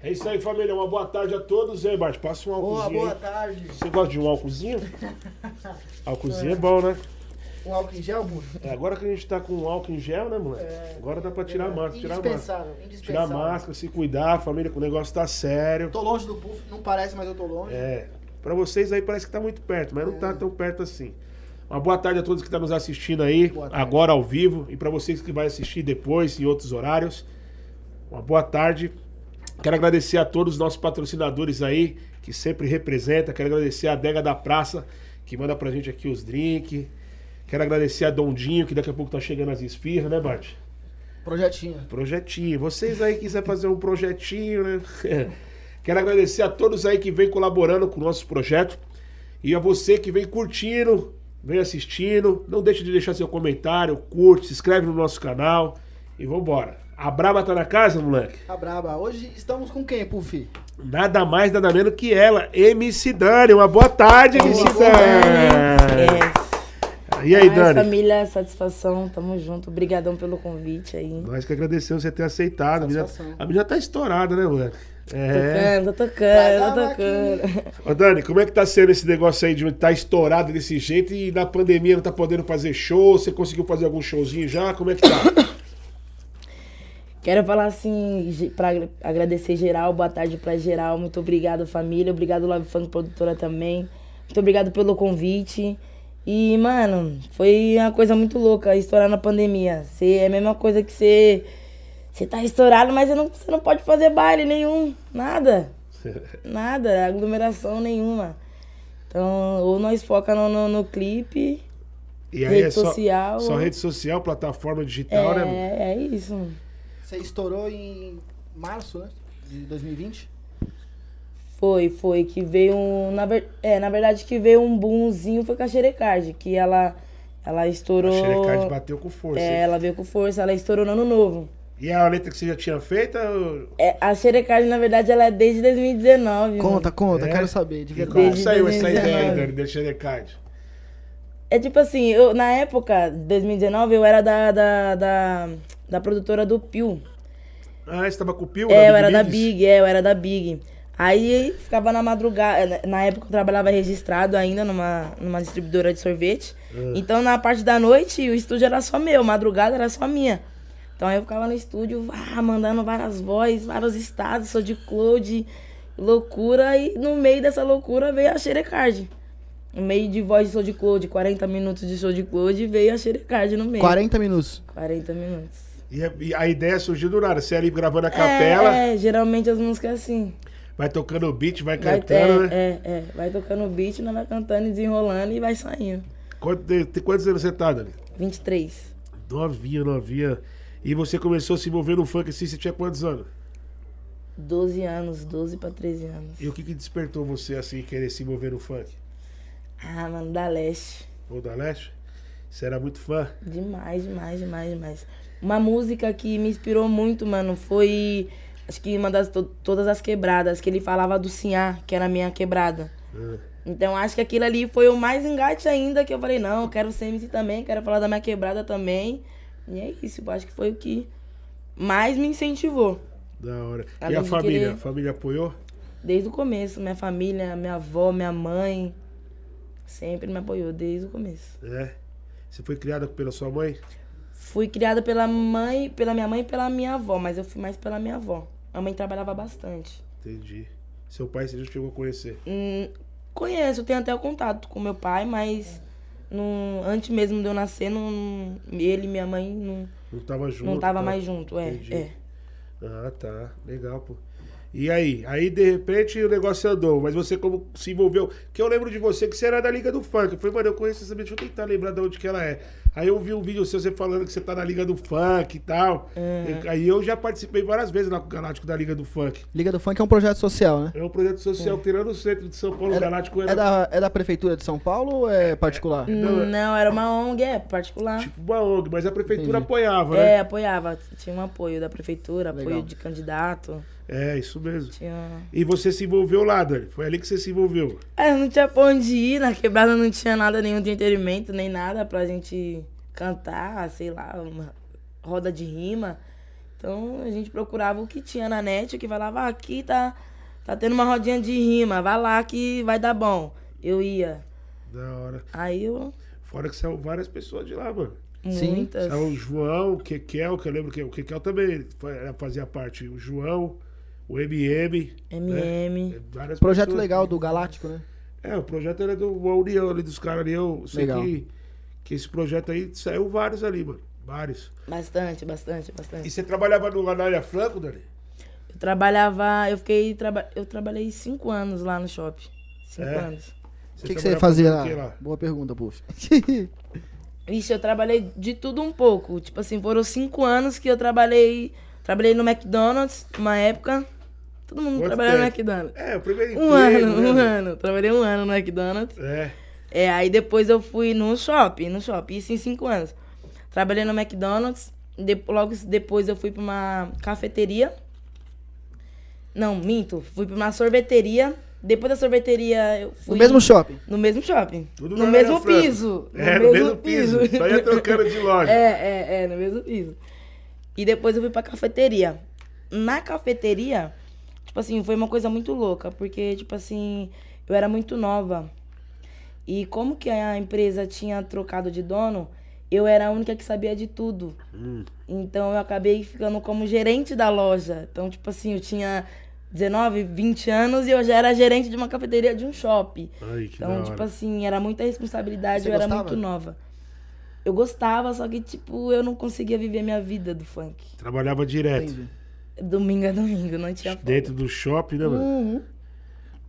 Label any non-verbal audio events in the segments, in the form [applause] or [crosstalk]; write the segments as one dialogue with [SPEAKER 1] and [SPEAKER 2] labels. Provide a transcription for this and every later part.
[SPEAKER 1] É isso aí, família. Uma boa tarde a todos, hein, Bart? Passa um
[SPEAKER 2] Boa,
[SPEAKER 1] álcoolzinho.
[SPEAKER 2] boa
[SPEAKER 1] aí.
[SPEAKER 2] tarde.
[SPEAKER 1] Você gosta de um
[SPEAKER 2] [laughs]
[SPEAKER 1] álcoolzinho? álcoolzinho é bom, né?
[SPEAKER 2] Um álcool em gel, Bruno?
[SPEAKER 1] É, agora que a gente tá com álcool em gel, né, moleque?
[SPEAKER 2] É,
[SPEAKER 1] agora dá pra tirar a máscara. Tirar a máscara.
[SPEAKER 2] Indispensável,
[SPEAKER 1] Tirar a
[SPEAKER 2] indispensável.
[SPEAKER 1] máscara, se cuidar, família, que o negócio tá sério.
[SPEAKER 2] Tô longe do puff, não parece, mas eu tô longe.
[SPEAKER 1] É. Pra vocês aí parece que tá muito perto, mas
[SPEAKER 2] É.
[SPEAKER 1] não tá tão perto assim. Uma boa tarde a todos que estão nos assistindo aí,
[SPEAKER 2] Boa tarde.
[SPEAKER 1] agora ao vivo, e pra vocês que vai assistir depois em outros horários. Uma boa tarde. Quero agradecer a todos os nossos patrocinadores aí, que sempre representa. Quero agradecer a Adega da Praça, que manda pra gente aqui os drinks. Quero agradecer a Dondinho, que daqui a pouco tá chegando as esfirras, né, Bart?
[SPEAKER 2] Projetinho.
[SPEAKER 1] Projetinho. Vocês aí quiser fazer um projetinho, né? [laughs] Quero agradecer a todos aí que vem colaborando com o nosso projeto. E a você que vem curtindo, vem assistindo. Não deixe de deixar seu comentário, curte, se inscreve no nosso canal. E vambora. A Braba tá na casa, moleque?
[SPEAKER 2] A braba. Hoje estamos com quem, Puff?
[SPEAKER 1] Nada mais, nada menos que ela, MC Dani. Uma boa tarde, MC Dani. E aí,
[SPEAKER 3] É. Ai,
[SPEAKER 1] Dani?
[SPEAKER 3] É, família, satisfação, tamo junto. Obrigadão pelo convite aí.
[SPEAKER 1] Nós que agradecemos você ter aceitado. A menina,
[SPEAKER 2] Satisfação.
[SPEAKER 1] a menina tá estourada, né, moleque? É.
[SPEAKER 3] Tocando, tocando,
[SPEAKER 2] Tava
[SPEAKER 3] tocando.
[SPEAKER 1] Ô Dani, como é que tá sendo esse negócio aí de estar estourado desse jeito e na pandemia não tá podendo fazer show? Você conseguiu fazer algum showzinho já? Como é que tá?
[SPEAKER 3] Quero falar assim, ge- pra agra- agradecer geral, boa tarde pra geral. Muito obrigado, família. Obrigado, Love Funk Produtora também. Muito obrigado pelo convite. E, mano, foi uma coisa muito louca estourar na pandemia. Cê, é a mesma coisa que você. Você tá estourado, mas você não, você não pode fazer baile nenhum. Nada. Nada, aglomeração nenhuma. Então, ou nós foca no, no, no clipe.
[SPEAKER 1] E
[SPEAKER 3] Rede
[SPEAKER 1] é só,
[SPEAKER 3] social.
[SPEAKER 1] só rede social, plataforma
[SPEAKER 3] É,
[SPEAKER 1] digital, né? mano?
[SPEAKER 3] é isso.
[SPEAKER 2] Você estourou em março, né? De 2020.
[SPEAKER 3] Foi, foi. Que veio um. Na, ver- é, na verdade, que veio um boomzinho foi com a Xerecard, que ela, ela
[SPEAKER 1] A
[SPEAKER 3] estourou.
[SPEAKER 1] Xerecard bateu com força.
[SPEAKER 3] é, ela veio com força, ela estourou no ano novo.
[SPEAKER 1] E a letra que você já tinha feita? ô?
[SPEAKER 3] É, a Xerecard, na verdade, ela é desde 2019. mano.
[SPEAKER 2] Conta, conta,
[SPEAKER 1] É?
[SPEAKER 2] quero saber, de
[SPEAKER 1] E
[SPEAKER 2] verdade.
[SPEAKER 1] como
[SPEAKER 3] Desde
[SPEAKER 1] saiu essa
[SPEAKER 3] 2019.
[SPEAKER 1] ideia aí, Dani, da Xerecard?
[SPEAKER 3] É tipo assim, eu, na época, 2019, eu era da, da, da, da produtora do Pio.
[SPEAKER 1] Ah, você tava com o Pio?
[SPEAKER 3] É, eu era da
[SPEAKER 1] Bigs?
[SPEAKER 3] Big, é, eu era da Big. Aí ficava na madrugada. né, Na época eu trabalhava registrado ainda numa, numa distribuidora de sorvete. Então na parte da noite o estúdio era só meu, madrugada era só minha. Então aí eu ficava no estúdio, vá, mandando várias vozes, vários estados, sou de Cloud, loucura. E no meio dessa loucura veio a Xerecard. No meio de voz de Soul de Cloud, 40 minutos de Soul de Cloud, veio a Xerecard no meio.
[SPEAKER 2] 40 minutos.
[SPEAKER 3] 40 minutos.
[SPEAKER 1] E a, e a ideia surgiu do nada. Você ali gravando a capela,
[SPEAKER 3] É, é, geralmente as músicas é assim.
[SPEAKER 1] vai tocando o beat, vai
[SPEAKER 3] Vai,
[SPEAKER 1] cantando,
[SPEAKER 3] é,
[SPEAKER 1] né?
[SPEAKER 3] é, é. Vai tocando o beat, nós vai cantando e desenrolando e vai saindo.
[SPEAKER 1] Quanto- tem quantos anos você tá, Dani?
[SPEAKER 3] 23.
[SPEAKER 1] Novinha, novinha. E você começou a se envolver no funk assim, você tinha quantos anos?
[SPEAKER 3] 12 anos, 12 pra 13 anos.
[SPEAKER 1] E o que, que despertou você assim, querer se envolver no funk?
[SPEAKER 3] Ah, mano, da leste.
[SPEAKER 1] Ou da Leste? Você era muito fã?
[SPEAKER 3] Demais, demais, demais, demais. Uma música que me inspirou muito, mano, foi. Acho que uma das to- todas as quebradas, que ele falava do Sinhá, que era a minha quebrada.
[SPEAKER 1] Ah,
[SPEAKER 3] Então acho que aquilo ali foi o mais engate ainda, que eu falei, não, eu quero ser MC também, quero falar da minha quebrada também. E é isso, eu acho que foi o que mais me incentivou.
[SPEAKER 1] Da hora. e
[SPEAKER 3] Além
[SPEAKER 1] a
[SPEAKER 3] de
[SPEAKER 1] família?
[SPEAKER 3] querer-
[SPEAKER 1] A família apoiou?
[SPEAKER 3] Desde o começo, minha família, minha avó, minha mãe, sempre me apoiou desde o começo.
[SPEAKER 1] É. Você foi criada pela sua mãe?
[SPEAKER 3] Fui criada pela mãe, pela minha mãe e pela minha avó, mas eu fui mais pela minha avó. A mãe trabalhava bastante.
[SPEAKER 1] Entendi. Seu pai você já chegou a conhecer?
[SPEAKER 3] Hum, conheço, tenho até contato com meu pai, mas não- antes mesmo de eu nascer, não, ele e minha mãe não,
[SPEAKER 1] Não tava junto?
[SPEAKER 3] não tava
[SPEAKER 1] tá?
[SPEAKER 3] mais junto. É,
[SPEAKER 1] Entendi.
[SPEAKER 3] é.
[SPEAKER 1] Ah, tá. Legal, pô. E aí? Aí, de repente, o negócio andou. Mas você como se envolveu? Que eu lembro de você que você era da Liga do Funk. Eu falei, mano, eu conheço essa bicha, deixa eu tentar lembrar de onde que ela é. Aí eu vi um vídeo seu, você falando que você tá na Liga do Funk e tal. Eu- aí eu já participei várias vezes lá com o Galáctico da Liga do Funk.
[SPEAKER 2] Liga do Funk é um projeto social, né?
[SPEAKER 1] É um projeto social que tem lá no centro de São Paulo. o Galáctico era
[SPEAKER 2] É da, é da Prefeitura de São Paulo ou é particular?
[SPEAKER 3] Não, era uma ONG, é, particular.
[SPEAKER 1] tipo uma ONG, mas a prefeitura apoiava, né?
[SPEAKER 3] É, apoiava. Tinha um apoio da prefeitura, apoio
[SPEAKER 2] Legal.
[SPEAKER 3] de candidato.
[SPEAKER 1] É, isso mesmo.
[SPEAKER 3] Tinha.
[SPEAKER 1] E você se envolveu lá, Dani. Foi ali que você se envolveu.
[SPEAKER 3] É, não tinha pra onde ir, na quebrada não tinha nada, nenhum entretenimento, nem nada pra gente cantar, sei lá, uma roda de rima. Então a gente procurava o que tinha na net, o que falava, ah, aqui tá, tá tendo uma rodinha de rima, vai lá que vai dar bom. Eu ia.
[SPEAKER 1] Da hora.
[SPEAKER 3] Aí eu.
[SPEAKER 1] Fora que saiu várias pessoas de lá, mano.
[SPEAKER 2] Sim.
[SPEAKER 3] Muitas.
[SPEAKER 1] Saiu É o João, o Kekel, que eu lembro que o Kekel também fa- fazia parte. O João, o MM.
[SPEAKER 3] MM.
[SPEAKER 1] é, Várias
[SPEAKER 2] Projeto
[SPEAKER 1] pessoas.
[SPEAKER 2] legal do Galáctico, né?
[SPEAKER 1] É, o projeto era do uma União ali dos caras ali. Eu sei
[SPEAKER 2] Legal.
[SPEAKER 1] que, que esse projeto aí saiu vários ali, mano. Vários.
[SPEAKER 3] Bastante, bastante, bastante.
[SPEAKER 1] E você trabalhava no, na área franco, Dani?
[SPEAKER 3] Eu trabalhava, eu fiquei, traba- eu trabalhei cinco anos lá no shopping. Cinco
[SPEAKER 1] É?
[SPEAKER 3] anos.
[SPEAKER 2] O que, que você
[SPEAKER 1] trabalhava
[SPEAKER 2] fazia
[SPEAKER 1] fazendo o quê
[SPEAKER 2] lá? Boa pergunta, Puff.
[SPEAKER 3] Ixi, eu trabalhei de tudo um pouco. Tipo assim, foram cinco anos que eu trabalhei. Trabalhei no McDonald's, uma época. Todo mundo
[SPEAKER 1] Quanto
[SPEAKER 3] trabalhou
[SPEAKER 1] tempo?
[SPEAKER 3] no McDonald's.
[SPEAKER 1] É, o primeiro
[SPEAKER 3] Um
[SPEAKER 1] emprego, né,
[SPEAKER 3] ano, um
[SPEAKER 1] mano?
[SPEAKER 3] ano. Trabalhei um ano no McDonald's.
[SPEAKER 1] É.
[SPEAKER 3] É, aí depois eu fui no shopping, no shopping, isso em cinco anos. Trabalhei no McDonald's, de- logo depois eu fui pra uma cafeteria. Não, minto, fui pra uma sorveteria. Depois da sorveteria eu fui.
[SPEAKER 2] [laughs] No mesmo shopping.
[SPEAKER 3] No mesmo shopping.
[SPEAKER 1] Tudo
[SPEAKER 3] no
[SPEAKER 1] na
[SPEAKER 3] mesmo
[SPEAKER 1] área franca.
[SPEAKER 3] piso.
[SPEAKER 1] É, no mesmo piso. Só ia trocando de loja.
[SPEAKER 3] [laughs] É, é, é, no mesmo piso. E depois eu fui pra cafeteria. Na cafeteria, tipo assim, foi uma coisa muito louca, porque, tipo assim, eu era muito nova. E como que a empresa tinha trocado de dono, eu era a única que sabia de tudo.
[SPEAKER 1] Hum.
[SPEAKER 3] Então eu acabei ficando como gerente da loja. Então, tipo assim, eu tinha 19, 20 anos e eu já era gerente de uma cafeteria de um shopping.
[SPEAKER 1] Ai, que da
[SPEAKER 3] Então, tipo
[SPEAKER 1] hora.
[SPEAKER 3] assim, era muita responsabilidade,
[SPEAKER 2] Você
[SPEAKER 3] eu era
[SPEAKER 2] gostava?
[SPEAKER 3] muito nova. Eu gostava, só que, tipo, eu não conseguia viver minha vida do funk.
[SPEAKER 1] Trabalhava direto.
[SPEAKER 2] Entendi.
[SPEAKER 3] Domingo a domingo, não tinha folga.
[SPEAKER 1] Dentro do shopping, né, mano?
[SPEAKER 2] Uhum.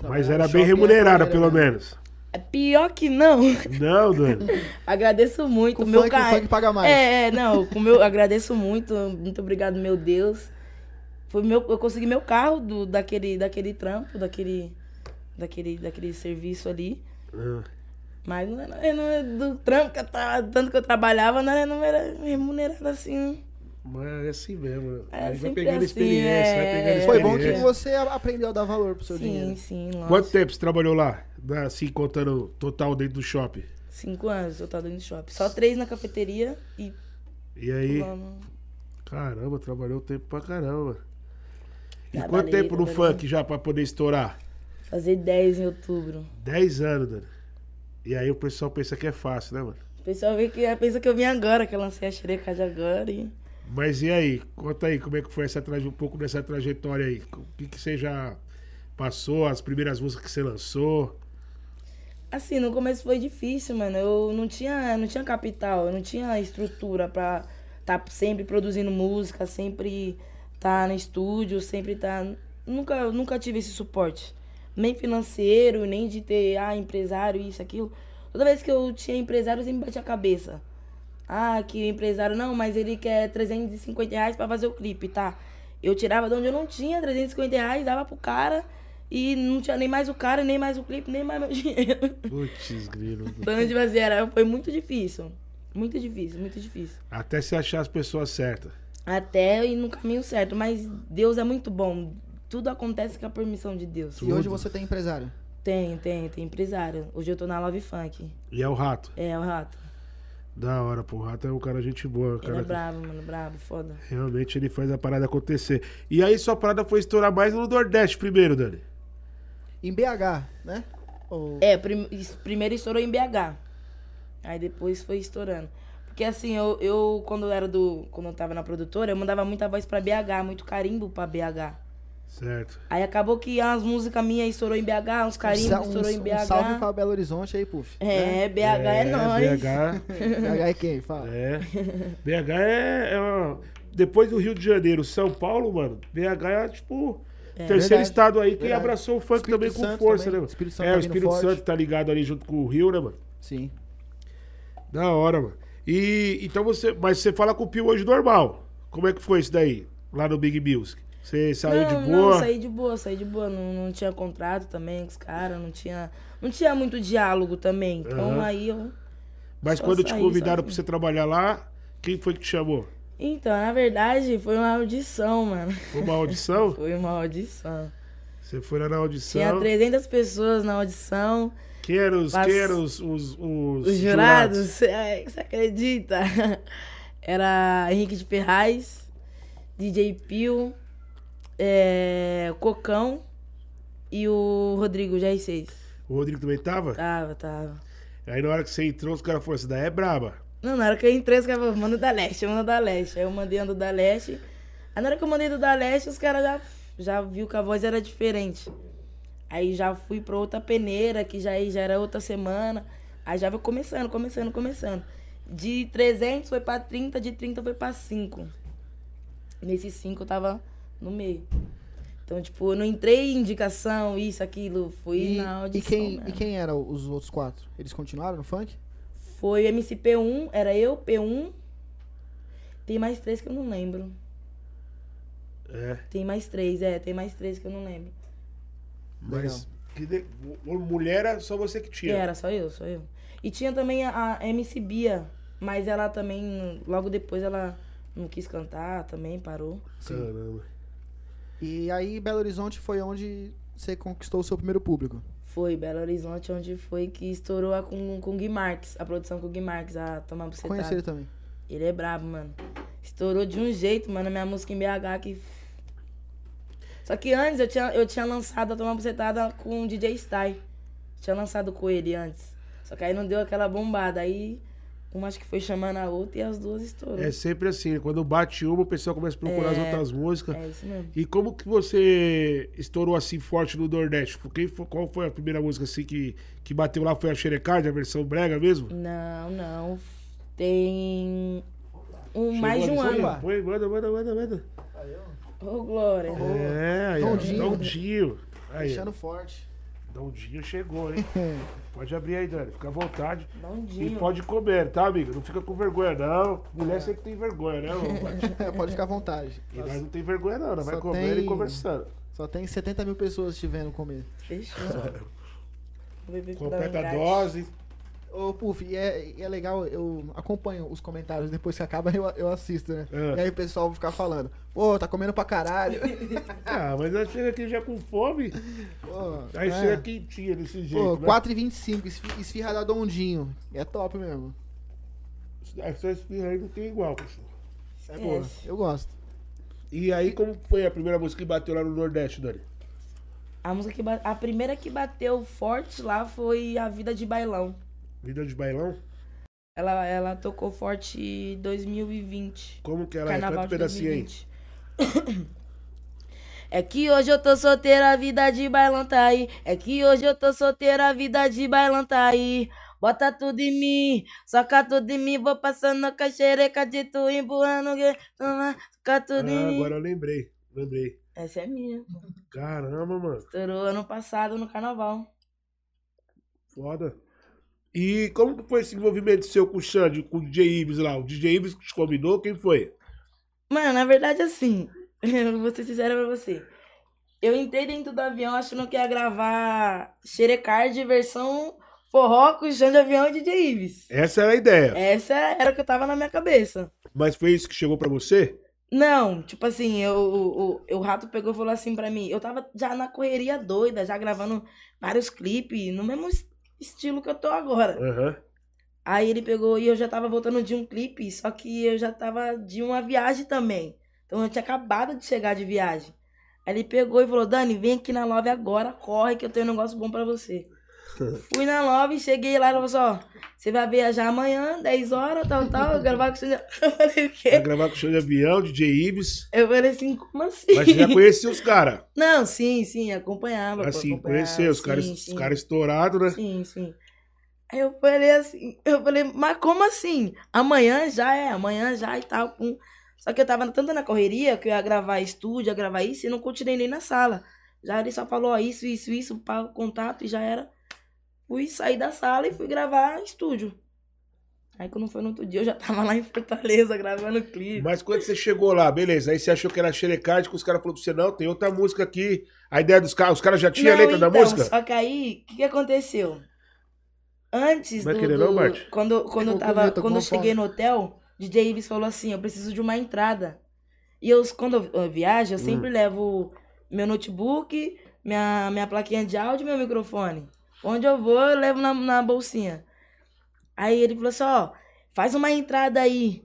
[SPEAKER 1] Mas
[SPEAKER 2] Trabalhava
[SPEAKER 1] era
[SPEAKER 2] no
[SPEAKER 1] bem
[SPEAKER 2] shopping,
[SPEAKER 1] remunerada,
[SPEAKER 2] era
[SPEAKER 1] pelo
[SPEAKER 2] maneira, né?
[SPEAKER 1] menos.
[SPEAKER 3] É Pior que não. [laughs]
[SPEAKER 1] Não, Dani.
[SPEAKER 2] [laughs]
[SPEAKER 3] Agradeço muito.
[SPEAKER 2] Com
[SPEAKER 3] meu
[SPEAKER 2] funk, com
[SPEAKER 3] cara.
[SPEAKER 2] funk paga mais.
[SPEAKER 3] É, é, não. Com meu, [laughs] agradeço muito. Muito obrigado, meu Deus. Foi meu, eu consegui meu carro do, daquele, daquele trampo, daquele, daquele, daquele serviço ali.
[SPEAKER 1] Ah,
[SPEAKER 3] Mas não era, eu não era do trampo que eu tava, tanto que eu trabalhava, não era, não era remunerada assim.
[SPEAKER 1] Mas é assim mesmo. né?
[SPEAKER 3] É
[SPEAKER 1] Aí vai
[SPEAKER 3] sempre
[SPEAKER 1] pegando
[SPEAKER 3] assim,
[SPEAKER 1] experiência, vai
[SPEAKER 3] é.
[SPEAKER 1] pegando experiência.
[SPEAKER 2] Foi bom que
[SPEAKER 3] É.
[SPEAKER 2] você a- aprendeu a dar valor pro seu
[SPEAKER 3] sim,
[SPEAKER 2] dinheiro.
[SPEAKER 3] sim, lógico.
[SPEAKER 1] Quanto tempo você trabalhou lá? Na- Assim, contando o total dentro do shopping.
[SPEAKER 3] Cinco anos eu tava dentro do shopping. Só três na cafeteria e
[SPEAKER 1] E aí,
[SPEAKER 3] pulando.
[SPEAKER 1] caramba, trabalhou tempo pra caramba. E
[SPEAKER 3] Trabalhei,
[SPEAKER 1] quanto tempo no
[SPEAKER 3] trabalhei.
[SPEAKER 1] funk já pra poder estourar?
[SPEAKER 3] Fazer dez em outubro.
[SPEAKER 1] 10 anos, Dani. E aí o pessoal pensa que é fácil, né, mano?
[SPEAKER 3] O pessoal vê que pensa que eu vim agora, que eu lancei a xereca de agora e.
[SPEAKER 1] Mas e aí? Conta aí como é que foi essa traje- um pouco dessa trajetória aí. O que, que você já passou, as primeiras músicas que você lançou.
[SPEAKER 3] Assim, no começo foi difícil, mano. Eu não tinha, não tinha capital, eu não tinha estrutura pra estar sempre produzindo música, sempre estar no estúdio, sempre estar. Nunca, eu nunca tive esse suporte. Nem financeiro, nem de ter ah, empresário, isso, aquilo. Toda vez que eu tinha empresário, eu sempre batia a cabeça. Ah, que o empresário, não, mas ele quer 350 reais pra fazer o clipe, tá? Eu tirava de onde eu não tinha 350 reais, dava pro cara e não tinha nem mais o cara, nem mais o clipe, nem mais meu [laughs] dinheiro.
[SPEAKER 1] Putz, grilo.
[SPEAKER 3] Então, tipo assim, era, foi muito difícil. Muito difícil, muito difícil.
[SPEAKER 1] Até se achar as pessoas certas.
[SPEAKER 3] Até ir no caminho certo, mas Deus é muito bom. Tudo acontece com a permissão de Deus.
[SPEAKER 2] E hoje você tem empresário.
[SPEAKER 3] Tenho, tenho, tenho empresário. Hoje eu tô na Love Funk.
[SPEAKER 1] E é o rato.
[SPEAKER 3] É, o rato.
[SPEAKER 1] Da hora, pô. O rato é um cara gente boa. o
[SPEAKER 3] Ele é
[SPEAKER 1] Cara, que-
[SPEAKER 3] brabo, mano, brabo, foda.
[SPEAKER 1] realmente ele faz a parada acontecer. E aí sua parada foi estourar mais no Nordeste primeiro, Dani.
[SPEAKER 2] Em BH, né? Ou-
[SPEAKER 3] É, prim- es- primeiro estourou em BH. Aí depois foi estourando. Porque assim, eu, eu quando eu era do. Quando eu tava na produtora, eu mandava muita voz pra BH, muito carimbo pra BH.
[SPEAKER 1] Certo.
[SPEAKER 3] Aí acabou que as músicas minhas estourou em BH, uns
[SPEAKER 2] Um sa-
[SPEAKER 3] carimbos
[SPEAKER 2] um-
[SPEAKER 3] estourou em
[SPEAKER 2] um
[SPEAKER 3] BH.
[SPEAKER 2] salve pra Belo Horizonte aí, Puff.
[SPEAKER 3] É,
[SPEAKER 1] né?
[SPEAKER 3] BH é, nóis.
[SPEAKER 1] BH,
[SPEAKER 2] BH é quem? Fala.
[SPEAKER 1] é. BH é, é uma- Depois do Rio de Janeiro, São Paulo, mano, BH é tipo. terceiro
[SPEAKER 2] Verdade,
[SPEAKER 1] estado aí que
[SPEAKER 2] verdade.
[SPEAKER 1] abraçou o funk
[SPEAKER 2] Espírito
[SPEAKER 1] também com
[SPEAKER 2] Santo
[SPEAKER 1] força,
[SPEAKER 2] também.
[SPEAKER 1] né, mano?
[SPEAKER 2] Espírito Santo
[SPEAKER 1] é,
[SPEAKER 2] tá
[SPEAKER 1] o
[SPEAKER 2] vindo
[SPEAKER 1] Espírito
[SPEAKER 2] forte.
[SPEAKER 1] Santo tá ligado ali junto com o Rio, né, mano?
[SPEAKER 2] Sim.
[SPEAKER 1] Da hora, mano. E então você. Mas você fala com o Pio hoje normal. Como é que foi isso daí? Lá no Big Music? Você saiu
[SPEAKER 3] não,
[SPEAKER 1] de boa?
[SPEAKER 3] Não, saí de boa, saí de boa. Não, não tinha contrato também com os caras, não tinha, não tinha muito diálogo também. Então
[SPEAKER 1] Aham.
[SPEAKER 3] aí eu.
[SPEAKER 1] Mas
[SPEAKER 3] só
[SPEAKER 1] quando te
[SPEAKER 3] saí,
[SPEAKER 1] convidaram
[SPEAKER 3] sabe?
[SPEAKER 1] pra você trabalhar lá, quem foi que te chamou?
[SPEAKER 3] Então, na verdade, foi uma audição, mano.
[SPEAKER 1] Foi uma audição?
[SPEAKER 3] [laughs] Foi uma audição.
[SPEAKER 1] você foi lá na Então audição.
[SPEAKER 3] Tinha 300 pessoas na audição.
[SPEAKER 1] Quem eram os,
[SPEAKER 3] Mas-
[SPEAKER 1] quem eram os, os, os
[SPEAKER 3] Os [laughs] jurados, é, você acredita? Era Henrique de Ferraz, DJ Pio, é, Cocão e o Rodrigo, GR6.
[SPEAKER 1] O Rodrigo também tava?
[SPEAKER 3] Tava, tava.
[SPEAKER 1] Aí na hora que você entrou, os caras falaram, essa daí é braba.
[SPEAKER 3] Não, na hora que eu entrei, os caras falaram, manda da leste, manda da leste. Aí eu mandei do da leste. Aí na hora que eu mandei do da leste, os caras já, já viu que a voz era diferente. Aí já fui pra outra peneira, que já, aí já era outra semana. Aí já foi começando, começando, começando. De 300 foi pra 30, de 30 foi pra 5. Nesses 5 eu tava no meio. Então, tipo, eu não entrei em indicação, isso, aquilo. Fui
[SPEAKER 2] E,
[SPEAKER 3] na
[SPEAKER 2] e,
[SPEAKER 3] audição.
[SPEAKER 2] quem,
[SPEAKER 3] mesmo.
[SPEAKER 2] e quem eram os outros quatro? Eles continuaram no funk?
[SPEAKER 3] Foi o MCP1, era eu, P1. Tem mais três que eu não lembro.
[SPEAKER 1] É.
[SPEAKER 3] Tem mais três, é, tem mais três que eu não lembro.
[SPEAKER 1] Mas que de- mu- mulher era só você que
[SPEAKER 3] Que
[SPEAKER 1] tinha.
[SPEAKER 3] era, só eu, só eu. E tinha também a a MC Bia, mas ela também, logo depois ela não quis cantar, também parou.
[SPEAKER 1] Caramba.
[SPEAKER 2] E aí Belo Horizonte foi onde você conquistou o seu primeiro público.
[SPEAKER 3] Foi Belo Horizonte, onde foi que estourou a com, com o Gui Marques, a produção com o Gui Marques, a Tomar Bucetada.
[SPEAKER 2] Conheci ele também.
[SPEAKER 3] Ele é brabo, mano. Estourou de um jeito, mano, a minha música em BH que. Só que antes eu tinha, eu tinha lançado a Tomar Bucetada com o DJ Sty. Tinha lançado com ele antes. Só que aí não deu aquela bombada. Aí uma acho que foi chamando a outra e as duas estourou.
[SPEAKER 1] É
[SPEAKER 3] É,
[SPEAKER 1] sempre assim, quando bate uma, o pessoal começa a procurar as outras músicas.
[SPEAKER 3] É isso mesmo.
[SPEAKER 1] E como que você estourou assim forte no Nordeste? Por Quem fo- qual foi a primeira música assim que, que bateu lá? Foi a Xerecard, a versão brega mesmo?
[SPEAKER 3] Não, não. Tem. Um, mais de
[SPEAKER 1] Chegou
[SPEAKER 3] um
[SPEAKER 1] a versão?
[SPEAKER 3] ano.
[SPEAKER 1] Foi, manda, manda, manda, manda.
[SPEAKER 3] Ô, Glória.
[SPEAKER 1] É, aí, ó,
[SPEAKER 2] Dondinho.
[SPEAKER 1] Dondinho. Aí, ó,
[SPEAKER 2] Fechando forte. [laughs] É,
[SPEAKER 1] Dondinho chegou, hein? Pode abrir aí, Dani, fica à vontade. E
[SPEAKER 3] Bondinho.
[SPEAKER 1] pode comer, tá, amigo? Não fica com vergonha, não. Mulher sempre tem vergonha, né, ô, Bate?
[SPEAKER 2] É, pode ficar à vontade.
[SPEAKER 1] E nós não tem vergonha, não. Nós
[SPEAKER 2] Só
[SPEAKER 1] vai comer
[SPEAKER 2] tem-
[SPEAKER 1] e conversando.
[SPEAKER 2] Só tem 70 mil pessoas te vendo comer.
[SPEAKER 1] [laughs]
[SPEAKER 3] Fechou. Vou beber pra dar um
[SPEAKER 1] Completa a
[SPEAKER 3] gás.
[SPEAKER 1] dose.
[SPEAKER 2] Ô, Puff, e é, e é legal, eu acompanho os comentários, depois que acaba [laughs] eu, eu assisto, né?
[SPEAKER 1] É.
[SPEAKER 2] E aí o pessoal fica falando, pô, tá comendo
[SPEAKER 1] [laughs]
[SPEAKER 2] pra caralho.
[SPEAKER 1] Ah, mas nós chega aqui já com fome.
[SPEAKER 2] Pô,
[SPEAKER 1] Aí
[SPEAKER 2] é.
[SPEAKER 1] chega quentinha desse
[SPEAKER 2] Pô,
[SPEAKER 1] jeito. né?
[SPEAKER 2] 4,25, esfi- esfirra da Dondinho. É top mesmo.
[SPEAKER 1] Essa espirra aí não tem igual, pessoal.
[SPEAKER 2] É boa,
[SPEAKER 3] Esquece.
[SPEAKER 2] eu gosto.
[SPEAKER 1] E aí, como foi a primeira música que bateu lá no Nordeste, Dani?
[SPEAKER 3] A música que ba- a primeira que bateu forte lá foi A Vida de Bailão.
[SPEAKER 1] Vida de Bailão?
[SPEAKER 3] Ela, ela tocou forte em 2020.
[SPEAKER 1] Como que ela é?
[SPEAKER 3] Carnaval
[SPEAKER 1] Canta um
[SPEAKER 3] de
[SPEAKER 1] pedacinho aí.
[SPEAKER 3] 2020. [coughs] É que hoje eu tô solteira, a vida de bailão tá aí. É que hoje eu tô solteira, a vida de bailão tá aí. Bota tudo em mim, soca tudo em mim, vou passando com a xereca de tu emburrando. que- Soca tudo em
[SPEAKER 1] Ah,
[SPEAKER 3] mim.
[SPEAKER 1] agora eu lembrei. Lembrei.
[SPEAKER 3] Essa é minha.
[SPEAKER 1] Caramba, mano.
[SPEAKER 3] Estourou ano passado no carnaval.
[SPEAKER 1] Foda. E como que foi esse envolvimento seu com o Xande, com o DJ Ives lá? O DJ Ives que te combinou? Quem foi?
[SPEAKER 3] Mano, na verdade, assim, [laughs] eu vou ser sincera pra você. Eu entrei dentro do avião achando que ia gravar Xerecard versão forró com chão de avião e DJ Ives.
[SPEAKER 1] Essa era a ideia.
[SPEAKER 3] Essa era o que eu tava na minha cabeça.
[SPEAKER 1] Mas foi isso que chegou pra você?
[SPEAKER 3] Não, tipo assim, eu, o, o- o rato pegou e falou assim pra mim. Eu tava já na correria doida, já gravando vários clipes, no mesmo es- estilo que eu tô agora.
[SPEAKER 1] Aham.
[SPEAKER 3] Aí ele pegou e eu já tava voltando de um clipe, só que eu já tava de uma viagem também. Então eu tinha acabado de chegar de viagem. Aí ele pegou e falou: Dani, vem aqui na Love agora, corre que eu tenho um negócio bom pra
[SPEAKER 1] [laughs]
[SPEAKER 3] você. Fui na Love, cheguei lá e ela falou assim: ó, você vai viajar amanhã, 10 horas, tal, tal, eu gravar com você. [laughs] Eu falei:
[SPEAKER 1] Vai
[SPEAKER 3] o quê?
[SPEAKER 1] gravar com o Xande Avião, DJ Ives.
[SPEAKER 3] Eu falei assim: como assim?
[SPEAKER 1] Mas você
[SPEAKER 3] [laughs]
[SPEAKER 1] já conhecia os caras.
[SPEAKER 3] Não, sim, sim, acompanhava. pô,
[SPEAKER 1] Assim,
[SPEAKER 3] acompanhava,
[SPEAKER 1] conhecer os
[SPEAKER 3] sim,
[SPEAKER 1] caras
[SPEAKER 3] sim.
[SPEAKER 1] os cara estourados, né?
[SPEAKER 3] Sim, sim. Aí eu falei assim, eu falei, mas como assim? Amanhã já é, amanhã já e tal. pum. Só que eu tava tanto na correria que eu ia gravar estúdio, ia gravar isso, e não continuei nem na sala. Já ele só falou ó, isso, isso, isso, pá, o contato, e já era. Fui sair da sala e fui gravar estúdio. Aí quando foi no outro dia, eu já tava lá em Fortaleza gravando clipe.
[SPEAKER 1] Mas quando você chegou lá, beleza, aí você achou que era xerecard, que os caras falaram pra você, não, tem outra música aqui. A ideia dos caras, os caras já tinham a
[SPEAKER 3] Não,
[SPEAKER 1] letra da
[SPEAKER 3] então,
[SPEAKER 1] música?
[SPEAKER 3] Só que aí, o que, que aconteceu? Antes
[SPEAKER 1] Vai
[SPEAKER 3] do,
[SPEAKER 1] querer
[SPEAKER 3] do-
[SPEAKER 1] não, Bart?
[SPEAKER 3] quando quando eu,
[SPEAKER 2] Eu
[SPEAKER 3] tava,
[SPEAKER 2] comi, tô com
[SPEAKER 3] quando eu
[SPEAKER 2] uma
[SPEAKER 3] cheguei no hotel, DJ Ives falou assim: "Eu preciso de uma entrada". E eu quando eu, eu viajo, eu
[SPEAKER 2] Hum.
[SPEAKER 3] sempre levo meu notebook, minha minha plaquinha de áudio, e meu microfone. Onde eu vou, eu levo na, na bolsinha. Aí ele falou assim: "Ó, faz uma entrada aí".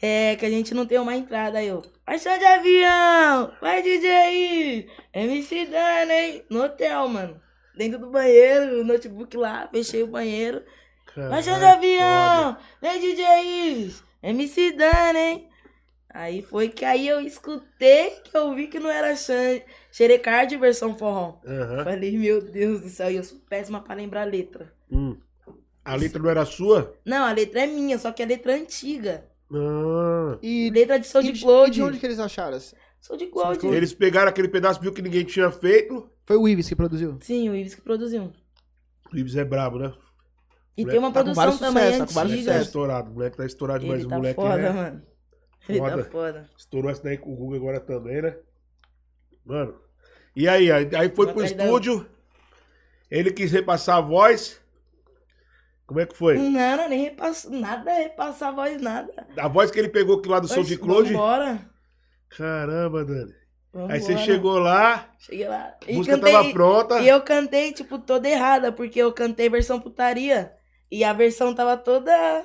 [SPEAKER 3] É que a gente não tem uma entrada aí, eu. Paixão de avião! Vai, DJ! MC Dana, hein? No hotel, mano. Dentro do banheiro, o notebook lá, fechei o banheiro. Paixão de avião! Vem, DJ! Ives. MC Dana, hein? Aí foi que aí eu escutei que eu vi que não era chan- Xerecard versão forró.
[SPEAKER 1] Aham.
[SPEAKER 3] Falei, meu Deus do céu, e eu sou péssima pra lembrar a letra.
[SPEAKER 1] Hum. A letra não era sua?
[SPEAKER 3] Não, a letra é minha, só que a letra é antiga.
[SPEAKER 1] Ah.
[SPEAKER 2] E,
[SPEAKER 3] Letra de Soul
[SPEAKER 2] e
[SPEAKER 3] de
[SPEAKER 2] de- e
[SPEAKER 3] Gold.
[SPEAKER 2] de onde que eles acharam?
[SPEAKER 3] Soul de Gold.
[SPEAKER 1] Eles pegaram aquele pedaço, viu que ninguém tinha feito.
[SPEAKER 2] Foi o Ives que produziu.
[SPEAKER 3] Sim, o Ives que produziu.
[SPEAKER 1] O Ibs é brabo, né?
[SPEAKER 3] E
[SPEAKER 1] Moleque
[SPEAKER 3] tem uma
[SPEAKER 2] tá com
[SPEAKER 3] produção
[SPEAKER 2] vários
[SPEAKER 3] também
[SPEAKER 2] sucessos, tá com
[SPEAKER 1] O moleque
[SPEAKER 2] vários
[SPEAKER 1] tá
[SPEAKER 2] sucessos.
[SPEAKER 3] antiga.
[SPEAKER 1] estourado. O moleque tá estourado, mas
[SPEAKER 3] é- Ele
[SPEAKER 1] o
[SPEAKER 3] tá
[SPEAKER 1] moleque
[SPEAKER 3] foda,
[SPEAKER 2] é
[SPEAKER 1] né?
[SPEAKER 3] mano. Ele
[SPEAKER 1] Foda.
[SPEAKER 3] tá foda.
[SPEAKER 1] estourou essa daí com o Google agora também, né? Mano. E aí? Aí aí foi pro
[SPEAKER 3] Boa tarde,
[SPEAKER 1] estúdio. Ele quis repassar a voz. Como é que foi?
[SPEAKER 3] Não, não, nem repassou nada, repassar a voz, nada.
[SPEAKER 1] A voz que ele pegou aqui lá do Soul de Cloud.
[SPEAKER 3] Vambora.
[SPEAKER 1] Caramba, Dani.
[SPEAKER 3] vambora.
[SPEAKER 1] Aí você chegou lá,
[SPEAKER 3] Cheguei lá.
[SPEAKER 1] a música tava pronta.
[SPEAKER 3] E eu cantei, tipo, toda errada, porque eu cantei versão putaria. E a versão tava toda.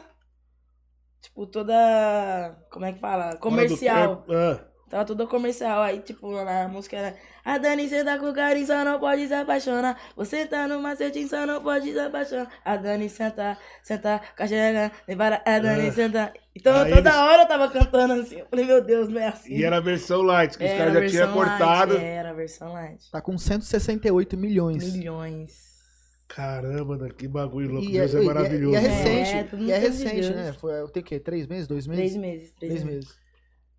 [SPEAKER 3] Tipo, toda. Como é que fala?
[SPEAKER 1] Fora do
[SPEAKER 3] Comercial.
[SPEAKER 1] tempo. Ah,
[SPEAKER 3] Tava toda comercial. Aí, tipo, a música era. A Dani, cê tá com carinho, só não pode se apaixonar. Você tá no macetinho, só não pode se apaixonar. A Dani, senta, senta, cachorra, levara. A Dani,
[SPEAKER 1] Ah.
[SPEAKER 3] senta. Então,
[SPEAKER 1] Aí
[SPEAKER 3] toda
[SPEAKER 1] eles-
[SPEAKER 3] hora eu tava cantando assim. Eu falei, meu Deus, não é assim.
[SPEAKER 1] e era a versão light, que os
[SPEAKER 3] Era
[SPEAKER 1] caras já tinham
[SPEAKER 3] versão light,
[SPEAKER 1] cortado.
[SPEAKER 3] Era a versão light.
[SPEAKER 2] Tá com 168 milhões.
[SPEAKER 3] Milhões.
[SPEAKER 1] Caramba, Dani, que bagulho louco.
[SPEAKER 2] E
[SPEAKER 1] Deus
[SPEAKER 2] e
[SPEAKER 1] é maravilhoso.
[SPEAKER 2] E é
[SPEAKER 1] né?
[SPEAKER 3] É,
[SPEAKER 2] recente.
[SPEAKER 3] tudo
[SPEAKER 2] e é
[SPEAKER 3] no tempo de
[SPEAKER 2] recente,
[SPEAKER 3] Deus.
[SPEAKER 2] né? Foi, tem o quê? Três meses? Dois meses?
[SPEAKER 3] Três meses. Três,
[SPEAKER 2] Três
[SPEAKER 3] meses.
[SPEAKER 2] meses.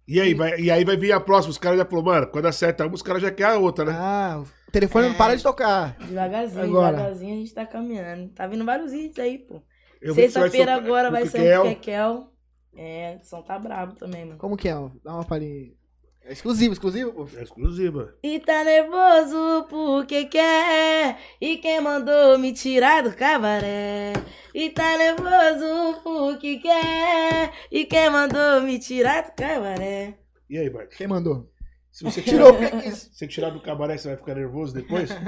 [SPEAKER 1] E aí, vai, e aí vai vir a próxima. Os caras já falaram, mano, quando acerta uma, os caras já querem a outra, né?
[SPEAKER 2] Ah, o telefone
[SPEAKER 3] É.
[SPEAKER 2] não para de tocar.
[SPEAKER 3] Devagarzinho,
[SPEAKER 2] Agora.
[SPEAKER 3] devagarzinho a gente tá caminhando. Tá vindo vários hits aí, pô.
[SPEAKER 1] Eu vi que você vai um
[SPEAKER 3] Sexta-feira
[SPEAKER 1] soprar
[SPEAKER 3] agora
[SPEAKER 1] com
[SPEAKER 3] vai
[SPEAKER 1] o
[SPEAKER 3] ser
[SPEAKER 1] Kekel.
[SPEAKER 3] o Kekel. É, o som tá brabo também, mano.
[SPEAKER 2] Como que é? Dá uma palhinha. É exclusivo, exclusivo, pô.
[SPEAKER 1] É exclusiva.
[SPEAKER 3] E tá nervoso porque quer. E quem mandou me tirar do cabaré? E tá nervoso porque quer. E quem mandou me tirar do cabaré?
[SPEAKER 1] E aí, Bart?
[SPEAKER 2] Quem mandou?
[SPEAKER 1] Se [laughs] você tirar,
[SPEAKER 2] Tirou o que [laughs] é isso?
[SPEAKER 1] se você tirar do cabaré, você vai ficar nervoso [laughs] depois? Você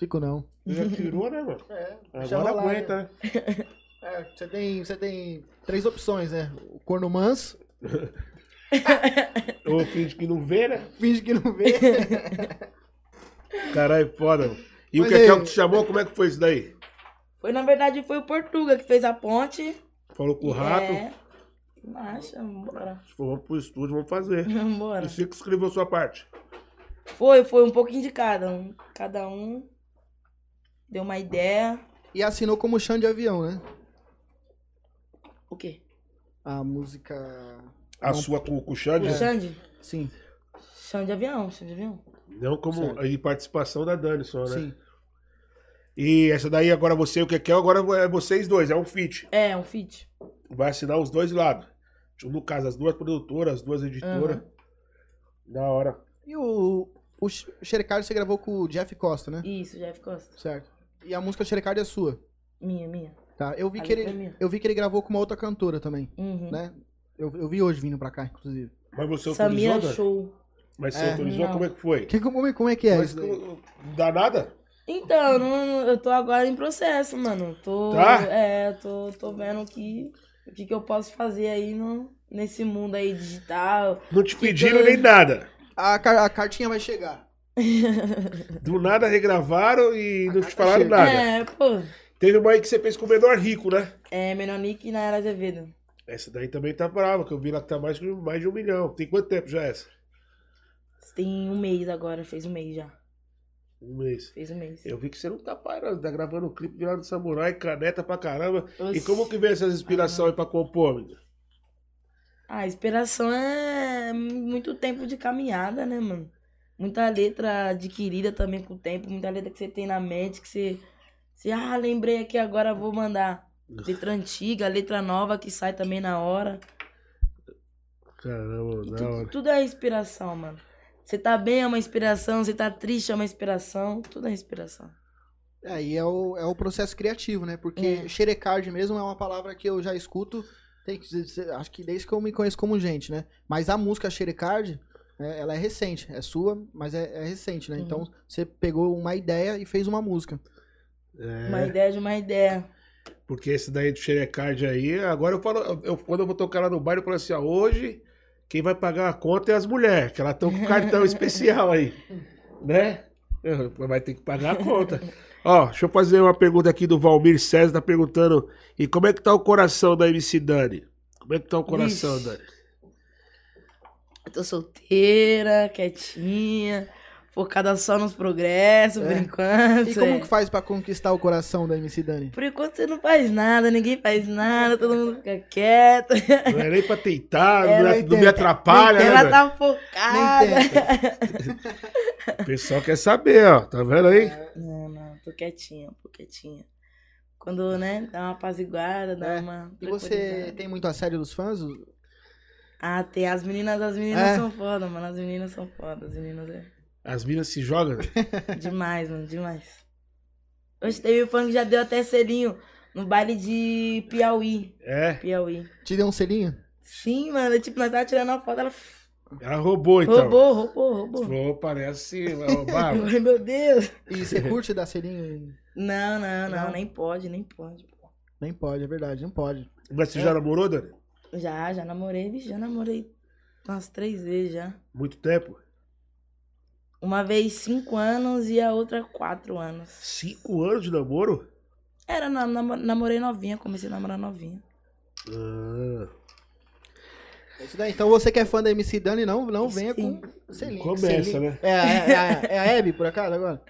[SPEAKER 2] Fico não.
[SPEAKER 1] já tirou, né, mano?
[SPEAKER 2] É,
[SPEAKER 1] Agora aguenta, né?
[SPEAKER 2] É, você tem, você tem três opções, né? O corno manso, [laughs]
[SPEAKER 1] né? Ou finge que não vê, né?
[SPEAKER 2] finge que não vê.
[SPEAKER 1] Caralho, foda, mano. E o
[SPEAKER 2] Mas
[SPEAKER 1] Kekel
[SPEAKER 2] aí-
[SPEAKER 1] que te chamou, como é que foi isso daí?
[SPEAKER 3] Foi, na verdade, foi o Portuga que fez a ponte.
[SPEAKER 1] Falou com o rato,
[SPEAKER 3] É. Acha, bora. [laughs]
[SPEAKER 1] falou, vamos pro estúdio, vamos fazer.
[SPEAKER 3] Bora.
[SPEAKER 1] E você que escreveu sua parte.
[SPEAKER 3] Foi, foi um pouquinho de cada um. Cada um deu uma ideia.
[SPEAKER 2] [laughs] e assinou como chão de avião, né?
[SPEAKER 3] O quê?
[SPEAKER 2] A música.
[SPEAKER 1] A sua com com o Xande,
[SPEAKER 3] O
[SPEAKER 1] né?
[SPEAKER 3] Xande?
[SPEAKER 2] Sim,
[SPEAKER 3] Chão de avião, chão de avião.
[SPEAKER 1] Não como
[SPEAKER 2] Certo.
[SPEAKER 1] a de participação da Dani só, né?
[SPEAKER 2] sim.
[SPEAKER 1] E essa daí, agora você e o Kekel, agora é vocês dois, é um feat.
[SPEAKER 3] É, um feat.
[SPEAKER 1] Vai assinar os dois lados. No caso, as duas produtoras, as duas editoras. Da hora.
[SPEAKER 2] E o, o Sh- Xerecard você gravou com o Jeff Costa, né?
[SPEAKER 3] Isso, Jeff Costa.
[SPEAKER 2] Certo. E a música Xerecard é sua.
[SPEAKER 3] Minha, minha.
[SPEAKER 2] Tá. Eu vi,
[SPEAKER 3] A
[SPEAKER 2] que
[SPEAKER 3] letra é
[SPEAKER 2] ele,
[SPEAKER 3] minha.
[SPEAKER 2] eu vi que ele gravou com uma outra cantora também,
[SPEAKER 3] Uhum.
[SPEAKER 2] né? Eu, eu vi hoje vindo pra cá, inclusive.
[SPEAKER 1] Mas você autorizou,
[SPEAKER 3] Samira
[SPEAKER 1] Dani?
[SPEAKER 3] Show.
[SPEAKER 1] Mas você
[SPEAKER 2] É.
[SPEAKER 1] autorizou?
[SPEAKER 3] Não.
[SPEAKER 1] Como é que foi?
[SPEAKER 2] Que, como, é- como é que é
[SPEAKER 1] Mas
[SPEAKER 2] isso? daí?
[SPEAKER 1] não dá nada?
[SPEAKER 3] Então, não- eu tô agora em processo, mano. Tô,
[SPEAKER 1] Tá?
[SPEAKER 3] É, eu tô, tô vendo o que, o que, que eu posso fazer aí no, nesse mundo aí digital.
[SPEAKER 1] Não te pediram
[SPEAKER 3] doido.
[SPEAKER 1] nem nada.
[SPEAKER 2] A, car- a cartinha vai chegar.
[SPEAKER 1] Do nada regravaram e não te
[SPEAKER 2] carta
[SPEAKER 1] falaram
[SPEAKER 2] chega.
[SPEAKER 1] nada.
[SPEAKER 3] É, pô.
[SPEAKER 1] Teve uma aí que você fez com o menor rico, né?
[SPEAKER 3] É, Menonique na Era Azevedo.
[SPEAKER 1] Essa daí também tá brava, que eu vi lá que tá mais, que- mais de um milhão. Tem quanto tempo já essa?
[SPEAKER 3] Tem um mês agora, fez um mês já.
[SPEAKER 1] Um mês.
[SPEAKER 3] Fez um mês.
[SPEAKER 1] Eu vi que você não tá parando, tá gravando um clipe virado samurai, caneta pra caramba. E
[SPEAKER 3] Oxi.
[SPEAKER 1] como que vem essas
[SPEAKER 3] Ah.
[SPEAKER 1] inspirações aí pra compor, menina?
[SPEAKER 3] A inspiração é muito tempo de caminhada, né, mano? Muita letra adquirida também com o tempo, muita letra que você tem na mente, que você. você ah, lembrei aqui agora, vou mandar.
[SPEAKER 1] [laughs]
[SPEAKER 3] Letra antiga, letra nova que sai também na hora.
[SPEAKER 1] Caramba,
[SPEAKER 3] E
[SPEAKER 1] da hora.
[SPEAKER 3] tudo, tudo é inspiração, mano. Você tá bem é uma inspiração, você tá triste é uma inspiração, tudo é inspiração.
[SPEAKER 2] É, e é o, é o processo criativo, né? Porque
[SPEAKER 3] É.
[SPEAKER 2] xerecard mesmo é uma palavra que eu já escuto, tem que dizer- acho que desde que eu me conheço como gente, né? Mas a música xerecard, é, ela é recente, é sua, mas é, é recente, né?
[SPEAKER 3] Uhum.
[SPEAKER 2] Então você pegou uma ideia e fez uma música.
[SPEAKER 1] É.
[SPEAKER 3] Uma ideia de uma ideia.
[SPEAKER 1] Porque esse daí do Xerecard aí, agora eu falo, eu, quando eu vou tocar lá no baile, eu falo assim, ó, hoje Quem vai pagar a conta é as mulheres, que elas estão com
[SPEAKER 3] [laughs]
[SPEAKER 1] cartão especial aí. Né? Vai ter que pagar a
[SPEAKER 3] [laughs]
[SPEAKER 1] conta. Ó, deixa eu fazer uma pergunta aqui do Valmir César, tá perguntando. E como é que tá o coração da MC Dani? Como é que tá o coração,
[SPEAKER 3] Ixi.
[SPEAKER 1] Dani?
[SPEAKER 3] Eu tô solteira, quietinha, focada só nos progressos, por
[SPEAKER 2] É.
[SPEAKER 3] enquanto.
[SPEAKER 2] E como
[SPEAKER 3] é.
[SPEAKER 2] que faz pra conquistar o coração da MC Dani?
[SPEAKER 3] Por enquanto você não faz nada, ninguém faz nada, todo mundo fica
[SPEAKER 2] [laughs]
[SPEAKER 3] quieto.
[SPEAKER 1] Não é nem pra
[SPEAKER 3] [laughs]
[SPEAKER 1] tentar, não,
[SPEAKER 3] Ela
[SPEAKER 1] é- não me
[SPEAKER 2] tenta.
[SPEAKER 1] atrapalha, né?
[SPEAKER 3] Ela
[SPEAKER 1] velho?
[SPEAKER 3] tá focada.
[SPEAKER 2] Nem tenta.
[SPEAKER 1] O pessoal quer saber, ó. Tá vendo aí?
[SPEAKER 3] Não, não, tô quietinha, tô quietinha. Quando, né, dá uma apaziguada, dá
[SPEAKER 2] É.
[SPEAKER 3] uma.
[SPEAKER 2] E você
[SPEAKER 3] tranquilizada.
[SPEAKER 2] tem muito assédio dos fãs?
[SPEAKER 3] Ah, tem. As meninas, as meninas
[SPEAKER 2] É.
[SPEAKER 3] são foda, mano. As meninas são foda. As meninas é
[SPEAKER 1] As minas se jogam. né?
[SPEAKER 3] demais, mano, demais. Hoje teve fã que já deu até selinho no baile de Piauí.
[SPEAKER 1] É,
[SPEAKER 3] Piauí.
[SPEAKER 2] Te deu um selinho?
[SPEAKER 3] Sim, mano. Tipo, nós tava tirando uma foto, ela
[SPEAKER 1] ela roubou, então.
[SPEAKER 3] roubou, roubou, roubou.
[SPEAKER 1] Falou, né, assim, parece. vai roubar,
[SPEAKER 3] Eu [laughs]
[SPEAKER 1] mano.
[SPEAKER 3] falei, meu Deus.
[SPEAKER 2] E você curte dar selinho?
[SPEAKER 3] Não, não, não,
[SPEAKER 2] Não?
[SPEAKER 3] nem pode, nem pode.
[SPEAKER 2] Nem pode, é verdade, não pode.
[SPEAKER 1] Mas você já namorou, Dani?
[SPEAKER 3] Já, já namorei, vixe, já namorei umas três vezes já.
[SPEAKER 1] Muito tempo?
[SPEAKER 3] Uma vez cinco anos e a outra quatro anos.
[SPEAKER 1] Cinco anos de namoro?
[SPEAKER 3] Era, na- namo- namorei novinha, comecei a namorar novinha.
[SPEAKER 1] Ah,
[SPEAKER 2] É Isso daí. Então você que é fã da MC Dani, não, não venha
[SPEAKER 3] Sim.
[SPEAKER 2] com selinho.
[SPEAKER 1] Começa,
[SPEAKER 2] selinho.
[SPEAKER 1] né?
[SPEAKER 2] É, é, é, é a Hebe, por acaso, agora?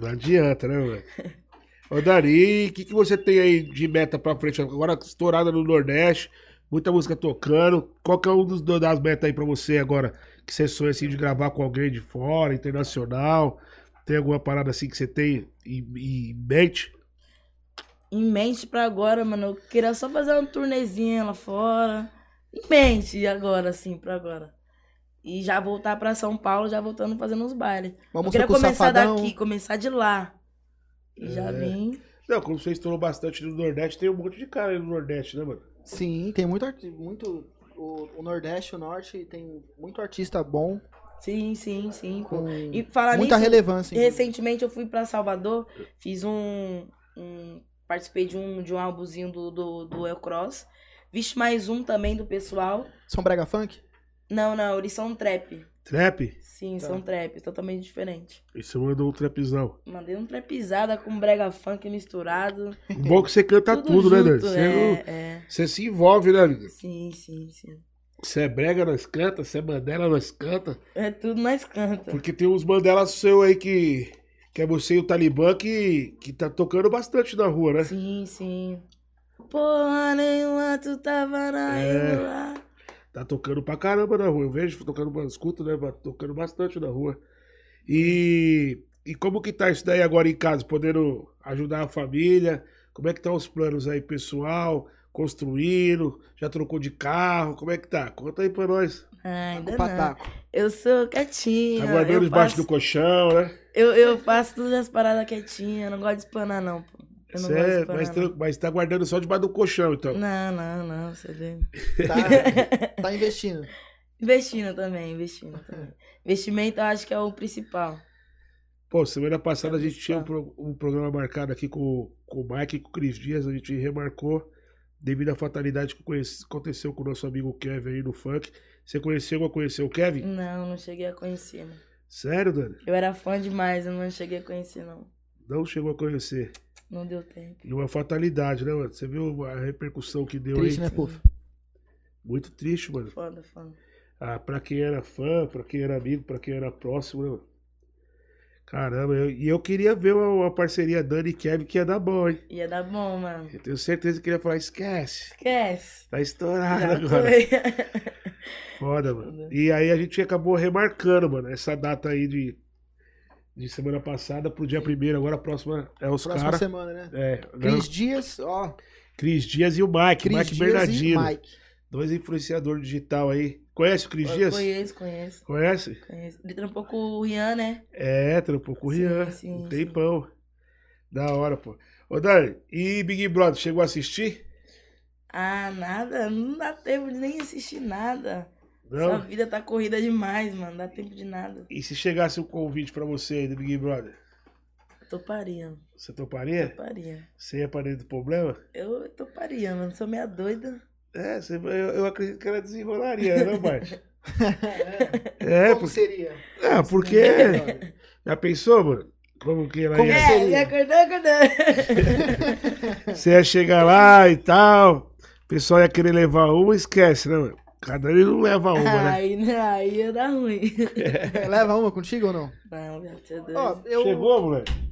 [SPEAKER 1] não adianta, né, mano? Ô, Dani, o que, que você tem aí de meta pra frente? Agora estourada no Nordeste, muita música tocando. Qual que é um dos do- das metas aí pra você agora? Que você sonha assim de gravar com alguém de fora, internacional? Tem alguma parada assim que você tem em, em mente?
[SPEAKER 3] Em mente pra agora, mano, eu queria só fazer uma turnezinha lá fora. Em mente agora, assim, pra agora. E já voltar pra São Paulo, já voltando fazendo uns bailes.
[SPEAKER 2] Uma
[SPEAKER 3] eu
[SPEAKER 2] música
[SPEAKER 3] queria
[SPEAKER 2] com o
[SPEAKER 3] começar
[SPEAKER 2] Safadão.
[SPEAKER 3] daqui, começar de lá. E já
[SPEAKER 1] É.
[SPEAKER 3] vim.
[SPEAKER 1] Não, como você estourou bastante no Nordeste, tem um monte de cara aí no Nordeste, né, mano?
[SPEAKER 2] Sim, tem muito, arti- muito o, o Nordeste, o Norte, tem muito artista bom,
[SPEAKER 3] Sim, sim, sim. pô.
[SPEAKER 2] com
[SPEAKER 3] E falar
[SPEAKER 2] muita
[SPEAKER 3] nisso,
[SPEAKER 2] relevância. inclusive.
[SPEAKER 3] Recentemente eu fui pra Salvador, fiz um. um- participei de um, de um álbumzinho do, do, do El Cross. Vixe mais um também do pessoal.
[SPEAKER 2] São Brega Funk?
[SPEAKER 3] Não, não, eles são trap.
[SPEAKER 1] Trap?
[SPEAKER 3] Sim,
[SPEAKER 2] Tá.
[SPEAKER 3] são trap, totalmente diferente.
[SPEAKER 1] Você mandou um trapzão.
[SPEAKER 3] Mandei um trapizada com brega funk misturado.
[SPEAKER 1] O bom é que você
[SPEAKER 2] Tá
[SPEAKER 1] canta tudo, né, Dani?
[SPEAKER 3] junto,
[SPEAKER 1] Você, não-
[SPEAKER 3] é,
[SPEAKER 1] você se envolve, né,
[SPEAKER 3] é.
[SPEAKER 1] amiga?
[SPEAKER 3] Sim, sim, sim.
[SPEAKER 1] Você é brega, nós canta. Você é Mandela, nós canta.
[SPEAKER 3] É tudo nós canta.
[SPEAKER 1] Porque tem uns Mandela seu aí que. Que é você e o Talibã que, que tá tocando bastante na rua, né?
[SPEAKER 3] Sim, sim. Porra nenhuma, tu tava na
[SPEAKER 1] É.
[SPEAKER 3] regular.
[SPEAKER 1] Tá tocando pra caramba na rua. Eu vejo, tocando, escuto, né? mas Tocando bastante na rua. E, e como que tá isso daí agora em casa? Podendo ajudar a família? Como é que estão os planos aí, pessoal? Construindo? Já trocou de carro? Como é que tá? Conta aí pra nós.
[SPEAKER 3] Ah,
[SPEAKER 2] Com
[SPEAKER 3] ainda não.
[SPEAKER 2] Pataco.
[SPEAKER 3] Eu sou quietinha.
[SPEAKER 1] Tá
[SPEAKER 3] eu
[SPEAKER 1] guardando debaixo
[SPEAKER 3] faço-
[SPEAKER 1] do colchão, né?
[SPEAKER 3] Eu, eu faço todas as paradas quietinha, eu não gosto de espanar, não, pô. Eu não
[SPEAKER 1] Cê-
[SPEAKER 3] gosto de espanar.
[SPEAKER 1] mas,
[SPEAKER 3] não.
[SPEAKER 1] tá, mas tá guardando só debaixo do colchão, então.
[SPEAKER 3] Não, não, não, você é vê. [laughs]
[SPEAKER 2] Tá, tá investindo.
[SPEAKER 3] Investindo também, investindo também. Investimento eu acho que é o principal.
[SPEAKER 1] Pô, semana passada a gente
[SPEAKER 3] Tá.
[SPEAKER 1] tinha um, pro- um programa marcado aqui com, com o Mike e com o Cris Dias, a gente remarcou devido à fatalidade que conhece- aconteceu com o nosso amigo Kevin aí no funk. Você conheceu ou conheceu o Kevin?
[SPEAKER 2] Hum.
[SPEAKER 3] Não, não cheguei a conhecer. Não.
[SPEAKER 1] Sério, Dani?
[SPEAKER 3] Eu era fã demais, eu não cheguei a conhecer, não.
[SPEAKER 1] Não chegou a conhecer.
[SPEAKER 3] Não deu tempo.
[SPEAKER 1] E uma fatalidade, né, mano? Você viu a repercussão que deu
[SPEAKER 2] Triste,
[SPEAKER 1] aí?
[SPEAKER 2] né, Puff?
[SPEAKER 1] Muito triste, mano.
[SPEAKER 3] Foda, foda.
[SPEAKER 1] Ah, pra quem era fã, pra quem era amigo, pra quem era próximo, né, mano? Caramba, eu- e eu queria ver uma, uma parceria Dani e Kevin que ia dar bom, hein?
[SPEAKER 3] Ia dar bom, mano.
[SPEAKER 1] Eu tenho certeza que ele ia falar, esquece,
[SPEAKER 3] Esquece.
[SPEAKER 1] tá estourado
[SPEAKER 3] Já
[SPEAKER 1] agora.
[SPEAKER 3] foi.
[SPEAKER 1] Foda, mano. E aí a gente acabou remarcando, mano, essa data aí de, de semana passada pro dia primeiro, agora a próxima é os
[SPEAKER 2] Próxima
[SPEAKER 1] caras.
[SPEAKER 2] semana, né?
[SPEAKER 1] É,
[SPEAKER 2] Cris
[SPEAKER 1] Cris...
[SPEAKER 2] Dias, ó.
[SPEAKER 1] Cris Dias e o Mike,
[SPEAKER 2] Cris
[SPEAKER 1] Mike
[SPEAKER 2] Dias
[SPEAKER 1] Bernardino. [laughs]
[SPEAKER 2] e Mike.
[SPEAKER 1] Dois influenciadores digital aí. Conhece o Cris Dias?
[SPEAKER 3] Conheço, conheço,
[SPEAKER 1] Conhece?
[SPEAKER 3] conheço. Ele trampou com o Rian, né?
[SPEAKER 1] É, trampou com o
[SPEAKER 3] Sim,
[SPEAKER 1] Rian.
[SPEAKER 3] sim,
[SPEAKER 1] um
[SPEAKER 3] sim.
[SPEAKER 1] tempão. Da hora, pô. Ô, Dani, e Big Brother, chegou a assistir?
[SPEAKER 3] Ah, nada. Não dá tempo de nem assistir nada. Sua
[SPEAKER 1] Não?
[SPEAKER 3] vida tá corrida demais, mano. Não dá tempo de nada.
[SPEAKER 1] E se chegasse um convite pra você aí do Big Brother,
[SPEAKER 3] Eu toparia,
[SPEAKER 1] você toparia?
[SPEAKER 3] toparia.
[SPEAKER 1] Você ia pra dentro do problema?
[SPEAKER 3] Eu toparia, mano. Sou meia doida.
[SPEAKER 1] É, você- eu, eu acredito que ela desenrolaria, não, Bart?
[SPEAKER 2] É,
[SPEAKER 1] [laughs] É,
[SPEAKER 2] Como
[SPEAKER 1] porque,
[SPEAKER 2] seria?
[SPEAKER 1] é, porque. Já pensou, mano? Como que ela
[SPEAKER 2] Como
[SPEAKER 1] ia.
[SPEAKER 2] seria?
[SPEAKER 3] É, acordou, acordou.
[SPEAKER 2] é?
[SPEAKER 1] Você ia chegar lá e tal. O pessoal ia querer levar uma, esquece, né, mano? Cada um não leva uma,
[SPEAKER 2] Ah,
[SPEAKER 1] né?
[SPEAKER 3] Aí, não, aí ia dar ruim.
[SPEAKER 2] Leva uma contigo ou não?
[SPEAKER 3] Não, meu é Deus.
[SPEAKER 2] Ó, eu...
[SPEAKER 1] Chegou, moleque.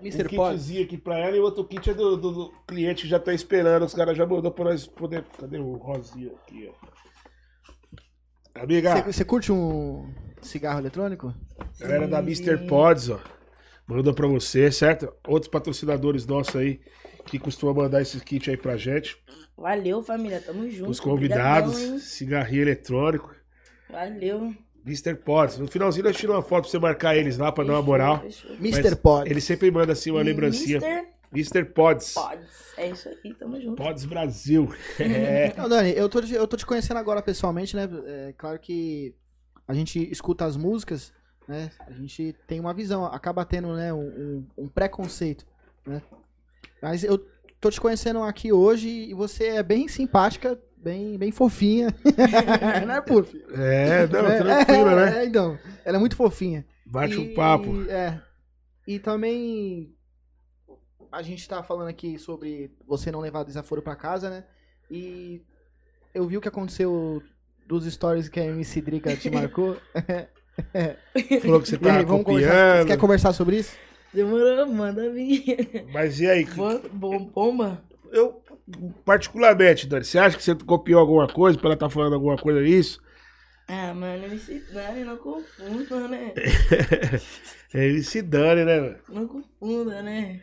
[SPEAKER 2] Mr.
[SPEAKER 1] Um
[SPEAKER 2] Pod.
[SPEAKER 1] kitzinho aqui pra ela e o outro kit é do, do- do cliente que já tá esperando. Os caras já mandou pra nós poder. Cadê o rosinho aqui, ó? Amiga,
[SPEAKER 2] Você, você curte um cigarro eletrônico?
[SPEAKER 1] galera da Mr. Pods, ó. Mandou pra você, certo? Outros patrocinadores nossos aí que costumam mandar esses kits aí pra gente.
[SPEAKER 3] Valeu, família. Tamo junto.
[SPEAKER 1] Os convidados,
[SPEAKER 3] Obrigadão, hein?
[SPEAKER 1] cigarrinho eletrônico.
[SPEAKER 3] Valeu.
[SPEAKER 1] Mr. Pods. No finalzinho nós tiramos uma foto pra você marcar eles lá pra dar uma moral.
[SPEAKER 3] Fechou, fechou.
[SPEAKER 2] Mr.
[SPEAKER 1] Mas
[SPEAKER 2] Pod.
[SPEAKER 1] Ele sempre manda assim uma lembrancinha.
[SPEAKER 3] Mr.
[SPEAKER 1] Mr. Pods.
[SPEAKER 3] Pods. É isso aí, tamo junto.
[SPEAKER 1] Pods Brasil. É.
[SPEAKER 2] Não, Dani, eu tô, te- eu tô te conhecendo agora pessoalmente, né? É claro que a gente escuta as músicas, né? A gente tem uma visão, acaba tendo né, um, um- um preconceito, né? Mas eu tô te conhecendo aqui hoje e você é bem simpática, bem, bem fofinha. [laughs] não é, Puff? [laughs]
[SPEAKER 1] É, não, tranquila, né?
[SPEAKER 2] É, então. Ela é muito fofinha.
[SPEAKER 1] Bate
[SPEAKER 2] E-
[SPEAKER 1] um papo.
[SPEAKER 2] É. E também a gente tá falando aqui sobre você não levar desaforo pra casa, né? E eu vi o que aconteceu dos stories que a MC Drica
[SPEAKER 1] [laughs]
[SPEAKER 2] te marcou.
[SPEAKER 1] Falou que você
[SPEAKER 2] E
[SPEAKER 1] tá
[SPEAKER 2] aí, vamos conversar. Você
[SPEAKER 1] copiando.
[SPEAKER 2] quer conversar sobre isso?
[SPEAKER 3] Demorou, manda vir. [laughs]
[SPEAKER 1] Mas e aí?
[SPEAKER 3] Bo- bom- Bomba.
[SPEAKER 1] Eu, particularmente, Dani, você acha que você copiou alguma coisa pra ela tá falando alguma coisa nisso?
[SPEAKER 3] Ah, mano, MC Dani, não confunda, né?
[SPEAKER 1] É, ele se dane, né? mano?
[SPEAKER 3] Não confunda, né?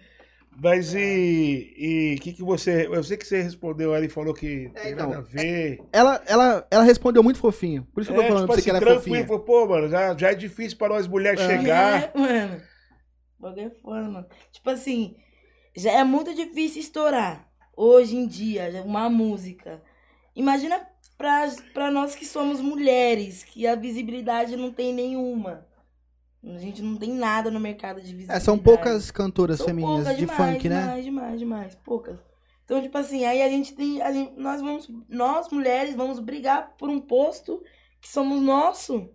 [SPEAKER 1] Mas e o que, que você. Eu sei que você respondeu ela e falou que tem
[SPEAKER 2] então,
[SPEAKER 1] nada a ver. tipo assim,
[SPEAKER 2] Ela, ela, ela respondeu muito fofinho. Por isso que eu tô falando pra você que ela é
[SPEAKER 1] tranquilo.
[SPEAKER 2] fofinha.
[SPEAKER 1] Falou, pô, mano, já, já é difícil pra nós mulheres chegar.
[SPEAKER 3] É, mano. O bagulho é foda, mano. Tipo assim, já é muito difícil estourar hoje em dia já uma música. Imagina pra, pra nós que somos mulheres, que a visibilidade não tem nenhuma. A gente não tem nada no mercado de visibilidade.
[SPEAKER 2] É, são poucas cantoras
[SPEAKER 3] São
[SPEAKER 2] femininas
[SPEAKER 3] poucas
[SPEAKER 2] de
[SPEAKER 3] demais,
[SPEAKER 2] funk, né?
[SPEAKER 3] Demais, demais, demais. Poucas. Então, tipo assim, aí a gente tem. A gente, nós vamos. Nós, mulheres, vamos brigar por um posto que somos nosso.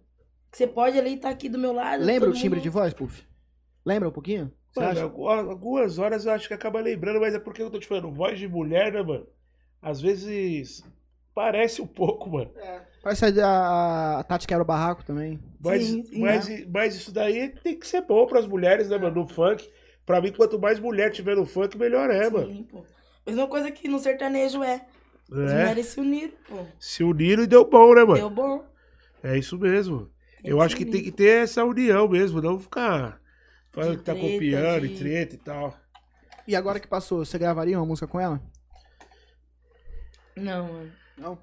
[SPEAKER 3] Que você pode ali estar aqui do meu lado.
[SPEAKER 2] Lembra o
[SPEAKER 3] todo
[SPEAKER 2] timbre
[SPEAKER 3] mundo-
[SPEAKER 2] de voz, Puff? Lembra um pouquinho? Você
[SPEAKER 1] Mano,
[SPEAKER 2] acha?
[SPEAKER 1] algu- algumas horas eu acho que acaba lembrando, mas é porque eu tô te falando, voz de mulher, né, mano? Às vezes parece um pouco, mano.
[SPEAKER 2] É. Parece a, a Tati Quebra o Barraco também.
[SPEAKER 1] Mas,
[SPEAKER 3] Sim, sim,
[SPEAKER 1] mas,
[SPEAKER 2] é.
[SPEAKER 1] mas isso daí tem que ser bom pras mulheres, né, mano? No funk. Pra mim, quanto mais mulher tiver no funk, melhor é, mano.
[SPEAKER 3] Sim, pô. Mesma coisa que no sertanejo é. As
[SPEAKER 1] É.
[SPEAKER 3] mulheres se uniram, pô.
[SPEAKER 1] Se uniram e deu bom, né, mano?
[SPEAKER 3] Deu bom.
[SPEAKER 1] É isso mesmo.
[SPEAKER 3] Tem
[SPEAKER 1] Eu
[SPEAKER 3] se
[SPEAKER 1] acho que tem
[SPEAKER 3] unir.
[SPEAKER 1] que ter essa união mesmo, não ficar falando
[SPEAKER 3] De
[SPEAKER 1] que tá
[SPEAKER 3] treta,
[SPEAKER 1] copiando e
[SPEAKER 3] de-
[SPEAKER 1] treta e tal.
[SPEAKER 2] E agora que passou, você gravaria uma música com ela?
[SPEAKER 3] Não, mano.
[SPEAKER 2] Não.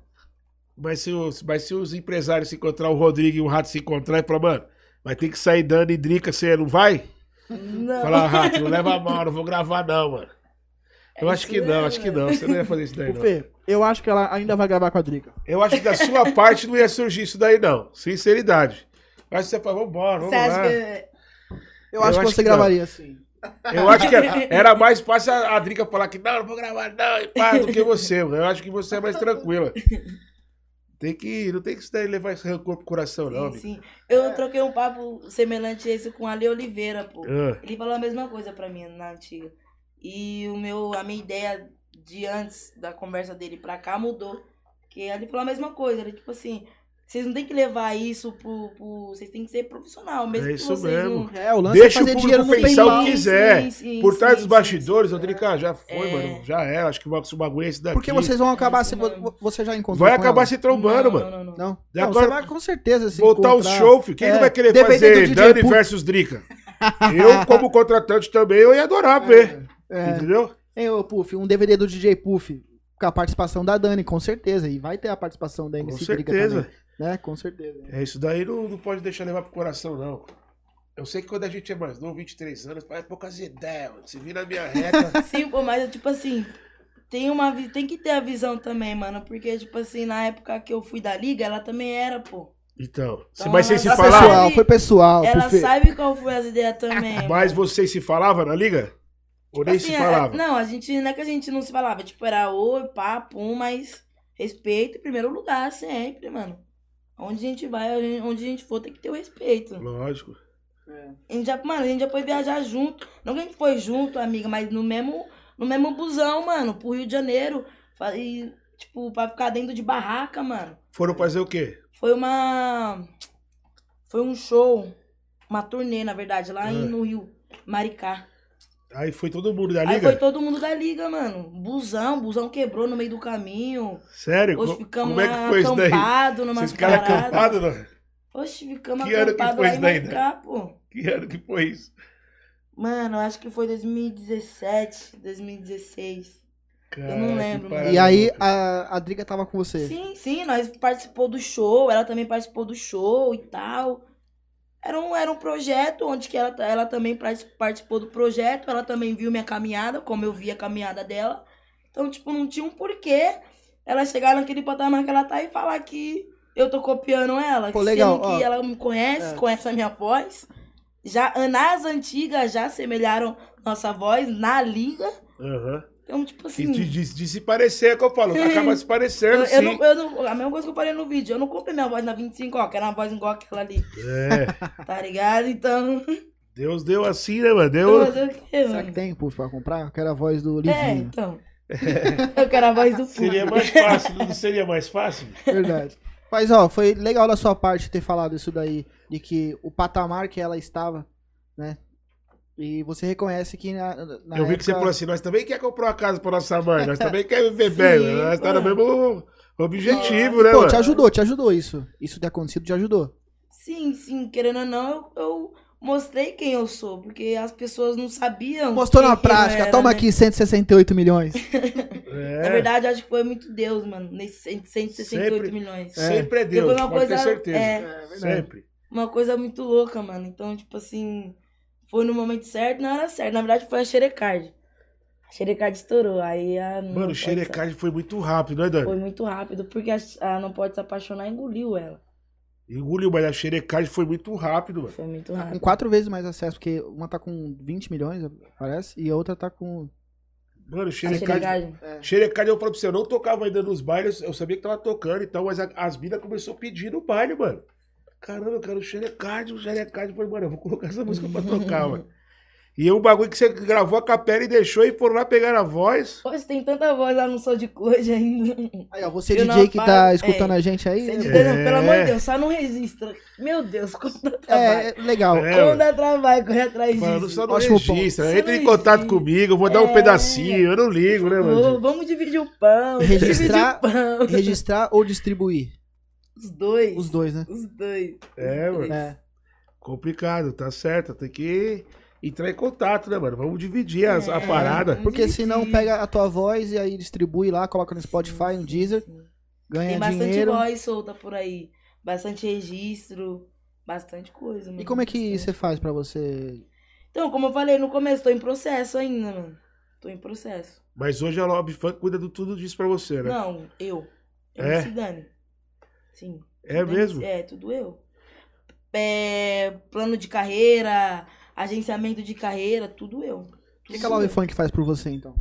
[SPEAKER 1] Mas se os, mas se os empresários se encontrar, o Rodrigo e o Rato se encontrar e falar, mano, vai ter que sair dando e drica, você não vai?
[SPEAKER 3] Não.
[SPEAKER 1] Falar, Rato, não leva a mal, não vou gravar não, mano. Eu
[SPEAKER 3] É
[SPEAKER 1] acho
[SPEAKER 3] isso
[SPEAKER 1] que não,
[SPEAKER 3] mesmo,
[SPEAKER 1] acho que
[SPEAKER 3] mano.
[SPEAKER 1] não, você não ia fazer isso daí
[SPEAKER 2] [laughs]
[SPEAKER 1] não.
[SPEAKER 2] Fê, eu acho que ela ainda vai gravar com a Drica.
[SPEAKER 1] Eu acho que da sua parte não ia surgir isso daí não, sinceridade. Mas você fala, vambora, vamos
[SPEAKER 3] [laughs] Você acha
[SPEAKER 1] lá.
[SPEAKER 3] que.
[SPEAKER 2] Eu, acho que você
[SPEAKER 1] não.
[SPEAKER 2] gravaria sim.
[SPEAKER 1] Eu acho que era, era mais fácil a a Drica falar que não, não vou gravar, não, e pá, do que você, mano. Eu acho que você é mais tranquila. Tem que, não tem que isso daí levar esse rancor pro coração, não, amigo.
[SPEAKER 3] Sim, sim. Eu troquei um papo semelhante a esse com a Ale Oliveira, pô.
[SPEAKER 1] Ah,
[SPEAKER 3] Ele falou a mesma coisa pra mim na antiga. E o meu, a minha ideia de antes da conversa dele pra cá mudou. Porque ele falou a mesma coisa. Ele, tipo assim, vocês não tem que levar isso pro. pro- vocês têm que ser profissional mesmo.
[SPEAKER 1] É
[SPEAKER 3] que
[SPEAKER 1] isso
[SPEAKER 3] vocês
[SPEAKER 1] mesmo.
[SPEAKER 3] Não...
[SPEAKER 2] É, o lance
[SPEAKER 1] Deixa
[SPEAKER 2] é
[SPEAKER 1] o
[SPEAKER 2] fazer
[SPEAKER 1] público
[SPEAKER 2] dinheiro no
[SPEAKER 1] pensar o
[SPEAKER 2] PayPal.
[SPEAKER 1] que quiser.
[SPEAKER 3] Sim, sim,
[SPEAKER 1] por trás
[SPEAKER 3] sim,
[SPEAKER 1] dos
[SPEAKER 3] sim,
[SPEAKER 1] bastidores,
[SPEAKER 3] sim.
[SPEAKER 1] Rodrigo, ah, já foi,
[SPEAKER 3] É.
[SPEAKER 1] mano. Já é, acho que o bagulho é esse daqui.
[SPEAKER 2] Porque vocês vão acabar se.
[SPEAKER 3] Isso, mano.
[SPEAKER 2] Você já encontrou.
[SPEAKER 1] Vai
[SPEAKER 2] com
[SPEAKER 1] acabar
[SPEAKER 2] ela?
[SPEAKER 1] se trombando,
[SPEAKER 3] Não,
[SPEAKER 1] mano.
[SPEAKER 3] Não, não, não.
[SPEAKER 2] Não.
[SPEAKER 1] Já
[SPEAKER 2] não
[SPEAKER 1] agora-
[SPEAKER 2] você vai com certeza se
[SPEAKER 1] Voltar os
[SPEAKER 2] encontrar.
[SPEAKER 1] shows, filho. Quem
[SPEAKER 2] É,
[SPEAKER 1] não vai querer
[SPEAKER 2] dependendo do
[SPEAKER 1] fazer
[SPEAKER 2] DJ
[SPEAKER 1] Dani
[SPEAKER 2] Puff.
[SPEAKER 1] versus
[SPEAKER 2] [laughs]
[SPEAKER 1] Drica? Eu, como contratante também, eu ia adorar ver.
[SPEAKER 2] É.
[SPEAKER 1] Entendeu?
[SPEAKER 2] Hein, ô Puff, um DVD do DJ Puff com a participação da Dani, com certeza. E vai ter a participação da
[SPEAKER 1] Com
[SPEAKER 2] MC Drica
[SPEAKER 1] certeza.
[SPEAKER 2] também. Né? Com certeza.
[SPEAKER 1] É, isso daí não, não pode deixar levar pro coração, não. Eu sei que quando a gente é mais novo, 23 anos, faz poucas ideias, mano. Se vir na minha reta.
[SPEAKER 3] Sim, pô, mas tipo assim, tem uma vi- tem que ter a visão também, mano, porque tipo assim, na época que eu fui da liga, ela também era, pô.
[SPEAKER 1] [laughs] então, se-
[SPEAKER 3] Então,
[SPEAKER 1] mas vocês
[SPEAKER 3] ela
[SPEAKER 1] se
[SPEAKER 2] Foi
[SPEAKER 3] sabe-
[SPEAKER 1] falavam?
[SPEAKER 2] pessoal, foi pessoal.
[SPEAKER 3] Ela
[SPEAKER 2] Puff.
[SPEAKER 3] sabe qual foi as ideias também. mano.
[SPEAKER 1] Mas vocês se falavam na liga? Ou nem
[SPEAKER 3] Assim,
[SPEAKER 1] se
[SPEAKER 3] a- é
[SPEAKER 1] falavam?
[SPEAKER 3] tipo, Não, a gente não é que a gente não se falava, tipo, era oi, pá, pum, mas Respeito em primeiro lugar, sempre, mano. Onde a gente vai, onde a gente for, tem que ter o respeito.
[SPEAKER 1] Lógico.
[SPEAKER 3] A gente já, mano, a gente já foi viajar junto. Não que a gente foi junto, amiga, mas no mesmo, no mesmo busão, mano, pro Rio de Janeiro. Fa- E, tipo, pra ficar dentro de barraca, mano.
[SPEAKER 1] Foram fazer o quê?
[SPEAKER 3] Foi uma. Foi um show, uma turnê, na verdade, lá em-
[SPEAKER 1] Ah.
[SPEAKER 3] no Rio, Maricá.
[SPEAKER 1] Aí foi todo mundo da
[SPEAKER 3] Aí
[SPEAKER 1] liga?
[SPEAKER 3] foi todo mundo da liga, mano. Busão, busão quebrou no meio do caminho.
[SPEAKER 1] Sério?
[SPEAKER 3] Hoje
[SPEAKER 1] Co-
[SPEAKER 3] ficamos
[SPEAKER 1] Como é
[SPEAKER 3] lá
[SPEAKER 1] que foi isso daí?
[SPEAKER 3] acampado
[SPEAKER 1] Vocês
[SPEAKER 3] numas
[SPEAKER 1] ficaram
[SPEAKER 3] paradas.
[SPEAKER 1] acampados? não? [laughs]
[SPEAKER 3] Hoje ficamos
[SPEAKER 1] Que ano que
[SPEAKER 3] acampados
[SPEAKER 1] foi
[SPEAKER 3] lá em
[SPEAKER 1] isso daí, né?
[SPEAKER 3] Maricá, pô.
[SPEAKER 1] Que ano que foi isso?
[SPEAKER 3] Mano, eu acho que foi 2017, 2016.
[SPEAKER 1] Cara,
[SPEAKER 3] não
[SPEAKER 1] que
[SPEAKER 3] lembro, mano.
[SPEAKER 1] parada
[SPEAKER 2] E aí
[SPEAKER 1] louca.
[SPEAKER 2] a, a Driga tava com você.
[SPEAKER 3] Sim, sim, nós participou do show, ela também participou do show e tal. Era um, era um projeto onde que ela, ela também partic- participou do projeto, ela também viu minha caminhada, como eu vi a caminhada dela. Então, tipo, não tinha um porquê ela chegar naquele patamar que ela tá e falar que eu tô copiando ela.
[SPEAKER 2] Pô, legal,
[SPEAKER 3] sendo que
[SPEAKER 2] ó.
[SPEAKER 3] ela me conhece,
[SPEAKER 2] É.
[SPEAKER 3] conhece a minha voz. Já anás antigas já assemelharam nossa voz na liga.
[SPEAKER 1] Aham.
[SPEAKER 3] Então, tipo
[SPEAKER 1] Que
[SPEAKER 3] assim.
[SPEAKER 1] de, de- de se parecer, é que eu falo.
[SPEAKER 3] [laughs]
[SPEAKER 1] Acaba se
[SPEAKER 3] Eu,
[SPEAKER 1] parecendo,
[SPEAKER 3] eu
[SPEAKER 1] sim.
[SPEAKER 3] não, eu não- a mesma coisa que eu falei no vídeo, eu não comprei minha voz na 25, ó, que era uma voz igual aquela ali, [laughs]
[SPEAKER 1] É.
[SPEAKER 3] tá ligado? Então, [laughs]
[SPEAKER 1] Deus deu assim, né, mano?
[SPEAKER 3] eu vou
[SPEAKER 1] Deu...
[SPEAKER 3] fazer o quê,
[SPEAKER 2] Será que
[SPEAKER 3] mano?
[SPEAKER 2] tem impulso pra comprar? Eu quero a voz do
[SPEAKER 3] É,
[SPEAKER 1] [laughs]
[SPEAKER 2] Livinho.
[SPEAKER 3] então. Eu quero a voz do
[SPEAKER 1] Seria
[SPEAKER 3] público.
[SPEAKER 1] mais fácil, não seria mais fácil?
[SPEAKER 2] Verdade. Mas, ó, foi legal da sua parte ter falado isso daí, de que o patamar que ela estava, né? E você reconhece que na, na
[SPEAKER 1] eu vi que você
[SPEAKER 2] época-
[SPEAKER 1] falou assim, nós também quer comprar uma casa pra nossa mãe,
[SPEAKER 3] [laughs]
[SPEAKER 1] nós também quer viver bem,
[SPEAKER 3] Sim, Ah.
[SPEAKER 1] nós tá no
[SPEAKER 3] mano.
[SPEAKER 1] mesmo objetivo, né,
[SPEAKER 2] Pô,
[SPEAKER 1] mano?
[SPEAKER 2] te ajudou, te ajudou isso. Isso ter acontecido te ajudou.
[SPEAKER 3] Sim, sim, querendo ou não, eu, eu mostrei quem eu sou, porque as pessoas não sabiam.
[SPEAKER 2] Mostrou
[SPEAKER 3] quem
[SPEAKER 2] na
[SPEAKER 3] que eu
[SPEAKER 2] prática,
[SPEAKER 3] era,
[SPEAKER 2] toma
[SPEAKER 3] né?
[SPEAKER 2] aqui 168 milhões.
[SPEAKER 1] tá? É,
[SPEAKER 3] Na verdade, acho que foi muito Deus, mano, nesses 168
[SPEAKER 1] Sempre.
[SPEAKER 3] milhões.
[SPEAKER 1] sempre é
[SPEAKER 3] Porque
[SPEAKER 1] Deus,
[SPEAKER 3] foi uma
[SPEAKER 1] pode
[SPEAKER 3] coisa,
[SPEAKER 1] ter certeza.
[SPEAKER 3] é,
[SPEAKER 1] Sempre.
[SPEAKER 3] uma coisa muito louca, mano. Então, tipo assim, foi no momento certo, na hora certa. Na verdade, foi a Xerecard. A Xerecard estourou. Aí a. Não
[SPEAKER 1] Mano, o
[SPEAKER 3] Pode
[SPEAKER 1] xerecagem foi muito rápido, né,
[SPEAKER 3] Se-
[SPEAKER 1] Dani?
[SPEAKER 3] é. Foi muito rápido, porque a, a Não Pode Se Apaixonar engoliu ela.
[SPEAKER 1] Engoliu, mas a xerecagem foi muito rápido, mano.
[SPEAKER 3] Foi muito
[SPEAKER 2] Com
[SPEAKER 3] rápido.
[SPEAKER 2] quatro vezes mais acesso, porque uma tá com 20 milhões, parece, e a outra tá com.
[SPEAKER 1] Mano, o
[SPEAKER 3] A
[SPEAKER 1] xerecagem...
[SPEAKER 3] Xerecard.
[SPEAKER 1] Xerecagem, eu falo pra você, eu não tocava ainda nos bailes, eu sabia que tava tocando e tal, mas a- as minas começou a pedir no baile, mano. Caramba, eu quero xerecagem, o xerecagem. Falei, mano, eu vou colocar essa música pra tocar, mano. E o bagulho que você gravou a capela e deixou e foram lá pegar a voz.
[SPEAKER 3] Poxa, tem tanta voz lá, não sou de coisa ainda.
[SPEAKER 2] Aí, ó, você
[SPEAKER 3] Eu
[SPEAKER 2] DJ
[SPEAKER 3] não
[SPEAKER 2] que
[SPEAKER 3] paro-
[SPEAKER 2] tá
[SPEAKER 3] é.
[SPEAKER 2] escutando a gente aí.
[SPEAKER 3] Você
[SPEAKER 2] né?
[SPEAKER 3] de Deus, não,
[SPEAKER 1] É.
[SPEAKER 3] Pelo amor de Deus, só não registra. Meu Deus, [laughs] como dá
[SPEAKER 2] É,
[SPEAKER 3] trabalho.
[SPEAKER 2] é, legal.
[SPEAKER 1] É,
[SPEAKER 3] como dá trabalho correr atrás
[SPEAKER 1] Mano,
[SPEAKER 3] disso.
[SPEAKER 1] só não
[SPEAKER 2] Ótimo
[SPEAKER 1] registra.
[SPEAKER 3] ponto.
[SPEAKER 1] Entra
[SPEAKER 3] Só
[SPEAKER 1] em
[SPEAKER 3] não
[SPEAKER 1] contato
[SPEAKER 3] registra.
[SPEAKER 1] comigo, eu vou dar um
[SPEAKER 3] É.
[SPEAKER 1] pedacinho. Eu não ligo, né,
[SPEAKER 3] Ô,
[SPEAKER 1] mano?
[SPEAKER 3] vamos dividir o pão. vamos
[SPEAKER 2] Registrar-
[SPEAKER 3] Dividir o pão.
[SPEAKER 2] Registrar ou distribuir?
[SPEAKER 3] Os dois.
[SPEAKER 2] Os dois, né?
[SPEAKER 3] Os dois.
[SPEAKER 1] É,
[SPEAKER 3] Os dois.
[SPEAKER 1] mano.
[SPEAKER 2] É.
[SPEAKER 1] Complicado, tá certo. Tem que entrar em contato, né, mano? Vamos dividir as- a
[SPEAKER 3] É.
[SPEAKER 1] parada.
[SPEAKER 2] Porque senão pega a tua voz e aí distribui lá, coloca no Spotify, no Deezer,
[SPEAKER 3] Sim. Tem
[SPEAKER 2] ganha
[SPEAKER 3] bastante
[SPEAKER 2] dinheiro.
[SPEAKER 3] voz solta por aí. Bastante registro. Bastante coisa, mano.
[SPEAKER 2] E como é que
[SPEAKER 3] Bastante.
[SPEAKER 2] você faz pra você.
[SPEAKER 3] Então, como eu falei no começo, tô em processo ainda, mano. Tô em processo.
[SPEAKER 1] Mas hoje a Lobby Funk cuida de tudo disso pra você, né?
[SPEAKER 3] Não, eu. Eu
[SPEAKER 1] É?
[SPEAKER 3] se dane. Sim.
[SPEAKER 1] é
[SPEAKER 3] Dane-
[SPEAKER 1] mesmo?
[SPEAKER 3] É, tudo eu. É, plano de carreira, agenciamento de carreira, tudo eu.
[SPEAKER 2] O que, que a Love Funk faz por você, então?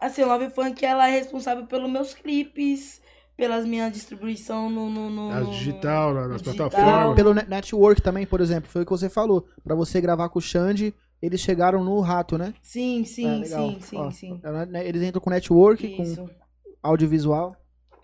[SPEAKER 3] Assim, a Love Funk, ela é responsável pelos meus clipes, pelas minhas distribuição no... no, no
[SPEAKER 1] Nas
[SPEAKER 3] no-
[SPEAKER 1] digital, na- nas
[SPEAKER 3] digital.
[SPEAKER 1] plataformas.
[SPEAKER 2] Pelo ne- network também, por exemplo, foi o que você falou. Pra você gravar com o Xande, eles chegaram no rato, né?
[SPEAKER 3] Sim, sim,
[SPEAKER 2] É, legal.
[SPEAKER 3] sim, sim,
[SPEAKER 2] Ó,
[SPEAKER 3] sim.
[SPEAKER 2] é, né, né, Eles entram com network, com
[SPEAKER 3] Isso,
[SPEAKER 2] audiovisual.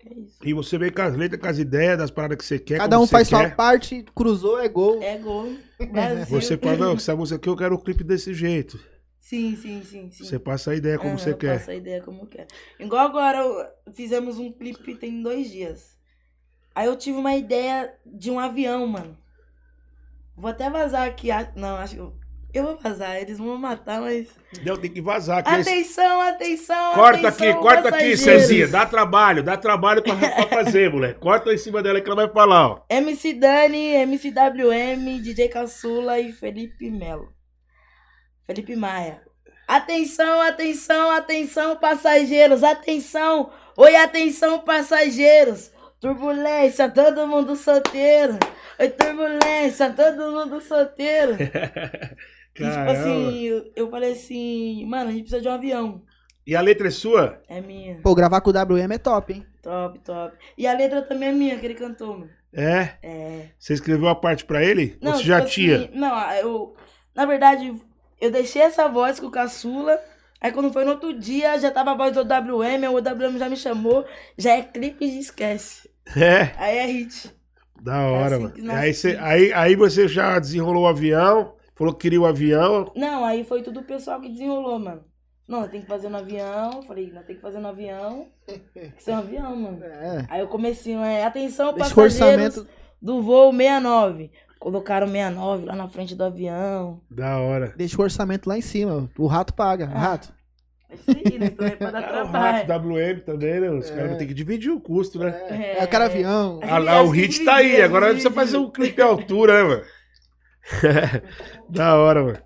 [SPEAKER 3] é isso.
[SPEAKER 1] E você vem com as letras, com as ideias, das paradas que você quer.
[SPEAKER 2] Cada
[SPEAKER 1] É como
[SPEAKER 2] um
[SPEAKER 1] você
[SPEAKER 2] faz
[SPEAKER 1] quer.
[SPEAKER 2] sua parte, cruzou, é gol.
[SPEAKER 3] É gol. Brasil.
[SPEAKER 1] Você fala, não, essa música aqui eu quero o clipe desse jeito.
[SPEAKER 3] Sim, sim, sim, sim.
[SPEAKER 1] Você passa a ideia como
[SPEAKER 3] Aham,
[SPEAKER 1] você
[SPEAKER 3] É, eu
[SPEAKER 1] quer.
[SPEAKER 3] passo a ideia como eu quero. Igual agora, eu- fizemos um clipe tem dois dias. Aí eu tive uma ideia de um avião, mano. Vou até vazar aqui. a- Não, acho que eu, eu vou vazar. Eles vão me matar, mas...
[SPEAKER 1] Não, tem que vazar.
[SPEAKER 3] Ah,
[SPEAKER 1] que esse-
[SPEAKER 3] Atenção, atenção,
[SPEAKER 1] Corta
[SPEAKER 3] atenção,
[SPEAKER 1] aqui, corta aqui,
[SPEAKER 3] passageiros.
[SPEAKER 1] Cezinha. Dá trabalho, dá trabalho pra, pra fazer, moleque. Corta em cima dela que ela vai falar, ó.
[SPEAKER 3] MC Dani, MCWM, DJ Caçula e Felipe Melo. Felipe Maia. Atenção, atenção, atenção, passageiros, atenção! Oi, atenção, passageiros! Turbulência, todo mundo solteiro! Oi, turbulência, todo mundo solteiro! E, tipo
[SPEAKER 1] Caramba.
[SPEAKER 3] assim, eu, eu falei assim, mano, a gente precisa de um avião.
[SPEAKER 1] E a letra é sua?
[SPEAKER 3] É minha.
[SPEAKER 2] Pô, gravar com o WM é top, hein?
[SPEAKER 3] Top, top. E a letra também é minha, que ele cantou, mano.
[SPEAKER 1] É?
[SPEAKER 3] É.
[SPEAKER 1] Você escreveu a parte pra ele? Ou você
[SPEAKER 3] tipo
[SPEAKER 1] já
[SPEAKER 3] assim,
[SPEAKER 1] tinha?
[SPEAKER 3] não, eu. Na verdade, eu deixei essa voz com o caçula. Aí quando foi no outro dia, já tava a voz do WM, o WM já me chamou. Já é clipe de esquece.
[SPEAKER 1] É,
[SPEAKER 3] Aí é hit.
[SPEAKER 1] da hora,
[SPEAKER 3] assim que
[SPEAKER 1] mano.
[SPEAKER 3] nós-
[SPEAKER 1] Aí você, aí, aí você já desenrolou o avião, falou que queria o avião.
[SPEAKER 3] Não, aí foi tudo o pessoal que desenrolou, mano. Não, tem que fazer no avião. Falei, não, tem que fazer no avião. Tem que ser um avião, mano.
[SPEAKER 2] É.
[SPEAKER 3] Aí eu comecei, é, atenção,
[SPEAKER 2] Esse
[SPEAKER 3] passageiros
[SPEAKER 2] orçamento.
[SPEAKER 3] do voo 69. Colocaram 69 lá na frente do avião.
[SPEAKER 1] Da hora.
[SPEAKER 2] Deixa o orçamento lá em cima. O rato paga.
[SPEAKER 3] Ah,
[SPEAKER 2] Rato.
[SPEAKER 3] É Isso aí, né? Então é pra dar
[SPEAKER 1] É o rato
[SPEAKER 3] trabalho.
[SPEAKER 1] WM também, né? Os caras vão ter que dividir o custo, né?
[SPEAKER 2] É, eu quero avião.
[SPEAKER 1] Ah lá, o
[SPEAKER 3] Acho que
[SPEAKER 1] hit tá aí.
[SPEAKER 3] dividiu,
[SPEAKER 1] Agora precisa
[SPEAKER 3] dividiu.
[SPEAKER 1] fazer um clipe à altura, né, mano? da hora, mano.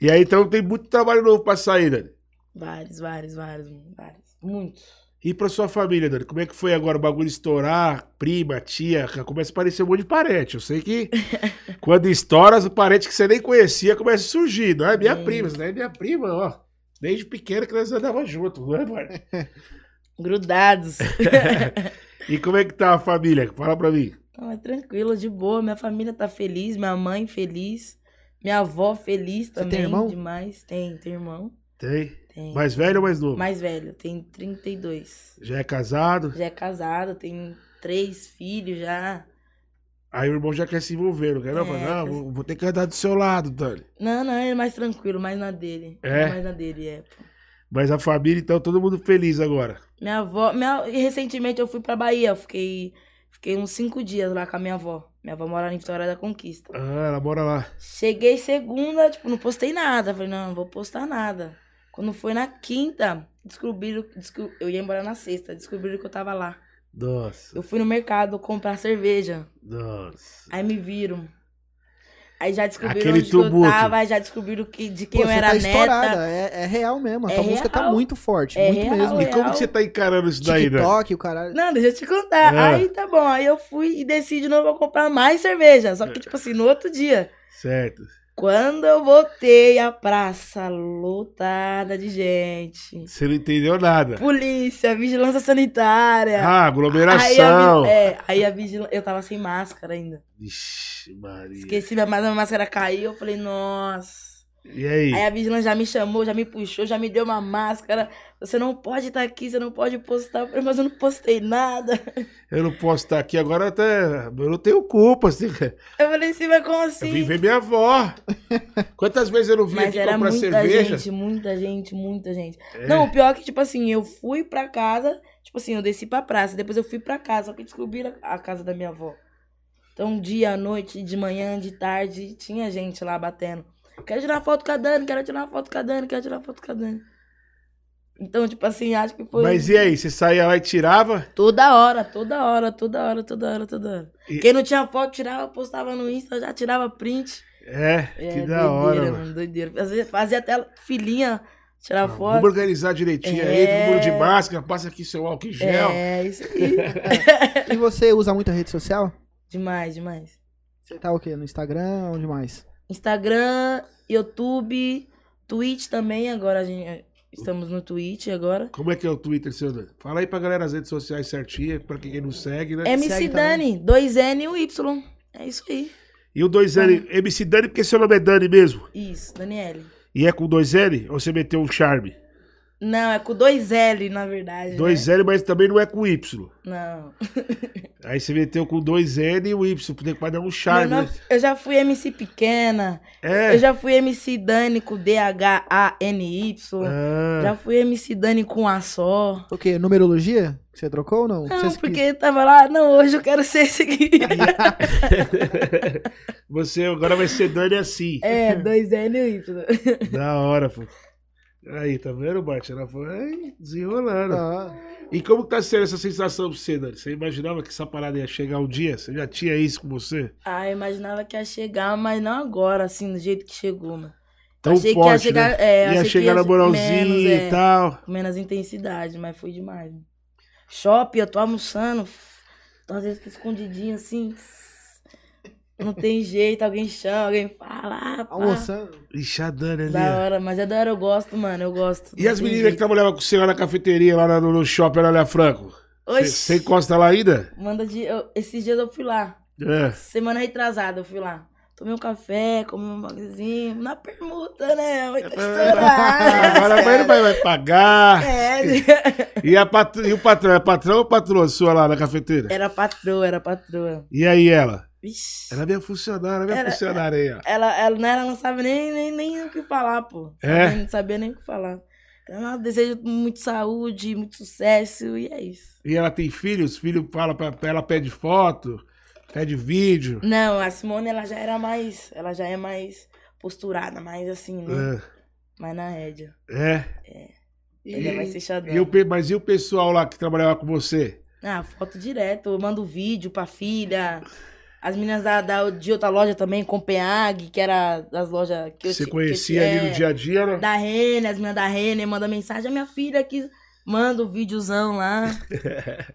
[SPEAKER 1] E aí, então, tem muito trabalho novo pra sair, Dani.
[SPEAKER 3] Vários, vários, vários, vários. Muitos.
[SPEAKER 1] E pra sua família, Dani? Como é que foi agora o bagulho estourar? Prima, tia, cara, começa a aparecer um monte de parente. Eu sei que quando estoura, os parentes que você nem conhecia começam a surgir. Não é minha
[SPEAKER 3] Sim.
[SPEAKER 1] prima, isso daí é minha prima, ó. Desde pequena que nós andávamos juntos, não é, mano? [laughs]
[SPEAKER 3] Grudados.
[SPEAKER 1] E como é que tá a família? Fala pra mim.
[SPEAKER 3] Não, é tranquilo, de boa. Minha família tá feliz, minha mãe feliz, minha avó feliz
[SPEAKER 2] tem
[SPEAKER 3] também.
[SPEAKER 2] irmão?
[SPEAKER 3] Demais. Tem, tem irmão.
[SPEAKER 1] Tem?
[SPEAKER 3] Tem.
[SPEAKER 1] Mais velho ou mais novo?
[SPEAKER 3] Mais velho, tem 32.
[SPEAKER 1] Já é casado?
[SPEAKER 3] Já é casada, tem três filhos já.
[SPEAKER 1] Aí o irmão já quer se envolver, não quer não?
[SPEAKER 3] É,
[SPEAKER 1] Fala, não,
[SPEAKER 3] quer-
[SPEAKER 1] vou, vou ter que andar do seu lado, Dani.
[SPEAKER 3] Não, não, é mais tranquilo, mais na dele.
[SPEAKER 1] É?
[SPEAKER 3] Mais na dele, é. pô.
[SPEAKER 1] Mas a família, então, todo mundo feliz agora.
[SPEAKER 3] Minha avó. Minha... e Recentemente eu fui pra Bahia, eu fiquei, fiquei uns cinco dias lá com a minha avó. Minha avó mora em Vitória da Conquista.
[SPEAKER 1] Ah, ela mora lá.
[SPEAKER 3] Cheguei segunda, tipo, não postei nada. Falei, não, não vou postar nada. Quando foi na quinta, descobriram. descu- eu ia embora na sexta, descobriram que eu tava lá.
[SPEAKER 1] Nossa,
[SPEAKER 3] Eu fui no mercado comprar cerveja.
[SPEAKER 1] nossa.
[SPEAKER 3] Aí me viram. Aí já descobriram
[SPEAKER 1] Aquele
[SPEAKER 3] onde que eu
[SPEAKER 1] tumulto.
[SPEAKER 3] tava, aí já descobriram que, de quem
[SPEAKER 2] Pô,
[SPEAKER 3] eu
[SPEAKER 2] você
[SPEAKER 3] era
[SPEAKER 2] tá
[SPEAKER 3] neta.
[SPEAKER 2] estourada. É, é real mesmo. A
[SPEAKER 3] É
[SPEAKER 2] tua música tá
[SPEAKER 3] real.
[SPEAKER 2] muito forte.
[SPEAKER 3] É
[SPEAKER 2] muito
[SPEAKER 3] real,
[SPEAKER 2] mesmo.
[SPEAKER 1] E
[SPEAKER 3] é.
[SPEAKER 1] como que você tá encarando isso daí, Dani?
[SPEAKER 2] TikTok, o
[SPEAKER 3] [laughs]
[SPEAKER 2] caralho.
[SPEAKER 3] Não, deixa eu te contar.
[SPEAKER 1] Ah.
[SPEAKER 3] Aí tá bom, aí eu fui e decidi não vou comprar mais cerveja. Só que, tipo assim, no outro dia.
[SPEAKER 1] Certo.
[SPEAKER 3] Quando eu voltei, a praça lotada de gente.
[SPEAKER 1] Você não entendeu nada.
[SPEAKER 3] Polícia, vigilância sanitária.
[SPEAKER 1] Ah,
[SPEAKER 3] É. Aí a,
[SPEAKER 1] aglomeração.
[SPEAKER 3] vi- é, aí a vigilância. Eu tava sem máscara ainda.
[SPEAKER 1] Vixe, Maria.
[SPEAKER 3] Esqueci, minha, mas a máscara caiu. Eu falei, nossa.
[SPEAKER 1] E aí?
[SPEAKER 3] Aí a vigilância já me chamou, já me puxou, já me deu uma máscara. Você não pode estar aqui, você não pode postar. Eu falei, mas eu não postei nada. [laughs]
[SPEAKER 1] Eu não posso estar aqui agora até. Eu não tenho culpa. Assim.
[SPEAKER 3] Eu falei assim, mas como
[SPEAKER 1] Eu vim
[SPEAKER 3] assim?
[SPEAKER 1] ver minha
[SPEAKER 3] [laughs]
[SPEAKER 1] avó. Quantas vezes eu não vim
[SPEAKER 3] Mas
[SPEAKER 1] aqui
[SPEAKER 3] era
[SPEAKER 1] comprar
[SPEAKER 3] muita
[SPEAKER 1] cerveja?
[SPEAKER 3] gente, muita gente, muita gente.
[SPEAKER 1] É.
[SPEAKER 3] Não, o pior é que, tipo assim, eu fui pra casa, tipo assim, eu desci pra praça, depois eu fui pra casa, só que descobriram a a casa da minha avó. Então, dia, à noite, de manhã, de tarde, tinha gente lá batendo. Quero tirar foto com a Dani, quero tirar foto com a Dani, quero tirar foto com a Dani. Então, tipo assim, acho que foi
[SPEAKER 1] Mas e aí? Você saía lá e tirava?
[SPEAKER 3] toda hora, toda hora, toda hora, toda hora, toda hora.
[SPEAKER 1] E-
[SPEAKER 3] Quem não tinha foto, tirava, postava no Insta, já tirava print.
[SPEAKER 1] É,
[SPEAKER 3] É,
[SPEAKER 1] que da hora, mano.
[SPEAKER 3] doideira. Às vezes fazia até filhinha, tirar
[SPEAKER 1] Não,
[SPEAKER 3] foto.
[SPEAKER 1] Vamos organizar direitinho aí,
[SPEAKER 3] É.
[SPEAKER 1] todo mundo de máscara, passa aqui seu álcool em gel.
[SPEAKER 3] É, isso aí.
[SPEAKER 1] [laughs]
[SPEAKER 2] E você usa muito a rede social?
[SPEAKER 3] demais, demais.
[SPEAKER 2] Você tá o quê? No Instagram? Onde mais?
[SPEAKER 3] Instagram, YouTube, Twitch também. Agora a gente, estamos no Twitch agora.
[SPEAKER 1] Como é que é o Twitter, seu Dani? Fala aí pra galera as redes sociais certinha, pra quem não segue, né?
[SPEAKER 3] MC
[SPEAKER 2] segue
[SPEAKER 3] Dani, 2N e o Y. É isso aí.
[SPEAKER 1] E o 2N, MC Dani, porque seu nome é Dani mesmo.
[SPEAKER 3] Isso, Daniele.
[SPEAKER 1] E é com 2N ou você meteu um charme?
[SPEAKER 3] Não, é com 2L, na verdade.
[SPEAKER 1] 2N, mas também não é com Y.
[SPEAKER 3] Né? Não.
[SPEAKER 1] Aí você meteu com 2N e o Y, porque vai dar um
[SPEAKER 3] Meu
[SPEAKER 1] charme.
[SPEAKER 3] nome-
[SPEAKER 1] né?
[SPEAKER 3] eu já fui MC Pequena.
[SPEAKER 1] É.
[SPEAKER 3] Eu já fui MC Dani com D-H-A-N-Y.
[SPEAKER 1] Ah, [laughs]
[SPEAKER 3] [laughs] Já fui MC Dani com A só.
[SPEAKER 2] O quê? Numerologia? Que Você trocou ou não?
[SPEAKER 3] Não,
[SPEAKER 2] Você
[SPEAKER 3] porque tava lá, não, hoje eu quero ser
[SPEAKER 1] [laughs]
[SPEAKER 3] esse aqui.
[SPEAKER 1] Você agora vai ser Dani assim.
[SPEAKER 3] é, 2N
[SPEAKER 1] um
[SPEAKER 3] e o Y.
[SPEAKER 1] Da hora, pô. Aí, tá vendo, Bart? Ela foi ai, desenrolando.
[SPEAKER 2] Ah,
[SPEAKER 1] E como tá sendo essa sensação pra você, Dani? Você imaginava que essa parada ia chegar um dia? Você já tinha isso com você?
[SPEAKER 3] Ah, eu imaginava que ia chegar, mas não agora, assim, do jeito que chegou, mano.
[SPEAKER 1] Tão
[SPEAKER 3] achei
[SPEAKER 1] forte,
[SPEAKER 3] que ia chegar.
[SPEAKER 1] né?
[SPEAKER 3] É,
[SPEAKER 1] ia
[SPEAKER 3] achei que
[SPEAKER 1] chegar na moralzinha
[SPEAKER 3] menos,
[SPEAKER 1] e
[SPEAKER 3] é,
[SPEAKER 1] tal.
[SPEAKER 3] com menos intensidade, mas foi demais. Mano. Shopping, eu tô almoçando. f- Tô às vezes escondidinho assim. Não tem jeito, alguém chama, alguém fala. ah, pá.
[SPEAKER 2] almoçando.
[SPEAKER 1] Ixi, a Dani ali.
[SPEAKER 3] Da
[SPEAKER 1] ó.
[SPEAKER 3] hora, mas é da hora, eu gosto, mano, eu gosto.
[SPEAKER 1] E as meninas que
[SPEAKER 3] que
[SPEAKER 1] trabalhavam com você lá na cafeteria, lá na- no, no shopping, lá na Franco? Você
[SPEAKER 3] Oxi,
[SPEAKER 1] encosta lá ainda?
[SPEAKER 3] manda de. eu- esses dias eu fui lá.
[SPEAKER 1] É.
[SPEAKER 3] Semana retrasada eu fui lá. Tomei um café, comi um magrezinho. Na permuta, né?
[SPEAKER 1] É,
[SPEAKER 3] Vai estourar.
[SPEAKER 1] Agora vai, vai, vai pagar. [laughs]
[SPEAKER 3] [laughs] É.
[SPEAKER 1] E, a patro... e o patrão? É patrão ou patroa sua lá na cafeteira?
[SPEAKER 3] Era patroa, era patroa.
[SPEAKER 1] E aí ela?
[SPEAKER 3] Vixe.
[SPEAKER 1] Ela é minha funcionária, minha
[SPEAKER 3] Era-
[SPEAKER 1] funcionária aí, ó.
[SPEAKER 3] Ela, ela, né, ela não sabe nem, nem, nem o que falar, pô.
[SPEAKER 1] É?
[SPEAKER 3] Sabia- Não sabia nem o que falar. Então, Ela "Não, desejo muito saúde, muito sucesso, e é isso.
[SPEAKER 1] E ela tem filhos? Filho fala pra pra ela, pede foto, pede vídeo.
[SPEAKER 3] Não, a Simone, ela já era mais. Ela já é mais posturada, mais assim, né? Mais na rédea.
[SPEAKER 1] É.
[SPEAKER 3] Ela é mais
[SPEAKER 1] E,
[SPEAKER 3] fechadão.
[SPEAKER 1] e o, pe- mas e o pessoal lá que trabalhava com você?
[SPEAKER 3] Ah, foto direto. Eu mando vídeo pra filha. As meninas da, da- de outra loja também, Copenhague, que era das lojas que eu
[SPEAKER 1] Você
[SPEAKER 3] ti- que eu
[SPEAKER 1] conhecia
[SPEAKER 3] tinha- é,
[SPEAKER 1] ali no dia a dia? né?
[SPEAKER 3] da Renner, as meninas da Renner, manda mensagem, a minha filha aqui, manda o
[SPEAKER 1] [laughs]
[SPEAKER 3] videozão lá.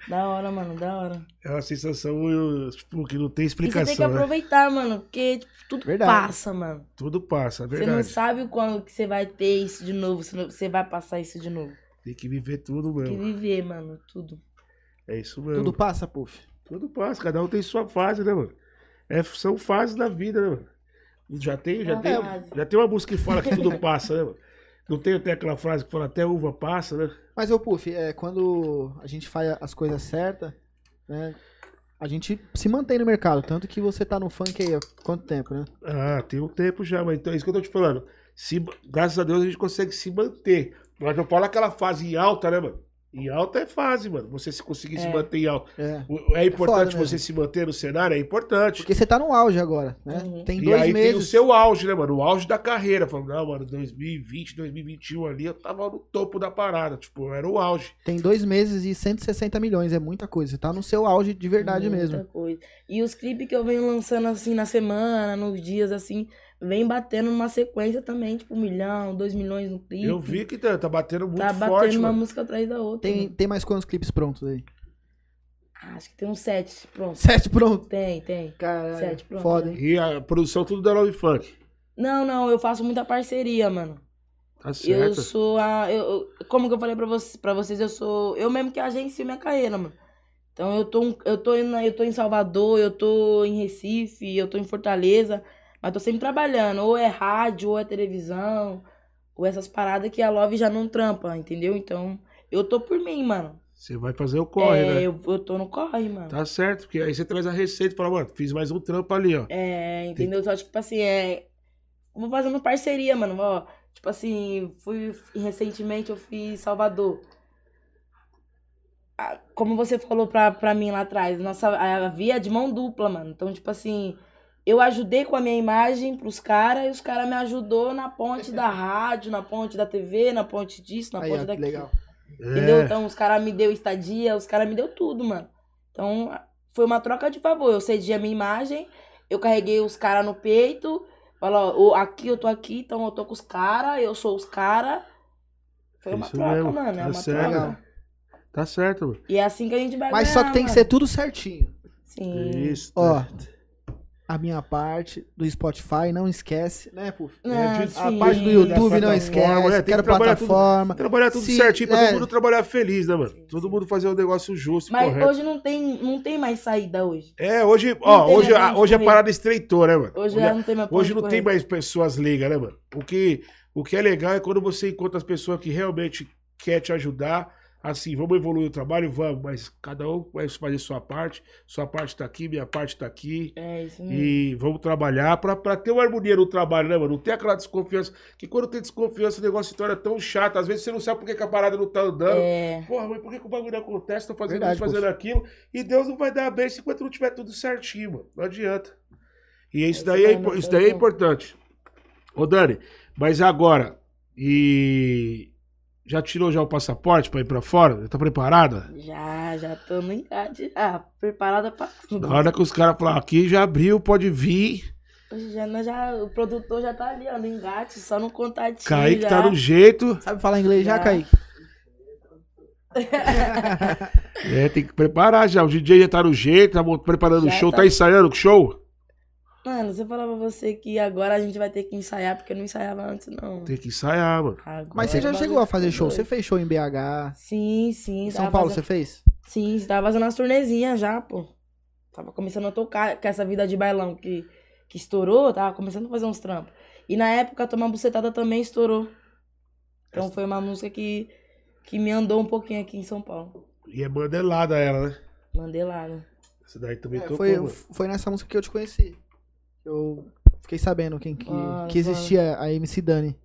[SPEAKER 3] da hora, mano, da hora.
[SPEAKER 1] É uma sensação eu, tipo, que não tem
[SPEAKER 3] E você
[SPEAKER 1] explicação,
[SPEAKER 3] tem que
[SPEAKER 1] né?
[SPEAKER 3] aproveitar, mano, porque tipo, tudo
[SPEAKER 2] Verdade.
[SPEAKER 3] passa, mano.
[SPEAKER 1] Tudo passa, é
[SPEAKER 3] Você não
[SPEAKER 1] verdade.
[SPEAKER 3] sabe quando que você vai ter isso de novo, você não- você vai passar isso de novo.
[SPEAKER 1] Tem que viver tudo
[SPEAKER 3] Tem que
[SPEAKER 1] mesmo.
[SPEAKER 3] viver, mano, tudo.
[SPEAKER 1] É isso
[SPEAKER 3] Ah.
[SPEAKER 1] mesmo.
[SPEAKER 2] Tudo
[SPEAKER 1] Tudo...
[SPEAKER 2] passa, puff.
[SPEAKER 1] passa, cada um tem sua fase, né, mano? É, são fases da vida, né, mano? E Já tem, já
[SPEAKER 3] É Uma
[SPEAKER 1] tem,
[SPEAKER 3] fase.
[SPEAKER 1] já tem uma música que fala que tudo passa, né, mano? Não tem até aquela frase que fala até uva passa, né?
[SPEAKER 2] Mas, ô Puff, é, quando a gente faz as coisas certas, né? A gente se mantém no mercado. Tanto que você tá no funk aí há quanto tempo, né?
[SPEAKER 1] Ah, tem um tempo já, mas então é isso que eu tô te falando. Se, graças a Deus a gente consegue se manter. Mas eu falo é aquela fase em alta, né, mano? Em alta é fase, mano. Você se conseguir se
[SPEAKER 3] É. né,
[SPEAKER 1] manter em alta.
[SPEAKER 2] É.
[SPEAKER 1] O- É importante
[SPEAKER 2] foda
[SPEAKER 1] você se manter no cenário? É importante.
[SPEAKER 2] Porque você tá no auge agora, né?
[SPEAKER 3] Uhum.
[SPEAKER 2] Tem
[SPEAKER 1] e
[SPEAKER 2] dois
[SPEAKER 1] aí
[SPEAKER 2] meses.
[SPEAKER 1] tem o seu auge, né, mano? O auge da carreira. Falando, não, mano, 2020, 2021 ali, eu tava no topo da parada. Tipo, era o auge.
[SPEAKER 2] Tem dois meses e 160 milhões, é muita coisa. Você tá no seu auge de verdade
[SPEAKER 3] Muita
[SPEAKER 2] mesmo.
[SPEAKER 3] coisa. E os clipes que eu venho lançando assim na semana, nos dias assim, vem batendo numa sequência também, tipo um milhão, dois milhões no clipe.
[SPEAKER 1] Eu vi que tá, tá batendo muito
[SPEAKER 3] Tá batendo
[SPEAKER 1] forte,
[SPEAKER 3] uma
[SPEAKER 1] mano.
[SPEAKER 3] música atrás da outra.
[SPEAKER 2] Tem,
[SPEAKER 3] mano.
[SPEAKER 2] tem mais quantos clipes prontos aí? [laughs]
[SPEAKER 3] Acho que tem uns sete, pronto.
[SPEAKER 2] Sete prontos.
[SPEAKER 3] Tem, tem.
[SPEAKER 2] Caralho,
[SPEAKER 3] Sete prontos,
[SPEAKER 2] foda,
[SPEAKER 3] né?
[SPEAKER 2] hein?
[SPEAKER 1] E a produção tudo da Love Funk.
[SPEAKER 3] Não, não, eu faço muita parceria, mano.
[SPEAKER 1] Tá
[SPEAKER 3] Eu
[SPEAKER 1] certo.
[SPEAKER 3] sou a. eu- eu- como que eu falei pra, vocês pra vocês, eu sou. Eu mesmo que agencio minha carreira, mano. Então eu tô, um- eu, tô em, eu tô em Salvador, eu tô em Recife, eu tô em Fortaleza, mas tô sempre trabalhando. Ou é rádio, ou é televisão, ou essas paradas que a Love já não trampa, entendeu? Então eu tô por mim, mano.
[SPEAKER 1] Você vai fazer o corre,
[SPEAKER 3] é,
[SPEAKER 1] né?
[SPEAKER 3] eu, eu tô no corre, mano.
[SPEAKER 1] Tá certo, porque aí você traz a receita e fala, mano, fiz mais um trampo ali, ó.
[SPEAKER 3] É, entendeu? Só, tipo assim, é. Vou fazendo parceria, mano. Ó, tipo assim, fui. Recentemente eu fiz Salvador. Ah, Como você falou pra, pra mim lá atrás, nossa, a via é de mão dupla, mano. Então, tipo assim, eu ajudei com a minha imagem pros caras e os caras me ajudou
[SPEAKER 2] [laughs]
[SPEAKER 3] na ponte da rádio, na ponte da TV, na ponte disso, na
[SPEAKER 2] Aí,
[SPEAKER 3] ponte
[SPEAKER 2] ó, que
[SPEAKER 3] daquilo.
[SPEAKER 2] legal.
[SPEAKER 3] Entendeu?
[SPEAKER 1] É,
[SPEAKER 3] Então os caras me deu estadia, os caras me deu tudo, mano. Então foi uma troca de favor. Eu cedi a minha imagem, eu carreguei os caras no peito. Falou, ó, ô, aqui eu tô aqui, então eu tô com os caras, eu sou os caras. Foi uma
[SPEAKER 1] Isso
[SPEAKER 3] troca,
[SPEAKER 1] mesmo,
[SPEAKER 3] mano.
[SPEAKER 1] tá
[SPEAKER 3] é uma
[SPEAKER 1] certo.
[SPEAKER 3] troca.
[SPEAKER 1] tá certo, mano.
[SPEAKER 3] E é assim que a gente vai
[SPEAKER 2] Mas só que tem que ser tudo certinho.
[SPEAKER 3] Sim.
[SPEAKER 1] Isso. tá.
[SPEAKER 2] Ó, a minha parte do Spotify, não esquece, né, Puff?
[SPEAKER 3] Ah,
[SPEAKER 1] É, de-
[SPEAKER 2] A
[SPEAKER 3] sim.
[SPEAKER 2] parte do
[SPEAKER 1] Da
[SPEAKER 2] YouTube, não
[SPEAKER 1] plataforma,
[SPEAKER 2] esquece.
[SPEAKER 1] né? Tem que
[SPEAKER 2] Quero
[SPEAKER 1] trabalhar tudo.
[SPEAKER 2] plataforma.
[SPEAKER 1] Trabalhar tudo
[SPEAKER 2] Se-
[SPEAKER 1] certinho, pra
[SPEAKER 2] é.
[SPEAKER 1] todo mundo trabalhar feliz, né, mano?
[SPEAKER 3] Sim,
[SPEAKER 1] todo
[SPEAKER 3] sim.
[SPEAKER 1] mundo fazer um negócio justo,
[SPEAKER 3] Mas
[SPEAKER 1] correto.
[SPEAKER 3] hoje não tem, não tem mais saída hoje.
[SPEAKER 1] É, hoje, ó,
[SPEAKER 3] tem
[SPEAKER 1] hoje,
[SPEAKER 3] mais
[SPEAKER 1] a-
[SPEAKER 3] onde
[SPEAKER 1] hoje a
[SPEAKER 3] correr.
[SPEAKER 1] parada estreitou, né, mano?
[SPEAKER 3] Hoje é
[SPEAKER 1] Hoje a-
[SPEAKER 3] já não tem mais pra
[SPEAKER 1] Hoje
[SPEAKER 3] onde
[SPEAKER 1] não tem
[SPEAKER 3] correr.
[SPEAKER 1] mais pessoas leigas, né, mano? O que, o que é legal é quando você encontra as pessoas que realmente quer te ajudar. Assim, vamos evoluir o trabalho? Vamos, mas cada um vai fazer sua parte. Sua parte tá aqui, minha parte tá aqui.
[SPEAKER 3] É isso mesmo.
[SPEAKER 1] E vamos trabalhar pra, pra ter uma harmonia no trabalho, né, mano? Não ter aquela desconfiança. Que quando tem desconfiança, o negócio se torna tão chato. Às vezes você não sabe por que, que a parada não tá andando.
[SPEAKER 3] É,
[SPEAKER 1] Porra, mas por que, que o bagulho não acontece? Tô fazendo
[SPEAKER 2] Verdade,
[SPEAKER 1] isso, fazendo aquilo. E Deus não vai dar a bênção enquanto não tiver tudo certinho, mano. Não adianta. E isso daí,
[SPEAKER 3] Aí você
[SPEAKER 1] é,
[SPEAKER 3] vai
[SPEAKER 1] impo-
[SPEAKER 3] no
[SPEAKER 1] isso daí é
[SPEAKER 3] campo.
[SPEAKER 1] importante. Ô, Dani, mas agora. E. Já tirou já o passaporte pra ir pra fora? Já tá preparada?
[SPEAKER 3] já, já tô no engate, já, preparada pra tudo.
[SPEAKER 1] Na hora que os caras falaram aqui, já abriu, pode vir.
[SPEAKER 3] Hoje já, nós já, o produtor já tá ali, ó, no engate, só no contatinho.
[SPEAKER 1] Kaique
[SPEAKER 3] já.
[SPEAKER 1] tá no jeito.
[SPEAKER 2] Sabe falar inglês já,
[SPEAKER 3] Já.
[SPEAKER 2] Kaique?
[SPEAKER 1] É, tem que preparar já. O DJ já tá no jeito, tá mo- preparando o
[SPEAKER 3] Já
[SPEAKER 1] show, tá,
[SPEAKER 3] tá.
[SPEAKER 1] ensaiando o show?
[SPEAKER 3] Mano, se eu falar pra você que agora a gente vai ter que ensaiar, porque eu não ensaiava antes, não.
[SPEAKER 1] Tem que ensaiar, mano.
[SPEAKER 3] Agora
[SPEAKER 2] Mas você já
[SPEAKER 3] o
[SPEAKER 2] chegou a
[SPEAKER 3] bagulho
[SPEAKER 2] fazer
[SPEAKER 3] ficou
[SPEAKER 2] show? Você
[SPEAKER 3] doido.
[SPEAKER 2] fez show em BH?
[SPEAKER 3] Sim, sim.
[SPEAKER 2] Em São
[SPEAKER 3] tava
[SPEAKER 2] Paulo, você
[SPEAKER 3] fazendo-
[SPEAKER 2] fez?
[SPEAKER 3] Sim, você tava fazendo as turnezinhas já, pô. Tava começando a tocar com essa vida de bailão que, que estourou, tava começando a fazer uns trampos. E na época, Tomar Bucetada também estourou. Então foi uma música que, que me andou um pouquinho aqui em São Paulo.
[SPEAKER 1] E é bandelada ela, né?
[SPEAKER 3] Mandei lá, né?
[SPEAKER 1] Essa daí também tocou,
[SPEAKER 2] É, foi,
[SPEAKER 1] mano.
[SPEAKER 2] foi nessa música que eu te conheci. Eu fiquei sabendo quem que,
[SPEAKER 3] Ah,
[SPEAKER 2] que existia a MC Dani.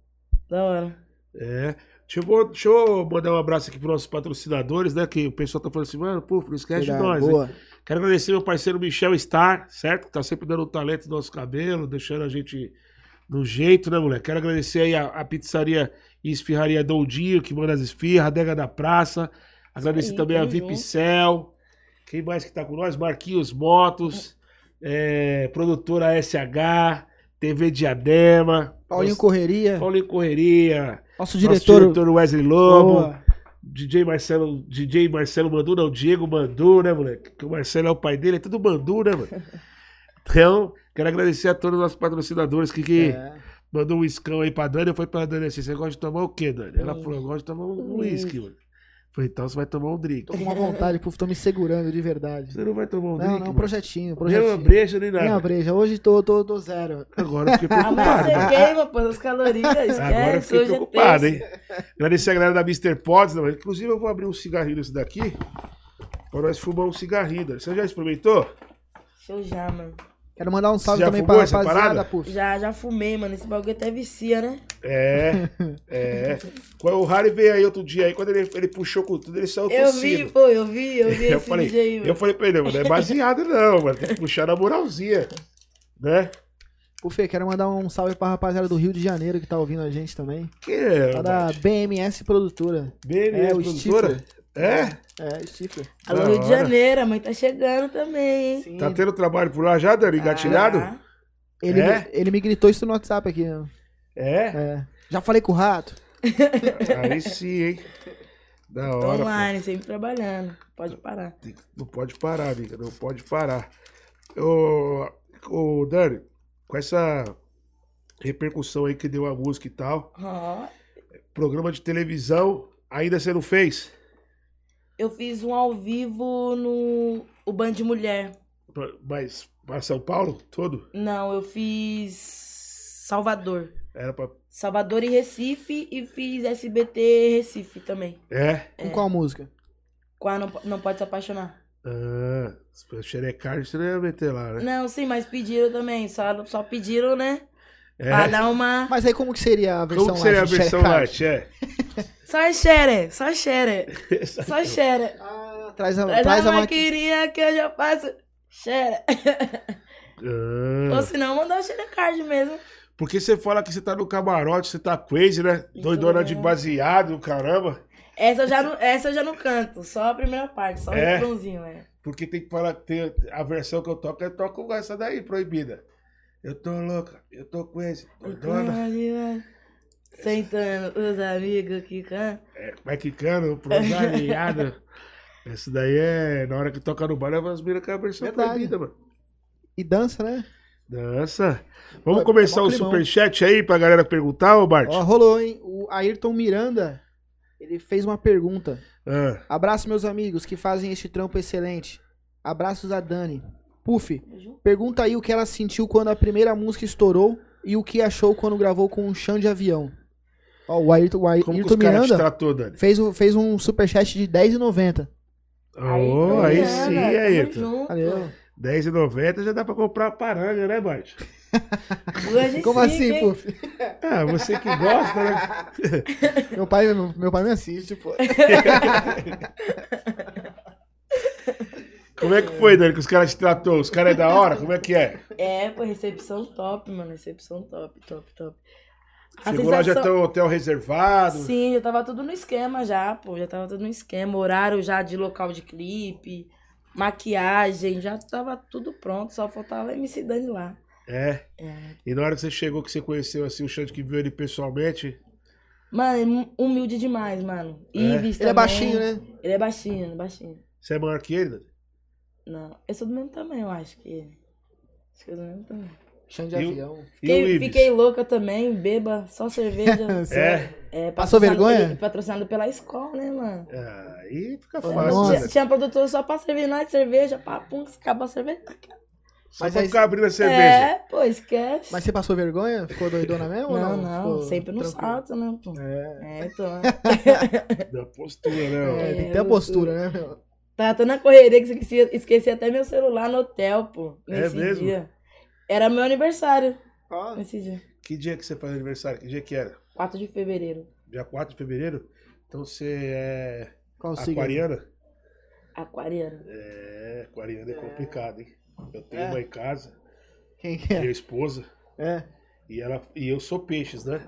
[SPEAKER 3] Da hora.
[SPEAKER 1] É. Deixa eu, bo- deixa eu mandar um abraço aqui pros nossos patrocinadores, né? Que o pessoal tá falando assim, mano, pô, não esquece de
[SPEAKER 2] Cuidado,
[SPEAKER 1] nós, hein?
[SPEAKER 2] boa.
[SPEAKER 1] Quero agradecer meu parceiro Michel Star, certo? Que tá sempre dando o talento do nosso cabelo, deixando a gente do jeito, né, moleque? Quero agradecer aí a, a pizzaria e esfirraria Doldinho, que manda as esfirras, a Adega da Praça. Agradecer
[SPEAKER 3] aí,
[SPEAKER 1] também a
[SPEAKER 3] tamo junto.
[SPEAKER 1] Vipcel. Quem mais que tá com nós? Marquinhos Motos, é, produtora SH, TV Diadema.
[SPEAKER 2] Paulinho
[SPEAKER 1] nosso-
[SPEAKER 2] Correria,
[SPEAKER 1] Paulinho Correria. Nosso
[SPEAKER 2] nosso diretor.
[SPEAKER 1] diretor Wesley Lobo.
[SPEAKER 2] boa.
[SPEAKER 1] DJ Marcelo, DJ Marcelo Mandu, não, Diego Mandu, né, moleque? Que o Marcelo é o pai dele, é tudo Mandu,
[SPEAKER 2] [laughs]
[SPEAKER 1] né, mano? Então, quero agradecer a todos os nossos patrocinadores que, que
[SPEAKER 2] É.
[SPEAKER 1] mandou um iscão aí pra Dani. Eu falei pra Dani assim: você gosta de tomar o quê, Dani? Ela
[SPEAKER 2] É.
[SPEAKER 3] Hum.
[SPEAKER 1] falou: eu gosto de tomar um
[SPEAKER 3] Um
[SPEAKER 1] uísque, mano. Eu Falei, então você vai tomar um drink.
[SPEAKER 2] Tô com uma vontade, puf, tô me segurando de verdade.
[SPEAKER 1] Você não vai tomar um
[SPEAKER 2] Não,
[SPEAKER 1] drink?
[SPEAKER 2] não,
[SPEAKER 1] mano.
[SPEAKER 2] projetinho,
[SPEAKER 1] Nem uma
[SPEAKER 2] projetinho.
[SPEAKER 1] breja, nem nada.
[SPEAKER 2] Minha breja, hoje tô, tô, tô zero.
[SPEAKER 1] Agora eu
[SPEAKER 2] [laughs]
[SPEAKER 1] fiquei
[SPEAKER 2] Ah,
[SPEAKER 3] Amanhã
[SPEAKER 1] preocupado.
[SPEAKER 2] é,
[SPEAKER 1] Ah,
[SPEAKER 3] você queima, pô, as calorias. Esquece,
[SPEAKER 1] Agora eu fiquei
[SPEAKER 3] hoje
[SPEAKER 1] preocupado,
[SPEAKER 3] é
[SPEAKER 1] hein? Agradecer a galera da Mr. Pods. né, mas Inclusive, eu vou abrir um cigarrinho desse daqui pra nós fumar um cigarrinho. Dani. Você já experimentou?
[SPEAKER 3] Show já, mano.
[SPEAKER 2] Quero mandar um salve
[SPEAKER 1] Já
[SPEAKER 2] também
[SPEAKER 1] fumou
[SPEAKER 2] pra
[SPEAKER 1] essa
[SPEAKER 2] rapaziada,
[SPEAKER 1] parada?
[SPEAKER 2] puf.
[SPEAKER 3] Já, já fumei, mano. Esse bagulho até vicia, né?
[SPEAKER 1] É, é. Qual- O Harry veio aí outro dia aí, quando ele, ele puxou com tudo, ele saiu
[SPEAKER 3] Eu
[SPEAKER 1] tossindo.
[SPEAKER 3] vi, pô, eu vi, eu vi
[SPEAKER 1] [laughs] eu
[SPEAKER 3] esse
[SPEAKER 1] falei,
[SPEAKER 3] vídeo aí, mano.
[SPEAKER 1] eu falei pra ele, mano, não é baseado não, mano. Tem que puxar na moralzinha. Né?
[SPEAKER 2] Puf, quero mandar um salve pra rapaziada do Rio de Janeiro que tá ouvindo a gente também.
[SPEAKER 1] Que é,
[SPEAKER 2] Tá
[SPEAKER 1] mano?
[SPEAKER 2] da BMS Produtora.
[SPEAKER 1] BNS
[SPEAKER 3] né,
[SPEAKER 2] é, o
[SPEAKER 1] produtora? É?
[SPEAKER 2] É, Stifler.
[SPEAKER 3] Alô,
[SPEAKER 1] Da
[SPEAKER 3] Rio de
[SPEAKER 1] hora.
[SPEAKER 3] Janeiro, a mãe tá chegando também, hein?
[SPEAKER 2] Sim.
[SPEAKER 1] Tá tendo trabalho por lá já, Dani? Gatilhado?
[SPEAKER 3] Ah,
[SPEAKER 2] Ele,
[SPEAKER 1] É?
[SPEAKER 2] ele me gritou isso no WhatsApp aqui. né?
[SPEAKER 1] É?
[SPEAKER 2] É. Já falei com o rato.
[SPEAKER 1] Aí sim, hein? Da
[SPEAKER 3] tô
[SPEAKER 1] hora, pô.
[SPEAKER 3] online, sempre trabalhando. Pode parar.
[SPEAKER 1] Tem que- Não pode parar, amiga. Não pode parar. Ô, ô Dani, com essa repercussão aí que deu a música e tal,
[SPEAKER 3] Ó,
[SPEAKER 1] programa de televisão, ainda você não fez?
[SPEAKER 3] eu fiz um ao vivo no o Band Mulher.
[SPEAKER 1] Pra- Mas para São Paulo todo?
[SPEAKER 3] Não, eu fiz Salvador.
[SPEAKER 1] Era pra.
[SPEAKER 3] Salvador e Recife e fiz SBT Recife também.
[SPEAKER 1] É?
[SPEAKER 2] Com qual música?
[SPEAKER 3] Com a não, não Pode Se Apaixonar.
[SPEAKER 1] Ah, se for xerecar, você não ia meter lá, né?
[SPEAKER 3] Não, sim, mas pediram também. Só, só pediram, né? Pra
[SPEAKER 1] É.
[SPEAKER 3] dar uma.
[SPEAKER 2] Mas aí como que seria a versão
[SPEAKER 1] Como que seria a
[SPEAKER 2] light?
[SPEAKER 1] versão light?
[SPEAKER 2] Xerecard?
[SPEAKER 1] É.
[SPEAKER 3] Só xere, só xere, só xere.
[SPEAKER 2] Ah, traz a,
[SPEAKER 3] Traz,
[SPEAKER 2] traz
[SPEAKER 3] a
[SPEAKER 2] a maqui...
[SPEAKER 3] maquininha que eu já faço. Xera. Ou
[SPEAKER 1] Ah,
[SPEAKER 3] se não, mandar o xerecard mesmo.
[SPEAKER 1] porque você fala que você tá no camarote, você tá crazy, né? Doidona
[SPEAKER 2] é.
[SPEAKER 1] de baseado, caramba.
[SPEAKER 3] Essa eu já não, essa eu já não canto, só a primeira parte, só o
[SPEAKER 1] É?
[SPEAKER 3] refrãozinho, né?
[SPEAKER 1] Porque tem que falar, tem a versão que eu toco, eu toco essa daí, proibida. Eu tô louca, eu tô crazy,
[SPEAKER 3] Então,
[SPEAKER 2] Uhum.
[SPEAKER 1] doidona.
[SPEAKER 3] Sentando os amigos que cantam.
[SPEAKER 1] É, vai quicando,
[SPEAKER 2] [laughs]
[SPEAKER 1] prosaneada. Essa daí é. Na hora que toca no bar, as minas com a versão
[SPEAKER 2] Verdade.
[SPEAKER 1] proibida, mano.
[SPEAKER 2] E dança, né?
[SPEAKER 1] Dança. Vamos
[SPEAKER 2] Pô,
[SPEAKER 1] começar
[SPEAKER 2] é mó
[SPEAKER 1] o
[SPEAKER 2] climão.
[SPEAKER 1] superchat aí pra galera perguntar, ô Bart?
[SPEAKER 2] Ó, rolou, hein? O Ayrton Miranda, ele fez uma pergunta.
[SPEAKER 1] Ah,
[SPEAKER 2] Abraço, meus amigos, que fazem este trampo excelente. Abraços a Dani. Puf, pergunta aí o que ela sentiu quando a primeira música estourou e o que achou quando gravou com um chão de avião. Ó, o Ayrton, o Ay-
[SPEAKER 1] como que
[SPEAKER 2] Ayrton
[SPEAKER 1] os caras te
[SPEAKER 2] Miranda
[SPEAKER 1] tratou, Dani?
[SPEAKER 2] fez, um- fez um superchat de R$10,90.
[SPEAKER 1] Oh, aí,
[SPEAKER 3] Juliana,
[SPEAKER 1] sim,
[SPEAKER 3] tamo
[SPEAKER 1] aí, Ayrton.
[SPEAKER 3] junto.
[SPEAKER 2] Valeu.
[SPEAKER 1] R$10,90 já dá pra comprar a paranga, né, Bart?
[SPEAKER 3] Hoje
[SPEAKER 2] Como
[SPEAKER 3] sim,
[SPEAKER 2] assim,
[SPEAKER 3] hein?
[SPEAKER 2] Puf?
[SPEAKER 1] Ah, você que gosta, né?
[SPEAKER 2] Meu pai, meu, meu pai me assiste, pô.
[SPEAKER 1] Como é que foi, Dani, que os caras te tratou? Os caras é da hora? Como é que é?
[SPEAKER 3] É, pô, recepção top, mano. Recepção top, top, top. A
[SPEAKER 1] Chegou lá, já
[SPEAKER 3] sensação-
[SPEAKER 1] tem o hotel reservado.
[SPEAKER 3] Sim, já tava tudo no esquema já, pô. Já tava tudo no esquema. Horário já de local de clipe, maquiagem, já tava tudo pronto. Só faltava a MC Dani lá.
[SPEAKER 1] É.
[SPEAKER 3] É.
[SPEAKER 1] E na hora que você chegou, que você conheceu assim, o Xande que viu ele pessoalmente,
[SPEAKER 3] Mano, é humilde demais, mano. Ives
[SPEAKER 2] Ele é
[SPEAKER 3] também.
[SPEAKER 2] baixinho, né?
[SPEAKER 3] Ele é baixinho, baixinho.
[SPEAKER 1] você é maior que ele, Dani?
[SPEAKER 3] Não, eu sou do mesmo tamanho, eu acho que ele. Acho que eu sou do mesmo tamanho.
[SPEAKER 2] Chão de
[SPEAKER 1] E o-
[SPEAKER 2] avião.
[SPEAKER 1] E o
[SPEAKER 3] Fiquei,
[SPEAKER 1] Ives?
[SPEAKER 3] fiquei um louca também, beba, só
[SPEAKER 2] [laughs]
[SPEAKER 3] cerveja.
[SPEAKER 1] É.
[SPEAKER 3] É,
[SPEAKER 2] Passou
[SPEAKER 3] patrocinado
[SPEAKER 2] vergonha?
[SPEAKER 3] pela- patrocinado pela escola, né, mano?
[SPEAKER 1] Aí fica
[SPEAKER 2] Pô,
[SPEAKER 1] fácil,
[SPEAKER 2] nossa.
[SPEAKER 1] né?
[SPEAKER 3] Tinha, tinha produtor só pra servir nós cerveja, papum, que acabou a cerveja.
[SPEAKER 1] Só
[SPEAKER 2] Mas
[SPEAKER 1] pra
[SPEAKER 2] aí-
[SPEAKER 1] ficar abrindo a cerveja.
[SPEAKER 3] É, pô, esquece.
[SPEAKER 2] Mas você passou vergonha? Ficou doidona mesmo? ou
[SPEAKER 3] não, não,
[SPEAKER 1] Tipo,
[SPEAKER 2] Ficou
[SPEAKER 3] sempre no
[SPEAKER 2] tranquilo?
[SPEAKER 3] salto, né, pô?
[SPEAKER 2] É.
[SPEAKER 3] É, tô.
[SPEAKER 1] Da postura, né? ó.
[SPEAKER 2] É, tem que
[SPEAKER 3] É,
[SPEAKER 2] ter a
[SPEAKER 3] eu-
[SPEAKER 2] postura, né? meu?
[SPEAKER 3] Tava tão na correria que esqueci, esqueci até meu celular no hotel, pô.
[SPEAKER 1] É
[SPEAKER 3] Nesse
[SPEAKER 1] mesmo?
[SPEAKER 3] dia. Era meu aniversário
[SPEAKER 2] Ó,
[SPEAKER 3] nesse dia.
[SPEAKER 1] Que dia que você faz aniversário? Que dia que era?
[SPEAKER 3] 4 de fevereiro.
[SPEAKER 1] Dia 4 de fevereiro? Então você é
[SPEAKER 2] Qual o signo?
[SPEAKER 1] aquariana?
[SPEAKER 3] Aquariano.
[SPEAKER 1] É, aquariana é complicado, hein? Eu tenho
[SPEAKER 2] É.
[SPEAKER 1] uma em casa,
[SPEAKER 2] Quem que é?
[SPEAKER 1] minha esposa,
[SPEAKER 2] É.
[SPEAKER 1] e, ela, e eu sou peixes, né?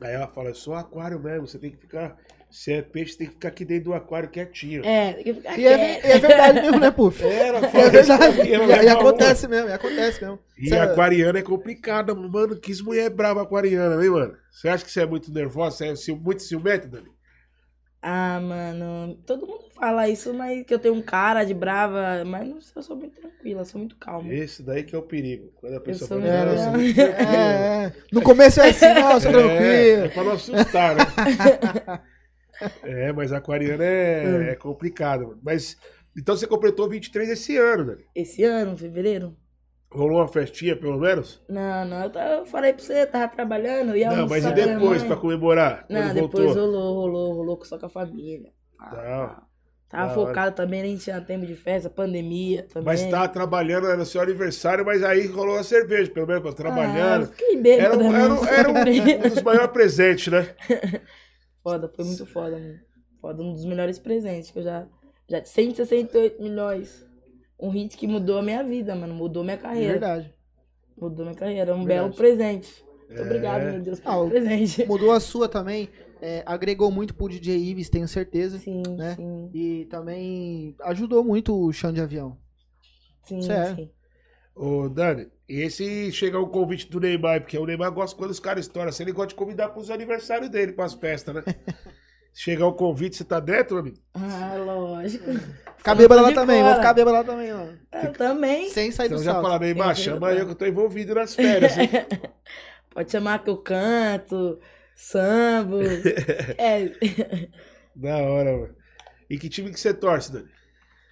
[SPEAKER 1] Aí ela fala, eu sou aquário mesmo, você tem que ficar... Se é peixe, tem que ficar aqui dentro do aquário quietinho.
[SPEAKER 3] É, eu-
[SPEAKER 2] E é, ve- e é verdade mesmo, né, Puff?
[SPEAKER 1] É, ela
[SPEAKER 2] É
[SPEAKER 1] fala isso
[SPEAKER 2] verdade.
[SPEAKER 1] aqui, ela
[SPEAKER 2] E, e
[SPEAKER 1] leva uma.
[SPEAKER 2] acontece mesmo, e acontece mesmo.
[SPEAKER 1] E
[SPEAKER 2] Cê-
[SPEAKER 1] a aquariana é complicada, mano. Que mulher é brava aquariana, hein, mano? Você acha que você é muito nervosa? Você é ciu- muito ciumenta, Dani?
[SPEAKER 3] Ah, mano, todo mundo fala isso, mas que eu tenho um cara de brava, mas não sei, eu sou muito tranquila, eu sou muito calma.
[SPEAKER 1] Esse daí que é o perigo. Quando a pessoa
[SPEAKER 3] sou
[SPEAKER 1] fala,
[SPEAKER 3] muito
[SPEAKER 1] "Não, eu sou
[SPEAKER 3] brava."
[SPEAKER 1] muito tranquila."
[SPEAKER 2] É, é. No começo é assim, nossa,
[SPEAKER 1] É, é
[SPEAKER 2] tranquilo.
[SPEAKER 1] pra não assustar, né? é, mas a aquariana é, é complicado. mano. Mas, então você completou 23 esse ano, Dani.
[SPEAKER 3] Esse ano, fevereiro?
[SPEAKER 1] Rolou uma festinha, pelo menos?
[SPEAKER 3] Não, não, eu, tava- eu falei pra você, eu tava trabalhando, eu ia
[SPEAKER 1] não, mas
[SPEAKER 3] almoçar
[SPEAKER 1] e
[SPEAKER 3] com a minha
[SPEAKER 1] depois,
[SPEAKER 3] mãe.
[SPEAKER 1] pra comemorar?
[SPEAKER 3] um né? Não,
[SPEAKER 1] quando
[SPEAKER 3] depois
[SPEAKER 1] voltou?
[SPEAKER 3] rolou, rolou, rolou só com a família. Ah,
[SPEAKER 1] Tá.
[SPEAKER 3] tá. Tava
[SPEAKER 1] Da
[SPEAKER 3] focado também, nem tinha tempo de festa, pandemia também.
[SPEAKER 1] Mas tá tava trabalhando, era seu aniversário, mas aí rolou a cerveja, pelo menos,
[SPEAKER 3] Ah,
[SPEAKER 1] trabalhando.
[SPEAKER 3] fiquei bêbada,
[SPEAKER 1] Era, um-
[SPEAKER 3] né?
[SPEAKER 1] era um- era um,
[SPEAKER 3] É.
[SPEAKER 1] [laughs] um dos maiores presentes, né?
[SPEAKER 3] Foda, foi muito foda, mano. Foda, um dos melhores presentes que eu já. já 168 milhões. Um hit que mudou a minha vida, mano. Mudou minha
[SPEAKER 2] É
[SPEAKER 3] carreira.
[SPEAKER 2] verdade.
[SPEAKER 3] Mudou minha carreira. Um
[SPEAKER 2] Verdade.
[SPEAKER 3] belo presente. Muito
[SPEAKER 1] É.
[SPEAKER 3] obrigado, meu Deus,
[SPEAKER 2] Ah, o-
[SPEAKER 3] pelo presente. [laughs]
[SPEAKER 2] Mudou a sua também, é, agregou muito pro DJ Ives, tenho certeza.
[SPEAKER 3] Sim,
[SPEAKER 2] né?
[SPEAKER 3] sim,
[SPEAKER 2] E também ajudou muito o chão de avião.
[SPEAKER 3] sim,
[SPEAKER 1] é.
[SPEAKER 2] Certo.
[SPEAKER 3] sim.
[SPEAKER 1] Ô, Dani, e se chegar o convite do Neymar, porque o Neymar gosta quando os caras estouram, assim, ele gosta de convidar pros aniversários dele, pras festas,
[SPEAKER 3] [laughs]
[SPEAKER 1] né? chegar o convite, você tá dentro, amigo?
[SPEAKER 3] Ah, lógico.
[SPEAKER 1] [laughs]
[SPEAKER 2] Ficar bêbado lá
[SPEAKER 3] de
[SPEAKER 2] também,
[SPEAKER 3] fora.
[SPEAKER 2] vou ficar bêbado lá também, mano.
[SPEAKER 3] Eu também.
[SPEAKER 2] Sem sair
[SPEAKER 1] Então
[SPEAKER 2] do
[SPEAKER 1] já
[SPEAKER 2] salto.
[SPEAKER 1] falaram, Neymar,
[SPEAKER 3] Tem que-
[SPEAKER 1] chama eu que eu tô envolvido nas férias.
[SPEAKER 3] [laughs]
[SPEAKER 1] hein?
[SPEAKER 3] Pode chamar que eu canto,
[SPEAKER 1] [laughs]
[SPEAKER 3] sambo. é.
[SPEAKER 1] da hora, mano. E que time que você torce, Dani?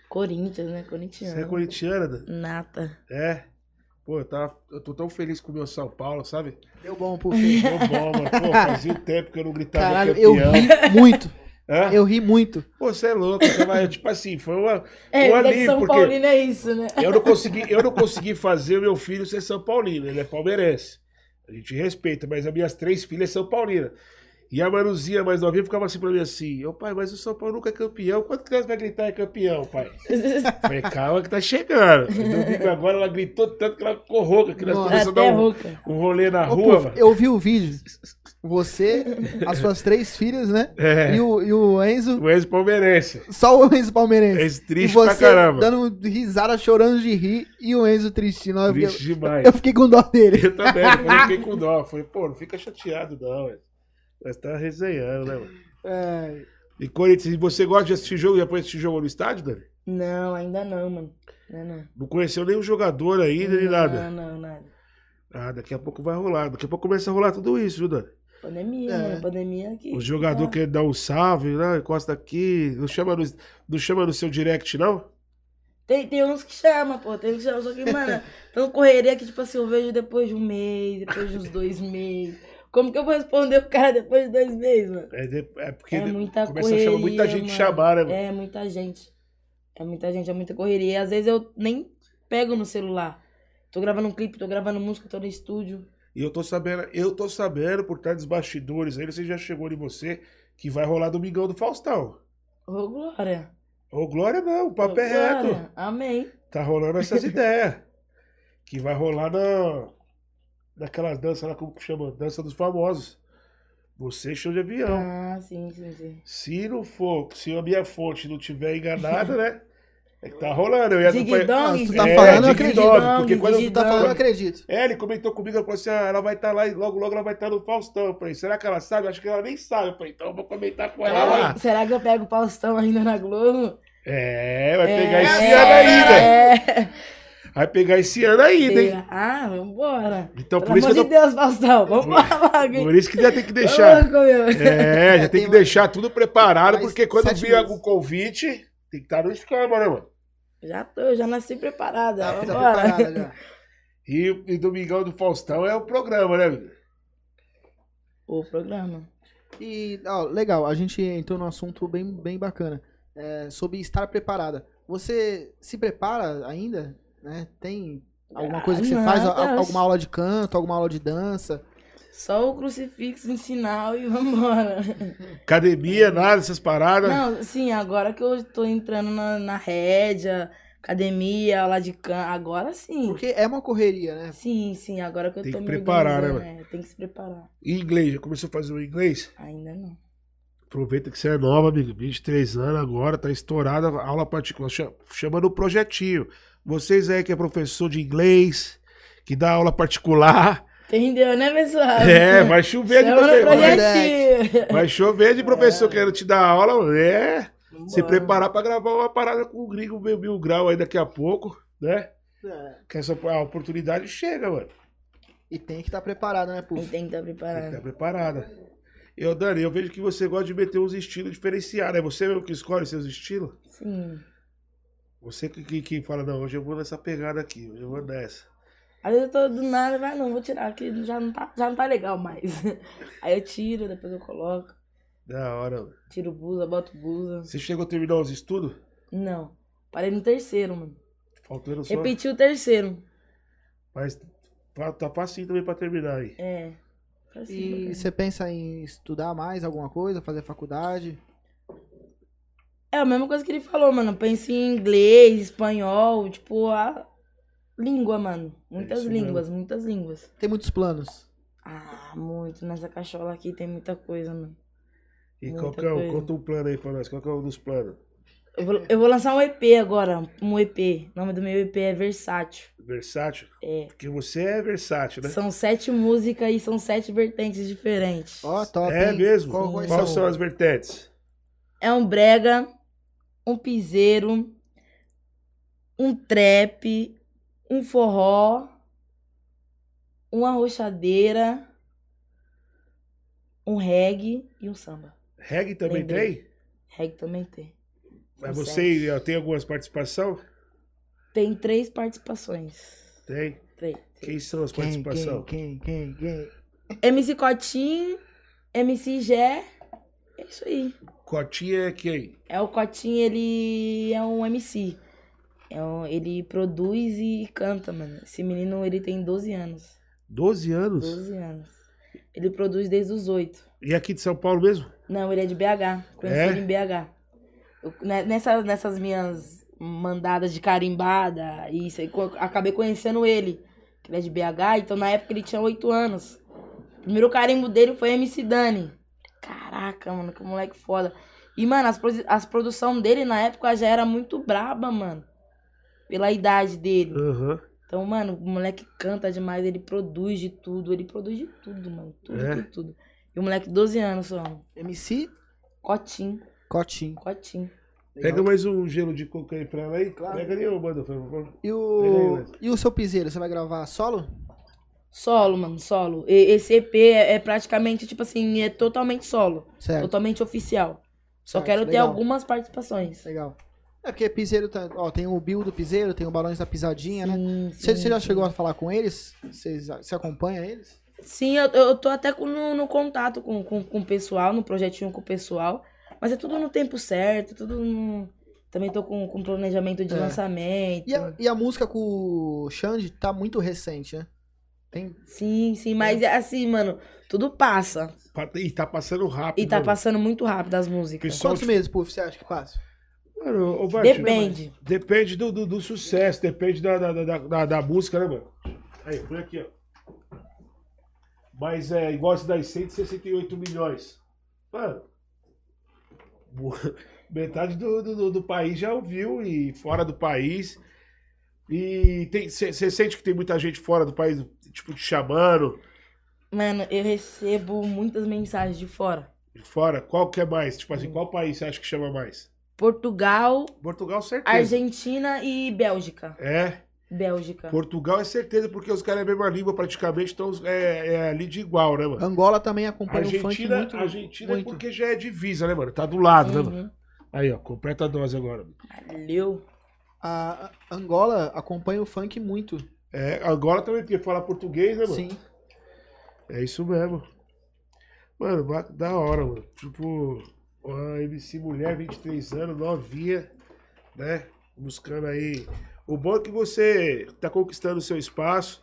[SPEAKER 3] Corinthians, né?
[SPEAKER 1] Você é
[SPEAKER 3] Corintiano.
[SPEAKER 1] corintiana, Dani?
[SPEAKER 3] Nata.
[SPEAKER 1] É? Pô, eu, tava, eu tô tão feliz com o meu São Paulo, sabe?
[SPEAKER 2] Deu bom, pro filho.
[SPEAKER 1] Tô bom, mano.
[SPEAKER 2] [laughs]
[SPEAKER 1] Pô, fazia um tempo que é eu não gritava
[SPEAKER 2] Caralho, eu
[SPEAKER 1] campeão.
[SPEAKER 2] ri muito.
[SPEAKER 1] Hã?
[SPEAKER 2] Eu ri muito.
[SPEAKER 1] Pô, você é louco. Você vai, tipo assim, foi uma,
[SPEAKER 3] É,
[SPEAKER 1] um
[SPEAKER 3] vida de
[SPEAKER 1] alívio,
[SPEAKER 3] São
[SPEAKER 1] porque...
[SPEAKER 3] Paulino é isso,
[SPEAKER 1] [laughs]
[SPEAKER 3] né?
[SPEAKER 1] Eu não consegui, eu não consegui fazer o meu filho ser São Paulino, ele é palmeirense. A gente respeita, mas as minhas três filhas são paulinas. E a Manuzinha mais novinha ficava assim pra mim assim: Ô pai, mas o São Paulo nunca é campeão. Quanto criança vai gritar é campeão, pai? Eu Falei, calma que tá chegando. E domingo agora ela gritou tanto que ela ficou rouca, que nós
[SPEAKER 2] Nossa.
[SPEAKER 1] começamos a dar
[SPEAKER 3] Até
[SPEAKER 1] um,
[SPEAKER 3] rouca.
[SPEAKER 1] um rolê na
[SPEAKER 2] Ô,
[SPEAKER 1] rua.
[SPEAKER 2] Puff,
[SPEAKER 1] mano.
[SPEAKER 2] eu vi o vídeo. Você, as suas três filhas, né?
[SPEAKER 1] É,
[SPEAKER 2] E, o, e o Enzo,
[SPEAKER 1] o ex-palmeirense.
[SPEAKER 2] só o Enzo palmeirense.
[SPEAKER 1] Ex-triste
[SPEAKER 2] e você
[SPEAKER 1] É pra caramba.
[SPEAKER 2] dando risada, chorando de rir, e o Enzo tristinho. Eu,
[SPEAKER 1] Triste
[SPEAKER 2] fiquei-
[SPEAKER 1] demais.
[SPEAKER 2] eu fiquei com dó
[SPEAKER 1] [laughs]
[SPEAKER 2] dele.
[SPEAKER 1] Eu também, eu fiquei com dó. Falei, pô, não fica chateado não, velho. Nós tá resenhando, né, mano?
[SPEAKER 2] É,
[SPEAKER 1] E Corinthians, e você gosta de assistir jogo e depois assistir jogo no estádio, Dani?
[SPEAKER 3] Não, ainda não, mano. Não, não.
[SPEAKER 1] Não conheceu nenhum jogador ainda, nem
[SPEAKER 3] não,
[SPEAKER 1] nada.
[SPEAKER 3] Não, nada.
[SPEAKER 1] Ah, daqui a pouco vai rolar. Daqui a pouco começa a rolar tudo isso, viu, Dani?
[SPEAKER 3] Pandemia,
[SPEAKER 2] É.
[SPEAKER 3] mano. Pandemia aqui.
[SPEAKER 1] O jogador quer dar um salve, né? encosta aqui. Não chama no, não chama no seu direct, não?
[SPEAKER 3] Tem, tem uns que chamam, pô. Tem uns que chamam. Só que,
[SPEAKER 1] [laughs]
[SPEAKER 3] mano, tão correria que, tipo assim, eu vejo depois de um mês, depois de uns dois meses. Como que eu vou responder o cara depois de dois meses, mano?
[SPEAKER 1] É, de- é porque
[SPEAKER 3] é
[SPEAKER 1] de-
[SPEAKER 3] muita
[SPEAKER 1] começa
[SPEAKER 3] correria,
[SPEAKER 1] a chamar muita gente
[SPEAKER 3] mano.
[SPEAKER 1] chamar, né? mano?
[SPEAKER 3] É muita gente. É muita gente, é muita correria. E às vezes eu nem pego no celular. Tô gravando um clipe, tô gravando música, tô no estúdio.
[SPEAKER 1] E eu tô sabendo, eu tô sabendo por trás dos bastidores, aí você já chegou em você que vai rolar Domingão do Faustão.
[SPEAKER 3] Ô, Glória.
[SPEAKER 1] Ô, Glória não, o
[SPEAKER 3] Ô,
[SPEAKER 1] papo é reto.
[SPEAKER 3] Glória. Amém.
[SPEAKER 1] Tá rolando essas
[SPEAKER 3] [laughs]
[SPEAKER 1] ideias. Que vai rolar na, naquela dança lá, como que chama? Dança dos famosos. Você e show de avião.
[SPEAKER 3] Ah, sim, sim, sim.
[SPEAKER 1] Se não for, se a minha fonte não tiver enganada, né? É que tá rolando. Eu ia
[SPEAKER 3] Dig
[SPEAKER 1] acompanhar-
[SPEAKER 2] Ah,
[SPEAKER 3] Dong.
[SPEAKER 2] tu tá
[SPEAKER 1] É,
[SPEAKER 2] falando, eu
[SPEAKER 1] Dig
[SPEAKER 2] acredito.
[SPEAKER 1] Dong, porque quando
[SPEAKER 2] Você tá falando, eu acredito.
[SPEAKER 1] É, ele comentou comigo, ele falou assim: ah, ela vai estar lá e logo, logo ela vai estar no Faustão. Eu falei, será que ela sabe? Acho que ela nem sabe. Eu falei, então eu vou comentar com ela lá.
[SPEAKER 3] Ai, será que eu pego o Faustão ainda na Globo?
[SPEAKER 1] É, vai pegar esse
[SPEAKER 3] é,
[SPEAKER 1] ano ainda.
[SPEAKER 3] É.
[SPEAKER 1] Vai pegar esse ano ainda, hein?
[SPEAKER 3] Ah, vambora.
[SPEAKER 1] Então, por
[SPEAKER 3] Pelo
[SPEAKER 1] isso
[SPEAKER 3] amor
[SPEAKER 1] que
[SPEAKER 3] de
[SPEAKER 1] eu
[SPEAKER 3] Deus, Faustão. Vambora logo. hein?
[SPEAKER 1] Por isso que já tem que
[SPEAKER 3] Ô,
[SPEAKER 1] deixar.
[SPEAKER 3] louco, meu.
[SPEAKER 1] É, já
[SPEAKER 2] É,
[SPEAKER 1] tem que
[SPEAKER 2] tem-
[SPEAKER 1] deixar tudo preparado,
[SPEAKER 2] Mais
[SPEAKER 1] porque quando
[SPEAKER 2] sete
[SPEAKER 1] vier
[SPEAKER 2] meses.
[SPEAKER 1] algum convite, tem que estar no esquema, né, mano?
[SPEAKER 3] Já tô, já nasci
[SPEAKER 1] É,
[SPEAKER 3] preparada.
[SPEAKER 2] Tá, tá
[SPEAKER 3] Vambora.
[SPEAKER 2] preparada já.
[SPEAKER 1] E, e Domingão do Faustão é o programa, né, amigo?
[SPEAKER 3] O programa.
[SPEAKER 2] E, ó, legal, a gente entrou num assunto bem, bem bacana. é, sobre estar preparada. Você se prepara ainda? Né? Tem alguma coisa que você
[SPEAKER 3] Ah,
[SPEAKER 2] faz?
[SPEAKER 3] não,
[SPEAKER 2] A-
[SPEAKER 3] Deus.
[SPEAKER 2] Alguma aula de canto, alguma aula de dança?
[SPEAKER 3] Só o crucifixo em sinal e [laughs] vambora.
[SPEAKER 1] Academia, nada, essas paradas.
[SPEAKER 3] Não, sim, agora que eu tô entrando na, na rédea, academia, aula de can, agora sim.
[SPEAKER 2] Porque é uma correria, né?
[SPEAKER 3] Sim, sim, agora que eu
[SPEAKER 1] Tem
[SPEAKER 3] tô
[SPEAKER 1] que
[SPEAKER 3] me
[SPEAKER 1] preparar, né,
[SPEAKER 3] organizando, é, Tem que se preparar.
[SPEAKER 1] E inglês, já começou a fazer o inglês?
[SPEAKER 3] Ainda não.
[SPEAKER 1] Aproveita que você é nova, amigo. 23 anos agora, tá estourada a aula particular. cha- Chama no projetinho. Vocês aí que é professor de inglês, que dá aula particular.
[SPEAKER 3] Entendeu, né, pessoal?
[SPEAKER 1] É, vai chover de
[SPEAKER 3] Chama no
[SPEAKER 1] professor.
[SPEAKER 2] projetinho.
[SPEAKER 1] Vai chover de professor querendo te dar aula. É.
[SPEAKER 3] Vambora.
[SPEAKER 1] Se preparar pra gravar uma parada com o gringo mil, mil grau aí daqui a pouco, né? Que essa a oportunidade chega, mano.
[SPEAKER 2] É. E tem que estar preparada, né,
[SPEAKER 3] Tem
[SPEAKER 2] Puf?
[SPEAKER 3] que estar
[SPEAKER 1] Tem que estar
[SPEAKER 3] preparado.
[SPEAKER 1] preparada. Eu, Dani, eu vejo que você gosta de meter uns estilos diferenciados. É você mesmo que escolhe seus estilos?
[SPEAKER 3] Sim.
[SPEAKER 1] Você que, que, que fala, não, hoje eu vou nessa pegada aqui, hoje eu vou nessa.
[SPEAKER 3] Às vezes eu tô do nada, vai não, vou tirar aqui, já não tá, já não tá legal mais. [laughs] Aí eu tiro, depois eu coloco.
[SPEAKER 1] Da hora. mano.
[SPEAKER 3] Tiro blusa, boto blusa.
[SPEAKER 1] Você chegou a terminar os estudos?
[SPEAKER 3] Não. Parei no terceiro, mano.
[SPEAKER 1] Faltando só.
[SPEAKER 3] Repeti o terceiro.
[SPEAKER 1] Mas fa- tá facinho também pra terminar aí.
[SPEAKER 3] É. Pra cima,
[SPEAKER 2] E
[SPEAKER 3] cara.
[SPEAKER 2] você pensa em estudar mais alguma coisa, fazer faculdade?
[SPEAKER 3] É a mesma coisa que ele falou, mano. Pense em inglês, espanhol, tipo, a língua, mano. Muitas
[SPEAKER 1] isso
[SPEAKER 3] línguas, muitas línguas.
[SPEAKER 2] Tem muitos planos.
[SPEAKER 3] Ah, muito. Nessa cachola aqui tem muita coisa, mano.
[SPEAKER 1] E
[SPEAKER 3] Muita
[SPEAKER 1] qual que é o,
[SPEAKER 3] coisa.
[SPEAKER 1] conta um plano aí pra nós, qual que é um dos planos?
[SPEAKER 3] Eu vou, eu vou lançar um EP agora, um EP. O nome do meu EP é Versátil.
[SPEAKER 1] Versátil?
[SPEAKER 3] É.
[SPEAKER 1] Porque você é versátil, né?
[SPEAKER 3] São sete músicas e são sete vertentes diferentes.
[SPEAKER 2] Ó, top.
[SPEAKER 1] é
[SPEAKER 2] hein?
[SPEAKER 1] mesmo?
[SPEAKER 2] Qual- quais
[SPEAKER 1] Quais
[SPEAKER 2] são?
[SPEAKER 1] são as vertentes?
[SPEAKER 3] É um brega, um piseiro, um trap, um forró, uma rochadeira, um reggae e um samba.
[SPEAKER 1] Reggae também
[SPEAKER 3] Lembrei.
[SPEAKER 1] tem?
[SPEAKER 3] Reggae também tem.
[SPEAKER 1] Mas
[SPEAKER 3] São
[SPEAKER 1] você
[SPEAKER 3] sete.
[SPEAKER 1] eh, tem algumas participação?
[SPEAKER 3] Tem três participações.
[SPEAKER 1] Tem.
[SPEAKER 3] Três.
[SPEAKER 1] Quem são as
[SPEAKER 2] Quem, quem,
[SPEAKER 1] participações?
[SPEAKER 2] quem, quem, quem?
[SPEAKER 3] MC Cotinho, MC Gé, é isso aí.
[SPEAKER 1] Cotinha é quem?
[SPEAKER 3] É o Cotinho, ele é um MC. É um- ele produz e canta, mano. Esse menino, ele tem 12 anos.
[SPEAKER 1] 12 anos?
[SPEAKER 3] 12 anos. Ele produz desde os 8.
[SPEAKER 1] E aqui de São Paulo mesmo?
[SPEAKER 3] Não, ele é de BH. Conheci
[SPEAKER 1] É?
[SPEAKER 3] ele em BH. Eu- ne- nessa- nessas minhas mandadas de carimbada, e isso aí, co- acabei conhecendo ele. que Ele é de BH, então na época ele tinha 8 anos. O primeiro carimbo dele foi MC Dani. Caraca, mano, que moleque foda. E, mano, as, produ- as produção dele na época já era muito braba, mano. Pela idade dele.
[SPEAKER 1] Aham.
[SPEAKER 3] Então, mano, o moleque canta demais, ele produz de tudo, ele produz de tudo, mano. Tudo,
[SPEAKER 1] É?
[SPEAKER 3] tudo, tudo. E o moleque, 12 anos só, mano.
[SPEAKER 2] MC
[SPEAKER 3] Cotim,
[SPEAKER 2] Cotinho.
[SPEAKER 3] cotim.
[SPEAKER 1] Pega mais um gelo de coca aí pra ela aí.
[SPEAKER 2] Claro.
[SPEAKER 1] Pega nenhum, manda, por favor.
[SPEAKER 2] E
[SPEAKER 1] Pega aí,
[SPEAKER 2] o,
[SPEAKER 1] Wesley.
[SPEAKER 2] e o seu piseiro, você vai gravar solo?
[SPEAKER 3] Solo, mano, solo. E- Esse EP é é praticamente, tipo assim, é totalmente solo.
[SPEAKER 2] Certo.
[SPEAKER 3] Totalmente oficial. Só
[SPEAKER 2] Certo,
[SPEAKER 3] quero ter
[SPEAKER 2] legal.
[SPEAKER 3] algumas participações.
[SPEAKER 2] Legal. É porque piseiro, tá- ó, tem o Bill do piseiro, tem o Balões da Pisadinha, né?
[SPEAKER 3] Sim,
[SPEAKER 2] Você
[SPEAKER 3] sim,
[SPEAKER 2] você já
[SPEAKER 3] sim.
[SPEAKER 2] chegou a falar com eles? Vocês- Você acompanha eles?
[SPEAKER 3] Sim, eu, eu tô até com- no, no contato com, com, com o pessoal, no projetinho com o pessoal. Mas é tudo no tempo certo, é tudo no... Também tô com, com planejamento de
[SPEAKER 2] É.
[SPEAKER 3] lançamento.
[SPEAKER 2] E a, e a música com o Xande tá muito recente, né? Tem,
[SPEAKER 3] Sim, sim, mas é assim, mano, tudo passa.
[SPEAKER 1] Pa- E tá passando rápido.
[SPEAKER 3] E tá
[SPEAKER 1] mano.
[SPEAKER 3] passando muito rápido as músicas.
[SPEAKER 1] Pessoal,
[SPEAKER 2] quantos meses, Puf, você acha que passa?
[SPEAKER 1] né, Mano, ô, Bart,
[SPEAKER 3] Depende.
[SPEAKER 1] Depende do, do, do sucesso, depende da, da, da, da, da música, né, mano? Aí, põe aqui, ó. Mas é igual esse das 168 milhões. Mano, [laughs] bo- metade do, do, do- do país já ouviu e fora do país. E você sente que tem muita gente fora do país, tipo, te chamando?
[SPEAKER 3] Mano, eu recebo muitas mensagens de fora.
[SPEAKER 1] De fora? Qual que é mais? Tipo assim, qual país você acha que chama mais?
[SPEAKER 3] Portugal,
[SPEAKER 1] Portugal, certeza.
[SPEAKER 3] Argentina e Bélgica.
[SPEAKER 1] É?
[SPEAKER 3] Bélgica.
[SPEAKER 1] Portugal é certeza, porque os caras é a mesma língua praticamente, então é, é ali de igual, né, mano?
[SPEAKER 2] Angola também acompanha o um funk
[SPEAKER 1] Argentina,
[SPEAKER 2] muito.
[SPEAKER 1] Argentina é
[SPEAKER 2] muito.
[SPEAKER 1] porque já é divisa, né, mano? Tá do lado, né, mano?
[SPEAKER 3] Uhum.
[SPEAKER 1] Aí, ó, completa a dose agora.
[SPEAKER 3] Valeu.
[SPEAKER 2] A a Angola acompanha o funk muito.
[SPEAKER 1] É, agora também, porque fala português, né, mano?
[SPEAKER 2] Sim.
[SPEAKER 1] É isso mesmo. Mano, ba- da hora, mano. Tipo, uma MC mulher, 23 anos, novinha, né? Buscando aí. O bom é que você tá conquistando o seu espaço,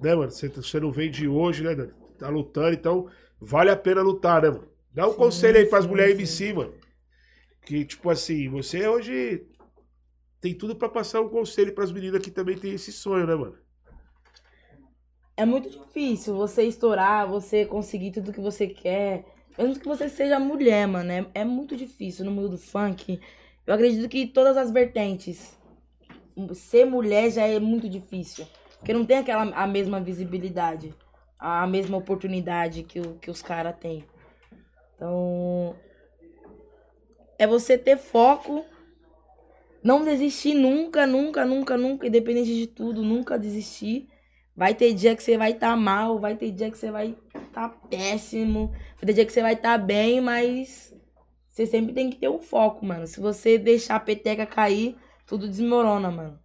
[SPEAKER 1] né, mano? Você, você não vem de hoje, né, Dani? Tá lutando, então vale a pena lutar, né, mano? Dá um
[SPEAKER 3] Sim,
[SPEAKER 1] conselho aí pras
[SPEAKER 3] sim,
[SPEAKER 1] mulheres
[SPEAKER 3] sim.
[SPEAKER 1] MC, mano. Que, tipo assim, você hoje tem tudo pra passar um conselho pras meninas que também tem esse sonho, né, mano?
[SPEAKER 3] É muito difícil você estourar, você conseguir tudo que você quer. Mesmo que você seja mulher, mano. É, é muito difícil no mundo do funk. Eu acredito que todas as vertentes. Ser mulher já é muito difícil. Porque não tem aquela a mesma visibilidade, a mesma oportunidade que, o, que os caras têm. Então. É você ter foco. Não desistir nunca, nunca, nunca, nunca, independente de tudo, nunca desistir. Vai ter dia que você vai estar mal, vai ter dia que você vai estar péssimo, vai ter dia que você vai estar bem, mas você sempre tem que ter um foco, mano. Se você deixar a peteca cair, tudo desmorona, mano.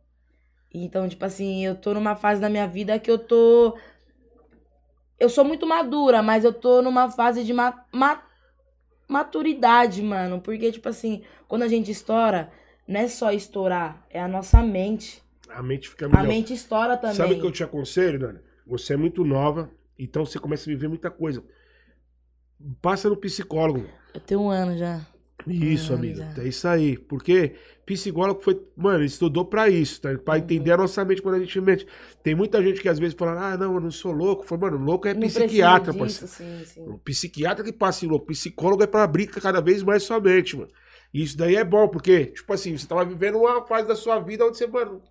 [SPEAKER 3] Então, tipo assim, eu tô numa fase da minha vida que eu tô. Eu sou muito madura, mas eu tô numa fase de ma... ma- maturidade, mano. Porque, tipo assim, quando a gente estoura, não é só estourar, é a nossa mente.
[SPEAKER 1] A mente fica
[SPEAKER 3] A
[SPEAKER 1] É melhor.
[SPEAKER 3] mente estoura também.
[SPEAKER 1] Sabe o que eu te aconselho, Dani? Você é muito nova, então você começa a viver muita coisa. Passa no psicólogo.
[SPEAKER 3] eu tenho um ano já.
[SPEAKER 1] Isso,
[SPEAKER 3] Ah,
[SPEAKER 1] amiga.
[SPEAKER 3] tá.
[SPEAKER 1] É isso aí. Porque psicólogo foi. Mano, ele estudou pra isso, tá?
[SPEAKER 3] Uhum.
[SPEAKER 1] Pra entender a nossa mente quando a gente mente. Tem muita gente que às vezes fala, ah, não, eu não sou louco. Fala, mano, louco é
[SPEAKER 3] Não
[SPEAKER 1] psiquiatra,
[SPEAKER 3] precisa
[SPEAKER 1] parceiro.
[SPEAKER 3] disso, sim, sim.
[SPEAKER 1] O psiquiatra que passa em louco. Psicólogo é pra abrir cada vez mais sua mente, mano. E isso daí é bom, porque, tipo assim, você tava vivendo uma fase da sua vida onde você, mano,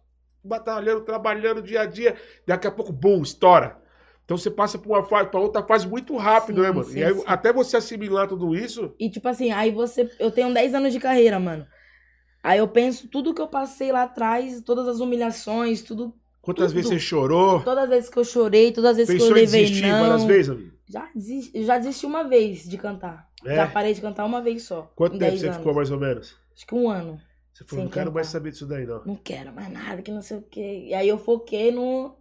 [SPEAKER 1] batalhando, trabalhando dia a dia, daqui a pouco, bum, estoura. Então você passa pra uma fase, pra outra fase muito rápido,
[SPEAKER 3] Sim,
[SPEAKER 1] né, mano?
[SPEAKER 3] sim,
[SPEAKER 1] e aí,
[SPEAKER 3] sim.
[SPEAKER 1] até você assimilar tudo isso,
[SPEAKER 3] E tipo assim, aí você. Eu tenho 10 anos de carreira, mano. Aí eu penso tudo que eu passei lá atrás, todas as humilhações, tudo.
[SPEAKER 1] quantas
[SPEAKER 3] Tudo.
[SPEAKER 1] vezes você chorou,
[SPEAKER 3] Todas as vezes que eu chorei, todas as vezes que eu
[SPEAKER 1] pensou em
[SPEAKER 3] levei
[SPEAKER 1] desistir
[SPEAKER 3] não.
[SPEAKER 1] várias vezes, amigo?
[SPEAKER 3] Já, desisti, eu já desisti uma vez de cantar.
[SPEAKER 1] É?
[SPEAKER 3] Já parei de cantar uma vez só.
[SPEAKER 1] Quanto
[SPEAKER 3] em
[SPEAKER 1] tempo
[SPEAKER 3] 10
[SPEAKER 1] você
[SPEAKER 3] anos.
[SPEAKER 1] ficou, mais ou menos?
[SPEAKER 3] Acho que um ano.
[SPEAKER 1] Você falou,
[SPEAKER 3] Sem
[SPEAKER 1] não quero
[SPEAKER 3] cantar.
[SPEAKER 1] mais saber disso daí, não.
[SPEAKER 3] Não quero mais nada, que não sei o quê. E aí eu foquei no.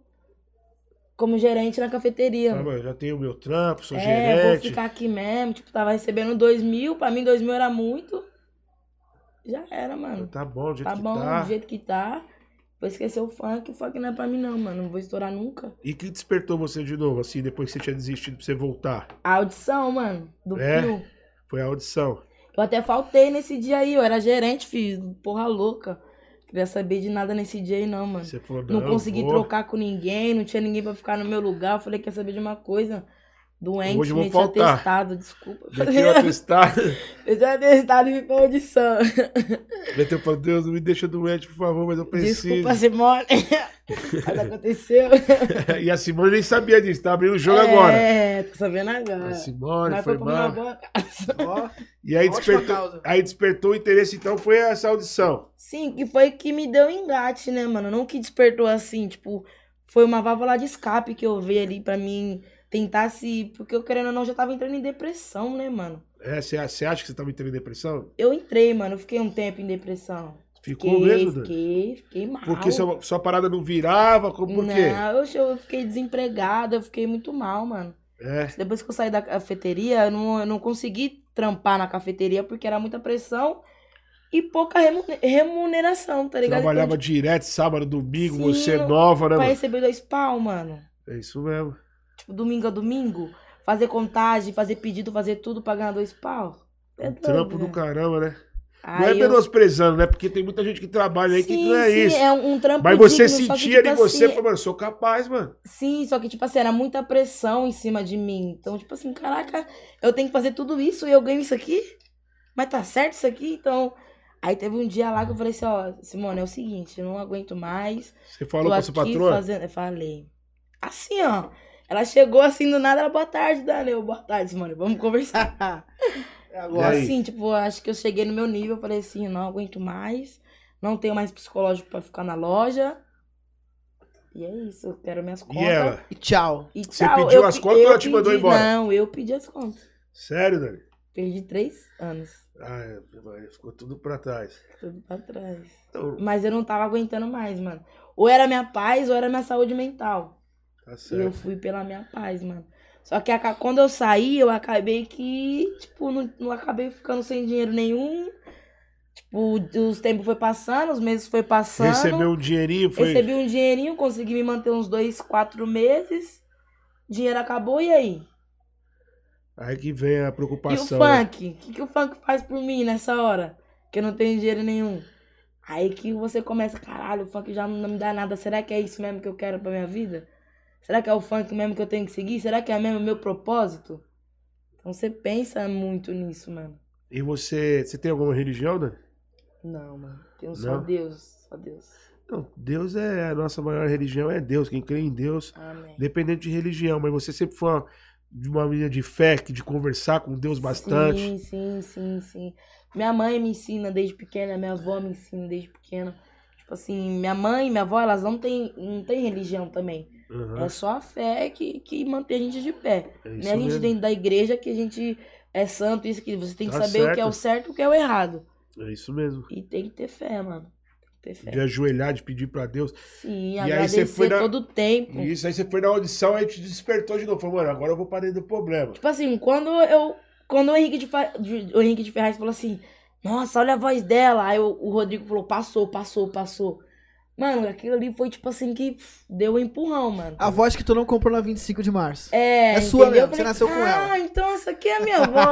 [SPEAKER 3] Como gerente na cafeteria.
[SPEAKER 1] Ah, mano, eu já tenho meu trampo, sou
[SPEAKER 3] É, vou
[SPEAKER 1] gerente.
[SPEAKER 3] ficar aqui mesmo. Tipo, tava recebendo dois mil. Pra mim, dois mil era muito. Já era, mano.
[SPEAKER 1] Tá bom, do jeito
[SPEAKER 3] Tá
[SPEAKER 1] que
[SPEAKER 3] bom
[SPEAKER 1] tá.
[SPEAKER 3] do jeito que tá. Vou esquecer o funk. O funk não é pra mim, não, mano. Não vou estourar nunca.
[SPEAKER 1] E que despertou você de novo, assim, depois que você tinha desistido pra você voltar?
[SPEAKER 3] A audição, mano, do
[SPEAKER 1] É?
[SPEAKER 3] Pio.
[SPEAKER 1] Foi a audição.
[SPEAKER 3] Eu até faltei nesse dia aí. Eu era gerente, filho. Porra louca. Queria saber de nada nesse dia aí, não, mano.
[SPEAKER 1] Você falou, não,
[SPEAKER 3] Não consegui
[SPEAKER 1] vou.
[SPEAKER 3] trocar com ninguém. Não tinha ninguém pra ficar no meu lugar. Eu falei, quer saber de uma coisa? Doente,
[SPEAKER 1] Hoje eu vou
[SPEAKER 3] meti
[SPEAKER 1] faltar.
[SPEAKER 3] atestado, desculpa. [laughs]
[SPEAKER 1] Meteu o atestado.
[SPEAKER 3] Meti atestado e ficou audição.
[SPEAKER 1] Meteu pra Deus, não me deixa doente, por favor, mas eu preciso.
[SPEAKER 3] Desculpa, Simone. Mas aconteceu.
[SPEAKER 1] [laughs] e a Simone nem sabia disso, tá abrindo o jogo
[SPEAKER 3] é,
[SPEAKER 1] agora.
[SPEAKER 3] tô sabendo agora.
[SPEAKER 1] A Simone
[SPEAKER 3] É. Mas
[SPEAKER 1] foi
[SPEAKER 3] pra comer
[SPEAKER 1] mal.
[SPEAKER 3] uma boca.
[SPEAKER 1] [laughs]
[SPEAKER 2] Ó,
[SPEAKER 1] E aí
[SPEAKER 2] Ótima
[SPEAKER 1] despertou,
[SPEAKER 2] causa. [laughs]
[SPEAKER 1] aí despertou o interesse, então, foi essa audição.
[SPEAKER 3] Sim, que foi que me deu engate, né, mano? Não que despertou assim, tipo, foi uma válvula de escape que eu vi ali pra mim tentar se. Porque eu querendo ou não já tava entrando em depressão, né, mano?
[SPEAKER 1] É, você você acha que você tava entrando em depressão?
[SPEAKER 3] Eu entrei, mano, eu fiquei um tempo em depressão.
[SPEAKER 1] Ficou
[SPEAKER 3] Fiquei,
[SPEAKER 1] mesmo, Dani?
[SPEAKER 3] fiquei, fiquei mal.
[SPEAKER 1] Porque sua, sua parada não virava? Como, por quê?
[SPEAKER 3] Não, eu, eu fiquei desempregada, eu fiquei muito mal, mano.
[SPEAKER 1] É,
[SPEAKER 3] Depois que eu saí da cafeteria, eu não, eu não consegui trampar na cafeteria porque era muita pressão e pouca remu- remuneração, tá ligado?
[SPEAKER 1] trabalhava
[SPEAKER 3] então,
[SPEAKER 1] direto, sábado, domingo,
[SPEAKER 3] Sim,
[SPEAKER 1] você
[SPEAKER 3] não-
[SPEAKER 1] nova, né,
[SPEAKER 3] tipo, pra
[SPEAKER 1] mano?
[SPEAKER 3] receber dois pau, mano.
[SPEAKER 1] É isso mesmo.
[SPEAKER 3] Tipo, domingo a domingo, fazer contagem, fazer pedido, fazer tudo pra ganhar dois pau. É
[SPEAKER 1] Um
[SPEAKER 3] doido,
[SPEAKER 1] trampo do
[SPEAKER 3] né?
[SPEAKER 1] caramba, né? Não
[SPEAKER 3] Aí
[SPEAKER 1] é
[SPEAKER 3] eu-
[SPEAKER 1] menosprezando, né? Porque tem muita gente que trabalha aí que
[SPEAKER 3] Sim,
[SPEAKER 1] não é
[SPEAKER 3] sim,
[SPEAKER 1] isso.
[SPEAKER 3] é um um trampo
[SPEAKER 1] Mas você
[SPEAKER 3] digno, só que,
[SPEAKER 1] sentia
[SPEAKER 3] tipo
[SPEAKER 1] em você,
[SPEAKER 3] assim,
[SPEAKER 1] falou, mano, eu sou capaz, mano.
[SPEAKER 3] Sim, só que, tipo assim, era muita pressão em cima de mim. Então, tipo assim, caraca, eu tenho que fazer tudo isso e eu ganho isso aqui? Mas tá certo isso aqui? Então. Aí teve um dia lá que eu falei assim, ó, Simone, é o seguinte, eu não aguento mais.
[SPEAKER 1] Você falou
[SPEAKER 3] tô
[SPEAKER 1] pra sua
[SPEAKER 3] aqui
[SPEAKER 1] patroa?
[SPEAKER 3] fazendo. Eu falei. Assim, ó. Ela chegou assim do nada, ela, boa tarde, Dani. Eu, boa tarde, Simone, vamos conversar.
[SPEAKER 1] E
[SPEAKER 2] é agora.
[SPEAKER 1] aí?
[SPEAKER 3] assim, tipo, eu acho que eu cheguei no meu nível, eu falei assim, não aguento mais, não tenho mais psicológico pra ficar na loja. E é isso, eu quero minhas contas.
[SPEAKER 1] E ela?
[SPEAKER 2] E tchau.
[SPEAKER 3] E
[SPEAKER 1] Você
[SPEAKER 3] tchau.
[SPEAKER 1] pediu
[SPEAKER 3] Eu
[SPEAKER 1] as
[SPEAKER 3] pe-
[SPEAKER 1] contas ou
[SPEAKER 3] eu
[SPEAKER 1] ela te mandou
[SPEAKER 3] pedi-
[SPEAKER 1] embora?
[SPEAKER 3] Não, eu pedi as contas.
[SPEAKER 1] Sério, Dani?
[SPEAKER 3] Perdi três anos.
[SPEAKER 1] Ah, mano, ficou tudo pra trás.
[SPEAKER 3] Tudo pra trás.
[SPEAKER 1] Então,
[SPEAKER 3] Mas eu não tava aguentando mais, mano. Ou era minha paz ou era minha saúde mental.
[SPEAKER 1] tá
[SPEAKER 3] E eu
[SPEAKER 1] certo.
[SPEAKER 3] fui pela minha paz, mano. Só que aca- quando eu saí, eu acabei que, tipo, não, não acabei ficando sem dinheiro nenhum. Tipo, os tempos foi passando, os meses foi passando.
[SPEAKER 1] Recebeu um dinheirinho, foi.
[SPEAKER 3] Recebi um dinheirinho, consegui me manter uns dois, quatro meses. Dinheiro acabou, e aí?
[SPEAKER 1] Aí que vem a preocupação.
[SPEAKER 3] E o
[SPEAKER 1] né?
[SPEAKER 3] funk? O que, que o funk faz por mim nessa hora? Que eu não tenho dinheiro nenhum. Aí que você começa, caralho, o funk já não me dá nada. Será que é isso mesmo que eu quero pra minha vida? Será que é o funk mesmo que eu tenho que seguir? Será que é mesmo o meu propósito? Então você pensa muito nisso, mano.
[SPEAKER 1] E você, você tem alguma religião, Dani?
[SPEAKER 3] Não, mano. Tenho só
[SPEAKER 1] Não?
[SPEAKER 3] Deus. Só Deus.
[SPEAKER 1] Não, Deus é a nossa maior religião, é Deus. Quem crê em Deus,
[SPEAKER 3] Amém.
[SPEAKER 1] dependente de religião, mas você sempre foi uma, de uma menina de fé, que- de conversar com Deus bastante.
[SPEAKER 3] Sim, sim, sim, sim. Minha mãe me ensina desde pequena, minha avó me ensina desde pequena. Tipo assim, minha mãe e minha avó, elas não têm, não têm religião também.
[SPEAKER 1] Aham,
[SPEAKER 3] É só a fé que, que mantém a gente de pé.
[SPEAKER 1] é
[SPEAKER 3] Não é a gente
[SPEAKER 1] mesmo.
[SPEAKER 3] dentro da igreja que a gente é santo, isso que você tem que
[SPEAKER 1] Tá
[SPEAKER 3] saber o que é o certo e o que é o errado.
[SPEAKER 1] É isso mesmo.
[SPEAKER 3] E tem que ter fé, mano. Tem que ter
[SPEAKER 1] De
[SPEAKER 3] fé.
[SPEAKER 1] ajoelhar, de pedir pra Deus.
[SPEAKER 3] Sim,
[SPEAKER 1] aí
[SPEAKER 3] agradecer
[SPEAKER 1] você foi na-
[SPEAKER 3] todo o tempo.
[SPEAKER 1] E isso aí você foi na audição aí te despertou de novo. Falou, mano, agora eu vou parar do
[SPEAKER 3] [laughs]
[SPEAKER 1] problema.
[SPEAKER 3] Tipo assim, quando eu. Quando o Henrique de, Fa- de- o Henrique de Ferraz falou assim, nossa, olha a voz dela. Aí o, o Rodrigo falou, passou, passou, passou. Mano, aquilo ali foi tipo assim que pff, deu um empurrão, mano.
[SPEAKER 2] A voz que tu não comprou na 25 de março.
[SPEAKER 3] É,
[SPEAKER 2] Ah, É sua
[SPEAKER 3] entendeu?
[SPEAKER 2] mesmo,
[SPEAKER 3] Eu
[SPEAKER 2] você nasceu com ela.
[SPEAKER 3] Ah, então essa aqui é a minha voz.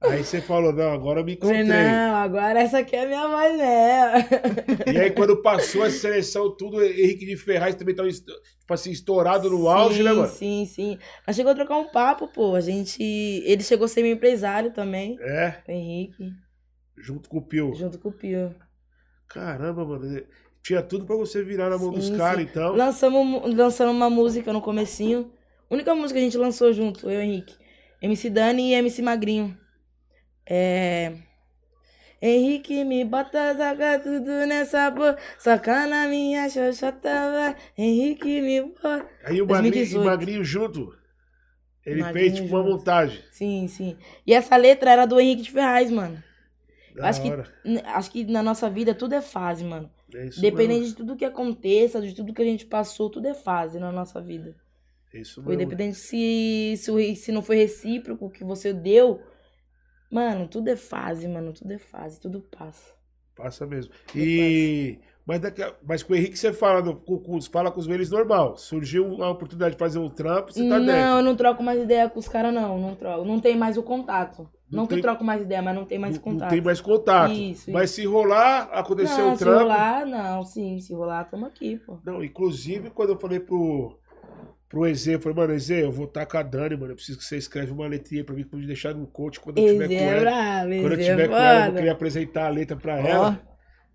[SPEAKER 1] Ah. aí você falou, não, agora eu me
[SPEAKER 3] Falei,
[SPEAKER 1] encontrei.
[SPEAKER 3] não, agora essa aqui é a minha voz mesmo.
[SPEAKER 1] E aí, quando passou a seleção, tudo, Henrique de Ferraz também tava, est- tipo assim, estourado no auge, né, mano?
[SPEAKER 3] Sim, sim. Mas chegou a trocar um papo, pô. A gente. Ele chegou a ser meu empresário também,
[SPEAKER 1] É,
[SPEAKER 3] o Henrique,
[SPEAKER 1] junto com o Pio.
[SPEAKER 3] junto com o Pio.
[SPEAKER 1] Caramba, mano. Tinha tudo pra você virar na mão
[SPEAKER 3] Sim,
[SPEAKER 1] dos
[SPEAKER 3] sim.
[SPEAKER 1] caras, então.
[SPEAKER 3] Lançamos, mu- lançamos uma música no comecinho. A única música que a gente lançou junto, eu e o Henrique. MC Dani e MC Magrinho. É. Henrique, me bota, saca tudo nessa boca. Saca na minha xoxota, vai. Henrique, me bota.
[SPEAKER 1] Aí o magrinho,
[SPEAKER 3] 2018.
[SPEAKER 1] o magrinho junto. Ele
[SPEAKER 3] Magrinho
[SPEAKER 1] fez tipo uma
[SPEAKER 3] junto.
[SPEAKER 1] montagem.
[SPEAKER 3] Sim, sim. E essa letra era do Henrique de Ferraz, mano.
[SPEAKER 1] Da
[SPEAKER 3] Acho que-
[SPEAKER 1] hora.
[SPEAKER 3] N- Acho que na nossa vida tudo é fase, mano.
[SPEAKER 1] É isso
[SPEAKER 3] Independente
[SPEAKER 1] mesmo.
[SPEAKER 3] de tudo que aconteça, de tudo que a gente passou, tudo é fase na nossa vida.
[SPEAKER 1] É isso
[SPEAKER 3] Foi
[SPEAKER 1] mesmo.
[SPEAKER 3] independente se, se, o re- se não foi recíproco o que você deu. Mano, tudo é fase, mano. Tudo é fase, tudo passa.
[SPEAKER 1] Passa mesmo.
[SPEAKER 3] É
[SPEAKER 1] E. Mas, daqui a- mas com o Henrique você fala, no- com, com os- fala com os velhos normal. Surgiu a oportunidade de fazer um trampo, você tá
[SPEAKER 3] não,
[SPEAKER 1] dentro.
[SPEAKER 3] eu não troco mais ideia com os caras, não. Não troco. Não tem mais o contato.
[SPEAKER 1] Não
[SPEAKER 3] Não,
[SPEAKER 1] tem-
[SPEAKER 3] que troco mais ideia, mas não tem mais
[SPEAKER 1] não, não
[SPEAKER 3] contato.
[SPEAKER 1] tem mais contato.
[SPEAKER 3] Isso,
[SPEAKER 1] mas se rolar, aconteceu
[SPEAKER 3] não,
[SPEAKER 1] um
[SPEAKER 3] se
[SPEAKER 1] trampo.
[SPEAKER 3] rolar, não. Sim, se rolar, tamo aqui, pô.
[SPEAKER 1] Não, inclusive quando eu falei pro, pro Eze, eu falei, mano, Eze, eu vou estar com a Dani, mano. Eu preciso que você escreve uma letrinha pra mim pra me deixar no coach quando eu tiver
[SPEAKER 3] Eze
[SPEAKER 1] com
[SPEAKER 3] é
[SPEAKER 1] ela.
[SPEAKER 3] brabo,
[SPEAKER 1] Quando eu
[SPEAKER 3] Eze
[SPEAKER 1] tiver
[SPEAKER 3] é
[SPEAKER 1] com ela, eu
[SPEAKER 3] foda.
[SPEAKER 1] vou querer apresentar a letra pra
[SPEAKER 2] Ó.
[SPEAKER 1] É ela.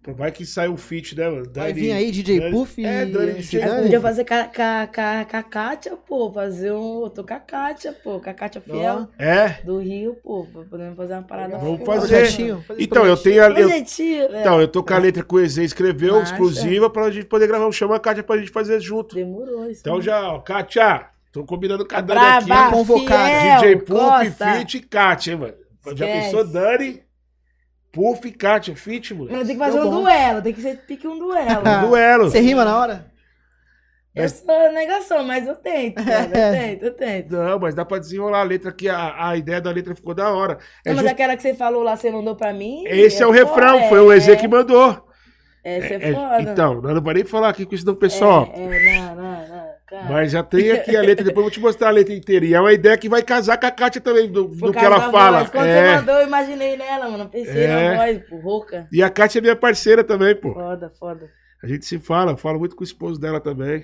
[SPEAKER 1] Pô, Vai que sai um feat, né, mano?
[SPEAKER 2] Vai
[SPEAKER 1] Dani-
[SPEAKER 2] vir aí DJ
[SPEAKER 1] Dani-
[SPEAKER 2] Puff e
[SPEAKER 1] É, Dani,
[SPEAKER 2] MC
[SPEAKER 1] DJ
[SPEAKER 3] Aí
[SPEAKER 1] Puff.
[SPEAKER 2] Dani.
[SPEAKER 3] podia fazer com a, com a- com a- com a Kátia, pô. Fazer um. Eu tô com a Kátia, pô. Com a Kátia Fiel
[SPEAKER 1] É?
[SPEAKER 3] do Rio, pô. Podemos fazer uma parada assim, um
[SPEAKER 1] Vamos
[SPEAKER 3] foda.
[SPEAKER 1] fazer.
[SPEAKER 2] Projetinho, fazer
[SPEAKER 1] Então, eu
[SPEAKER 2] projetinho.
[SPEAKER 1] tenho a
[SPEAKER 3] Mas
[SPEAKER 1] eu,
[SPEAKER 3] é tio, é.
[SPEAKER 1] Então, eu tô com a letra que o Eze escreveu,
[SPEAKER 3] Massa.
[SPEAKER 1] exclusiva, pra gente poder gravar um chama a Kátia pra gente fazer junto.
[SPEAKER 3] Demorou isso.
[SPEAKER 1] Então
[SPEAKER 3] né?
[SPEAKER 1] já, ó, Kátia, tô combinando com a Dani
[SPEAKER 3] Braba,
[SPEAKER 1] aqui. né?
[SPEAKER 2] tá convocado.
[SPEAKER 3] Fiel,
[SPEAKER 1] DJ Puff,
[SPEAKER 3] Costa.
[SPEAKER 1] Fit e Kátia, hein, mano. Já
[SPEAKER 3] Esquece.
[SPEAKER 1] pensou Dani? Puff e Kátia, Fit,
[SPEAKER 3] Mano,
[SPEAKER 1] moleque.
[SPEAKER 3] tem que fazer
[SPEAKER 2] Deu
[SPEAKER 3] um
[SPEAKER 2] bom.
[SPEAKER 3] duelo, tem que ser pique
[SPEAKER 1] [laughs]
[SPEAKER 3] um duelo.
[SPEAKER 2] Ah,
[SPEAKER 1] Duelo.
[SPEAKER 2] Você rima na hora?
[SPEAKER 1] É.
[SPEAKER 3] Eu sou é negação, mas eu tento, cara, eu tento, eu tento.
[SPEAKER 1] Não, mas dá pra desenrolar a letra aqui. A, a ideia da letra ficou da hora. É
[SPEAKER 3] Não, mas
[SPEAKER 1] just-
[SPEAKER 3] aquela que você falou lá, você mandou pra mim.
[SPEAKER 1] Esse é o
[SPEAKER 3] pô,
[SPEAKER 1] refrão,
[SPEAKER 3] é-
[SPEAKER 1] foi o Eze que mandou.
[SPEAKER 3] Essa é,
[SPEAKER 1] É,
[SPEAKER 3] foda.
[SPEAKER 1] então, nós não vamos nem falar aqui com isso não, pessoal.
[SPEAKER 3] É, é, não, não, não, cara.
[SPEAKER 1] Mas já tem aqui a letra, depois eu vou te mostrar a letra inteira. E é uma ideia que vai casar com a Kátia também, do,
[SPEAKER 3] Por
[SPEAKER 1] do que
[SPEAKER 3] causa
[SPEAKER 1] ela
[SPEAKER 3] da
[SPEAKER 1] fala.
[SPEAKER 3] voz. Quando
[SPEAKER 1] É.
[SPEAKER 3] você mandou, eu imaginei nela, mano. Eu Pensei
[SPEAKER 1] É.
[SPEAKER 3] na voz, pô, rouca.
[SPEAKER 1] E a Kátia é minha parceira também, pô.
[SPEAKER 3] Foda, foda.
[SPEAKER 1] A gente se fala, eu falo muito com o esposo dela também.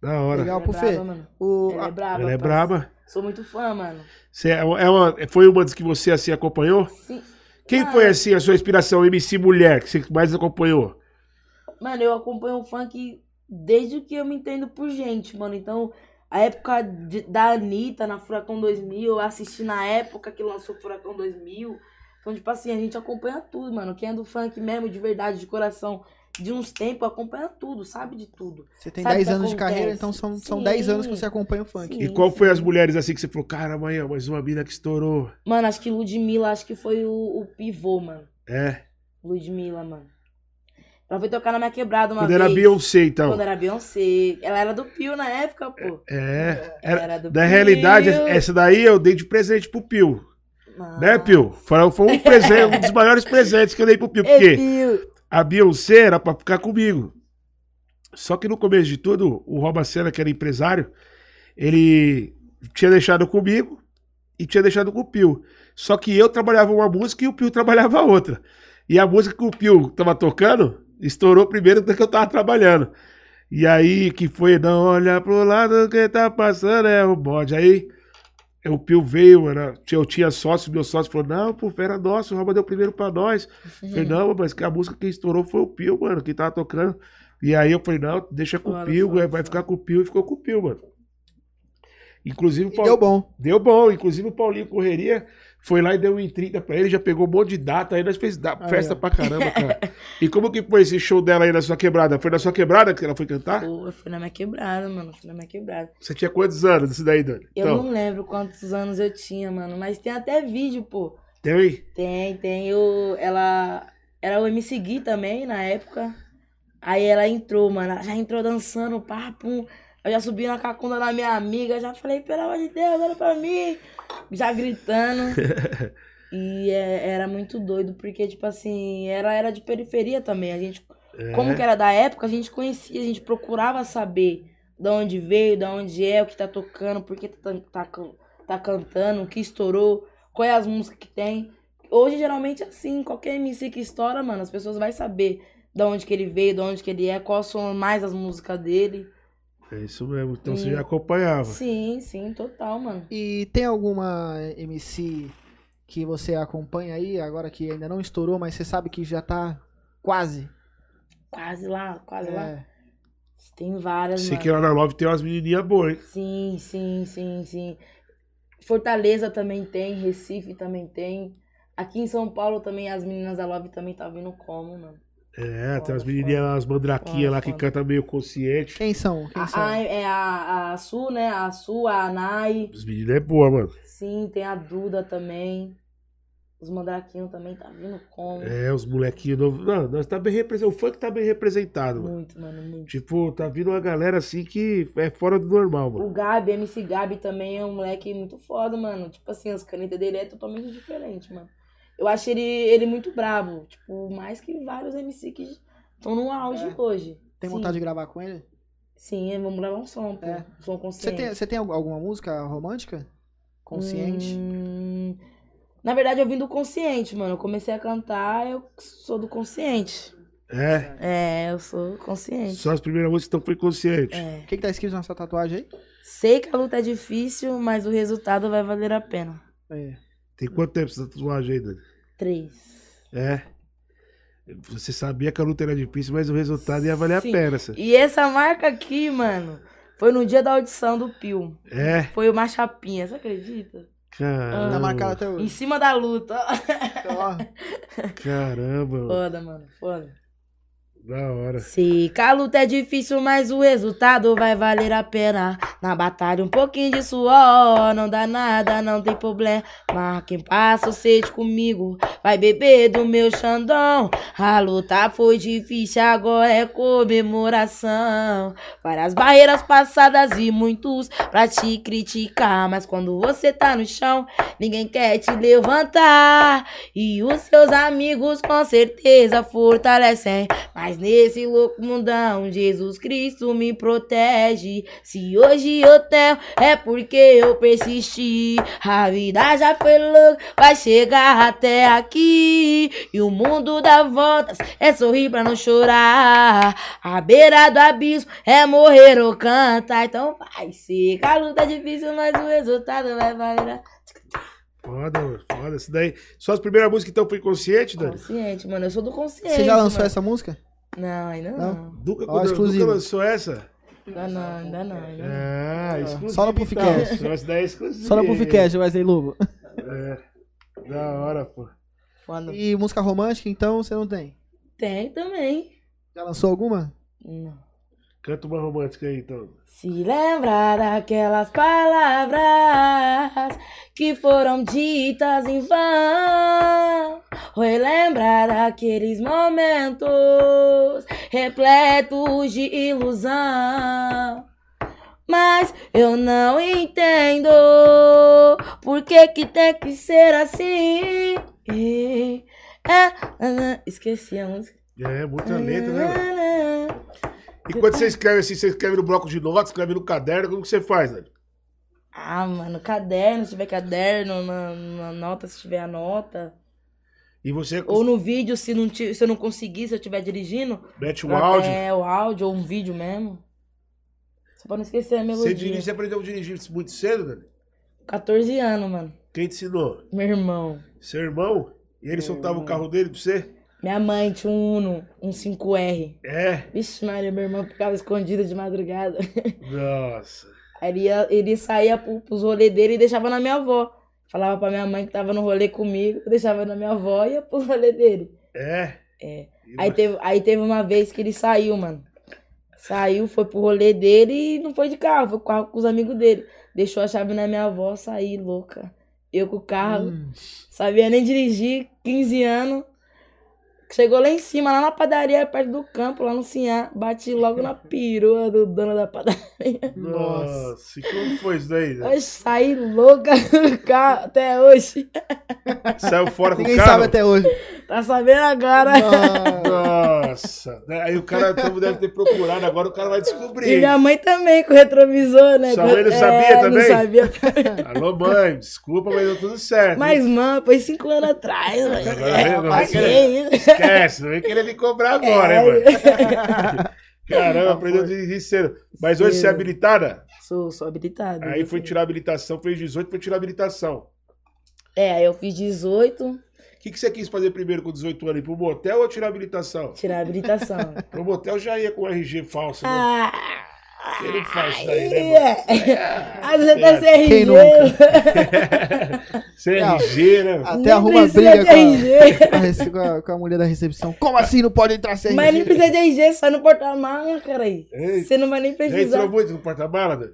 [SPEAKER 1] Da hora.
[SPEAKER 2] Legal,
[SPEAKER 3] Ela é
[SPEAKER 2] Puff.
[SPEAKER 3] brava, mano.
[SPEAKER 2] O,
[SPEAKER 3] Ela é
[SPEAKER 2] a-
[SPEAKER 3] brava.
[SPEAKER 1] Ela é
[SPEAKER 3] parceiro.
[SPEAKER 1] braba.
[SPEAKER 3] Sou muito fã, mano.
[SPEAKER 1] Você é uma- é uma- foi uma das que você assim acompanhou?
[SPEAKER 3] Sim.
[SPEAKER 1] Quem
[SPEAKER 3] Ah.
[SPEAKER 1] foi assim a sua inspiração, MC Mulher, que você mais acompanhou?
[SPEAKER 3] Mano, eu acompanho o funk desde que eu me entendo por gente, mano. Então, a época de- da Anitta na Furacão 2000, eu assisti na época que lançou Furacão 2000. Então, tipo assim, a gente acompanha tudo, mano. Quem é do funk mesmo, de verdade, de coração, de uns tempos, acompanha tudo, sabe de tudo.
[SPEAKER 2] Você tem
[SPEAKER 3] Sabe o
[SPEAKER 2] 10
[SPEAKER 3] que
[SPEAKER 2] anos de carreira,
[SPEAKER 3] acontece?
[SPEAKER 2] então são, são
[SPEAKER 3] Sim.
[SPEAKER 2] 10 anos que você acompanha o funk.
[SPEAKER 3] Sim.
[SPEAKER 1] E qual foi as mulheres assim que você falou, cara, amanhã, mais uma mina que estourou?
[SPEAKER 3] Mano, acho que Ludmilla, acho que foi o, o pivô, mano.
[SPEAKER 1] É.
[SPEAKER 3] Ludmilla, mano. Ela foi tocar na minha quebrada uma
[SPEAKER 1] Quando
[SPEAKER 3] vez.
[SPEAKER 1] era Beyoncé, então.
[SPEAKER 3] Quando era Beyoncé. Ela era do Pio na época, pô.
[SPEAKER 1] É.
[SPEAKER 3] Ela
[SPEAKER 1] Era-
[SPEAKER 3] do
[SPEAKER 1] Na realidade,
[SPEAKER 3] Pio.
[SPEAKER 1] essa daí eu dei de presente pro Pio.
[SPEAKER 3] Nossa.
[SPEAKER 1] Né, Pio? Foi foi um presente, um dos maiores presentes que eu dei pro Pio.
[SPEAKER 3] Ei,
[SPEAKER 1] Porque
[SPEAKER 3] Pio.
[SPEAKER 1] a Beyoncé era pra ficar comigo. Só que no começo de tudo, o Robacena, que era empresário, ele tinha deixado comigo e tinha deixado com o Pio. Só que eu trabalhava uma música e o Pio trabalhava [laughs] outra. E a música que o Pio tava tocando estourou primeiro do que eu tava trabalhando. E aí, que foi, não olha pro lado que tá passando, é o bode. Aí, o Pio veio, era, eu tinha sócio, meu sócio falou, não, pô, era nosso, o Roma deu primeiro pra nós. Eu Falei, não, mas que a música que estourou foi o Pio, mano, que tava tocando. E aí eu falei, não, deixa com o
[SPEAKER 3] Foda,
[SPEAKER 1] Pio,
[SPEAKER 3] foda,
[SPEAKER 1] vai
[SPEAKER 3] foda.
[SPEAKER 1] ficar com o Pio, e ficou com o Pio, mano. Inclusive,
[SPEAKER 2] E deu bom.
[SPEAKER 1] Deu bom, inclusive o Paulinho Correria foi lá e deu um em 30 pra ele, já pegou um monte de data aí, nós fez da-
[SPEAKER 2] Aí,
[SPEAKER 1] festa
[SPEAKER 2] ó.
[SPEAKER 1] pra caramba, cara. E como que foi esse show dela aí na sua quebrada? Foi na sua quebrada que ela foi cantar?
[SPEAKER 3] Pô, eu fui na minha quebrada, mano. Fui na minha quebrada.
[SPEAKER 1] Você tinha quantos anos isso daí, Dani?
[SPEAKER 3] Eu
[SPEAKER 1] Então,
[SPEAKER 3] não lembro quantos anos eu tinha, mano. Mas tem até vídeo, pô.
[SPEAKER 1] tem aí?
[SPEAKER 3] Tem, tem. Eu, ela era o MC Gui também na época. Aí ela entrou, mano. Ela já entrou dançando, papo. Eu já subi na cacunda da minha amiga. Já falei, pelo amor de Deus, olha pra mim. Já gritando. e é- era muito doido, porque, tipo assim, ela era de periferia também. A gente,
[SPEAKER 1] É,
[SPEAKER 3] como que era da época, a gente conhecia, a gente procurava saber de onde veio, de onde é, o que tá tocando, por que tá, tá, can- tá cantando, o que estourou, quais as músicas que tem. Hoje, geralmente, é assim, qualquer MC que estoura, mano, as pessoas vão saber de onde que ele veio, de onde que ele é, quais são mais as músicas dele.
[SPEAKER 1] É isso mesmo, então você
[SPEAKER 3] Sim.
[SPEAKER 1] já acompanhava.
[SPEAKER 3] Sim, sim, total, mano.
[SPEAKER 2] E tem alguma MC que você acompanha aí, agora que ainda não estourou, mas você sabe que já tá quase?
[SPEAKER 3] Quase lá, quase lá.
[SPEAKER 2] É,
[SPEAKER 3] Tem várias,
[SPEAKER 1] Sei
[SPEAKER 3] mano.
[SPEAKER 1] que lá na Love tem umas menininhas boas, hein?
[SPEAKER 3] Sim, sim, sim, sim. Fortaleza também tem, Recife também tem. Aqui em São Paulo também, as meninas da Love também tá vindo como, mano.
[SPEAKER 1] É, tem
[SPEAKER 3] Foda,
[SPEAKER 1] umas menininhas, umas
[SPEAKER 3] Foda,
[SPEAKER 1] mandraquinhas lá que
[SPEAKER 3] foda.
[SPEAKER 1] cantam meio consciente.
[SPEAKER 2] Quem são? Quem são?
[SPEAKER 3] A, a- é a, a Su, né? A Su, a Anai.
[SPEAKER 1] As meninas é boa, mano.
[SPEAKER 3] Sim, tem a Duda também. Os mandraquinhos também tá vindo como.
[SPEAKER 1] É, os molequinhos novos. Não, nós tá bem representado. O funk tá bem representado, mano.
[SPEAKER 3] Muito, mano, muito.
[SPEAKER 1] Tipo, tá vindo uma galera assim que é fora do normal, mano.
[SPEAKER 3] O Gabi, MC Gabi também é um moleque muito foda, mano. Tipo assim, as canetas dele é totalmente diferente, mano. Eu acho ele, ele muito brabo. Tipo, mais que vários MC que estão no auge
[SPEAKER 2] É.
[SPEAKER 3] hoje.
[SPEAKER 2] Tem
[SPEAKER 3] Sim.
[SPEAKER 2] vontade de gravar com ele?
[SPEAKER 3] Sim, vamos levar um som, pô.
[SPEAKER 2] É.
[SPEAKER 3] Um som
[SPEAKER 2] Você
[SPEAKER 3] consciente.
[SPEAKER 2] tem, você tem al- alguma música romântica? Consciente?
[SPEAKER 3] Hum, Na verdade, eu vim do consciente, mano. Eu comecei a cantar, eu sou do consciente.
[SPEAKER 1] É.
[SPEAKER 3] É, eu sou consciente.
[SPEAKER 1] Só as primeiras músicas então foi consciente.
[SPEAKER 3] É.
[SPEAKER 2] O que, que tá escrito na sua tatuagem
[SPEAKER 3] Sei que a luta é difícil, mas o resultado vai valer a pena.
[SPEAKER 2] aí? É.
[SPEAKER 1] Tem quanto tempo essa tatuagem aí, Dani?
[SPEAKER 3] Três.
[SPEAKER 1] É. Você sabia que a luta era difícil, mas o resultado ia valer a
[SPEAKER 3] Sim.
[SPEAKER 1] pena. Essa.
[SPEAKER 3] E essa marca aqui, mano, foi no dia da audição do Pio.
[SPEAKER 1] É.
[SPEAKER 3] Foi uma chapinha, você acredita?
[SPEAKER 2] Tá
[SPEAKER 1] Caramba.
[SPEAKER 2] marcada até
[SPEAKER 3] Em [laughs]
[SPEAKER 2] hoje.
[SPEAKER 3] cima da luta.
[SPEAKER 2] Então, ó,
[SPEAKER 1] Caramba, mano.
[SPEAKER 3] Foda, mano, foda.
[SPEAKER 1] Da hora.
[SPEAKER 3] Sei que a luta é difícil, mas o resultado vai valer a pena. Na batalha, um pouquinho de suor, não dá nada, não tem problema. Quem passa o sede comigo, vai beber do meu xandão. A luta foi difícil, agora é comemoração. Várias barreiras passadas e muitos pra te criticar. Mas quando você tá no chão, ninguém quer te levantar. E os seus amigos com certeza fortalecem. Mas nesse louco mundão, Jesus Cristo me protege. Se hoje eu tenho, é porque eu persisti. A vida já foi louca, vai chegar até aqui. E o mundo dá voltas, é sorrir pra não chorar. A beira do abismo é morrer ou cantar. Então vai ser. A luta é difícil, mas o resultado vai valer. a-
[SPEAKER 1] Foda, mano. Foda. Isso daí. Só as primeiras músicas então foi consciente, Dani?
[SPEAKER 3] Consciente, mano. Eu sou do consciente.
[SPEAKER 2] você já lançou
[SPEAKER 3] mano.
[SPEAKER 2] essa música?
[SPEAKER 3] Não, ainda
[SPEAKER 2] Não?
[SPEAKER 3] não.
[SPEAKER 1] Nunca,
[SPEAKER 2] Ó,
[SPEAKER 1] nunca
[SPEAKER 2] exclusivo.
[SPEAKER 1] lançou essa?
[SPEAKER 3] Ainda não, ainda não. Ainda
[SPEAKER 2] É.
[SPEAKER 3] não.
[SPEAKER 1] Ah, exclusivo.
[SPEAKER 2] Só no Puffcast.
[SPEAKER 1] então. Essa daí é exclusiva.
[SPEAKER 2] Só no Puffcast, Wesley Lobo.
[SPEAKER 1] É. Da hora, pô.
[SPEAKER 3] Foda.
[SPEAKER 2] E música romântica, então, você não tem?
[SPEAKER 3] Tem também.
[SPEAKER 2] Já lançou alguma?
[SPEAKER 3] Não.
[SPEAKER 1] Canta uma romântica aí, então.
[SPEAKER 3] Se lembrar daquelas palavras que foram ditas em vão, relembrar daqueles momentos repletos de ilusão. Mas eu não entendo por que, que tem que ser assim. É, ah, ah, esqueci a música. Ah,
[SPEAKER 1] É, muita letra, né? mano? E quando você escreve assim, você escreve no bloco de notas, escreve no caderno, como que você faz, né?
[SPEAKER 3] Ah, mano, caderno, se tiver caderno, na, na nota, se tiver a nota.
[SPEAKER 1] E você
[SPEAKER 3] Ou no vídeo, se, não, ti- se eu não conseguir, se eu estiver dirigindo.
[SPEAKER 1] mete o áudio.
[SPEAKER 3] É, o áudio ou um vídeo mesmo. Só pra não esquecer a melodia.
[SPEAKER 1] Você, dirige, você aprendeu a dirigir muito cedo, Dani?
[SPEAKER 3] 14 anos, mano.
[SPEAKER 1] Quem te ensinou?
[SPEAKER 3] Meu irmão.
[SPEAKER 1] Seu irmão? E ele soltava
[SPEAKER 3] Hum.
[SPEAKER 1] o carro dele pra você?
[SPEAKER 3] Minha mãe tinha um Uno, um 5R.
[SPEAKER 1] É.
[SPEAKER 3] Vixe, Maria, meu irmão ficava escondido de madrugada.
[SPEAKER 1] Nossa.
[SPEAKER 3] Aí ele, ia- ele saía pro, pros rolês dele e deixava na minha avó. Falava pra minha mãe que tava no rolê comigo, deixava na minha avó e ia pro rolê dele.
[SPEAKER 1] É.
[SPEAKER 3] É.
[SPEAKER 1] E
[SPEAKER 3] Aí teve, aí teve uma vez que ele saiu, mano. Saiu, foi pro rolê dele e não foi de carro, foi com, o carro com os amigos dele. Deixou a chave na minha avó, saí louca. Eu com o carro,
[SPEAKER 2] Hum,
[SPEAKER 3] sabia nem dirigir, 15 anos. Chegou lá em cima, lá na padaria, perto do campo, lá no Sinhá. Bati
[SPEAKER 1] [laughs]
[SPEAKER 3] logo na perua do dono da padaria.
[SPEAKER 2] Nossa.
[SPEAKER 1] Nossa. E como foi isso daí? Dani?
[SPEAKER 3] Hoje saí louca [laughs] do carro até hoje.
[SPEAKER 1] Saiu fora com o
[SPEAKER 2] Ninguém
[SPEAKER 1] carro?
[SPEAKER 2] sabe até hoje.
[SPEAKER 3] Tá sabendo agora. [laughs]
[SPEAKER 2] Ah,
[SPEAKER 1] Nossa. Né? Aí o cara então, deve ter procurado, agora o cara vai
[SPEAKER 3] E
[SPEAKER 1] descobrir.
[SPEAKER 3] minha mãe também com o retrovisor, né?
[SPEAKER 1] Sua mãe não
[SPEAKER 3] É,
[SPEAKER 1] sabia também?
[SPEAKER 3] Não sabia.
[SPEAKER 1] Alô, mãe, desculpa, mas deu tudo certo.
[SPEAKER 3] Mas, mano, foi cinco anos atrás, mano.
[SPEAKER 1] É Agora vem,
[SPEAKER 3] É, É.
[SPEAKER 1] não
[SPEAKER 3] passei
[SPEAKER 1] vem
[SPEAKER 3] isso.
[SPEAKER 1] Esquece, não vem querer me cobrar agora, hein, mano? [laughs] Caramba,
[SPEAKER 2] Ah,
[SPEAKER 1] aprendeu a
[SPEAKER 2] foi.
[SPEAKER 1] dirigir cedo. Mas hoje você é
[SPEAKER 3] Cedo.
[SPEAKER 1] habilitada?
[SPEAKER 3] Sou, sou habilitada.
[SPEAKER 1] Aí
[SPEAKER 3] né?
[SPEAKER 1] foi tipo- tirar a habilitação, fez 18, foi tirar a habilitação.
[SPEAKER 3] É, aí eu fiz 18,
[SPEAKER 1] O que, que você quis fazer primeiro com 18 anos? Ir pro motel ou tirar a habilitação?
[SPEAKER 3] tirar a
[SPEAKER 1] [laughs]
[SPEAKER 3] habilitação.
[SPEAKER 1] Pro motel já ia com RG falso, né?
[SPEAKER 3] ah,
[SPEAKER 1] Ele faz isso daí, né, mano? É.
[SPEAKER 3] é. Ah, você tá sem RG.
[SPEAKER 2] Quem nunca?
[SPEAKER 1] CRG, né? mano?
[SPEAKER 2] até arruma
[SPEAKER 3] precisa
[SPEAKER 2] briga
[SPEAKER 3] de
[SPEAKER 2] com a, [laughs]
[SPEAKER 3] RG.
[SPEAKER 2] com a rece- Ah, com a- com a mulher da recepção. Como assim não pode entrar sem
[SPEAKER 3] Mas nem
[SPEAKER 2] RG?
[SPEAKER 3] precisa de RG, só no porta-malas, cara aí.
[SPEAKER 1] Ei,
[SPEAKER 3] Você não vai nem
[SPEAKER 1] Já entrou
[SPEAKER 3] precisar.
[SPEAKER 1] muito no porta-mala, né?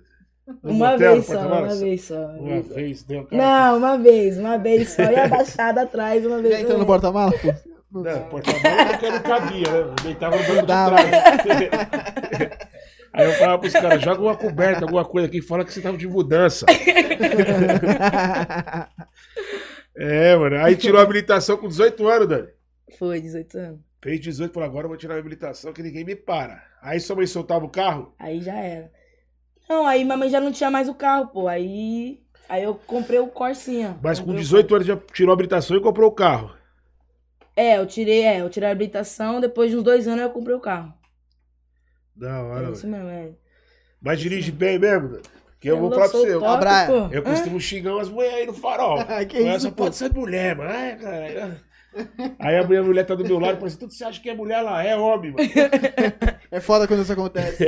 [SPEAKER 1] No
[SPEAKER 3] é. Uma
[SPEAKER 1] motel,
[SPEAKER 3] vez
[SPEAKER 1] no
[SPEAKER 3] só,
[SPEAKER 1] porta-mala?
[SPEAKER 3] uma vez só. uma
[SPEAKER 1] Uma
[SPEAKER 3] vez só.
[SPEAKER 1] vez, deu um cara.
[SPEAKER 3] Não, uma vez, uma vez só. E abaixada atrás, uma vez.
[SPEAKER 2] Já entrou no
[SPEAKER 3] também.
[SPEAKER 2] porta-mala?
[SPEAKER 1] [laughs]
[SPEAKER 2] pô?
[SPEAKER 1] Não, porta-mala porque não cabia, né? Eu Deitava no banco de
[SPEAKER 2] Dava.
[SPEAKER 1] trás. [laughs] Aí eu falava pros caras, joga uma coberta, alguma coisa aqui, fala que você tava de mudança. É, mano. Aí tirou a habilitação com 18 anos, Dani.
[SPEAKER 3] Foi, 18 anos.
[SPEAKER 1] Fez 18, falou, agora eu vou tirar a habilitação que ninguém me para. Aí sua mãe soltava o carro?
[SPEAKER 3] Aí já era. Não, aí mamãe já não tinha mais o carro, pô. Aí. Aí eu comprei o Corsinha.
[SPEAKER 1] Mas com
[SPEAKER 3] Comprei o
[SPEAKER 1] 18 anos já tirou a habilitação e comprou o carro.
[SPEAKER 3] Cor- É, eu tirei, é, eu tirei a habilitação, depois de uns dois anos eu comprei o carro.
[SPEAKER 1] Da hora,
[SPEAKER 3] é
[SPEAKER 1] mano.
[SPEAKER 3] isso mesmo, é.
[SPEAKER 1] Mas dirige bem mesmo, Dani. Que eu, vou
[SPEAKER 3] não
[SPEAKER 1] falar pra
[SPEAKER 3] sou
[SPEAKER 1] você. eu-
[SPEAKER 3] top,
[SPEAKER 2] Abra-
[SPEAKER 3] pô.
[SPEAKER 1] Eu costumo xingar umas mulheres aí no farol.
[SPEAKER 2] Ah, que
[SPEAKER 1] Mulher
[SPEAKER 2] isso,
[SPEAKER 1] só
[SPEAKER 2] pô.
[SPEAKER 1] pode ser mulher, mano. Ai, cara. Aí a mulher, a mulher tá do meu lado, parece tudo você acha que é mulher lá, é homem, mano.
[SPEAKER 2] É foda quando isso acontece.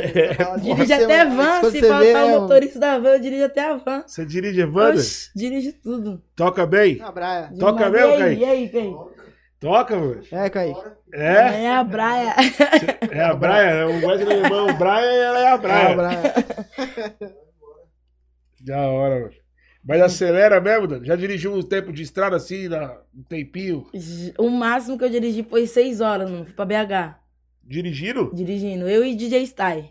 [SPEAKER 3] Dirige
[SPEAKER 2] é
[SPEAKER 3] até
[SPEAKER 2] um-
[SPEAKER 3] van, se faltar o motorista da van, eu dirijo até a van.
[SPEAKER 1] Você dirige Evandro?
[SPEAKER 3] Oxi, dirijo tudo.
[SPEAKER 1] Toca bem?
[SPEAKER 2] Na braia.
[SPEAKER 1] Toca
[SPEAKER 3] Demais.
[SPEAKER 1] mesmo,
[SPEAKER 3] E aí,
[SPEAKER 1] Kaique?
[SPEAKER 3] e aí, Kaique?
[SPEAKER 1] Toca, mano.
[SPEAKER 2] É, Kaique.
[SPEAKER 1] É?
[SPEAKER 3] É a Braia.
[SPEAKER 1] É
[SPEAKER 3] [laughs]
[SPEAKER 1] a Braia, o Wesley Alemão, o Braia, ela é a
[SPEAKER 2] Na
[SPEAKER 1] Braia. [laughs]
[SPEAKER 2] braia.
[SPEAKER 1] Da hora, mano. Mas acelera mesmo, Dani? Já dirigiu um tempo de estrada assim, na- um tempinho?
[SPEAKER 3] O máximo que eu dirigi foi seis horas, mano. Fui pra BH.
[SPEAKER 1] Dirigindo?
[SPEAKER 3] Dirigindo. Eu e DJ Stai.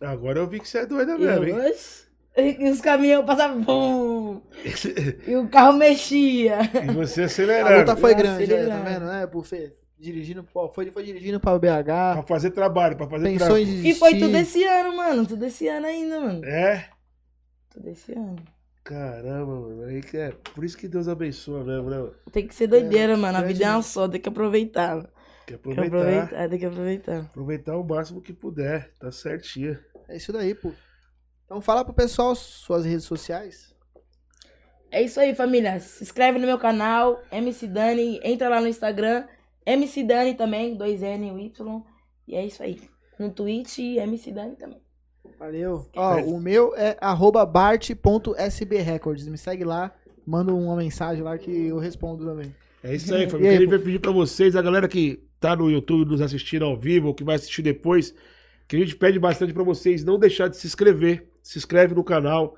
[SPEAKER 1] Agora eu vi que você é doida mesmo, hein?
[SPEAKER 3] Eu, oxe. E os caminhões passavam. bum, E o carro mexia.
[SPEAKER 1] E você
[SPEAKER 2] A luta
[SPEAKER 1] acelerando.
[SPEAKER 2] foi
[SPEAKER 3] Nossa,
[SPEAKER 2] grande,
[SPEAKER 3] ele é
[SPEAKER 2] né?
[SPEAKER 3] era.
[SPEAKER 2] tá vendo, né, Buffet? Dirigindo, pô, foi, foi dirigindo pra BH,
[SPEAKER 1] Pra fazer trabalho, pra fazer
[SPEAKER 2] pensou
[SPEAKER 1] trabalho.
[SPEAKER 2] em desistir.
[SPEAKER 3] E foi tudo esse ano, mano. Tudo esse ano ainda, mano.
[SPEAKER 1] É?
[SPEAKER 3] Tudo esse ano.
[SPEAKER 1] Caramba, mano. Aí que é... Por isso que Deus abençoa mesmo, né? mano?
[SPEAKER 3] Tem que ser doideira, mano. A
[SPEAKER 2] grande
[SPEAKER 3] vida é uma só, tem que aproveitar. mano.
[SPEAKER 1] Tem que é
[SPEAKER 3] Tem que
[SPEAKER 1] aproveitar, aproveitar.
[SPEAKER 3] aproveitar, tem que aproveitar.
[SPEAKER 1] o máximo que puder. Tá certinho.
[SPEAKER 2] É isso daí, pô. Então fala pro pessoal suas redes sociais.
[SPEAKER 3] É isso aí, família. Se inscreve no meu canal, MC Dani. Entra lá no Instagram, MC Dani também, 2N, o Y. E é isso aí. No Twitch, MC Dani também.
[SPEAKER 2] Valeu. Ó,
[SPEAKER 1] É.
[SPEAKER 2] o meu é arroba bart.sbrecords. Me segue lá, manda uma mensagem lá que eu respondo também.
[SPEAKER 1] É isso aí,
[SPEAKER 2] E
[SPEAKER 1] família.
[SPEAKER 2] aí,
[SPEAKER 1] Ele vai pedir pra vocês, a galera que tá está no YouTube nos assistindo ao vivo, ou que vai assistir depois, que a gente pede bastante para vocês não deixar de se inscrever. Se inscreve no canal,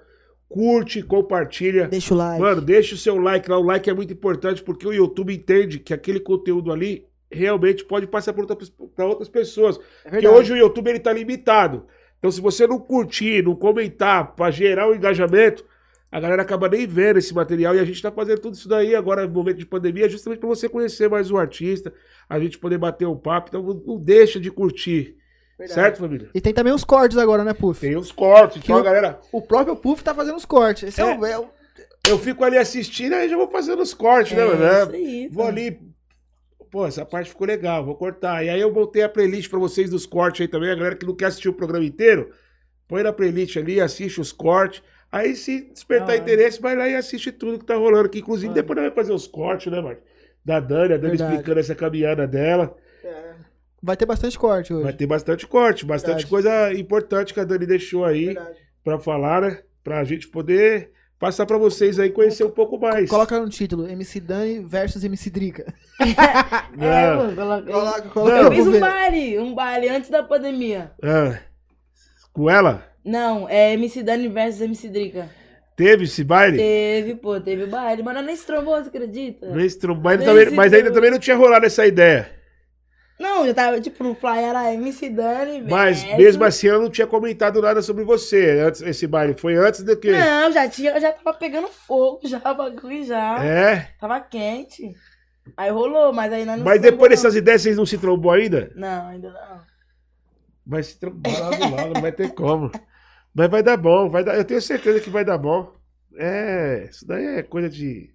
[SPEAKER 1] curte, compartilha.
[SPEAKER 4] Deixa o like.
[SPEAKER 1] Mano, deixa o seu like lá. O like é muito importante porque o YouTube entende que aquele conteúdo ali realmente pode passar para outras pessoas.
[SPEAKER 2] É
[SPEAKER 1] Porque hoje o YouTube ele tá limitado. Então, se você não curtir, não comentar, pra gerar o engajamento, a galera acaba nem vendo esse material e a gente tá fazendo tudo isso daí agora no momento de pandemia, justamente para você conhecer mais o artista, a gente poder bater um papo. Então, não- não deixa de curtir.
[SPEAKER 2] é Verdade.
[SPEAKER 1] Certo, família?
[SPEAKER 2] E tem também os cortes agora, né, Puff?
[SPEAKER 1] Tem os cortes, então
[SPEAKER 2] Que
[SPEAKER 1] a galera.
[SPEAKER 2] O próprio Puff tá fazendo os cortes. Esse é,
[SPEAKER 1] É.
[SPEAKER 2] o, é o-
[SPEAKER 1] Eu fico ali assistindo, aí já vou fazendo os cortes, né, mano?
[SPEAKER 3] É isso aí.
[SPEAKER 1] Vou ali. Pô, essa parte ficou legal, vou cortar. E aí eu montei a playlist pra vocês dos cortes aí também. A galera que não quer assistir o programa inteiro, põe na playlist ali, assiste os cortes. Aí se despertar
[SPEAKER 3] Da hora.
[SPEAKER 1] interesse, vai lá e assiste tudo que tá rolando. Que inclusive
[SPEAKER 3] Olha.
[SPEAKER 1] depois nós vamos fazer os cortes, né, mano? Da Dani, a Dani
[SPEAKER 2] Verdade.
[SPEAKER 1] explicando essa caminhada dela.
[SPEAKER 4] É.
[SPEAKER 2] Vai ter bastante corte hoje.
[SPEAKER 1] Vai ter bastante corte, bastante
[SPEAKER 2] Verdade.
[SPEAKER 1] coisa importante que a Dani deixou aí
[SPEAKER 2] Verdade.
[SPEAKER 1] pra falar, né? Pra gente poder passar pra vocês aí conhecer um pouco mais.
[SPEAKER 2] Coloca no título, MC Dani versus MC Drica.
[SPEAKER 3] É,
[SPEAKER 1] Não.
[SPEAKER 3] mano, coloca-
[SPEAKER 2] Coloca,
[SPEAKER 1] Não,
[SPEAKER 2] coloca.
[SPEAKER 3] Eu
[SPEAKER 2] eu
[SPEAKER 3] fiz
[SPEAKER 2] vou
[SPEAKER 3] um
[SPEAKER 2] ver.
[SPEAKER 3] baile, um baile antes da pandemia.
[SPEAKER 1] Ah, com ela?
[SPEAKER 3] Não, é MC Dani versus MC Drica.
[SPEAKER 1] Teve esse baile?
[SPEAKER 3] Teve, pô, teve baile. Mas não é nem trombou, você acredita?
[SPEAKER 1] Nesse tru- é mas,
[SPEAKER 3] Nesse
[SPEAKER 1] também- mas
[SPEAKER 3] tru-
[SPEAKER 1] ainda também não tinha rolado essa ideia.
[SPEAKER 3] Não, eu tava tipo no flyer, era MC Dani
[SPEAKER 1] Mas
[SPEAKER 3] versus-
[SPEAKER 1] mesmo assim eu não tinha comentado nada sobre você. Antes, esse baile foi antes do que.
[SPEAKER 3] Não, já tinha, já tava pegando fogo, [laughs] já o bagulho já.
[SPEAKER 1] É.
[SPEAKER 3] Tava quente. Aí rolou, mas aí nós não
[SPEAKER 1] Mas
[SPEAKER 3] se trombou,
[SPEAKER 1] depois dessas ideias vocês não se trombou ainda?
[SPEAKER 3] não. Não, ainda não.
[SPEAKER 1] Vai se trombar logo, logo, não vai ter como. [laughs] Mas vai dar bom, vai dar. Eu tenho certeza que vai dar bom. É, isso daí é coisa de.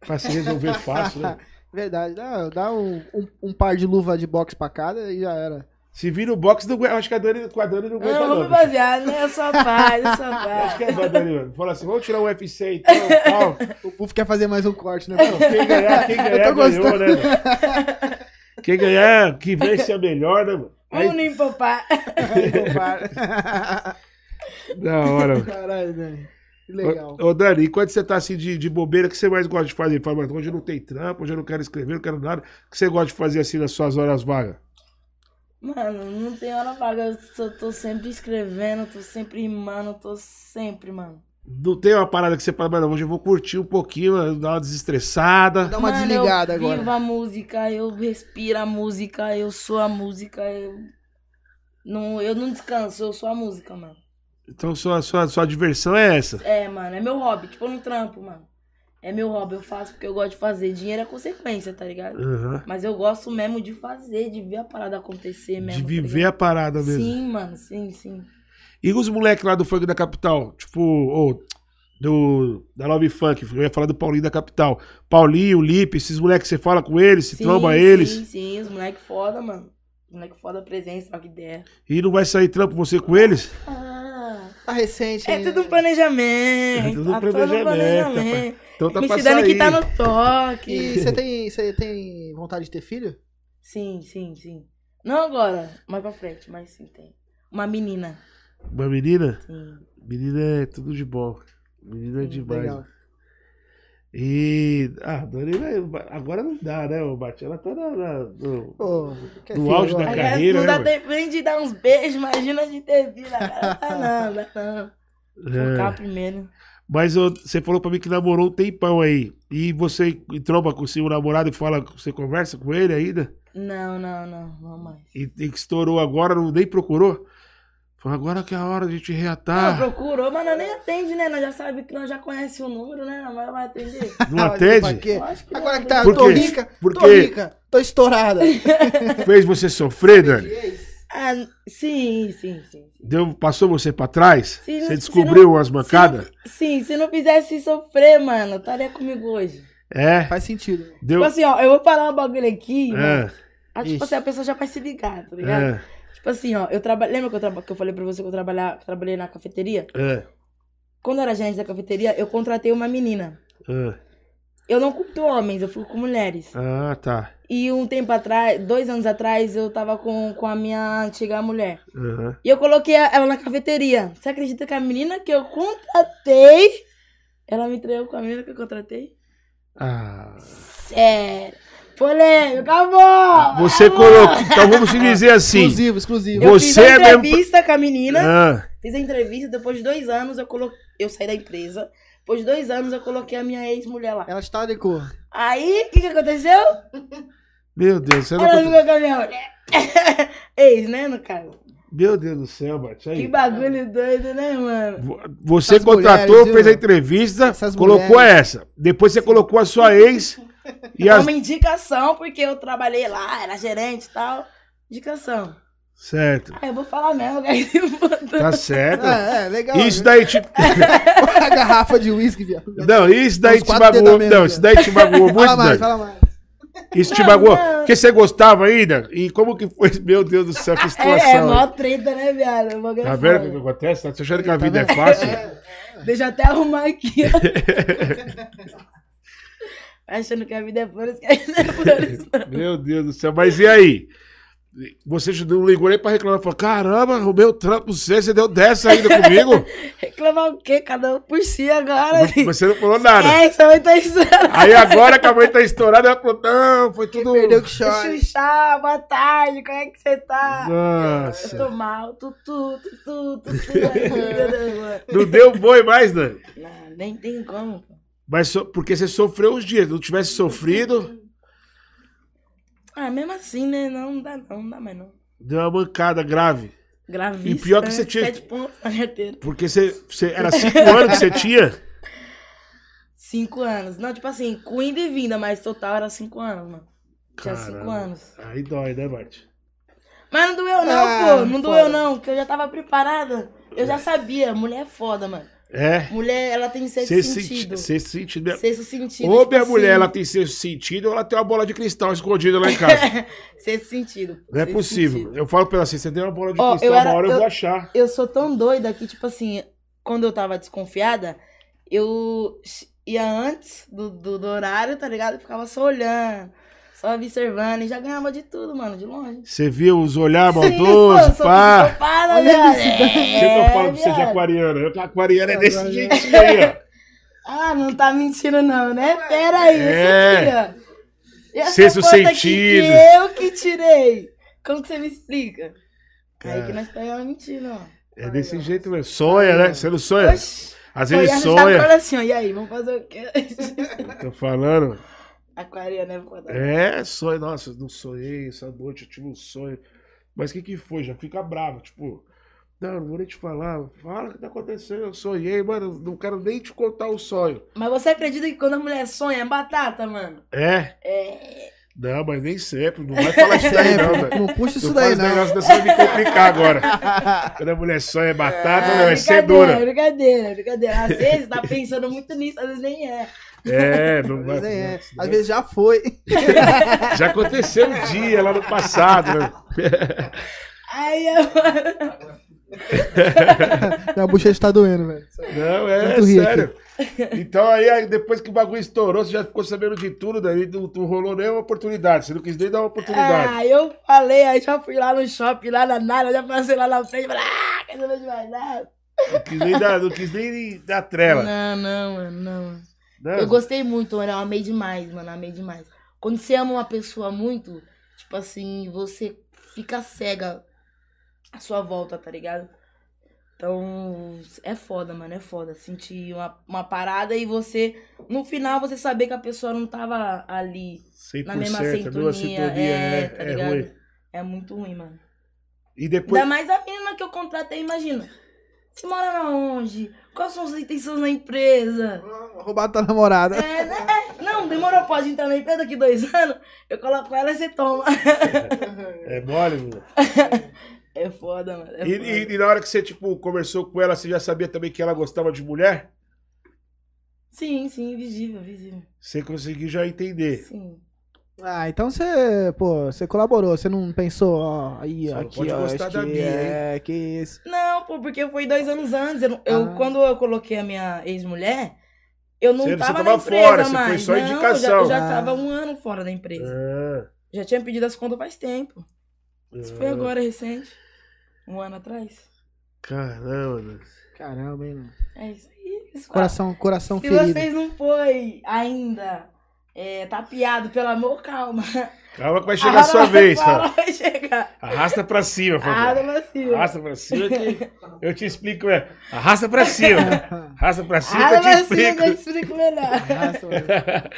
[SPEAKER 1] Pra se
[SPEAKER 3] [laughs]
[SPEAKER 1] resolver fácil, né?
[SPEAKER 2] Verdade, dá, dá um, um- um par de luva de boxe pra cada e já era.
[SPEAKER 1] Se vira o box, não aguenta. Acho que a Dani, com a Dani não aguenta,
[SPEAKER 3] Eu não vou me
[SPEAKER 1] não.
[SPEAKER 3] basear, né? Eu
[SPEAKER 1] [laughs]
[SPEAKER 3] sou a paz, eu sou a
[SPEAKER 1] Acho
[SPEAKER 3] paz.
[SPEAKER 1] que é a Dani, mano. Fala assim, vamos tirar o UFC então, [laughs] tal.
[SPEAKER 2] O Puff quer fazer mais um corte, né?
[SPEAKER 4] [laughs]
[SPEAKER 1] Não, Quem ganhar, [laughs] quem ganhar,
[SPEAKER 2] Eu tô
[SPEAKER 1] ganhou,
[SPEAKER 2] gostando.
[SPEAKER 1] né? mano? Quem ganhar, que vence é melhor, né, mano? Aí-
[SPEAKER 3] Vamos no empopar.
[SPEAKER 4] É,
[SPEAKER 2] [laughs] Não,
[SPEAKER 1] da hora, mano.
[SPEAKER 2] Caralho, Dani. Que legal.
[SPEAKER 1] Ô, ô, Dani, e quando você tá assim de, de bobeira, o que você mais gosta de fazer? Fala, mano, hoje eu não tem trampo, hoje eu não quero escrever, não quero nada. O que você gosta de fazer assim nas suas horas vagas?
[SPEAKER 3] Mano, não tem hora vaga. Eu só tô sempre escrevendo, tô sempre rimando, tô sempre, mano.
[SPEAKER 1] Não tem uma parada que você fala, mano, hoje eu vou curtir um pouquinho, mano, dar uma desestressada.
[SPEAKER 2] Dá uma
[SPEAKER 3] Mano,
[SPEAKER 2] desligada
[SPEAKER 3] eu
[SPEAKER 2] agora.
[SPEAKER 3] vivo a música, eu respiro a música, eu sou a música, eu. Não, eu não descanso, eu sou a música, mano.
[SPEAKER 1] Então sua, sua, sua diversão é essa.
[SPEAKER 3] É, mano, é meu hobby, tipo, eu não trampo, mano. É meu hobby, eu faço porque eu gosto de fazer. Dinheiro é consequência, tá ligado?
[SPEAKER 1] Aham.
[SPEAKER 3] Mas eu gosto mesmo de fazer, de ver a parada acontecer mesmo.
[SPEAKER 1] De
[SPEAKER 3] tá
[SPEAKER 1] viver
[SPEAKER 3] ligado?
[SPEAKER 1] a parada mesmo.
[SPEAKER 3] Sim, mano, sim, sim.
[SPEAKER 1] E os moleques lá do funk da capital? Tipo, ou do, da Love Funk, eu ia falar do Paulinho da capital. Paulinho, Lipe, esses moleques você fala com eles, se
[SPEAKER 3] sim,
[SPEAKER 1] tromba eles.
[SPEAKER 3] Sim, sim, os moleque foda, mano. Os moleque foda presença, troca ideia.
[SPEAKER 1] E não vai sair trampo você com eles?
[SPEAKER 3] Ah,
[SPEAKER 2] Tá recente
[SPEAKER 3] é
[SPEAKER 2] ainda.
[SPEAKER 3] tudo um planejamento.
[SPEAKER 1] É tudo um
[SPEAKER 3] tá todo
[SPEAKER 1] planejamento,
[SPEAKER 3] planejamento.
[SPEAKER 1] Então tá
[SPEAKER 3] Me
[SPEAKER 1] pra
[SPEAKER 3] ensinando
[SPEAKER 1] sair.
[SPEAKER 3] que tá no toque.
[SPEAKER 2] E você tem, você tem vontade de ter filho?
[SPEAKER 3] Sim, sim, sim. Não agora, mais pra frente, mas sim tem. Uma menina.
[SPEAKER 1] Uma menina?
[SPEAKER 3] Sim.
[SPEAKER 1] Menina é tudo de bom.
[SPEAKER 3] Hum,
[SPEAKER 1] Menina é demais.
[SPEAKER 2] Legal.
[SPEAKER 1] E. Ah, Dani, vai- agora não dá, né, ô Bart? Ela tá na. na- no-
[SPEAKER 2] Pô, quer
[SPEAKER 1] No
[SPEAKER 2] filho
[SPEAKER 1] auge
[SPEAKER 2] agora?
[SPEAKER 1] da carreira,
[SPEAKER 3] não
[SPEAKER 1] né,
[SPEAKER 3] dá
[SPEAKER 1] mano?
[SPEAKER 3] tempo nem de dar uns beijos, imagina de ter vida. Cara. Dá "Ah,
[SPEAKER 1] [laughs]
[SPEAKER 3] não, dá não. Focar
[SPEAKER 1] É.
[SPEAKER 3] primeiro.
[SPEAKER 1] Mas ô, você falou pra mim que namorou um tempão aí. E você tromba com o seu namorado e fala, você conversa com ele ainda?
[SPEAKER 3] Não, não, não, não mais.
[SPEAKER 1] e, e que estourou agora, não, nem procurou. Falou, agora que é a hora de te
[SPEAKER 3] Não,
[SPEAKER 1] reatar.
[SPEAKER 3] procurou, mas nós nem atende, né? Nós já sabe que nós já conhece o número, né? Nós vai atender.
[SPEAKER 1] [laughs] Não,
[SPEAKER 2] Ah, pra
[SPEAKER 1] atende?
[SPEAKER 2] quê?
[SPEAKER 3] Lógico que
[SPEAKER 2] Agora
[SPEAKER 3] não,
[SPEAKER 2] que tá,
[SPEAKER 1] Por
[SPEAKER 2] tô
[SPEAKER 1] quê?
[SPEAKER 2] rica,
[SPEAKER 1] Por
[SPEAKER 2] tô
[SPEAKER 1] quê?
[SPEAKER 2] rica, tô estourada.
[SPEAKER 1] Fez você sofrer, Dani?
[SPEAKER 3] Ah, sim, sim, sim. sim.
[SPEAKER 1] Deu, passou você pra trás?
[SPEAKER 3] Se não-
[SPEAKER 1] você
[SPEAKER 3] se
[SPEAKER 1] descobriu
[SPEAKER 3] não-
[SPEAKER 1] as mancadas?
[SPEAKER 3] Se não- sim, se não fizesse sofrer, mano, estaria comigo hoje.
[SPEAKER 1] É,
[SPEAKER 2] Faz sentido. né?
[SPEAKER 1] deu.
[SPEAKER 3] Tipo assim, ó, eu vou falar um bagulho aqui, mano.
[SPEAKER 1] É,
[SPEAKER 3] Ah, tipo
[SPEAKER 2] Ixi.
[SPEAKER 3] assim, a pessoa já vai se ligar, tá ligado?
[SPEAKER 1] é,
[SPEAKER 3] Tipo assim, ó, eu trabalho. Lembra que eu, traba... que eu falei pra você que eu, trabalha... que eu trabalhei na cafeteria?
[SPEAKER 1] é,
[SPEAKER 3] Quando eu era gerente da cafeteria, eu contratei uma menina.
[SPEAKER 1] é.
[SPEAKER 3] Eu não curto homens, eu fico com mulheres.
[SPEAKER 1] Ah, tá.
[SPEAKER 3] E um tempo atrás, dois anos atrás, eu tava com, com a minha antiga mulher.
[SPEAKER 1] Aham.
[SPEAKER 3] E eu coloquei a- ela na cafeteria. Você acredita que a menina que eu contratei. Ela me traiu com a menina que eu contratei?
[SPEAKER 1] Ah,
[SPEAKER 3] Sério. Polêmico, acabou!
[SPEAKER 1] Você colocou. Então vamos se dizer assim.
[SPEAKER 2] Exclusivo, exclusivo.
[SPEAKER 1] Você
[SPEAKER 3] Eu fiz a
[SPEAKER 1] é mesmo-
[SPEAKER 3] entrevista com a menina.
[SPEAKER 1] Ah,
[SPEAKER 3] Fiz a entrevista, depois de dois anos eu coloquei. Eu saí da empresa. Depois de dois anos eu coloquei a minha ex-mulher lá.
[SPEAKER 2] Ela te tá de cor.
[SPEAKER 3] Aí, o que, que aconteceu?
[SPEAKER 1] meu Deus, você não...
[SPEAKER 3] Ela ficou com a minha mulher. [laughs] ex, né, no caso?
[SPEAKER 1] Meu Deus do céu, Bate.
[SPEAKER 3] Que
[SPEAKER 1] Aí.
[SPEAKER 3] bagulho doido, né, mano?
[SPEAKER 1] Vo- Você
[SPEAKER 2] Essas
[SPEAKER 1] contratou,
[SPEAKER 2] mulheres, viu?
[SPEAKER 1] fez a entrevista,
[SPEAKER 2] Essas
[SPEAKER 1] colocou
[SPEAKER 2] mulheres.
[SPEAKER 1] essa. Depois você colocou a sua ex e
[SPEAKER 3] É
[SPEAKER 1] as.
[SPEAKER 3] uma indicação, porque eu trabalhei lá, era gerente e tal. Indicação.
[SPEAKER 1] Certo.
[SPEAKER 3] Ah, eu vou falar mesmo, [laughs] cara. se foda.
[SPEAKER 1] Tá certo.
[SPEAKER 2] [laughs] É, é, legal.
[SPEAKER 1] Isso daí te.
[SPEAKER 2] [laughs] a garrafa de uísque, viado.
[SPEAKER 1] Não, isso daí
[SPEAKER 2] Uns
[SPEAKER 1] te
[SPEAKER 2] quatro
[SPEAKER 1] magoou.
[SPEAKER 2] dedos
[SPEAKER 1] Não,
[SPEAKER 2] a menos,
[SPEAKER 1] isso daí te magoou muito.
[SPEAKER 2] Fala mais,
[SPEAKER 1] Dani.
[SPEAKER 2] fala mais.
[SPEAKER 1] Isso te
[SPEAKER 3] Não,
[SPEAKER 1] magoou.
[SPEAKER 3] não.
[SPEAKER 1] Porque você gostava ainda? E como que foi? [laughs] Meu Deus do céu, que situação.
[SPEAKER 3] É, é
[SPEAKER 1] hein?
[SPEAKER 3] mó treta, né, viado? O bagulho é
[SPEAKER 1] Tá vendo o que
[SPEAKER 3] foda.
[SPEAKER 1] acontece? Tá achando que a
[SPEAKER 2] Tá
[SPEAKER 1] vida é
[SPEAKER 2] vendo? [laughs]
[SPEAKER 1] fácil?
[SPEAKER 3] Deixa eu até arrumar aqui, ó.
[SPEAKER 1] [laughs]
[SPEAKER 3] [laughs] Achando que a vida é flores, [laughs] que a vida é flores.
[SPEAKER 1] Meu Deus do céu. Mas e aí? Você não ligou nem pra reclamar. Falou, caramba, o meu trampo você, você deu dessa ainda
[SPEAKER 2] [laughs]
[SPEAKER 1] comigo?
[SPEAKER 3] Reclamar o quê? Cada um por si agora.
[SPEAKER 1] Mas
[SPEAKER 3] filho.
[SPEAKER 1] você não falou nada.
[SPEAKER 3] É, isso também tá ensinando.
[SPEAKER 1] Aí agora que a mãe tá estourada, ela falou, não, foi tudo...
[SPEAKER 2] Perdeu que chora.
[SPEAKER 3] Xuxá, boa tarde, como é que você tá? Eu
[SPEAKER 1] Nossa.
[SPEAKER 3] tô mal, tutu, tutu, tutu.
[SPEAKER 1] Não deu boi mais, Dani.
[SPEAKER 3] Não, nem tem como. pô.
[SPEAKER 1] Mas so- porque você sofreu os dias. Se não tivesse sofrido,
[SPEAKER 3] Ah, mesmo assim, né? Não, não dá não, não dá mais não.
[SPEAKER 1] deu uma mancada grave.
[SPEAKER 3] Gravíssimo.
[SPEAKER 1] E pior que
[SPEAKER 3] né?
[SPEAKER 1] você tinha-
[SPEAKER 3] Sete pontos na carteira.
[SPEAKER 1] Porque você, você-
[SPEAKER 3] [laughs]
[SPEAKER 1] era cinco anos que você tinha.
[SPEAKER 3] Cinco anos. Não, tipo assim, com ida e vinda, mas total era cinco anos, mano. Tinha cinco
[SPEAKER 1] Caramba.
[SPEAKER 3] anos.
[SPEAKER 1] Aí dói, né, Marte?
[SPEAKER 3] Mas não doeu não,
[SPEAKER 2] Ah,
[SPEAKER 3] pô. Não
[SPEAKER 2] foda.
[SPEAKER 3] doeu não, porque eu já tava preparada. Eu já sabia. Mulher é foda, mano.
[SPEAKER 1] É.
[SPEAKER 3] Mulher, ela tem sexto
[SPEAKER 1] Você
[SPEAKER 3] sentido.
[SPEAKER 1] senti- você sentido. mesmo.
[SPEAKER 3] Sexto sentido.
[SPEAKER 1] Ou
[SPEAKER 3] tipo
[SPEAKER 1] minha é mulher,
[SPEAKER 3] assim,
[SPEAKER 1] ela tem sexto sentido, ou ela tem uma bola de cristal escondida lá em casa.
[SPEAKER 3] [laughs] Sexto sentido.
[SPEAKER 1] Não é
[SPEAKER 3] sexto
[SPEAKER 1] possível.
[SPEAKER 3] sentido.
[SPEAKER 1] Eu falo pra ela assim, você tem uma bola de
[SPEAKER 3] Ó,
[SPEAKER 1] cristal,
[SPEAKER 3] eu era-
[SPEAKER 1] uma hora eu,
[SPEAKER 3] eu-
[SPEAKER 1] vou achar.
[SPEAKER 3] Eu sou tão doida que, tipo assim, quando eu tava desconfiada, eu ia antes do, do, do horário, tá ligado? Eu ficava só olhando, só observando e já ganhava de tudo, mano, de longe.
[SPEAKER 1] Você viu os olhar
[SPEAKER 3] Sim, pô, eu
[SPEAKER 1] maldosos,
[SPEAKER 3] sou
[SPEAKER 1] Tá pá.
[SPEAKER 3] psicopada,
[SPEAKER 2] Olha
[SPEAKER 3] viado. É,
[SPEAKER 2] isso,
[SPEAKER 1] Por que que eu falo pra você de
[SPEAKER 3] viado.
[SPEAKER 1] aquariana? Eu que aquariana é desse É
[SPEAKER 2] Aquariana.
[SPEAKER 3] [laughs]
[SPEAKER 1] jeitinho aí, ó.
[SPEAKER 3] Ah, não tá mentindo não, né? Pera aí,
[SPEAKER 1] É.
[SPEAKER 3] isso aqui, ó. E essa
[SPEAKER 1] Sexto
[SPEAKER 3] foto aqui
[SPEAKER 1] sentido.
[SPEAKER 3] que eu que tirei. Como que você me explica? Aí
[SPEAKER 1] É.
[SPEAKER 3] que nós pegamos mentira, ó.
[SPEAKER 1] É desse jeito mesmo. Sonha, né? Você não sonha?
[SPEAKER 3] Oxi.
[SPEAKER 1] Às
[SPEAKER 3] Eu ia
[SPEAKER 1] vezes
[SPEAKER 3] assustar
[SPEAKER 1] sonha.
[SPEAKER 3] agora assim, ó. E aí, vamos fazer o quê? [laughs]
[SPEAKER 1] Tô falando.
[SPEAKER 3] Aquariana, né? Vou contar.
[SPEAKER 1] É, sonho. Nossa, não sonhei essa noite, eu tive um sonho. Mas o que que foi? Já fica brava, tipo... Não, não vou nem te falar. Fala o que tá acontecendo. Eu sonhei, mano. Não quero nem te contar o sonho.
[SPEAKER 3] Mas você acredita que quando a mulher sonha é batata, mano?
[SPEAKER 1] É?
[SPEAKER 3] É.
[SPEAKER 1] Não, mas nem sempre. Não vai falar
[SPEAKER 2] [laughs]
[SPEAKER 1] isso daí, não, velho.
[SPEAKER 2] É, Não puxa isso
[SPEAKER 1] Não
[SPEAKER 2] daí,
[SPEAKER 1] faz
[SPEAKER 2] não.
[SPEAKER 1] negócio dessa de me complicar agora.
[SPEAKER 2] [laughs]
[SPEAKER 1] Quando a mulher sonha é batata, não, é
[SPEAKER 3] brincadeira,
[SPEAKER 1] cenoura.
[SPEAKER 3] brincadeira, é brincadeira. Às vezes tá pensando muito nisso, às vezes nem é.
[SPEAKER 1] É, não vai.
[SPEAKER 2] Mas nem é.
[SPEAKER 1] não,
[SPEAKER 2] Às vezes já foi.
[SPEAKER 1] Já aconteceu um dia lá no passado, né?
[SPEAKER 3] Aí, [laughs] mano.
[SPEAKER 2] Minha bochecha tá doendo, velho.
[SPEAKER 1] Não, é,
[SPEAKER 2] Muito rico.
[SPEAKER 1] sério. Então aí, aí, depois que o bagulho estourou, você já ficou sabendo de tudo, daí não, não rolou nenhuma oportunidade. Você não quis nem dar uma oportunidade.
[SPEAKER 3] Ah, eu falei, aí já fui lá no shopping, lá na Nara, já passei lá na frente, falei, ah, quer saber de mais nada?
[SPEAKER 1] Não quis nem dar, não quis nem dar trela.
[SPEAKER 3] Não, não, mano, não. mano.
[SPEAKER 1] Não,
[SPEAKER 3] Eu gostei muito, mano, eu amei demais, mano, amei demais. Quando você ama uma pessoa muito, tipo assim, você fica cega à sua volta, tá ligado? Então, é foda, mano, é foda. Sentir uma, uma parada e você, no final, você saber que a pessoa não tava ali,
[SPEAKER 1] 100%,
[SPEAKER 3] na mesma
[SPEAKER 1] a mesma
[SPEAKER 3] sintonia.
[SPEAKER 1] Tipo sintonia,
[SPEAKER 3] é,
[SPEAKER 1] é,
[SPEAKER 3] tá
[SPEAKER 1] é
[SPEAKER 3] ligado?
[SPEAKER 1] ruim.
[SPEAKER 3] É muito ruim, mano.
[SPEAKER 1] E depois.
[SPEAKER 3] Ainda mais a menina que eu contratei, imagina. Você mora na onde? Quais são as intenções na empresa?
[SPEAKER 2] Roubado tua namorada.
[SPEAKER 3] É, né? É, Não, demorou, pode entrar na empresa daqui dois anos, eu coloco ela e você toma. [laughs]
[SPEAKER 1] É mole, mano.
[SPEAKER 3] É foda, mano. É
[SPEAKER 1] E,
[SPEAKER 3] foda.
[SPEAKER 1] e- e na hora que você, tipo, conversou com ela, você já sabia também que ela gostava de mulher?
[SPEAKER 3] Sim, sim, visível, visível.
[SPEAKER 1] Você conseguiu já entender.
[SPEAKER 3] Sim.
[SPEAKER 2] Ah, então você, pô, você colaborou, você não pensou, ó, aí,
[SPEAKER 1] Só
[SPEAKER 2] ó,
[SPEAKER 1] não
[SPEAKER 2] aqui,
[SPEAKER 1] pode
[SPEAKER 2] ó,
[SPEAKER 1] gostar
[SPEAKER 2] acho
[SPEAKER 1] da
[SPEAKER 2] que
[SPEAKER 1] Bia,
[SPEAKER 2] é, que isso.
[SPEAKER 3] Não, pô, porque foi dois anos antes. Eu, não- eu-
[SPEAKER 2] Ah.
[SPEAKER 3] Quando eu coloquei a minha ex-mulher, eu não
[SPEAKER 1] Você- você
[SPEAKER 3] tava, na
[SPEAKER 1] tava
[SPEAKER 3] empresa
[SPEAKER 1] fora, você foi
[SPEAKER 3] mais.
[SPEAKER 1] só
[SPEAKER 3] não,
[SPEAKER 1] indicação.
[SPEAKER 3] Eu já, eu já
[SPEAKER 2] Ah.
[SPEAKER 3] tava um ano fora da empresa.
[SPEAKER 1] Ah,
[SPEAKER 3] Já tinha pedido as contas faz tempo. Isso foi
[SPEAKER 1] ah,
[SPEAKER 3] agora, recente. Um ano atrás.
[SPEAKER 1] Caramba, mano.
[SPEAKER 2] Caramba, hein, mano.
[SPEAKER 3] É isso aí. pessoal.
[SPEAKER 2] [laughs] Coração, coração
[SPEAKER 3] Se
[SPEAKER 2] ferido.
[SPEAKER 3] vocês não foi ainda É, tapeado, pelo amor, calma.
[SPEAKER 1] Calma que vai chegar a sua
[SPEAKER 3] Agora
[SPEAKER 1] vez,
[SPEAKER 3] Agora
[SPEAKER 1] tá?
[SPEAKER 3] vai chegar.
[SPEAKER 1] Arrasta pra cima,
[SPEAKER 3] Arrasta
[SPEAKER 1] Fabrício.
[SPEAKER 3] pra cima.
[SPEAKER 1] Arrasta pra cima. Eu
[SPEAKER 3] [laughs]
[SPEAKER 1] te, eu te explico. é. Arrasta pra cima. Arrasta pra cima que eu te
[SPEAKER 3] Arrasta pra cima que eu
[SPEAKER 1] explico.
[SPEAKER 3] te
[SPEAKER 1] [laughs]
[SPEAKER 3] explico melhor.
[SPEAKER 2] Nossa, mano.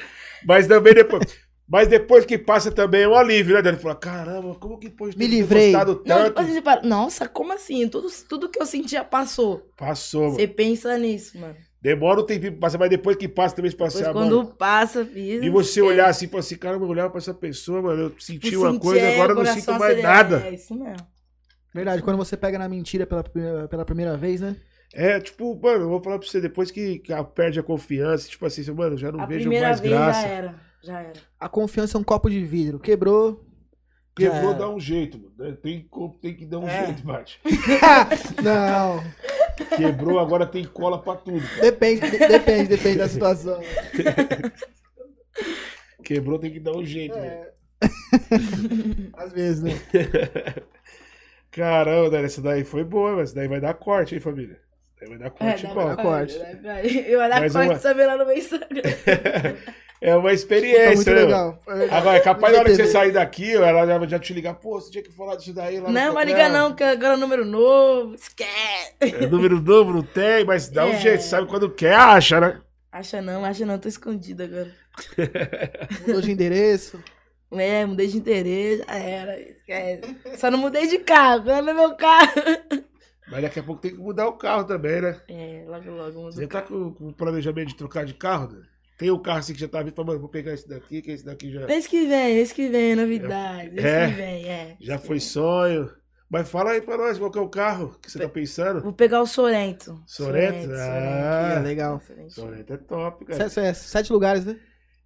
[SPEAKER 1] Mas também depois. Mas depois que passa também é um alívio, né, Dani? Fala, caramba, como que pôs
[SPEAKER 2] Me livrei.
[SPEAKER 1] gostado
[SPEAKER 3] Não, tipo
[SPEAKER 1] tanto?
[SPEAKER 3] assim, você fala, nossa, como assim? Tudo, tudo que eu senti já passou.
[SPEAKER 1] Passou, mano.
[SPEAKER 3] Você pensa nisso, mano.
[SPEAKER 1] Demora um tempinho pra passar, mas depois que passa também se
[SPEAKER 3] Depois,
[SPEAKER 1] passar,
[SPEAKER 3] quando
[SPEAKER 1] mano.
[SPEAKER 3] passa, filho.
[SPEAKER 1] E você olhar assim, falar assim, caramba, eu olhava pra essa pessoa, mano, eu senti
[SPEAKER 3] Tipo,
[SPEAKER 1] uma coisa, agora eu não sinto mais nada.
[SPEAKER 3] É isso mesmo.
[SPEAKER 2] Verdade, quando você pega na mentira pela, primeira- pela primeira vez, né?
[SPEAKER 1] É, tipo, mano, eu vou falar pra você, depois que que a- perde a confiança, tipo assim, assim, mano, eu já não
[SPEAKER 3] A
[SPEAKER 1] vejo
[SPEAKER 3] primeira
[SPEAKER 1] mais
[SPEAKER 3] vez é. já
[SPEAKER 1] graça.
[SPEAKER 3] era. Já era.
[SPEAKER 2] A confiança é um copo de vidro. Quebrou. [laughs] já
[SPEAKER 1] Quebrou,
[SPEAKER 2] era.
[SPEAKER 1] dá um jeito, mano. né? Tem, co- tem que dar um
[SPEAKER 3] É.
[SPEAKER 1] jeito, Bate.
[SPEAKER 2] Não.
[SPEAKER 1] Quebrou, agora tem cola pra tudo. cara.
[SPEAKER 2] Depende, de- depende, depende da situação.
[SPEAKER 1] Quebrou, tem que dar um
[SPEAKER 2] É.
[SPEAKER 1] jeito, velho.
[SPEAKER 2] Às vezes, né?
[SPEAKER 1] Caramba, Dani, essa daí foi boa, mas essa daí vai dar corte, hein, família? Essa daí vai dar corte,
[SPEAKER 3] É, dá
[SPEAKER 1] bom.
[SPEAKER 3] pra-
[SPEAKER 2] corte.
[SPEAKER 3] dá pra- Eu olhar
[SPEAKER 1] Mais
[SPEAKER 3] corte
[SPEAKER 1] uma.
[SPEAKER 3] também lá no meu Instagram.
[SPEAKER 1] É uma
[SPEAKER 2] Tá
[SPEAKER 1] experiência,
[SPEAKER 2] muito
[SPEAKER 1] né? mano?
[SPEAKER 2] legal.
[SPEAKER 1] Agora, é capaz na hora que você
[SPEAKER 2] Entendeu?
[SPEAKER 1] sair daqui, ela já, já te ligar, pô, você tinha que falar disso daí lá no
[SPEAKER 3] Não, vai
[SPEAKER 1] programa.
[SPEAKER 3] ligar não, que agora é número novo. Esquece.
[SPEAKER 1] É, número novo não tem, mas dá um
[SPEAKER 3] É.
[SPEAKER 1] jeito, sabe quando quer, acha, né?
[SPEAKER 3] Acha não, acha não, tô escondida agora.
[SPEAKER 2] Mudou de endereço.
[SPEAKER 3] É, mudei de interesse, já era. Esquece. Só não mudei de carro, agora não é meu carro.
[SPEAKER 1] Mas daqui a pouco tem que mudar o carro também, né?
[SPEAKER 3] É, logo logo
[SPEAKER 1] Você
[SPEAKER 3] mudou.
[SPEAKER 1] tá com com o planejamento de trocar de carro, né? Tem um carro assim que já tá vindo, fala, mano, vou pegar esse daqui, que esse daqui já,
[SPEAKER 3] Esse que vem, esse que vem, novidade. Esse
[SPEAKER 1] É.
[SPEAKER 3] que vem, é.
[SPEAKER 1] já foi sonho. Mas fala aí pra nós, qual que é o carro que você tá pensando?
[SPEAKER 3] Vou pegar o Sorento.
[SPEAKER 1] Sorento?
[SPEAKER 2] É
[SPEAKER 1] Ah,
[SPEAKER 2] legal.
[SPEAKER 3] Sorento.
[SPEAKER 1] Sorento é top, cara.
[SPEAKER 2] Sete, é, sete lugares, né?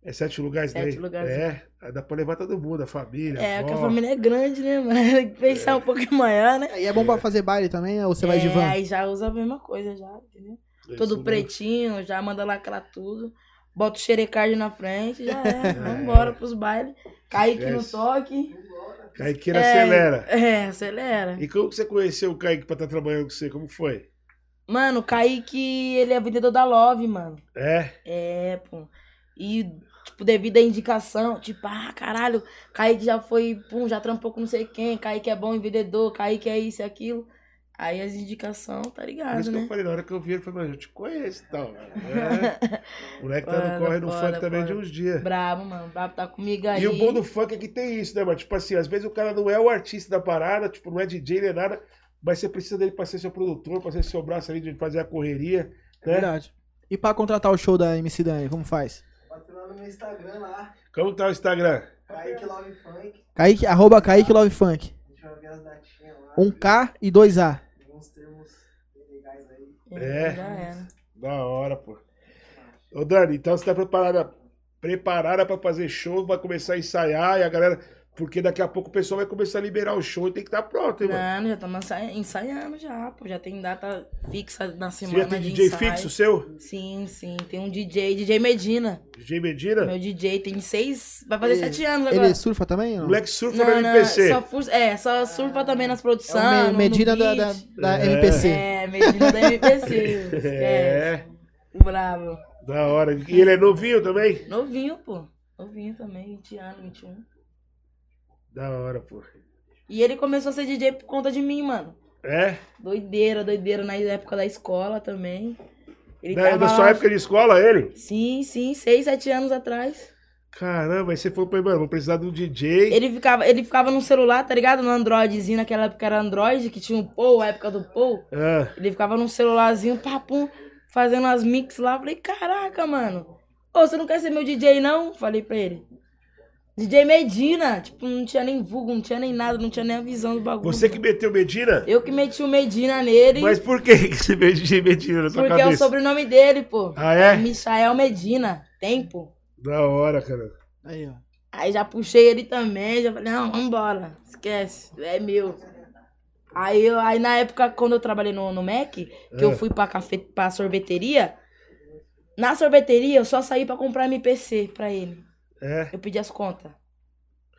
[SPEAKER 1] É sete lugares
[SPEAKER 3] Sete
[SPEAKER 1] daí?
[SPEAKER 3] lugares.
[SPEAKER 1] É, aí dá pra levar todo mundo, a família,
[SPEAKER 3] É,
[SPEAKER 1] a
[SPEAKER 3] porque a
[SPEAKER 1] avó.
[SPEAKER 3] família é grande, né, mano? Tem que
[SPEAKER 1] É.
[SPEAKER 3] pensar um pouco maior, né?
[SPEAKER 2] E é bom pra fazer baile também, né? Ou você vai de
[SPEAKER 3] É,
[SPEAKER 2] van?
[SPEAKER 3] Aí já usa a mesma coisa, já, entendeu?
[SPEAKER 1] É isso
[SPEAKER 3] Todo
[SPEAKER 1] mesmo.
[SPEAKER 3] pretinho, já manda lacrar tudo. Bota o xerecard na frente, já
[SPEAKER 1] [laughs]
[SPEAKER 3] é.
[SPEAKER 1] É.
[SPEAKER 3] Vambora pros bailes. Kaique no
[SPEAKER 1] Esquece.
[SPEAKER 3] toque.
[SPEAKER 1] Caiqueira
[SPEAKER 3] É,
[SPEAKER 1] acelera.
[SPEAKER 3] É, acelera.
[SPEAKER 1] E como que você conheceu o Kaique pra estar trabalhando com você? Como foi?
[SPEAKER 3] Mano, o Kaique, ele é vendedor da Love, mano.
[SPEAKER 1] É?
[SPEAKER 3] É, pô. E, tipo, devido à indicação, tipo, ah, caralho, Kaique já foi, pum, já trampou com não sei quem, Kaique é bom em vendedor, Kaique é isso e aquilo. Aí as indicações, tá
[SPEAKER 1] Por
[SPEAKER 3] ligado,
[SPEAKER 1] isso que eu
[SPEAKER 3] né?
[SPEAKER 1] falei, na hora que eu vi, ele falou, mano, eu te conheço e
[SPEAKER 3] [laughs]
[SPEAKER 1] tal. mano. É. O moleque tá
[SPEAKER 3] Bora,
[SPEAKER 1] no corre no
[SPEAKER 3] bora,
[SPEAKER 1] funk também de
[SPEAKER 3] bora.
[SPEAKER 1] uns dias.
[SPEAKER 3] Brabo, mano, brabo tá comigo aí.
[SPEAKER 1] E o bom do funk é que tem isso, né, mano? Tipo assim, às vezes o cara não é o artista da parada, tipo, não é DJ nem nada, mas você precisa dele pra ser seu produtor, pra ser seu braço ali de fazer a correria, né?
[SPEAKER 2] É Verdade. E pra contratar o show da MC Dani, como faz?
[SPEAKER 4] Bota lá no meu Instagram lá,
[SPEAKER 1] Como tá o Instagram?
[SPEAKER 4] Kaique Love Funk.
[SPEAKER 2] Kaique, arroba Kaique Love Funk.
[SPEAKER 4] A gente vai ver as datinhas lá,
[SPEAKER 2] Um K e dois A.
[SPEAKER 4] tem uns termos bem legais aí.
[SPEAKER 1] É.
[SPEAKER 3] Já era.
[SPEAKER 1] Da hora, pô. Ô, Dani, então você tá preparada, preparada pra fazer show, vai começar a ensaiar e a galera. Porque daqui a pouco o pessoal vai começar a liberar o show e tem que estar pronto, hein, mano?
[SPEAKER 3] Mano, já estamos ensaiando já, pô. Já tem data fixa na
[SPEAKER 1] Você
[SPEAKER 3] semana
[SPEAKER 1] já tem
[SPEAKER 3] de
[SPEAKER 1] DJ
[SPEAKER 3] ensaio.
[SPEAKER 1] fixo seu?
[SPEAKER 3] Sim, sim. Tem um DJ, DJ Medina.
[SPEAKER 1] DJ Medina?
[SPEAKER 3] Meu DJ tem seis, vai fazer
[SPEAKER 2] Ele-
[SPEAKER 3] sete anos agora.
[SPEAKER 2] Ele surfa também? Não?
[SPEAKER 1] Moleque surfa no
[SPEAKER 3] Não, não,
[SPEAKER 1] MPC. [laughs]
[SPEAKER 3] só fur- é, só surfa também nas
[SPEAKER 2] É
[SPEAKER 3] produções.
[SPEAKER 2] o Me-
[SPEAKER 3] no-
[SPEAKER 2] Medina
[SPEAKER 3] no
[SPEAKER 2] da, da,
[SPEAKER 3] beat.
[SPEAKER 2] da
[SPEAKER 1] É.
[SPEAKER 2] MPC.
[SPEAKER 3] É, Medina da
[SPEAKER 2] [laughs]
[SPEAKER 3] MPC.
[SPEAKER 1] É.
[SPEAKER 3] Esquece. Bravo.
[SPEAKER 1] Da hora. E ele é novinho também?
[SPEAKER 3] Novinho, pô. Novinho também, 20 anos, 21.
[SPEAKER 1] Da hora, pô.
[SPEAKER 3] E ele começou a ser DJ por conta de mim, mano.
[SPEAKER 1] É?
[SPEAKER 3] Doideira, doideira na época da escola também. Ele
[SPEAKER 1] Da,
[SPEAKER 3] tava
[SPEAKER 1] da
[SPEAKER 3] lá-
[SPEAKER 1] Né, sua época de escola, ele?
[SPEAKER 3] Sim, sim, 6, 7 anos atrás.
[SPEAKER 1] Caramba, aí você foi pra mano, vou precisar de um DJ.
[SPEAKER 3] Ele ficava, ele ficava no celular, tá ligado? No Androidzinho, naquela época era Android, que tinha um Pou, a época do Pou.
[SPEAKER 1] Ah,
[SPEAKER 3] Ele ficava num celularzinho, papum, fazendo as mix lá. Eu Falei, caraca, mano. Ô, você não quer ser meu DJ, não? Falei pra ele. DJ Medina. Tipo, não tinha nem vulgo, não tinha nem nada, não tinha nem a visão do bagulho.
[SPEAKER 1] você que meteu Medina?
[SPEAKER 3] Eu que meti o Medina nele,
[SPEAKER 1] Mas por que que você meteu DJ Medina na sua
[SPEAKER 3] porque é
[SPEAKER 1] cabeça?
[SPEAKER 3] o sobrenome dele, pô.
[SPEAKER 1] Ah, é?
[SPEAKER 3] Michael Medina, tempo.
[SPEAKER 1] Da hora, cara.
[SPEAKER 2] Aí, ó.
[SPEAKER 3] Aí já puxei ele também, já falei, não, vambora, esquece, é meu. Aí, eu- aí na época, quando eu trabalhei no, no Mac, que eu
[SPEAKER 2] É.
[SPEAKER 1] Ah.
[SPEAKER 3] fui pra, cafe, pra sorveteria, na sorveteria eu só saí pra comprar MPC pra ele.
[SPEAKER 1] É.
[SPEAKER 3] Eu pedi as contas.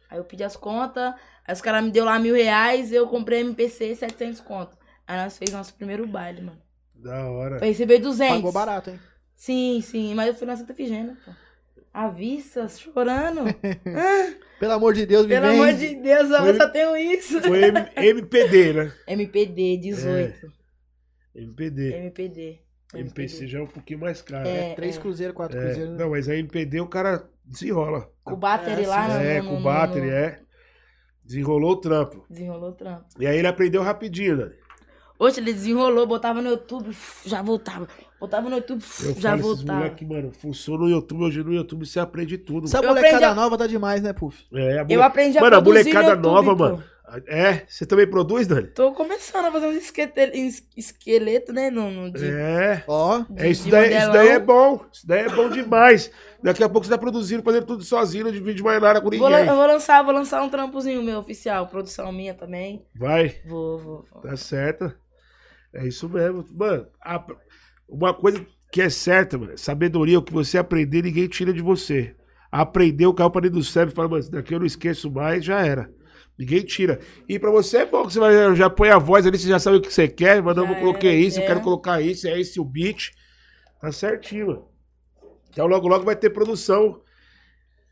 [SPEAKER 3] Aí eu pedi as contas, aí os caras me deu lá mil reais, eu comprei MPC 700 conto. Aí nós fez nosso primeiro baile, mano.
[SPEAKER 1] Da hora.
[SPEAKER 3] Eu recebi 200.
[SPEAKER 2] Pagou barato, hein?
[SPEAKER 3] Sim, sim, mas eu fui na Santa Figênia, pô.
[SPEAKER 2] [laughs]
[SPEAKER 3] Avistas, chorando.
[SPEAKER 2] Pelo amor de Deus, me
[SPEAKER 3] Pelo
[SPEAKER 2] vem.
[SPEAKER 3] amor de Deus, eu
[SPEAKER 1] Foi-
[SPEAKER 3] só tenho isso.
[SPEAKER 1] Foi M- MPD, né?
[SPEAKER 3] MPD 18. É,
[SPEAKER 1] MPD.
[SPEAKER 3] MPD.
[SPEAKER 1] MPC já é um pouquinho mais caro. né?
[SPEAKER 3] É,
[SPEAKER 2] Três
[SPEAKER 3] é.
[SPEAKER 2] cruzeiros, quatro
[SPEAKER 1] É,
[SPEAKER 2] cruzeiros.
[SPEAKER 1] Não, mas a MPD o cara desenrola.
[SPEAKER 3] Com o battery
[SPEAKER 2] É,
[SPEAKER 3] lá
[SPEAKER 2] sim.
[SPEAKER 3] no-
[SPEAKER 1] é,
[SPEAKER 3] né, no-
[SPEAKER 1] com
[SPEAKER 3] no-
[SPEAKER 1] o battery,
[SPEAKER 3] no-
[SPEAKER 1] é. Desenrolou o trampo.
[SPEAKER 3] Desenrolou o trampo.
[SPEAKER 1] E aí ele aprendeu rapidinho, né?
[SPEAKER 3] Hoje ele desenrolou, botava no YouTube, uf, já voltava. Botava no YouTube, uf,
[SPEAKER 1] Eu
[SPEAKER 3] já
[SPEAKER 1] falo esses
[SPEAKER 3] voltava.
[SPEAKER 1] moleque, mano, funciona no YouTube, hoje no YouTube você aprende tudo.
[SPEAKER 2] Essa
[SPEAKER 3] Eu
[SPEAKER 2] molecada
[SPEAKER 3] aprendi a-
[SPEAKER 2] nova tá demais, né, Puf?
[SPEAKER 1] É, a
[SPEAKER 3] Eu
[SPEAKER 1] mole...
[SPEAKER 3] aprendi a
[SPEAKER 1] Mano, a
[SPEAKER 3] produzir no
[SPEAKER 1] molecada
[SPEAKER 3] YouTube,
[SPEAKER 1] nova,
[SPEAKER 3] pô.
[SPEAKER 1] mano. É, você também produz, Dani?
[SPEAKER 3] Tô começando a fazer uns esquete- es- esqueleto, né? No, no- de-
[SPEAKER 1] É.
[SPEAKER 2] Ó,
[SPEAKER 3] de-
[SPEAKER 1] É, isso
[SPEAKER 3] de
[SPEAKER 1] daí, isso
[SPEAKER 3] modelão.
[SPEAKER 1] daí é bom. Isso daí é bom demais. Daqui a pouco você tá produzindo, fazendo tudo sozinho, não divide mais nada com
[SPEAKER 3] Vou lan-
[SPEAKER 1] ninguém.
[SPEAKER 3] eu vou lançar, vou lançar um trampozinho meu oficial, produção minha também.
[SPEAKER 1] Vai,
[SPEAKER 3] Vou, vou. vou.
[SPEAKER 1] tá certo. É isso mesmo. Mano, a- uma coisa que é certa, mano, sabedoria, é o que você aprender, ninguém tira de você. Aprendeu, caiu pra dentro do cérebro e fala, mano, isso daqui eu não esqueço mais, já era. Ninguém tira. E pra você é bom que você vai, já põe a voz ali, você já sabe o que você quer, mas não
[SPEAKER 3] Já
[SPEAKER 1] vou colocar
[SPEAKER 3] era,
[SPEAKER 1] isso, eu
[SPEAKER 3] é.
[SPEAKER 1] quero colocar isso, é esse o beat. Tá certinho, mano. Então logo, logo vai ter produção.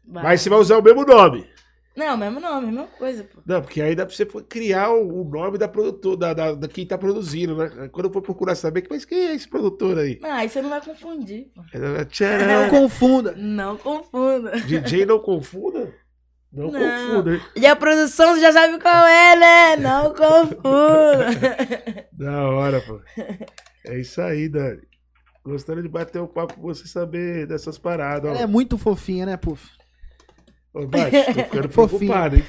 [SPEAKER 3] Vai.
[SPEAKER 1] Mas você vai usar o mesmo nome.
[SPEAKER 3] Não, mesmo não, mesma coisa, pô.
[SPEAKER 1] Não, porque aí dá pra você criar o o nome da produtora, da, da, da quem tá produzindo, né? Quando eu for procurar saber, mas quem é esse produtor aí?
[SPEAKER 3] Não, Ah, aí você não vai confundir. pô.
[SPEAKER 1] É,
[SPEAKER 2] não [laughs]
[SPEAKER 1] tcharam.
[SPEAKER 2] confunda.
[SPEAKER 3] Não confunda.
[SPEAKER 1] DJ não confunda? Não,
[SPEAKER 3] Não.
[SPEAKER 1] confunda, hein?
[SPEAKER 3] E a produção você já sabe qual é, né? Não confunda.
[SPEAKER 1] Da hora, pô. É isso aí, Dani. Gostaria de bater um papo com você saber dessas paradas, ó.
[SPEAKER 2] Ela é muito fofinha, né, Puf?
[SPEAKER 1] Ô, Bate, tô ficando
[SPEAKER 2] [laughs] Fofinho.
[SPEAKER 1] preocupado, hein?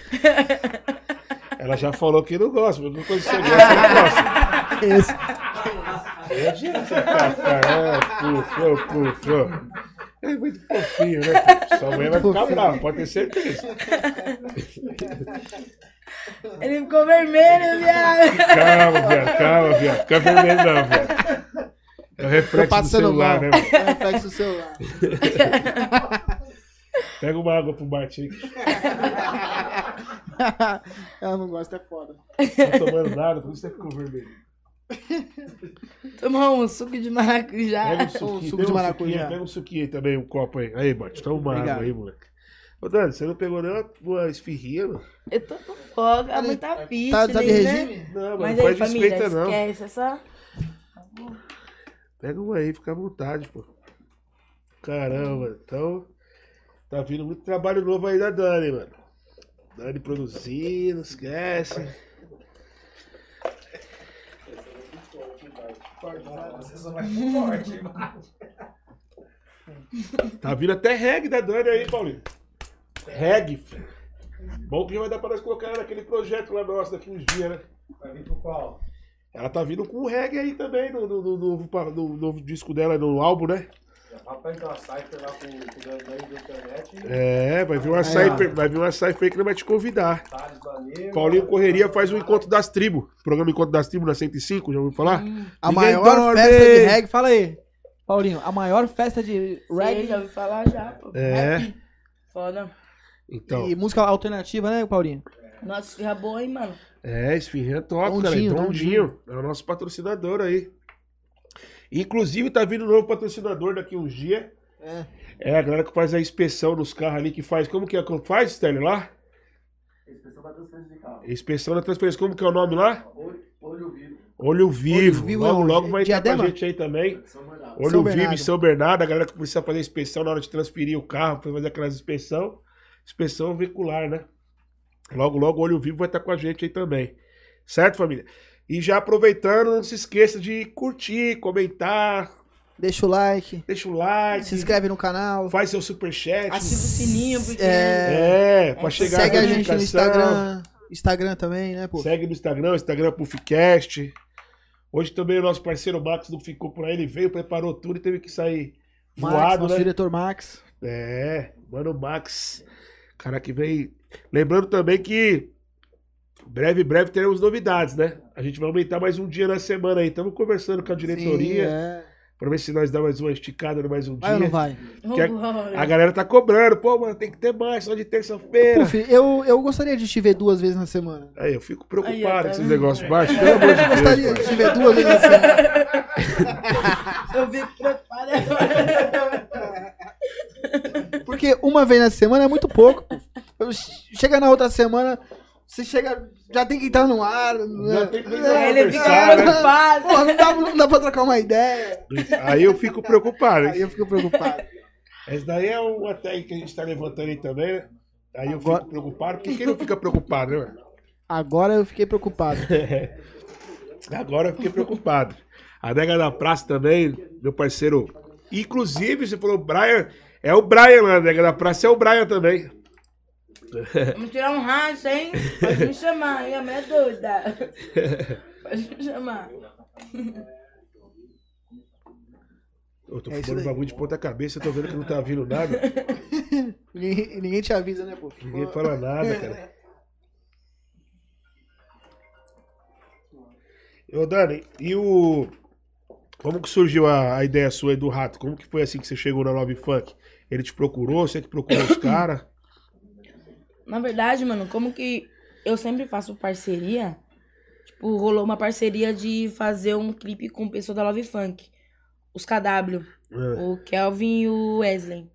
[SPEAKER 1] Ela já falou que não gosta, mas não consigo gosta, não gosta.
[SPEAKER 2] Esse.
[SPEAKER 1] É gente, tá, cara. É, puf, ô, puf, ô. É muito fofinho, né? puf? Sua mãe vai ficar
[SPEAKER 2] Fofinho.
[SPEAKER 1] brava, pode ter certeza.
[SPEAKER 3] Ele ficou vermelho, viado.
[SPEAKER 1] Calma, viado, calma, viado. Fica vermelho, não, viado. É o
[SPEAKER 2] Tô
[SPEAKER 1] reflexo do
[SPEAKER 2] passando
[SPEAKER 1] celular,
[SPEAKER 2] mal.
[SPEAKER 1] né?
[SPEAKER 2] É
[SPEAKER 1] mano?
[SPEAKER 2] o reflexo do celular. [laughs]
[SPEAKER 1] Pega uma água pro Bart aí, que
[SPEAKER 2] Ela não gosta, é foda.
[SPEAKER 1] tá tomando nada, por isso você ficou vermelho.
[SPEAKER 3] Tomar um suco de maracujá.
[SPEAKER 1] Pega um suquinho,
[SPEAKER 2] Ah, suco de
[SPEAKER 1] pega um
[SPEAKER 2] maracujá.
[SPEAKER 1] suquinho, pega um suquinho aí também, um copo aí. Aí, Bart, toma uma
[SPEAKER 2] Obrigado.
[SPEAKER 1] água aí, moleque. Ô, Dani, você não pegou nem uma, uma esfirrinha, mano?
[SPEAKER 3] Eu tô com fogo, a mãe tá fit,
[SPEAKER 2] Tá, tá de
[SPEAKER 3] né?
[SPEAKER 2] regime?
[SPEAKER 1] Não, mas,
[SPEAKER 3] Mas
[SPEAKER 1] não
[SPEAKER 3] aí,
[SPEAKER 1] faz
[SPEAKER 3] família,
[SPEAKER 1] desfeita, não.
[SPEAKER 3] esquece, é só...
[SPEAKER 1] Pega uma aí, fica à vontade, pô. Caramba, então. Tá vindo muito trabalho novo aí da Dani, mano. Dani produzindo, esquece.
[SPEAKER 4] Você só vai pro forte, mano.
[SPEAKER 1] Tá vindo até reggae da Dani aí, Paulinho. Reggae, filho. Bom que já vai dar pra nós colocar ela naquele projeto lá nosso daqui uns dias, né?
[SPEAKER 4] Vai vir pro qual?
[SPEAKER 1] Ela tá vindo com o reggae aí também no, no- no novo, pa- no novo disco dela, no álbum, né?
[SPEAKER 4] Já vai pra entrar cypher lá com com o Dandão e Internet e
[SPEAKER 1] É, vai vir uma cypher, vai vir uma cypher que não vai te convidar.
[SPEAKER 4] Thales Baneiro.
[SPEAKER 1] Paulinho Correria faz o Encontro das Tribos. Programa Encontro das Tribos na 105, já ouviu falar?
[SPEAKER 2] A
[SPEAKER 1] Ninguém
[SPEAKER 2] maior
[SPEAKER 1] dorme!
[SPEAKER 2] festa de reggae, fala aí. Paulinho, a maior festa de
[SPEAKER 3] Reggae,
[SPEAKER 2] reggae
[SPEAKER 3] já ouvi falar já, pô.
[SPEAKER 1] É,
[SPEAKER 3] Foda.
[SPEAKER 1] então.
[SPEAKER 2] e música alternativa, né, Paulinho?
[SPEAKER 3] Nossa, esfirra boa, hein, mano.
[SPEAKER 1] É, esfirrinha top,
[SPEAKER 2] Dondinho,
[SPEAKER 1] cara. Dondinho. É o nosso patrocinador aí. Inclusive, tá vindo um novo patrocinador daqui uns dias.
[SPEAKER 2] É.
[SPEAKER 1] É, a galera que faz a inspeção nos carros ali, que faz. Como que é? Como faz, Stanley, lá?
[SPEAKER 4] Inspeção pra transferência de carro.
[SPEAKER 1] Inspeção da transferência. Como que é o nome lá?
[SPEAKER 4] Olho- Olho vivo.
[SPEAKER 1] Olho Vivo.
[SPEAKER 2] Vivo é
[SPEAKER 1] logo,
[SPEAKER 2] onde?
[SPEAKER 1] logo vai entrar com a
[SPEAKER 2] Diadema?
[SPEAKER 1] gente aí também.
[SPEAKER 4] São Bernardo.
[SPEAKER 1] Olho
[SPEAKER 2] São
[SPEAKER 1] Vivo em
[SPEAKER 2] Bernardo.
[SPEAKER 1] São Bernardo, a galera que precisa fazer inspeção na hora de transferir o carro, pra fazer aquelas inspeção, inspeção veicular, né? Logo, logo, Olho Vivo vai estar com a gente aí também. Certo, família? E já aproveitando, não se esqueça de curtir, comentar,
[SPEAKER 2] Deixa o like,
[SPEAKER 1] deixa o like,
[SPEAKER 2] se inscreve no canal,
[SPEAKER 1] faz seu superchat.
[SPEAKER 3] Ativa o sininho, porque...
[SPEAKER 2] É.
[SPEAKER 1] É, pra chegar
[SPEAKER 2] segue a gente no
[SPEAKER 1] notificação.
[SPEAKER 2] Instagram, Instagram também, né, pô?
[SPEAKER 1] Segue no Instagram, Instagram Puffcast. Hoje também o nosso parceiro Max não ficou por aí, ele veio, preparou tudo e teve que sair
[SPEAKER 2] Max,
[SPEAKER 1] voado,
[SPEAKER 2] nosso
[SPEAKER 1] né?
[SPEAKER 2] diretor Max.
[SPEAKER 1] É, mano, Max. Cara que vem. Lembrando também que breve, breve teremos novidades, né? A gente vai aumentar mais um dia na semana aí. Estamos conversando com a diretoria
[SPEAKER 2] Sim, é.
[SPEAKER 1] pra ver se nós dá mais uma esticada, mais um
[SPEAKER 2] Vai ou não
[SPEAKER 1] dia.
[SPEAKER 2] vai?
[SPEAKER 3] Ô,
[SPEAKER 1] Que a-
[SPEAKER 3] glória.
[SPEAKER 1] A galera tá cobrando, pô, mano, tem que ter mais só de terça-feira.
[SPEAKER 2] Puf, eu, eu gostaria de te ver duas vezes na semana.
[SPEAKER 1] Aí eu fico
[SPEAKER 3] Aí,
[SPEAKER 1] preocupado
[SPEAKER 3] ó, tá
[SPEAKER 1] com esses
[SPEAKER 3] vendo?
[SPEAKER 1] negócios baixos, pelo amor
[SPEAKER 2] Eu
[SPEAKER 1] de Deus.
[SPEAKER 2] né? gostaria
[SPEAKER 1] mano.
[SPEAKER 2] de te ver duas vezes na semana.
[SPEAKER 1] [laughs]
[SPEAKER 3] Eu vi preparado.
[SPEAKER 2] Por porque uma vez na semana é muito pouco. pô. Eu- Chega na outra semana, você chega. Já tem que estar no ar. né?
[SPEAKER 1] tem que
[SPEAKER 2] É,
[SPEAKER 1] Aí
[SPEAKER 3] ele fica
[SPEAKER 1] Conversar, né?
[SPEAKER 3] preocupado.
[SPEAKER 2] Porra, não dá, não dá pra trocar uma ideia.
[SPEAKER 1] Aí eu fico preocupado.
[SPEAKER 2] Aí eu fico preocupado.
[SPEAKER 1] Esse daí é uma técnica que a gente tá levantando aí também, né? Aí eu
[SPEAKER 2] Agora-
[SPEAKER 1] fico preocupado. Porque quem não fica preocupado, né? mano?
[SPEAKER 2] Agora eu fiquei preocupado.
[SPEAKER 1] Agora eu fiquei preocupado. A Nega da Praça também, meu parceiro. Inclusive, você falou Brian. É o Brian lá, a Nega da Praça é o Brian também.
[SPEAKER 3] Vamos tirar um racha, hein? Pode me chamar, hein? A mulher é doida. Pode me chamar.
[SPEAKER 1] Eu tô
[SPEAKER 2] É isso
[SPEAKER 1] fumando
[SPEAKER 2] daí.
[SPEAKER 1] bagulho de ponta cabeça, tô vendo que não tá vindo nada.
[SPEAKER 2] Ninguém, ninguém te avisa, né, pô?
[SPEAKER 1] Ninguém fala nada, cara. Ô, Dani, e o. Como que surgiu a, a ideia sua aí do rato? Como que foi assim que você chegou na Love Funk? Ele te procurou, você que procurou os caras?
[SPEAKER 3] [coughs] Na verdade, mano, como que eu sempre faço parceria, tipo, rolou uma parceria de fazer um clipe com o pessoal da Love Funk. Os KW,
[SPEAKER 1] Ah,
[SPEAKER 3] o Kelvin e o Wesley.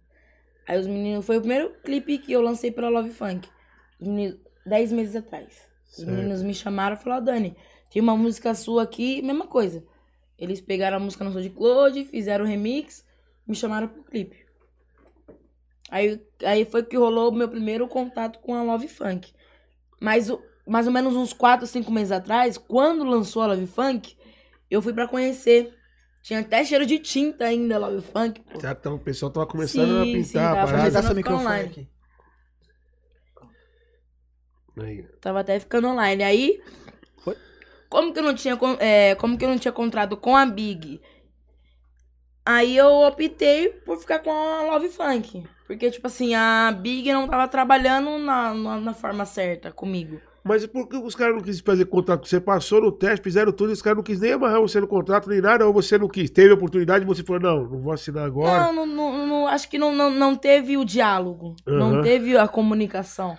[SPEAKER 3] Aí os meninos. Foi o primeiro clipe que eu lancei pela Love Funk. Os meninos- dez meses atrás. Os
[SPEAKER 1] Certo.
[SPEAKER 3] meninos me chamaram e falaram, "Ó, Dani, tem uma música sua aqui, mesma coisa. Eles pegaram a música no SoundCloud, fizeram o remix, me chamaram pro clipe. Aí, aí foi que rolou o meu primeiro contato com a Love Funk. Mas o- mais ou menos uns 4, 5 meses atrás, quando lançou a Love Funk, eu fui pra conhecer. Tinha até cheiro de tinta ainda a Love Funk. pô.
[SPEAKER 1] Já tão- o pessoal tava começando
[SPEAKER 3] Sim,
[SPEAKER 1] a
[SPEAKER 3] sim,
[SPEAKER 1] pintar a
[SPEAKER 3] tava
[SPEAKER 1] parada.
[SPEAKER 2] Ajeitar
[SPEAKER 3] Não,
[SPEAKER 2] seu
[SPEAKER 3] fica
[SPEAKER 2] microfone
[SPEAKER 3] online.
[SPEAKER 2] aqui.
[SPEAKER 1] Aí.
[SPEAKER 3] Tava até ficando online. Aí,
[SPEAKER 2] Foi?
[SPEAKER 3] como que eu não tinha, con- é, como que eu não tinha contrato com a Big? Aí eu optei por ficar com a Love Funk. Porque, tipo assim, a Big não tava trabalhando na, na, na forma certa comigo.
[SPEAKER 1] Mas por que os caras não quis fazer contato com você? Passou no teste, fizeram tudo, e os caras não quis nem amarrar você no contrato nem nada, ou você não quis. Teve a oportunidade e você falou, não, não vou assinar agora.
[SPEAKER 3] Não, não, não, não- acho que não, não, não teve o diálogo.
[SPEAKER 1] Aham.
[SPEAKER 3] Não teve a comunicação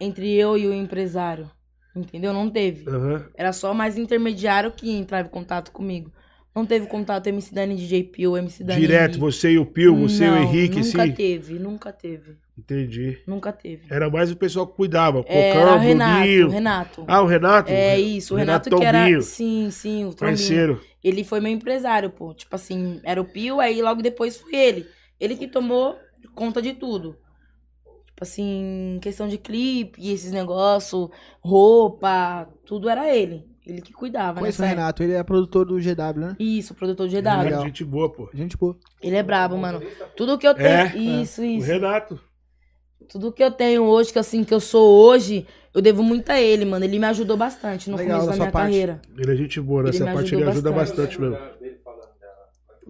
[SPEAKER 3] entre eu e o empresário. Entendeu? Não teve.
[SPEAKER 1] Aham.
[SPEAKER 3] Era só mais intermediário que entrava em contato comigo. Não teve contato MC Dani DJ Pio, MC Dani.
[SPEAKER 1] Direto, você e o Pio, você e
[SPEAKER 3] Não,
[SPEAKER 1] o Henrique,
[SPEAKER 3] Nunca
[SPEAKER 1] sim.
[SPEAKER 3] teve, nunca teve.
[SPEAKER 1] Entendi.
[SPEAKER 3] Nunca teve.
[SPEAKER 1] Era mais É, o pessoal que cuidava.
[SPEAKER 3] É, Era
[SPEAKER 1] Cocão,
[SPEAKER 3] o Renato,
[SPEAKER 1] Bruninho.
[SPEAKER 3] o Renato.
[SPEAKER 1] Ah, o Renato?
[SPEAKER 3] É isso, o Renato,
[SPEAKER 1] Renato
[SPEAKER 3] que era.
[SPEAKER 1] Tombinho.
[SPEAKER 3] Sim, sim, o Trombinho.
[SPEAKER 1] Parceiro.
[SPEAKER 3] Ele foi meu empresário, pô. Tipo assim, era o Pio, aí logo depois foi ele. Ele que tomou conta de tudo. Tipo assim, questão de clipe, esses negócios, roupa, tudo era ele. Ele que cuidava, né?
[SPEAKER 2] Conheço o Renato, ele é produtor do GW, né?
[SPEAKER 3] Isso, produtor de
[SPEAKER 1] Renato,
[SPEAKER 3] GW.
[SPEAKER 2] Legal.
[SPEAKER 1] gente boa, pô.
[SPEAKER 2] Gente boa.
[SPEAKER 3] Ele é brabo, mano. Tudo que eu tenho.
[SPEAKER 1] É?
[SPEAKER 3] isso,
[SPEAKER 1] O
[SPEAKER 3] isso.
[SPEAKER 1] Renato.
[SPEAKER 3] Tudo que eu tenho hoje, que assim, que eu sou hoje, eu devo muito a ele, mano. Ele me ajudou bastante no
[SPEAKER 2] Legal,
[SPEAKER 3] começo
[SPEAKER 2] da
[SPEAKER 3] da
[SPEAKER 2] sua
[SPEAKER 3] minha
[SPEAKER 2] parte.
[SPEAKER 3] carreira.
[SPEAKER 1] Ele é gente boa,
[SPEAKER 3] Ele
[SPEAKER 1] nessa
[SPEAKER 3] me
[SPEAKER 1] parte ele
[SPEAKER 3] ajudou
[SPEAKER 1] ajuda bastante,
[SPEAKER 3] bastante.
[SPEAKER 1] mesmo.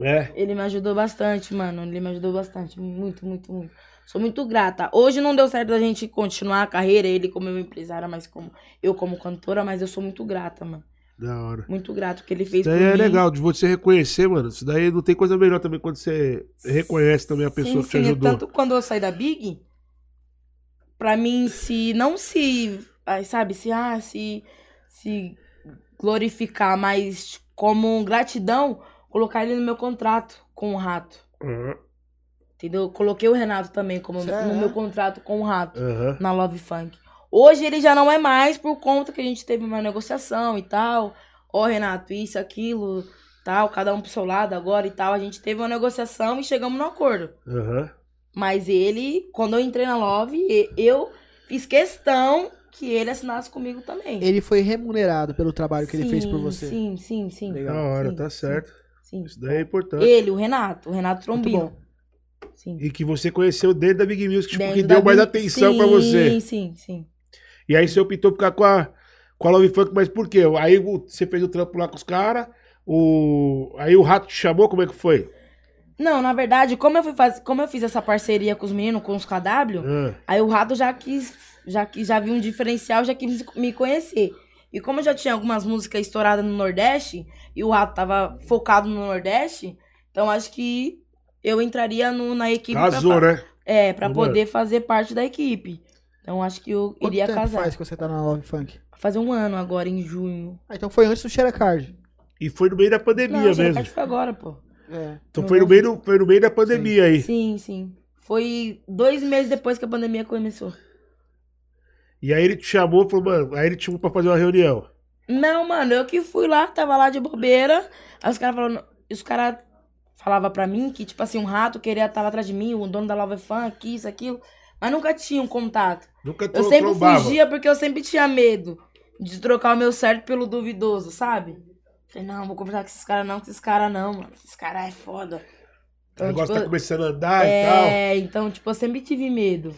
[SPEAKER 1] É.
[SPEAKER 3] Ele me ajudou bastante, mano. Ele me ajudou bastante. Muito, muito, muito. Sou muito grata. Hoje não deu certo da gente continuar a carreira, ele como meu empresária, mas como eu como cantora, mas eu sou muito grata, mano.
[SPEAKER 1] Da hora.
[SPEAKER 3] Muito grato que ele fez
[SPEAKER 1] Isso daí
[SPEAKER 3] por
[SPEAKER 1] é
[SPEAKER 3] mim.
[SPEAKER 1] legal, de você reconhecer, mano. Isso daí não tem coisa melhor também quando você reconhece também a pessoa
[SPEAKER 3] sim,
[SPEAKER 1] que te
[SPEAKER 3] sim, é
[SPEAKER 1] ajudou.
[SPEAKER 3] tanto quando eu saí da Big, pra mim, se não se, ai, sabe, se, ah, se, se glorificar, mas como gratidão, colocar ele no meu contrato com o Rato,
[SPEAKER 1] Aham.
[SPEAKER 3] entendeu? Eu Coloquei o Renato também como
[SPEAKER 2] Sério?
[SPEAKER 3] no meu contrato com o Rato,
[SPEAKER 1] Aham.
[SPEAKER 3] na Love Funk. Hoje ele já não é mais por conta que a gente teve uma negociação e tal. Ó, Renato, isso, aquilo, tal, cada um pro seu lado agora e tal. A gente teve uma negociação e chegamos no acordo.
[SPEAKER 1] Aham.
[SPEAKER 3] Mas ele, quando eu entrei na Love, e- eu fiz questão que ele assinasse comigo também.
[SPEAKER 2] Ele foi remunerado pelo trabalho que ele
[SPEAKER 3] Sim,
[SPEAKER 2] fez por você.
[SPEAKER 3] Sim, sim, sim.
[SPEAKER 2] Legal.
[SPEAKER 1] Da hora,
[SPEAKER 3] Sim,
[SPEAKER 1] tá
[SPEAKER 3] sim,
[SPEAKER 1] certo.
[SPEAKER 3] sim.
[SPEAKER 1] Isso daí é importante.
[SPEAKER 3] Ele, o Renato, o Renato Trombino. Sim.
[SPEAKER 1] E que você conheceu dentro da Big Music, tipo,
[SPEAKER 3] Dentro
[SPEAKER 1] que
[SPEAKER 3] da
[SPEAKER 1] deu mais
[SPEAKER 3] Big-
[SPEAKER 1] atenção pra você.
[SPEAKER 3] Sim, sim, sim.
[SPEAKER 1] E aí você optou ficar com a, com a Love Funk, mas por quê? Aí o- você fez o trampo lá com os caras, o... aí o rato te chamou, como é que foi?
[SPEAKER 3] Não, na verdade, como eu, fui faz... como eu fiz essa parceria com os meninos, com os KW,
[SPEAKER 1] Ah,
[SPEAKER 3] aí o Rato já quis, já quis, já viu um diferencial, já quis me conhecer. E como eu já tinha algumas músicas estouradas no Nordeste, e o Rato tava focado no Nordeste, então acho que eu entraria no- na equipe pra
[SPEAKER 1] casou,
[SPEAKER 3] fa-
[SPEAKER 1] né?
[SPEAKER 3] É, pra
[SPEAKER 1] Não
[SPEAKER 3] poder fazer parte da equipe. Então acho que eu
[SPEAKER 2] Quanto
[SPEAKER 3] iria
[SPEAKER 2] tempo
[SPEAKER 3] casar.
[SPEAKER 2] faz que você tá na Love Funk?
[SPEAKER 3] Fazer um ano agora, em junho.
[SPEAKER 2] Ah, então foi antes do Xerecard.
[SPEAKER 1] E foi no meio da pandemia
[SPEAKER 3] Não, já tá
[SPEAKER 1] mesmo.
[SPEAKER 3] foi agora, pô.
[SPEAKER 2] É.
[SPEAKER 1] Então foi no meio, do- foi no meio da pandemia aí.
[SPEAKER 3] Sim, sim. Foi dois meses depois que a pandemia começou.
[SPEAKER 1] E aí ele te chamou, falou, mano, aí ele te chamou pra fazer uma reunião.
[SPEAKER 3] Não, mano, eu que fui lá, tava lá de bobeira. Aí os caras falaram. Os caras falavam pra mim que, tipo assim, um rato queria estar lá atrás de mim, o dono da Love Funk, isso, aquilo. Mas nunca tinha um contato.
[SPEAKER 1] Nunca tro-
[SPEAKER 3] Eu sempre
[SPEAKER 1] trombava.
[SPEAKER 3] fugia porque eu sempre tinha medo de trocar o meu certo pelo duvidoso, sabe? Falei, não, vou conversar com esses caras não, com esses caras não, mano. Esses caras é foda.
[SPEAKER 1] O negócio
[SPEAKER 3] tipo,
[SPEAKER 1] tá começando a andar e tal.
[SPEAKER 3] é, então, tipo, eu sempre tive medo.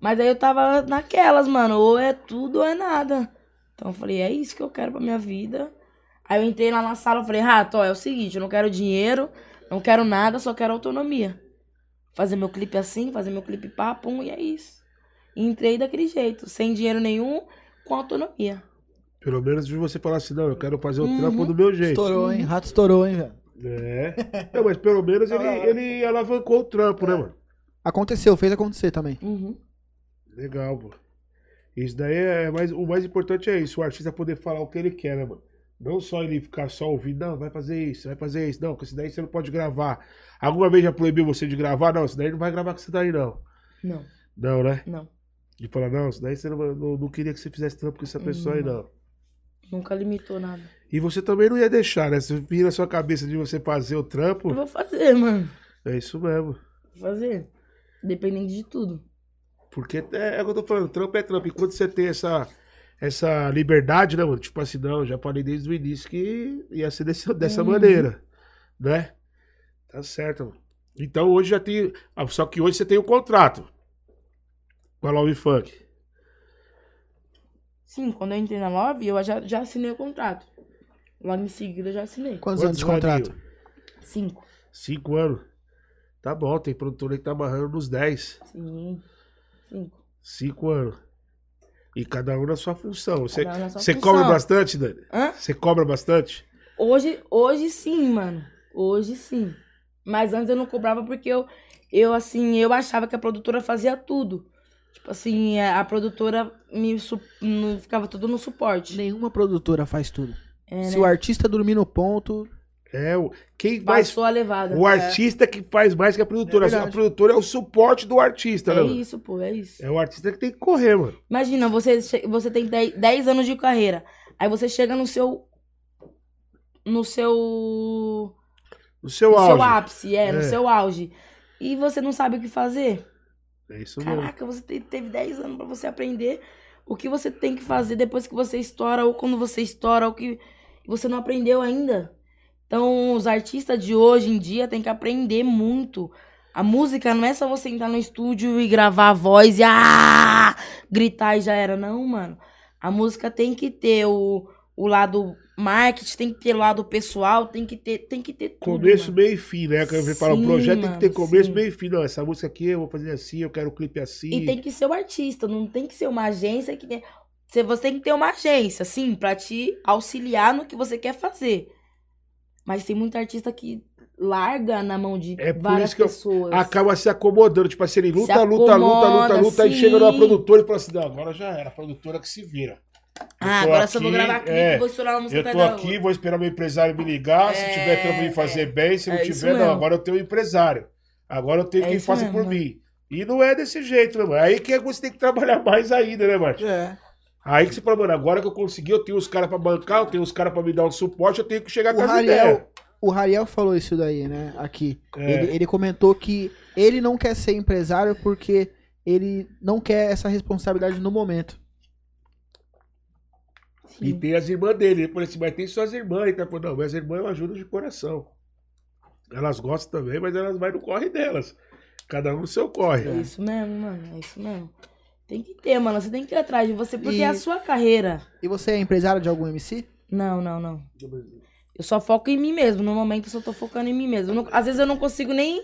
[SPEAKER 3] Mas aí eu tava naquelas, mano, ou é tudo ou é nada. Então eu falei, é isso que eu quero pra minha vida. Aí eu entrei lá na sala e falei, Rato, ó, é o seguinte, eu não quero dinheiro, não quero nada, só quero autonomia. Fazer meu clipe assim, fazer meu clipe papo, e é isso. E entrei daquele jeito, sem dinheiro nenhum, com autonomia.
[SPEAKER 1] Pelo menos de você falar assim, não, eu quero fazer o
[SPEAKER 3] Uhum.
[SPEAKER 1] trampo do meu jeito.
[SPEAKER 2] Estourou, hein? Rato estourou, hein, velho?
[SPEAKER 1] É. Não, mas pelo menos ele, ele alavancou o trampo,
[SPEAKER 3] É.
[SPEAKER 1] né, mano?
[SPEAKER 2] Aconteceu, fez acontecer também.
[SPEAKER 3] Uhum.
[SPEAKER 1] Legal, pô. Isso daí é mais. O mais importante é isso, o artista poder falar o que ele quer, né, mano? Não só ele ficar só ouvindo, não, vai fazer isso, vai fazer isso. Não, com isso daí você não pode gravar. Alguma vez já proibiu você de gravar? Não, isso daí não vai gravar com isso daí, não.
[SPEAKER 3] Não,
[SPEAKER 1] Não, né?
[SPEAKER 3] não.
[SPEAKER 1] De falar, não, isso daí você não, não, não queria que você fizesse trampo com
[SPEAKER 3] Uhum.
[SPEAKER 1] essa pessoa aí, não.
[SPEAKER 3] Nunca limitou nada.
[SPEAKER 1] E você também não ia deixar, né? Você vira a sua cabeça de você fazer o
[SPEAKER 3] Eu
[SPEAKER 1] trampo.
[SPEAKER 3] vou fazer, mano.
[SPEAKER 1] É isso mesmo.
[SPEAKER 3] Vou fazer. Dependente de tudo.
[SPEAKER 1] Porque é, é o que eu tô falando, trampo é trampo. Enquanto você tem essa, essa liberdade, né, mano? Tipo assim, não, eu já falei desde o início que ia ser desse- dessa
[SPEAKER 2] Uhum.
[SPEAKER 1] maneira, né? Tá certo, mano. Então hoje já tem. ah, Só que hoje você tem o contrato com a Love Funk.
[SPEAKER 3] Sim, quando eu entrei na Love, eu já, já assinei o contrato. Logo em seguida eu já assinei.
[SPEAKER 2] Quantos, anos de contrato?
[SPEAKER 1] aninhos?
[SPEAKER 3] Cinco.
[SPEAKER 1] Cinco anos. Tá bom, tem produtor aí que tá amarrando nos dez.
[SPEAKER 3] Sim. Cinco.
[SPEAKER 1] Cinco anos. E cada um na sua função. Você,
[SPEAKER 3] Cada um na sua
[SPEAKER 1] você
[SPEAKER 3] função.
[SPEAKER 1] cobra bastante, Dani?
[SPEAKER 3] Hã?
[SPEAKER 1] Você cobra bastante?
[SPEAKER 3] Hoje, hoje sim, mano. Hoje sim. Mas antes eu não cobrava porque eu, eu assim, eu achava que a produtora fazia tudo. Tipo assim, a a produtora me su- no- ficava tudo no suporte.
[SPEAKER 2] Nenhuma produtora faz tudo. Se o artista dormir no ponto,
[SPEAKER 1] É, o- quem mais
[SPEAKER 3] Passou a levada.
[SPEAKER 1] O artista que faz mais que a produtora.
[SPEAKER 2] É verdade.
[SPEAKER 1] a produtora é o suporte do artista, né?
[SPEAKER 3] É
[SPEAKER 1] mano?
[SPEAKER 3] isso, pô, é isso.
[SPEAKER 1] É o artista que tem que correr, mano.
[SPEAKER 3] Imagina, você, che- você tem 10 10 anos de carreira. Aí você chega no seu. No seu.
[SPEAKER 1] No seu
[SPEAKER 3] no seu
[SPEAKER 1] auge.
[SPEAKER 3] ápice, é,
[SPEAKER 1] É.
[SPEAKER 3] no seu auge. E você não sabe o que fazer.
[SPEAKER 1] É isso mesmo.
[SPEAKER 3] Caraca, você te- teve 10 anos pra você aprender o que você tem que fazer depois que você estoura, ou quando você estoura, ou que você não aprendeu ainda. Então, os artistas de hoje em dia têm que aprender muito. A música não é só você entrar no estúdio e gravar a voz e ah, gritar e já era. Não, mano. A música tem que ter o, o lado marketing, tem que ter o lado pessoal, tem que ter, tem que ter tudo.
[SPEAKER 1] Começo,
[SPEAKER 3] mano.
[SPEAKER 1] meio e fim, né? Quando eu falo, o
[SPEAKER 3] Sim,
[SPEAKER 1] projeto tem que ter
[SPEAKER 3] mano,
[SPEAKER 1] começo,
[SPEAKER 3] sim.
[SPEAKER 1] meio e fim. Não, essa música aqui eu vou fazer assim, eu quero o clipe assim.
[SPEAKER 3] E tem que ser o artista, não tem que ser uma agência que tem. Você você tem que ter uma agência, sim, pra te auxiliar no que você quer fazer. Mas tem muito artista que larga na mão de
[SPEAKER 1] É por
[SPEAKER 3] várias
[SPEAKER 1] isso que eu-
[SPEAKER 3] pessoas.
[SPEAKER 1] Acaba se acomodando. Tipo assim, ele luta, luta, luta,
[SPEAKER 3] acomoda,
[SPEAKER 1] luta, luta. Aí
[SPEAKER 3] sim.
[SPEAKER 1] chega numa produtora e fala assim: não, agora já era. A produtora que se vira. eu
[SPEAKER 3] Ah,
[SPEAKER 1] tô
[SPEAKER 3] agora só vou
[SPEAKER 1] aqui,
[SPEAKER 3] gravar clipe
[SPEAKER 1] é,
[SPEAKER 3] e vou estourar uma música
[SPEAKER 1] Eu tô
[SPEAKER 3] da
[SPEAKER 1] aqui,
[SPEAKER 3] outra.
[SPEAKER 1] vou esperar meu empresário me ligar. Se
[SPEAKER 3] É,
[SPEAKER 1] tiver trampo me fazer
[SPEAKER 3] é.
[SPEAKER 1] bem, se não
[SPEAKER 3] É isso
[SPEAKER 1] tiver, não.
[SPEAKER 3] mesmo.
[SPEAKER 1] Agora eu tenho um empresário. Agora eu tenho
[SPEAKER 3] É
[SPEAKER 1] quem
[SPEAKER 3] isso
[SPEAKER 1] faça
[SPEAKER 3] mesmo,
[SPEAKER 1] por
[SPEAKER 3] mano.
[SPEAKER 1] mim. E não é desse jeito, né, mano? Aí que é que você tem que trabalhar [laughs] mais ainda, né, Márcio?
[SPEAKER 2] é.
[SPEAKER 1] Aí que você fala, mano, agora que eu consegui, eu tenho os caras pra bancar, eu tenho os caras pra me dar um suporte, eu tenho que chegar
[SPEAKER 2] O
[SPEAKER 1] com as
[SPEAKER 2] Rariel-
[SPEAKER 1] ideias.
[SPEAKER 2] o Rariel falou isso daí, né? Aqui.
[SPEAKER 1] É.
[SPEAKER 2] Ele, ele comentou que ele não quer ser empresário porque ele não quer essa responsabilidade no momento.
[SPEAKER 1] E
[SPEAKER 3] Sim.
[SPEAKER 1] tem as irmãs dele. Ele falou assim, mas tem suas irmãs. Ele tá falando, não, minhas irmãs eu ajudo de coração. Elas gostam também, mas elas vai no corre delas. Cada um no seu corre.
[SPEAKER 3] É isso mesmo, mano. É isso mesmo. Tem que ter, mano. Você tem que ir atrás de você, porque
[SPEAKER 2] E-
[SPEAKER 3] é a sua carreira.
[SPEAKER 2] E você é empresário de algum MC?
[SPEAKER 3] Não, não, não. Eu só foco em mim mesmo. No momento eu só tô focando em mim mesmo. Eu não- às vezes eu não consigo nem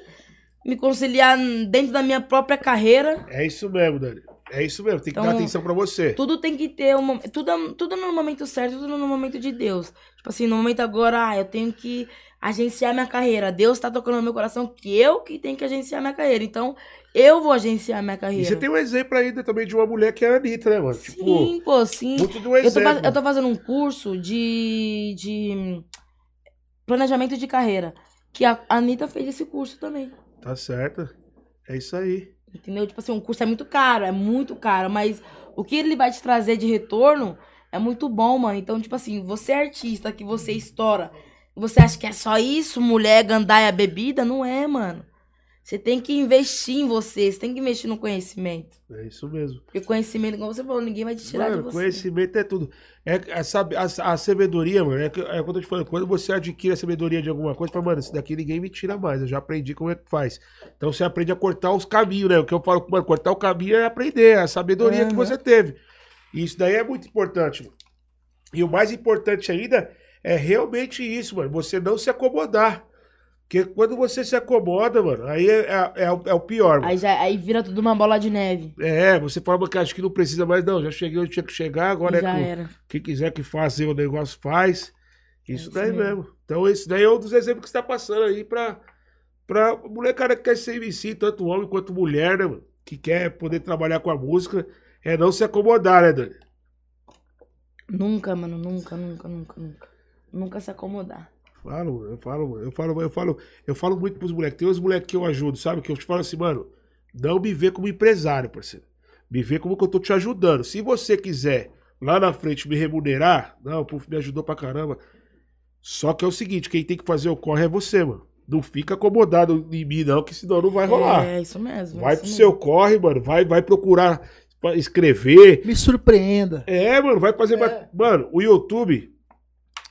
[SPEAKER 3] me conciliar dentro da minha própria carreira.
[SPEAKER 1] É isso mesmo, Dani. É isso mesmo. Tem que
[SPEAKER 3] Então,
[SPEAKER 1] dar atenção pra você.
[SPEAKER 3] Tudo tem que ter um, mom- tudo tudo no momento certo, tudo no momento de Deus. Tipo assim, no momento agora, ah, eu tenho que agenciar minha carreira. Deus tá tocando no meu coração que eu que tenho que agenciar minha carreira. Então, eu vou agenciar minha
[SPEAKER 1] E
[SPEAKER 3] carreira.
[SPEAKER 1] você tem um exemplo ainda também de uma mulher que é a Anitta, né, mano? Tipo,
[SPEAKER 3] Sim, pô, sim.
[SPEAKER 1] muito do
[SPEAKER 3] Eu tô,
[SPEAKER 1] exemplo.
[SPEAKER 3] faz- eu tô fazendo um curso de, de planejamento de carreira. Que a Anitta fez esse curso também.
[SPEAKER 1] Tá certo. É isso aí.
[SPEAKER 3] Entendeu? Tipo assim, um curso é muito caro, é muito caro, mas o que ele vai te trazer de retorno é muito bom, mano. Então, tipo assim, você é artista que você estoura, você acha que é só isso, mulher, gandaia, bebida? Não é, mano. Você tem que investir em você, você tem que investir no conhecimento.
[SPEAKER 1] É isso mesmo.
[SPEAKER 3] Porque conhecimento, como você falou, ninguém vai te tirar
[SPEAKER 1] Mano,
[SPEAKER 3] de você.
[SPEAKER 1] conhecimento é tudo. É, é, sabe, a, a sabedoria, mano, é, que- é quando eu te falo, quando você adquire a sabedoria de alguma coisa, fala, mano, isso daqui ninguém me tira mais, eu já aprendi como é que faz. Então você aprende a cortar os caminhos, né? O que eu falo, mano, cortar o caminho é aprender, é a sabedoria que
[SPEAKER 3] Aham.
[SPEAKER 1] você teve. E isso daí é muito importante, mano. E o mais importante ainda é realmente isso, mano, você não se acomodar. Porque quando você se acomoda, mano, aí é, é- é o- é o pior, mano.
[SPEAKER 3] Aí, já, aí vira tudo uma bola de neve.
[SPEAKER 1] É, você fala "Mas, cara, acho que não precisa mais, não. Já cheguei onde tinha que chegar, agora
[SPEAKER 3] já
[SPEAKER 1] é com
[SPEAKER 3] era.
[SPEAKER 1] quem quiser que faça o negócio faz. Isso,
[SPEAKER 3] isso
[SPEAKER 1] daí mesmo.
[SPEAKER 3] mesmo.
[SPEAKER 1] Então, esse daí é um dos exemplos que você tá passando aí pra, pra molecada que quer ser MC, tanto homem quanto mulher, né, mano? Que quer poder trabalhar com a música. É não se acomodar, né, Dani?
[SPEAKER 3] Nunca, mano, nunca, nunca, nunca, nunca. Nunca se acomodar.
[SPEAKER 1] Falo, eu falo, eu falo, eu falo, eu falo muito pros moleques. Tem uns moleques que eu ajudo, sabe? Que eu te falo assim, mano, não me vê como empresário, parceiro. Me vê como que eu tô te ajudando. Se você quiser lá na frente me remunerar, não, puf, me ajudou pra caramba. Só que é o seguinte, quem tem que fazer o corre é você, mano. Não fica acomodado em mim, não, que senão não vai rolar.
[SPEAKER 3] É, isso mesmo. é
[SPEAKER 1] vai
[SPEAKER 3] isso
[SPEAKER 1] pro seu corre, mano. Vai, vai procurar pra escrever,
[SPEAKER 2] Me surpreenda.
[SPEAKER 1] é, mano, vai fazer.
[SPEAKER 2] É.
[SPEAKER 1] Mano, o YouTube.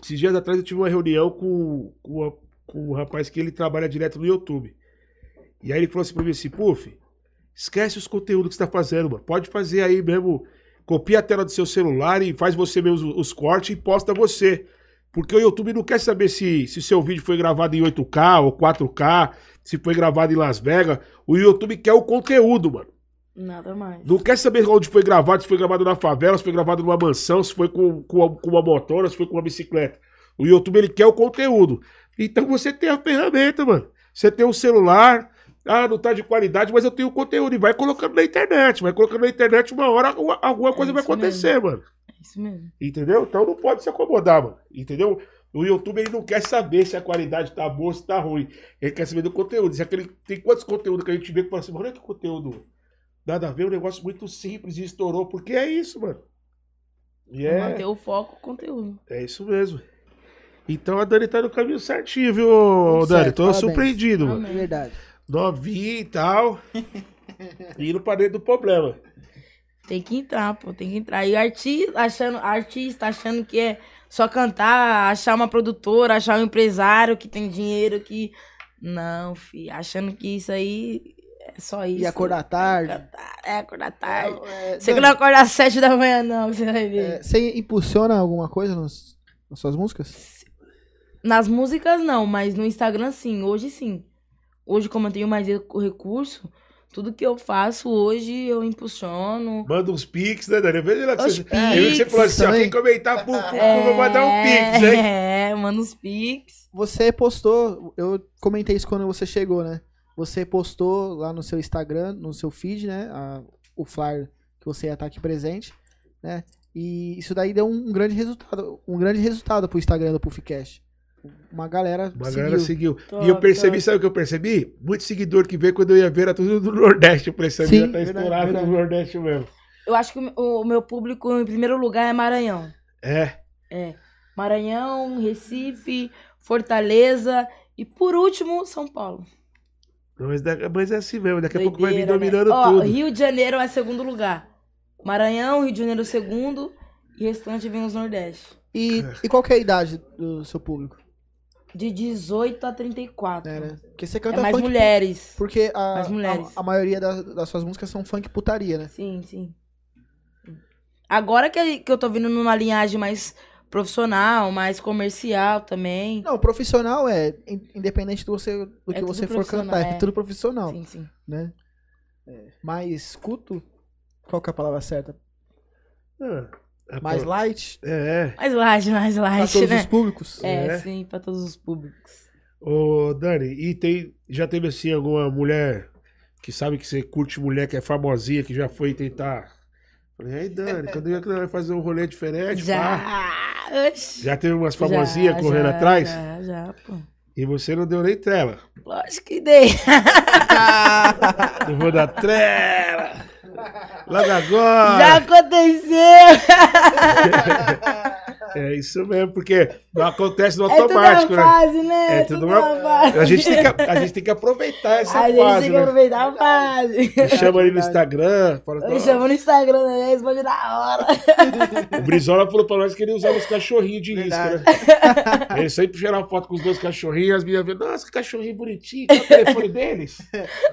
[SPEAKER 1] Esses dias atrás eu tive uma reunião com, com, a- com um rapaz que ele trabalha direto no YouTube. E aí ele falou assim pra mim assim: Puf, esquece os conteúdos que você tá fazendo, mano. Pode fazer aí mesmo. Copia a tela do seu celular e faz você mesmo os cortes e posta você. Porque o YouTube não quer saber se, se seu vídeo foi gravado em 8K ou 4K, se foi gravado em Las Vegas. O YouTube quer o conteúdo, mano.
[SPEAKER 3] Nada mais.
[SPEAKER 1] Não quer saber onde foi gravado, se foi gravado na favela, se foi gravado numa mansão, se foi com, com, uma, com uma motora, se foi com uma bicicleta. O YouTube, ele quer o conteúdo. Então você tem a ferramenta, mano. Você tem o celular, ah, não tá de qualidade, mas eu tenho o conteúdo. E vai colocando na internet, vai colocando na internet, uma hora alguma, alguma
[SPEAKER 3] É
[SPEAKER 1] coisa vai
[SPEAKER 3] isso
[SPEAKER 1] acontecer, mano.
[SPEAKER 3] É isso mesmo.
[SPEAKER 1] Entendeu? Então não pode se acomodar, mano. Entendeu? O YouTube, ele não quer saber se a qualidade tá boa, se tá ruim. Ele quer saber do conteúdo. Se aquele, tem quantos conteúdos que a gente vê que fala assim, mano, olha que conteúdo nada a ver, um negócio muito simples e estourou, porque é isso, mano. E
[SPEAKER 3] Manter
[SPEAKER 1] é,
[SPEAKER 3] o foco, o conteúdo.
[SPEAKER 1] é isso mesmo. Então a Dani tá no caminho certinho, viu,
[SPEAKER 2] Tudo
[SPEAKER 1] Dani?
[SPEAKER 2] certo,
[SPEAKER 1] Tô
[SPEAKER 2] parabéns.
[SPEAKER 1] surpreendido, mano.
[SPEAKER 2] É verdade.
[SPEAKER 1] Novinha e tal.
[SPEAKER 2] [laughs]
[SPEAKER 1] indo pra dentro do problema.
[SPEAKER 3] Tem que entrar, pô, tem que entrar. E artista achando, artista achando que é só cantar, achar uma produtora, achar um empresário que tem dinheiro, que. Não, fi, achando que isso aí é só isso.
[SPEAKER 2] E acordar tarde.
[SPEAKER 3] Cantar, É, acordar tarde.
[SPEAKER 2] É,
[SPEAKER 3] Você que
[SPEAKER 2] Dani,
[SPEAKER 3] não acorda às sete da manhã, não, [laughs] que você vai ver.
[SPEAKER 2] é, Você impulsiona alguma coisa nas, nas suas músicas?
[SPEAKER 3] Nas músicas não, mas no Instagram sim, hoje sim. Hoje, como eu tenho mais recu- recurso, tudo que eu faço hoje eu impulsiono.
[SPEAKER 1] Manda uns pics, né, Dani? Eu vejo lá que
[SPEAKER 3] Os
[SPEAKER 1] você, eu vejo que você
[SPEAKER 3] pics
[SPEAKER 1] falou assim, ó,
[SPEAKER 2] também.
[SPEAKER 1] quem comentar,
[SPEAKER 2] [laughs]
[SPEAKER 1] pum, pum, pum, vou mandar um pix, hein?
[SPEAKER 3] [laughs] É, manda uns pix.
[SPEAKER 2] Você postou, eu comentei isso quando você chegou, né? Você postou lá no seu Instagram, no seu feed, né? a- o flyer que você ia estar aqui presente, né? E isso daí deu um grande resultado, um grande resultado pro Instagram do Puffcast. Uma galera
[SPEAKER 1] Uma
[SPEAKER 2] seguiu.
[SPEAKER 1] galera seguiu.
[SPEAKER 3] Top,
[SPEAKER 1] e eu percebi,
[SPEAKER 3] top.
[SPEAKER 1] sabe o que eu percebi? Muito seguidor que veio quando eu ia ver era tudo do Nordeste. Eu percebi,
[SPEAKER 2] Sim,
[SPEAKER 1] já tá
[SPEAKER 2] verdade,
[SPEAKER 1] estourado
[SPEAKER 2] verdade.
[SPEAKER 1] no Nordeste mesmo.
[SPEAKER 3] Eu acho que o me- o meu público, em primeiro lugar, é Maranhão.
[SPEAKER 1] É,
[SPEAKER 3] É. Maranhão, Recife, Fortaleza e, por último, São Paulo.
[SPEAKER 1] mas, da- mas é assim mesmo. Daqui a pouco vai vir
[SPEAKER 3] Doideira, né?
[SPEAKER 1] dominando
[SPEAKER 3] Ó,
[SPEAKER 1] tudo.
[SPEAKER 3] Rio de Janeiro é segundo lugar. Maranhão, Rio de Janeiro, segundo. E o restante vem os Nordeste.
[SPEAKER 2] E, e qual que é a idade do seu público?
[SPEAKER 3] De 18 a 34.
[SPEAKER 2] É,
[SPEAKER 3] É,
[SPEAKER 2] né? Porque você canta
[SPEAKER 3] mais
[SPEAKER 2] funk,
[SPEAKER 3] mulheres.
[SPEAKER 2] Porque a,
[SPEAKER 3] Mais mulheres.
[SPEAKER 2] a, a maioria da- das suas músicas são funk putaria, né?
[SPEAKER 3] Sim, sim. Agora que, que eu tô vindo numa linhagem mais profissional, mais comercial também.
[SPEAKER 2] Não, profissional é in- independente do, você, do
[SPEAKER 3] É
[SPEAKER 2] que
[SPEAKER 3] tudo
[SPEAKER 2] você for
[SPEAKER 3] profissional,
[SPEAKER 2] cantar, é,
[SPEAKER 3] é.
[SPEAKER 2] tudo profissional,
[SPEAKER 3] Sim, sim.
[SPEAKER 2] né? Mas culto, qual que é a palavra certa?
[SPEAKER 1] Ah, é
[SPEAKER 2] Mais
[SPEAKER 1] pra-
[SPEAKER 2] light
[SPEAKER 1] É.
[SPEAKER 3] Mais laje, mais
[SPEAKER 2] pra
[SPEAKER 3] laje,
[SPEAKER 2] todos
[SPEAKER 3] né?
[SPEAKER 2] os
[SPEAKER 3] [laughs]
[SPEAKER 2] públicos?
[SPEAKER 3] É,
[SPEAKER 1] É.
[SPEAKER 3] sim, pra todos os públicos.
[SPEAKER 1] Ô, Dani, e tem, já teve assim alguma mulher que sabe que você curte mulher que é famosinha, que já foi tentar. Falei, aí, Dani, quando é que nós vai fazer um rolê diferente? pá?"
[SPEAKER 3] Já! Oxi.
[SPEAKER 1] Já teve umas famosinhas correndo
[SPEAKER 3] já,
[SPEAKER 1] atrás?
[SPEAKER 3] Já, já, pô.
[SPEAKER 1] E você não deu nem tela.
[SPEAKER 3] Lógico que dei.
[SPEAKER 1] Eu vou dar trela. Logo agora.
[SPEAKER 3] [laughs] Já aconteceu!
[SPEAKER 1] É isso mesmo, porque não acontece no
[SPEAKER 3] É tudo
[SPEAKER 1] automático,
[SPEAKER 3] uma
[SPEAKER 1] né?
[SPEAKER 3] fase, né?
[SPEAKER 1] É tudo uma-
[SPEAKER 3] fase.
[SPEAKER 1] A gente, tem que, a gente tem que aproveitar essa
[SPEAKER 3] A gente
[SPEAKER 1] fase,
[SPEAKER 3] tem que
[SPEAKER 1] né?
[SPEAKER 3] aproveitar a
[SPEAKER 1] [laughs]
[SPEAKER 3] fase.
[SPEAKER 1] Me chama ali no Instagram. Fala,
[SPEAKER 3] Me chamou no Instagram, né? Responde na hora.
[SPEAKER 1] O Brizola falou pra nós que ele usava os cachorrinhos de isca,
[SPEAKER 2] Verdade.
[SPEAKER 1] né? Ele sempre tirava foto com os dois cachorrinhos, as meninas viram, nossa, que cachorrinho bonitinho, qual é o telefone deles?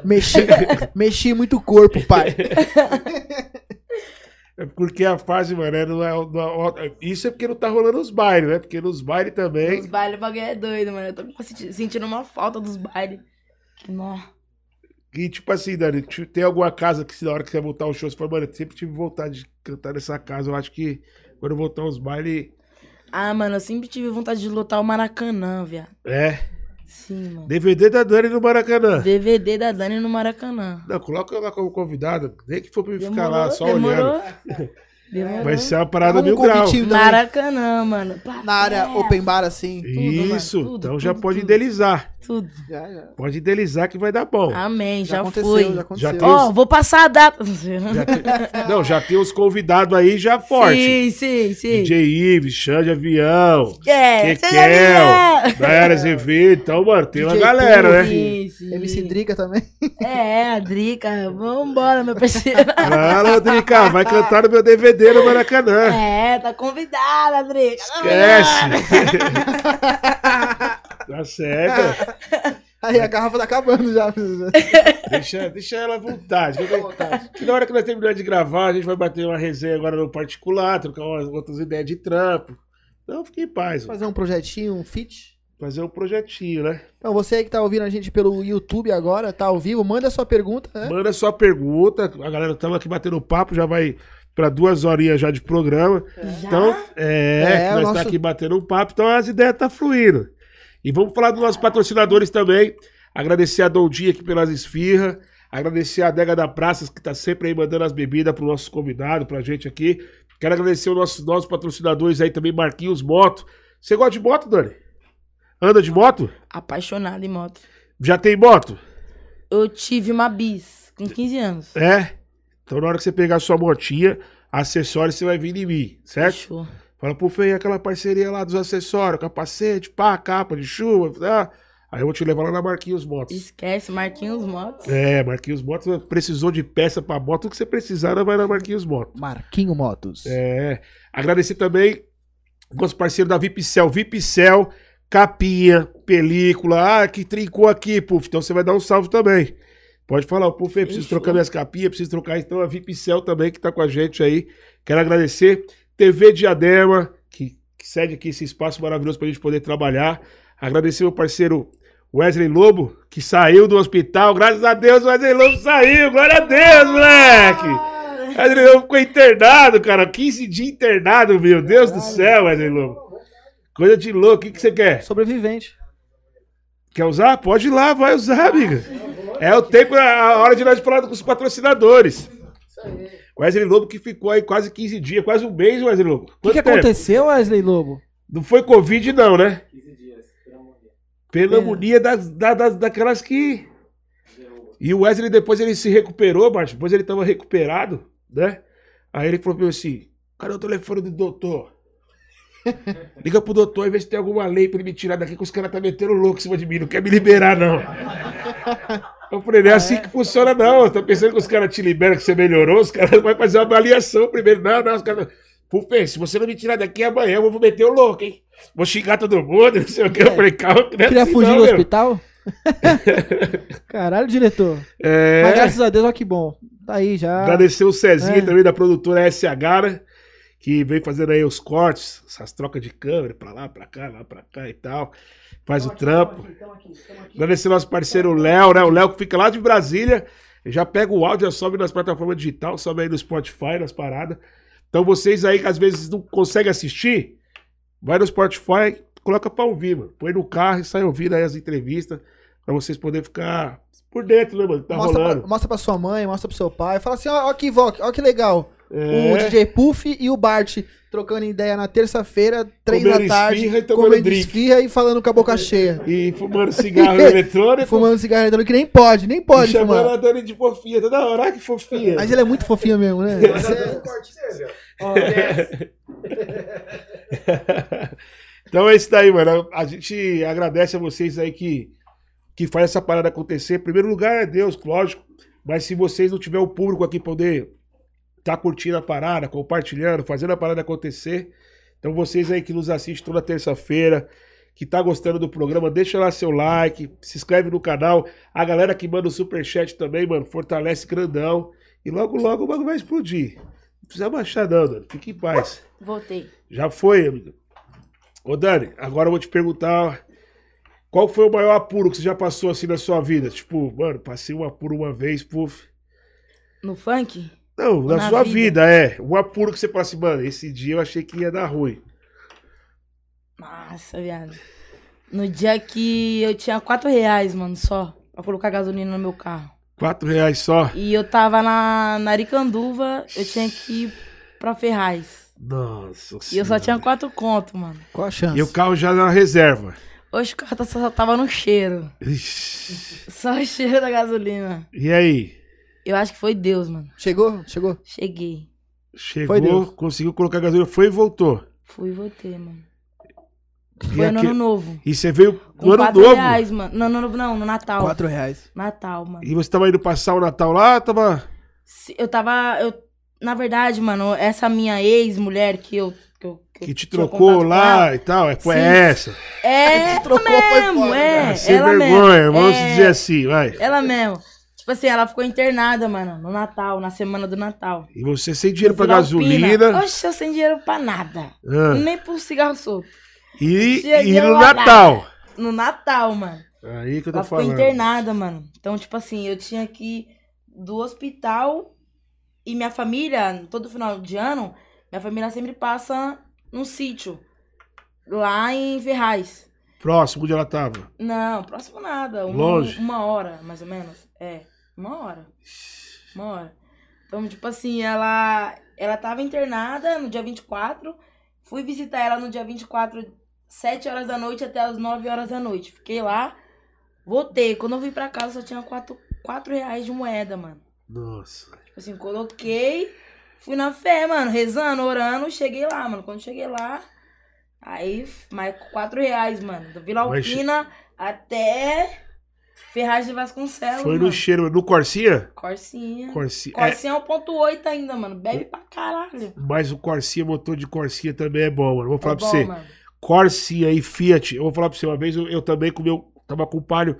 [SPEAKER 2] Mexi, mexi muito o corpo, pai.
[SPEAKER 1] É porque a fase, mano, é, não é, não é- isso é porque não tá rolando os bailes, né? Porque nos bailes
[SPEAKER 3] Os
[SPEAKER 1] também.
[SPEAKER 3] bailes, o bagulho é doido, mano. Eu tô senti- sentindo uma falta dos bailes. Nossa.
[SPEAKER 1] E tipo assim, Dani, te- tem alguma casa que se na hora que você voltar o show, você fala, mano, eu sempre tive vontade de cantar nessa casa. Eu acho que quando eu voltar os bailes.
[SPEAKER 3] Ah, mano, eu sempre tive vontade de lotar o Maracanã, viado.
[SPEAKER 1] É.
[SPEAKER 3] Sim, mano.
[SPEAKER 1] DVD da Dani no Maracanã.
[SPEAKER 3] DVD da Dani no Maracanã.
[SPEAKER 1] Não, coloca eu lá como convidado, nem que for pra eu ficar lá só olhando.
[SPEAKER 3] demorou. [laughs] Demorou.
[SPEAKER 1] Vai ser uma [laughs] parada
[SPEAKER 2] Um
[SPEAKER 1] mil graus.
[SPEAKER 2] convitinho também.
[SPEAKER 3] Maracanã, mano. Pá,
[SPEAKER 2] na área
[SPEAKER 3] é,
[SPEAKER 2] open bar, assim.
[SPEAKER 3] mano,
[SPEAKER 1] Isso,
[SPEAKER 3] tudo,
[SPEAKER 1] então
[SPEAKER 3] tudo,
[SPEAKER 1] já pode
[SPEAKER 3] tudo.
[SPEAKER 1] indelizar.
[SPEAKER 3] é Tudo.
[SPEAKER 2] Já, já.
[SPEAKER 1] Pode indelizar que vai dar bom.
[SPEAKER 3] Amém, já,
[SPEAKER 2] Já aconteceu,
[SPEAKER 3] foi.
[SPEAKER 2] já aconteceu.
[SPEAKER 1] Já tá- tem-
[SPEAKER 3] Ó, vou passar a data. [laughs]
[SPEAKER 1] Já tem- Não, já tem os convidados aí já forte.
[SPEAKER 3] Sim, sim, sim.
[SPEAKER 1] DJ Ives, Xande Avião,
[SPEAKER 3] É, você já
[SPEAKER 1] Kekel,
[SPEAKER 3] viu? né?
[SPEAKER 1] Dayara Azevedo. Então, mano, tem uma
[SPEAKER 2] DJ
[SPEAKER 1] galera, né?
[SPEAKER 3] Sim, sim.
[SPEAKER 2] MC Drica também. [laughs]
[SPEAKER 3] É, a Drica. Vambora,
[SPEAKER 1] [laughs]
[SPEAKER 3] meu parceiro.
[SPEAKER 1] Fala, Drica, vai cantar no meu DVD no Maracanã.
[SPEAKER 3] é, tá convidada, Drica. É.
[SPEAKER 1] Esquece. tá certo.
[SPEAKER 2] Aí a garrafa tá acabando já.
[SPEAKER 1] Deixa, deixa ela à vontade. Fica à vontade. Que na hora que nós terminar de gravar, a gente vai bater uma resenha agora no particular, trocar umas, outras ideias de trampo. Então, fique em paz. mano.
[SPEAKER 2] Fazer um projetinho, um fit.
[SPEAKER 1] Fazer um projetinho, né?
[SPEAKER 2] Então, você aí que tá ouvindo a gente pelo YouTube agora, tá ao vivo, manda sua pergunta, né?
[SPEAKER 1] Manda sua pergunta. A galera estamos aqui batendo papo, já vai pra duas horinhas já de programa. Então, é,
[SPEAKER 2] É,
[SPEAKER 1] que nós
[SPEAKER 2] o
[SPEAKER 1] tá
[SPEAKER 2] nosso-
[SPEAKER 1] aqui batendo um papo, então as ideias tá fluindo. E vamos falar dos nossos patrocinadores também. Agradecer a Dondinha aqui pelas esfirras. Agradecer a Adega da Praças, que tá sempre aí mandando as bebidas pro nosso convidado, pra gente aqui. Quero agradecer os nossos, nossos patrocinadores aí também, Marquinhos Moto. Você gosta de moto, Dani? Anda de moto?
[SPEAKER 3] Apaixonada em moto.
[SPEAKER 1] Já tem moto?
[SPEAKER 3] Eu tive uma bis com 15 anos.
[SPEAKER 1] É. Então, na hora que você pegar sua motinha, acessório você vai vir em mim, certo?
[SPEAKER 3] Fechou.
[SPEAKER 1] Fala, pô, Fê, e aquela parceria lá dos acessórios, capacete, pá, capa de chuva, tá? Aí eu vou te levar lá na Marquinhos Motos.
[SPEAKER 3] Esquece, Marquinhos Motos.
[SPEAKER 1] É, Marquinhos Motos precisou de peça pra moto, o que você precisar, vai na Marquinhos Motos.
[SPEAKER 2] Marquinho Motos.
[SPEAKER 1] É. Agradecer também o nosso parceiro da Vipcel. Vipcel, capinha, película. Ah, que trincou aqui, Puf. Então você vai dar um salve também. Pode falar, Puf, eu preciso
[SPEAKER 3] Fechou.
[SPEAKER 1] trocar minhas capinhas, preciso trocar. Então a Vipcel também que tá com a gente aí. Quero agradecer. TV Diadema, que, que cede aqui esse espaço maravilhoso pra gente poder trabalhar. Agradecer meu parceiro Wesley Lobo, que saiu do hospital. Graças a Deus, Wesley Lobo saiu. Glória a Deus, moleque! Wesley Lobo ficou internado, cara. 15 dias internado, meu Deus do céu, Wesley Lobo. Coisa de louco. O que, que você quer?
[SPEAKER 2] Sobrevivente.
[SPEAKER 1] Quer usar? Pode ir lá, vai usar, amiga. É o tempo, a hora de nós falar com os patrocinadores. Wesley Lobo que ficou aí quase 15 dias, quase um mês, Wesley Lobo.
[SPEAKER 5] O que,
[SPEAKER 1] Quanto
[SPEAKER 5] que
[SPEAKER 1] tempo?
[SPEAKER 5] aconteceu, Wesley Lobo?
[SPEAKER 1] Não foi Covid, não, né? 15 dias. Pneumonia das, da- das- daquelas que. E o Wesley depois ele se recuperou, Bart. Depois ele tava recuperado, né? Aí ele falou pra mim assim: cadê o telefone do doutor? Liga pro doutor e vê se tem alguma lei pra ele me tirar daqui, que os caras tá metendo louco em cima de mim, não quer me
[SPEAKER 5] [laughs]
[SPEAKER 1] liberar, não. Eu falei, não é assim que funciona, não. Tá pensando que os caras te liberam, que você melhorou, os caras vão fazer uma avaliação primeiro. Não, não, os caras. Pufê, se você não me tirar daqui amanhã, eu vou meter o louco, hein? Vou xingar todo mundo, não sei o que. Eu falei, calma, que não é
[SPEAKER 5] Queria
[SPEAKER 1] assim,
[SPEAKER 5] fugir
[SPEAKER 1] não,
[SPEAKER 5] do
[SPEAKER 1] meu.
[SPEAKER 5] hospital? [laughs] Caralho, diretor.
[SPEAKER 1] É.
[SPEAKER 5] Mas graças a Deus, olha que bom. Tá aí já.
[SPEAKER 1] Agradecer o Cezinho
[SPEAKER 5] É.
[SPEAKER 1] também da produtora SH, né? Que vem fazendo aí os cortes, essas trocas de câmera, pra lá, pra cá, lá, pra cá e tal. Faz o trampo. Agradecer nosso parceiro Léo, né? O Léo que fica lá de Brasília. Já pega o áudio, já sobe nas plataformas digitais, sobe aí no Spotify, nas paradas. Então vocês aí que às vezes não conseguem assistir, vai no Spotify, coloca pra ouvir, mano. Põe no carro e sai ouvindo aí as entrevistas, pra vocês poderem ficar por dentro, né, mano? que Tá
[SPEAKER 2] mostra,
[SPEAKER 1] rolando.
[SPEAKER 2] pra, mostra pra sua mãe, mostra pro seu pai. Fala assim, ó, ó que, vó, ó que legal.
[SPEAKER 1] É.
[SPEAKER 2] o DJ Puff e o Bart trocando ideia na terça-feira, três da
[SPEAKER 1] Comendo
[SPEAKER 2] tarde,
[SPEAKER 1] esfirra e tomando
[SPEAKER 2] comendo
[SPEAKER 1] drink.
[SPEAKER 2] esfirra e falando com
[SPEAKER 1] [laughs]
[SPEAKER 2] a boca cheia.
[SPEAKER 1] E fumando
[SPEAKER 2] [laughs]
[SPEAKER 1] cigarro eletrônico.
[SPEAKER 2] Fumando cigarro eletrônico, que nem pode, nem
[SPEAKER 1] e
[SPEAKER 2] pode
[SPEAKER 1] chamando
[SPEAKER 2] fumar.
[SPEAKER 1] a Dani de fofinha toda hora. Ah, que fofinha.
[SPEAKER 2] Mas ele é muito fofinho
[SPEAKER 1] [laughs]
[SPEAKER 2] mesmo, né?
[SPEAKER 4] Mas
[SPEAKER 2] Você-
[SPEAKER 4] até o corte dele, ó. Ó, desce.
[SPEAKER 1] Então é isso daí, mano. A gente agradece a vocês aí que, que faz essa parada acontecer. Em primeiro lugar é Deus, lógico. Mas se vocês não tiver o público aqui poder tá curtindo a parada, compartilhando, fazendo a parada acontecer. Então vocês aí que nos assistem toda terça-feira, que tá gostando do programa, deixa lá seu like, se inscreve no canal. A galera que manda o superchat também, mano, fortalece grandão. E logo, logo o bagulho vai explodir. Não precisa baixar não, mano. Fique em paz.
[SPEAKER 3] Voltei.
[SPEAKER 1] Já foi, amigo. Ô, Dani, agora eu vou te perguntar. Qual foi o maior apuro que você já passou assim na sua vida? Tipo, mano, passei um apuro uma vez, puf.
[SPEAKER 3] No funk?
[SPEAKER 1] Não, na,
[SPEAKER 3] Na
[SPEAKER 1] sua vida.
[SPEAKER 3] vida.
[SPEAKER 1] é. Um apuro que você passa assim, mano, esse dia eu achei que ia dar ruim.
[SPEAKER 3] Nossa, viado. No dia que eu tinha 4 reais, mano, só. Pra colocar gasolina no meu carro.
[SPEAKER 1] Quatro reais só.
[SPEAKER 3] E eu tava na, na Aricanduva, eu tinha que ir pra Ferraz.
[SPEAKER 1] Nossa
[SPEAKER 3] E eu só
[SPEAKER 1] Senhora.
[SPEAKER 3] tinha 4 conto, mano.
[SPEAKER 2] Qual a chance?
[SPEAKER 1] E o carro já na
[SPEAKER 3] [laughs]
[SPEAKER 1] reserva.
[SPEAKER 3] Hoje o carro tá- só tava no cheiro.
[SPEAKER 1] Ixi.
[SPEAKER 3] Só o cheiro da gasolina.
[SPEAKER 1] E aí?
[SPEAKER 3] Eu acho que foi Deus, mano.
[SPEAKER 2] Chegou? Chegou?
[SPEAKER 3] Cheguei.
[SPEAKER 2] Foi
[SPEAKER 1] Chegou,
[SPEAKER 2] Deus.
[SPEAKER 1] conseguiu colocar gasolina, foi e voltou.
[SPEAKER 3] Fui e voltei, mano.
[SPEAKER 1] E,
[SPEAKER 3] Foi no
[SPEAKER 1] aqui-
[SPEAKER 3] ano novo.
[SPEAKER 1] e você veio
[SPEAKER 3] Com
[SPEAKER 1] no ano
[SPEAKER 3] 4
[SPEAKER 1] novo.
[SPEAKER 3] reais, mano. Não, no ano novo não, no Natal.
[SPEAKER 2] Quatro reais.
[SPEAKER 3] Natal, mano.
[SPEAKER 1] E você tava indo passar o Natal lá, tava.
[SPEAKER 3] Se- Eu tava. Eu, na verdade, mano, essa minha ex-mulher que eu. Que, eu, eu
[SPEAKER 1] Que te
[SPEAKER 3] tinha
[SPEAKER 1] trocou
[SPEAKER 3] contato com
[SPEAKER 1] lá [laughs]
[SPEAKER 3] ela,
[SPEAKER 1] e tal. É, foi
[SPEAKER 3] Sim.
[SPEAKER 1] essa.
[SPEAKER 3] É,
[SPEAKER 2] Que te trocou,
[SPEAKER 3] ela
[SPEAKER 2] foi
[SPEAKER 3] mesmo,
[SPEAKER 2] fora,
[SPEAKER 3] é.
[SPEAKER 1] Sem
[SPEAKER 3] ela
[SPEAKER 1] vergonha,
[SPEAKER 3] mesmo.
[SPEAKER 1] vamos
[SPEAKER 3] é,
[SPEAKER 1] dizer assim, vai.
[SPEAKER 3] Ela mesmo. Tipo assim, ela ficou internada, mano, no Natal, na semana do Natal.
[SPEAKER 1] E você sem dinheiro pra
[SPEAKER 3] Filopina.
[SPEAKER 1] gasolina.
[SPEAKER 3] Oxe, eu sem dinheiro pra nada.
[SPEAKER 1] ah,
[SPEAKER 3] Nem pro cigarro solto.
[SPEAKER 1] e,
[SPEAKER 3] Cheguei
[SPEAKER 1] e no
[SPEAKER 3] lá.
[SPEAKER 1] Natal.
[SPEAKER 3] No Natal, mano.
[SPEAKER 1] Aí que eu tô
[SPEAKER 3] é um Ela ficou
[SPEAKER 1] falando.
[SPEAKER 3] internada, mano. Então, tipo assim, eu tinha que ir do hospital e minha família, todo final de ano, minha família sempre passa num sítio. Lá em Ferraz.
[SPEAKER 1] Próximo onde ela tava.
[SPEAKER 3] Não, próximo nada. Uma,
[SPEAKER 1] Longe.
[SPEAKER 3] Uma hora, mais ou menos. É, uma hora. Uma hora. Então, tipo assim, ela, ela tava internada no dia 24. Fui visitar ela no dia 24, 7 horas da noite até as 9 horas da noite. Fiquei lá, voltei. Quando eu vim pra casa, só tinha 4, reais de moeda, mano.
[SPEAKER 1] Nossa.
[SPEAKER 3] Tipo assim, coloquei, fui na fé, mano, rezando, orando. Cheguei lá, mano. Quando cheguei lá, aí, f- mais 4 reais, mano. Do Vila
[SPEAKER 1] Mas-
[SPEAKER 3] Alpina até Ferraz de Vasconcelos,
[SPEAKER 1] Foi
[SPEAKER 3] mano.
[SPEAKER 1] no cheiro. No Corsinha?
[SPEAKER 3] Corsinha.
[SPEAKER 1] Corsinha. é,
[SPEAKER 3] Corsinha é 1.8 ainda, mano. Bebe pra caralho.
[SPEAKER 1] mas o Corsinha, motor de Corsinha também é bom, mano. Vou falar
[SPEAKER 3] é
[SPEAKER 1] pra
[SPEAKER 3] bom,
[SPEAKER 1] você.
[SPEAKER 3] mano.
[SPEAKER 1] Corsinha e Fiat. Eu vou falar pra você, uma vez eu, eu também com o meu. Tava com o palho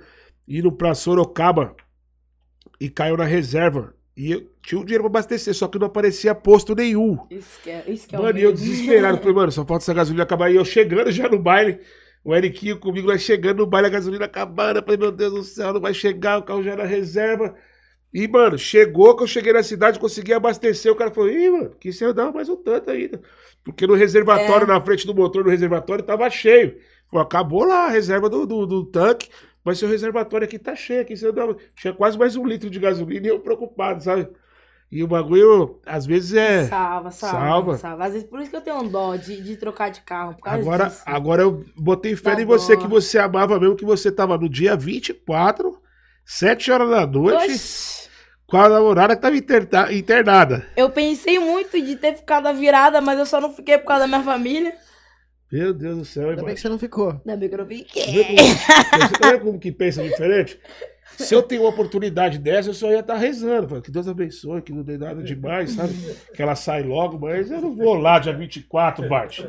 [SPEAKER 1] indo pra Sorocaba e caiu na reserva. E eu tinha o dinheiro pra abastecer, só que não aparecia posto nenhum.
[SPEAKER 3] Isso que é, isso que é o
[SPEAKER 1] Mano, e eu
[SPEAKER 3] medo. [laughs]
[SPEAKER 1] desesperado. Falei, mano, só falta essa gasolina acabar. E eu chegando já no baile. O Eriquinho comigo lá chegando no baile, a gasolina acabando. Eu falei, meu Deus do céu, não vai chegar, o carro já na reserva. E, mano, chegou que eu cheguei na cidade, consegui abastecer. O cara falou, ih, mano, que se eu dar mais um tanto ainda. Porque no reservatório,
[SPEAKER 3] É.
[SPEAKER 1] na frente do motor do reservatório, tava cheio. Falou, acabou lá a reserva do, do, do tanque, mas seu reservatório aqui tá cheio. Aqui se eu dar... Tinha quase mais um litro de gasolina e eu preocupado, sabe? E o bagulho, às vezes é.
[SPEAKER 3] Salva, salva,
[SPEAKER 1] Salva.
[SPEAKER 3] salva. Às vezes por isso que eu tenho um dó de, de trocar de carro. Por causa
[SPEAKER 1] Agora,
[SPEAKER 3] disso.
[SPEAKER 1] agora eu botei fé
[SPEAKER 3] Tá
[SPEAKER 1] em você
[SPEAKER 3] bom.
[SPEAKER 1] que você amava mesmo, que você tava no dia 24, 7 horas da noite,
[SPEAKER 3] Oxi,
[SPEAKER 1] com a namorada que tava interna- internada.
[SPEAKER 3] eu pensei muito de ter ficado a virada, mas eu só não fiquei por causa da minha família.
[SPEAKER 1] Meu Deus do céu, hein,
[SPEAKER 2] Ainda
[SPEAKER 1] mano?
[SPEAKER 2] bem que você não ficou.
[SPEAKER 3] Ainda bem que eu não fiquei.
[SPEAKER 1] Vê como,
[SPEAKER 3] [laughs]
[SPEAKER 1] você vê como que pensa diferente? Se eu tenho uma oportunidade dessa, eu só ia estar rezando. falando, que Deus abençoe, que não dê nada demais, sabe? Que ela sai logo, mas eu não vou lá dia 24, Bart.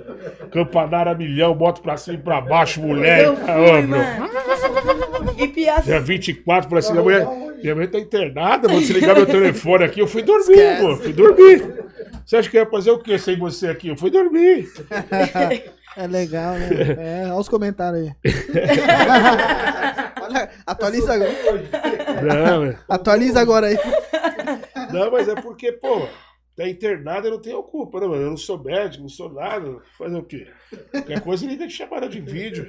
[SPEAKER 1] Campanária milhão, boto pra cima e pra baixo, mulher.
[SPEAKER 3] Eu fui,
[SPEAKER 1] Ah, meu.
[SPEAKER 3] mano. E pior,
[SPEAKER 1] Dia 24, falei assim, minha mulher, minha mãe tá internada, vou desligar meu telefone aqui. Eu fui dormir, pô, fui dormir. Você acha que eu ia fazer o quê sem você aqui? Eu fui dormir.
[SPEAKER 2] É legal,
[SPEAKER 1] [laughs]
[SPEAKER 2] né? É, olha os comentários aí. Olha, atualiza agora.
[SPEAKER 1] Não, é-
[SPEAKER 2] Atualiza agora aí.
[SPEAKER 1] não, mas é porque, pô, tá internada, eu não tenho culpa, né, mano? Eu não sou médico, não sou nada. Fazer o quê? Qualquer coisa liga te chamaram de vídeo.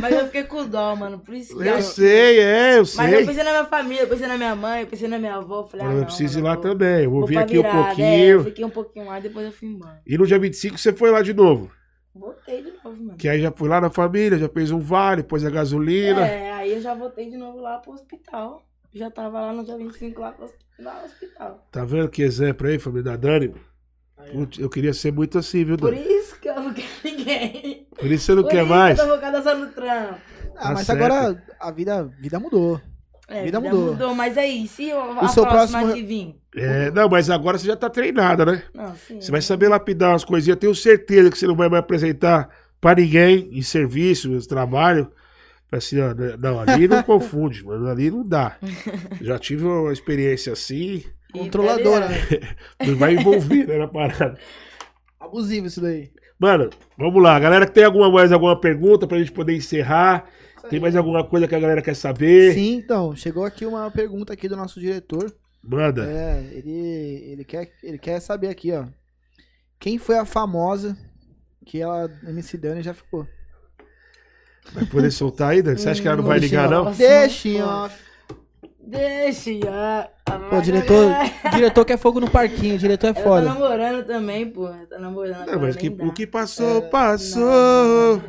[SPEAKER 3] Mas eu fiquei com dó, mano. Por isso que
[SPEAKER 1] Eu sei, é, eu sei.
[SPEAKER 3] Mas eu pensei na minha família, eu pensei na minha mãe, eu pensei na minha avó. Eu falei, ah,
[SPEAKER 1] eu
[SPEAKER 3] não,
[SPEAKER 1] preciso ir lá
[SPEAKER 3] mano, vou-
[SPEAKER 1] também. Eu vou
[SPEAKER 3] vou
[SPEAKER 1] vir
[SPEAKER 3] pra
[SPEAKER 1] aqui um
[SPEAKER 3] virada, é, eu
[SPEAKER 1] pouquinho.
[SPEAKER 3] fiquei um pouquinho lá, depois eu fui embora.
[SPEAKER 1] E no dia 25 você foi lá de novo.
[SPEAKER 3] Voltei de novo, mano.
[SPEAKER 1] Que aí já foi lá na família, já fez um vale, pôs a gasolina.
[SPEAKER 3] É, aí eu já voltei de novo lá pro hospital. Já tava lá no dia 25 lá pro hosp- lá no hospital.
[SPEAKER 1] Tá vendo que exemplo aí, família da Dani? Putz, eu queria ser muito assim, viu,
[SPEAKER 3] Por
[SPEAKER 1] Dani?
[SPEAKER 3] isso que eu não quero ninguém.
[SPEAKER 1] Por isso você não
[SPEAKER 3] Por
[SPEAKER 1] quer
[SPEAKER 3] isso
[SPEAKER 1] mais.
[SPEAKER 3] que Eu tô focada só no trampo.
[SPEAKER 2] Ah,
[SPEAKER 1] Tá
[SPEAKER 2] mas
[SPEAKER 1] certo.
[SPEAKER 2] agora a vida, vida mudou.
[SPEAKER 3] É,
[SPEAKER 2] Vida mudou.
[SPEAKER 3] Mas aí, se eu, a
[SPEAKER 2] O seu
[SPEAKER 3] próxima
[SPEAKER 2] próximo-
[SPEAKER 3] que vir.
[SPEAKER 1] É, não, mas agora você já tá treinada, né?
[SPEAKER 3] Não, sim.
[SPEAKER 1] Você vai saber lapidar umas coisinhas. Tenho certeza que você não vai mais apresentar pra ninguém em serviço, em trabalho. Assim, ó, né, não, ali não confunde, mano. Ali não
[SPEAKER 3] [laughs]
[SPEAKER 1] dá. Já tive uma experiência assim.
[SPEAKER 3] E
[SPEAKER 2] Controladora,
[SPEAKER 3] pera-
[SPEAKER 2] né?
[SPEAKER 1] Não vai envolver, né, na parada.
[SPEAKER 2] Abusivo isso daí.
[SPEAKER 1] Mano, vamos lá. Galera, tem alguma, mais alguma pergunta pra gente poder encerrar? Tem mais alguma coisa que a galera quer saber?
[SPEAKER 2] Sim, então, chegou aqui uma pergunta aqui do nosso diretor.
[SPEAKER 1] Manda.
[SPEAKER 2] É, ele, ele, quer, ele quer saber aqui, ó. Quem foi a famosa que ela, MC Dani, já ficou?
[SPEAKER 1] Vai poder soltar aí, Dani? Você acha que ela não vai ligar, não?
[SPEAKER 2] Deixa,
[SPEAKER 3] Nossa,
[SPEAKER 2] ó.
[SPEAKER 3] Deixa. ó.
[SPEAKER 5] Pô, diretor, diretor quer fogo no parquinho, diretor é
[SPEAKER 3] [laughs] Ela tá
[SPEAKER 5] foda.
[SPEAKER 3] namorando também, pô. Ela tá namorando.
[SPEAKER 1] Não,
[SPEAKER 3] agora
[SPEAKER 1] mas que-
[SPEAKER 3] nem dá.
[SPEAKER 1] o que passou,
[SPEAKER 3] É,
[SPEAKER 1] passou.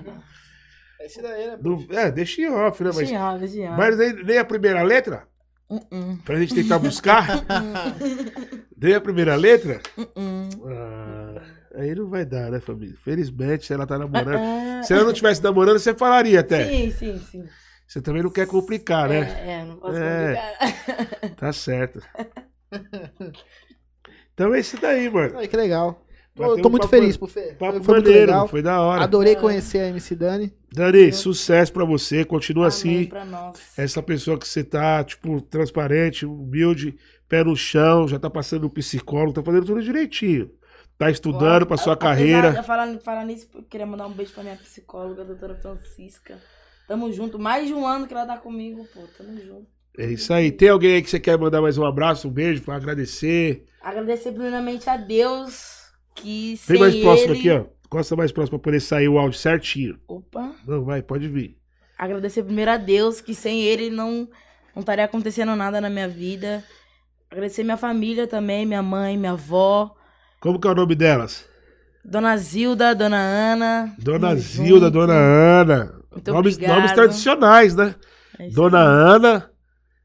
[SPEAKER 2] Esse daí, né?
[SPEAKER 1] Não- é, deixa em off, né? Mas,
[SPEAKER 3] Deixa em off, deixa em off.
[SPEAKER 1] mas nem, nem a primeira letra?
[SPEAKER 3] Hum, hum,
[SPEAKER 1] Pra gente tentar
[SPEAKER 3] [laughs]
[SPEAKER 1] buscar? nem a primeira letra?
[SPEAKER 3] hum, hum.
[SPEAKER 1] Ah, aí não vai dar, né, família? Felizmente, se ela tá namorando.
[SPEAKER 3] Ah,
[SPEAKER 1] Se ela não estivesse namorando, você falaria até.
[SPEAKER 3] Sim, sim, sim.
[SPEAKER 1] Você também não quer complicar, né?
[SPEAKER 3] É, é, não posso
[SPEAKER 1] É.
[SPEAKER 3] complicar.
[SPEAKER 1] Tá certo. Então é isso daí, mano.
[SPEAKER 2] Ai, que legal.
[SPEAKER 1] Bateu
[SPEAKER 2] Tô, tô
[SPEAKER 1] um
[SPEAKER 2] muito
[SPEAKER 1] papo-
[SPEAKER 2] feliz, pô, Fê.
[SPEAKER 1] Papo
[SPEAKER 2] Foi, foi muito
[SPEAKER 1] maneiro,
[SPEAKER 2] legal.
[SPEAKER 1] foi da hora.
[SPEAKER 2] Adorei conhecer a MC Dani.
[SPEAKER 1] Dani, sucesso pra você. Continua
[SPEAKER 3] [laughs] Amém
[SPEAKER 1] assim.
[SPEAKER 3] pra nós.
[SPEAKER 1] Essa pessoa que você tá, tipo, transparente, humilde, pé no chão, já tá passando no psicólogo, tá fazendo tudo direitinho. Tá estudando pra sua
[SPEAKER 3] Apesar de
[SPEAKER 1] carreira.
[SPEAKER 3] eu falar, falar nisso, eu queria mandar um beijo pra minha psicóloga, a doutora Francisca. Tamo junto. Mais de um ano que ela tá comigo, pô. Tamo junto.
[SPEAKER 1] É isso aí. Tem alguém aí que você quer mandar mais um abraço, um beijo pra agradecer?
[SPEAKER 3] Agradecer primeiramente a Deus que sem
[SPEAKER 1] Vem mais
[SPEAKER 3] ele...
[SPEAKER 1] próximo aqui, ó. Costa mais próximo pra poder sair o áudio certinho.
[SPEAKER 3] Opa.
[SPEAKER 1] Não, vai, pode vir.
[SPEAKER 3] Agradecer primeiro a Deus, que sem ele não não estaria acontecendo nada na minha vida. Agradecer minha família também, minha mãe, minha avó,
[SPEAKER 1] Como que é o nome delas?
[SPEAKER 3] Dona Zilda, Dona Ana. Uhum.
[SPEAKER 1] Dona
[SPEAKER 3] Tamo
[SPEAKER 1] Zilda,
[SPEAKER 3] junto.
[SPEAKER 1] Dona Ana.
[SPEAKER 3] Muito
[SPEAKER 1] Nomes,
[SPEAKER 3] obrigado.
[SPEAKER 1] nomes tradicionais, né?
[SPEAKER 3] É isso
[SPEAKER 1] Dona
[SPEAKER 3] aí.
[SPEAKER 1] Ana,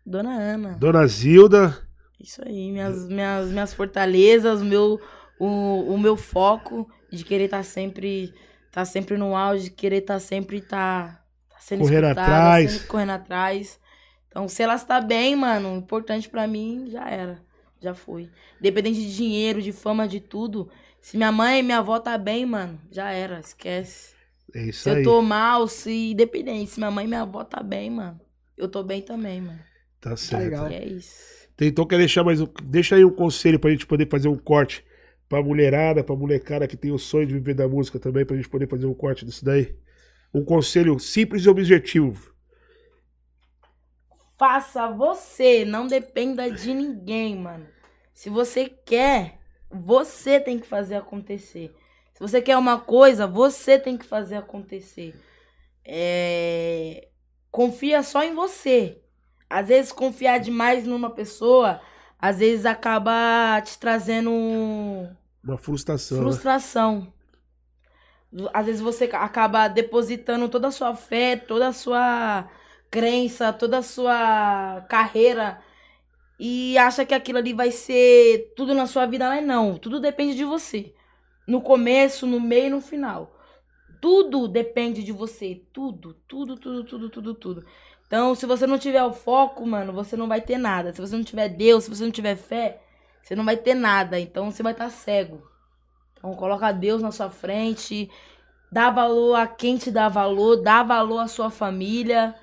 [SPEAKER 3] Dona Ana.
[SPEAKER 1] Dona Zilda.
[SPEAKER 3] Isso aí, minhas, minhas, minhas fortalezas, meu, o, o meu foco de querer estar sempre tá sempre no auge, de querer estar sempre tá, tá sendo
[SPEAKER 1] Correr
[SPEAKER 3] escutada,
[SPEAKER 1] atrás.
[SPEAKER 3] sempre correndo atrás. Então, se elas tá bem, mano, o importante pra mim já era, já foi. Independente de dinheiro, de fama, de tudo, se minha mãe e minha avó tá bem, mano, já era, esquece.
[SPEAKER 1] É isso
[SPEAKER 3] Se eu
[SPEAKER 1] aí.
[SPEAKER 3] tô mal, se independente, se minha mãe e minha avó tá bem, mano, eu tô bem também, mano.
[SPEAKER 1] Tá certo.
[SPEAKER 2] legal.
[SPEAKER 3] E é isso.
[SPEAKER 1] Então quer deixar mais um. Deixa aí um conselho pra gente poder fazer um corte pra mulherada, pra molecada que tem o sonho de viver da música também, pra gente poder fazer um corte disso daí. Um conselho simples e objetivo.
[SPEAKER 3] faça você, não dependa de ninguém, mano. Se você quer, você tem que fazer acontecer. Se você quer uma coisa, você tem que fazer acontecer. É, Confia só em você. Às vezes confiar demais numa pessoa, às vezes acaba te trazendo um
[SPEAKER 1] Uma frustração. né?
[SPEAKER 3] frustração. Às vezes você acaba depositando toda a sua fé, toda a sua crença, toda a sua carreira e acha que aquilo ali vai ser tudo na sua vida, mas não. Tudo depende de você. No começo, no meio e no final. Tudo depende de você. Tudo, tudo, tudo, tudo, tudo, tudo. Então, se você não tiver o foco, mano, você não vai ter nada. Se você não tiver Deus, se você não tiver fé, você não vai ter nada. Então, você vai estar cego. Então coloca Deus na sua frente, dá valor a quem te dá valor, dá valor à sua família.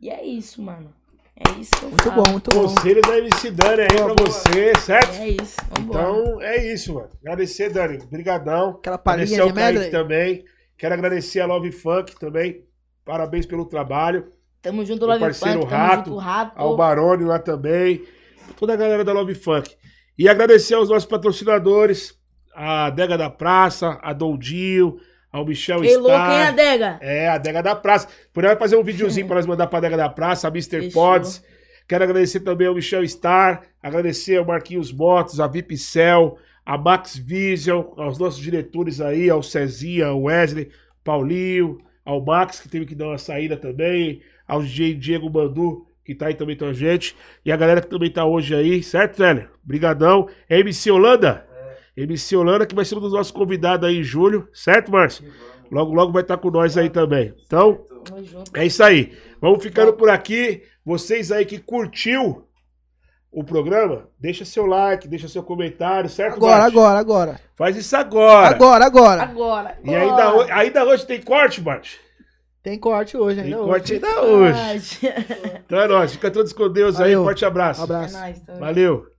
[SPEAKER 3] E é isso, mano. É isso que eu
[SPEAKER 5] Muito
[SPEAKER 3] falo.
[SPEAKER 5] bom, muito bom.
[SPEAKER 1] Conselho da MC Dani aí pra você, certo?
[SPEAKER 3] É isso. Vambora.
[SPEAKER 1] Então é isso, mano. Agradecer, Dani. Obrigadão.
[SPEAKER 2] Aquela palhinha né,
[SPEAKER 1] agradecer
[SPEAKER 2] de
[SPEAKER 1] ao Kaique então
[SPEAKER 2] medley.
[SPEAKER 1] também. Quero agradecer a Love Funk também. Parabéns pelo trabalho.
[SPEAKER 3] tamo junto,
[SPEAKER 1] meu
[SPEAKER 3] Love Funk.
[SPEAKER 1] parceiro
[SPEAKER 3] Tamo
[SPEAKER 1] Rato,
[SPEAKER 3] junto, Rato.
[SPEAKER 1] Ao Barone lá também. Toda a galera da Love Funk. E agradecer aos nossos patrocinadores. A Dega da Praça, a Doldinho, ao Michel
[SPEAKER 3] Ei, é louco, hein,
[SPEAKER 1] Star.
[SPEAKER 3] adega?
[SPEAKER 1] É, a Adega da Praça. Por aí vai fazer um videozinho pra nós mandar pra Adega da Praça, a Mr.
[SPEAKER 3] Fechou.
[SPEAKER 1] Pods. Quero agradecer também ao Michel Star, agradecer ao Marquinhos Motos, a VIP Cell, a Max Vision, aos nossos diretores aí, ao Cezinha, ao Wesley, Paulinho, ao Max, que teve que dar uma saída também, ao DJ Diego Bandu, que tá aí também com a gente, e a galera que também tá hoje aí, certo, velho? Brigadão. É MC Holanda? MC Holanda, que vai ser um dos nossos convidados aí em julho, certo, Márcio? Logo, logo vai estar com nós aí também. Então,
[SPEAKER 3] Tamo junto.
[SPEAKER 1] é isso aí. Vamos ficando por aqui. Vocês aí que curtiu o programa, deixa seu like, deixa seu comentário, certo,
[SPEAKER 5] Agora,
[SPEAKER 1] Bart?
[SPEAKER 5] agora, agora.
[SPEAKER 1] Faz isso agora.
[SPEAKER 5] Agora, agora.
[SPEAKER 3] Agora.
[SPEAKER 1] E ainda, ho- ainda hoje tem corte, Bart?
[SPEAKER 2] Tem corte hoje,
[SPEAKER 1] Tem
[SPEAKER 2] ainda
[SPEAKER 1] corte
[SPEAKER 2] hoje.
[SPEAKER 1] ainda hoje.
[SPEAKER 3] Ai, gente.
[SPEAKER 1] Então é nóis. Fica todos com Deus aí.
[SPEAKER 5] Valeu.
[SPEAKER 1] Forte abraço.
[SPEAKER 2] Um
[SPEAKER 5] Abraço.
[SPEAKER 3] É nóis, tamo junto.
[SPEAKER 1] Valeu.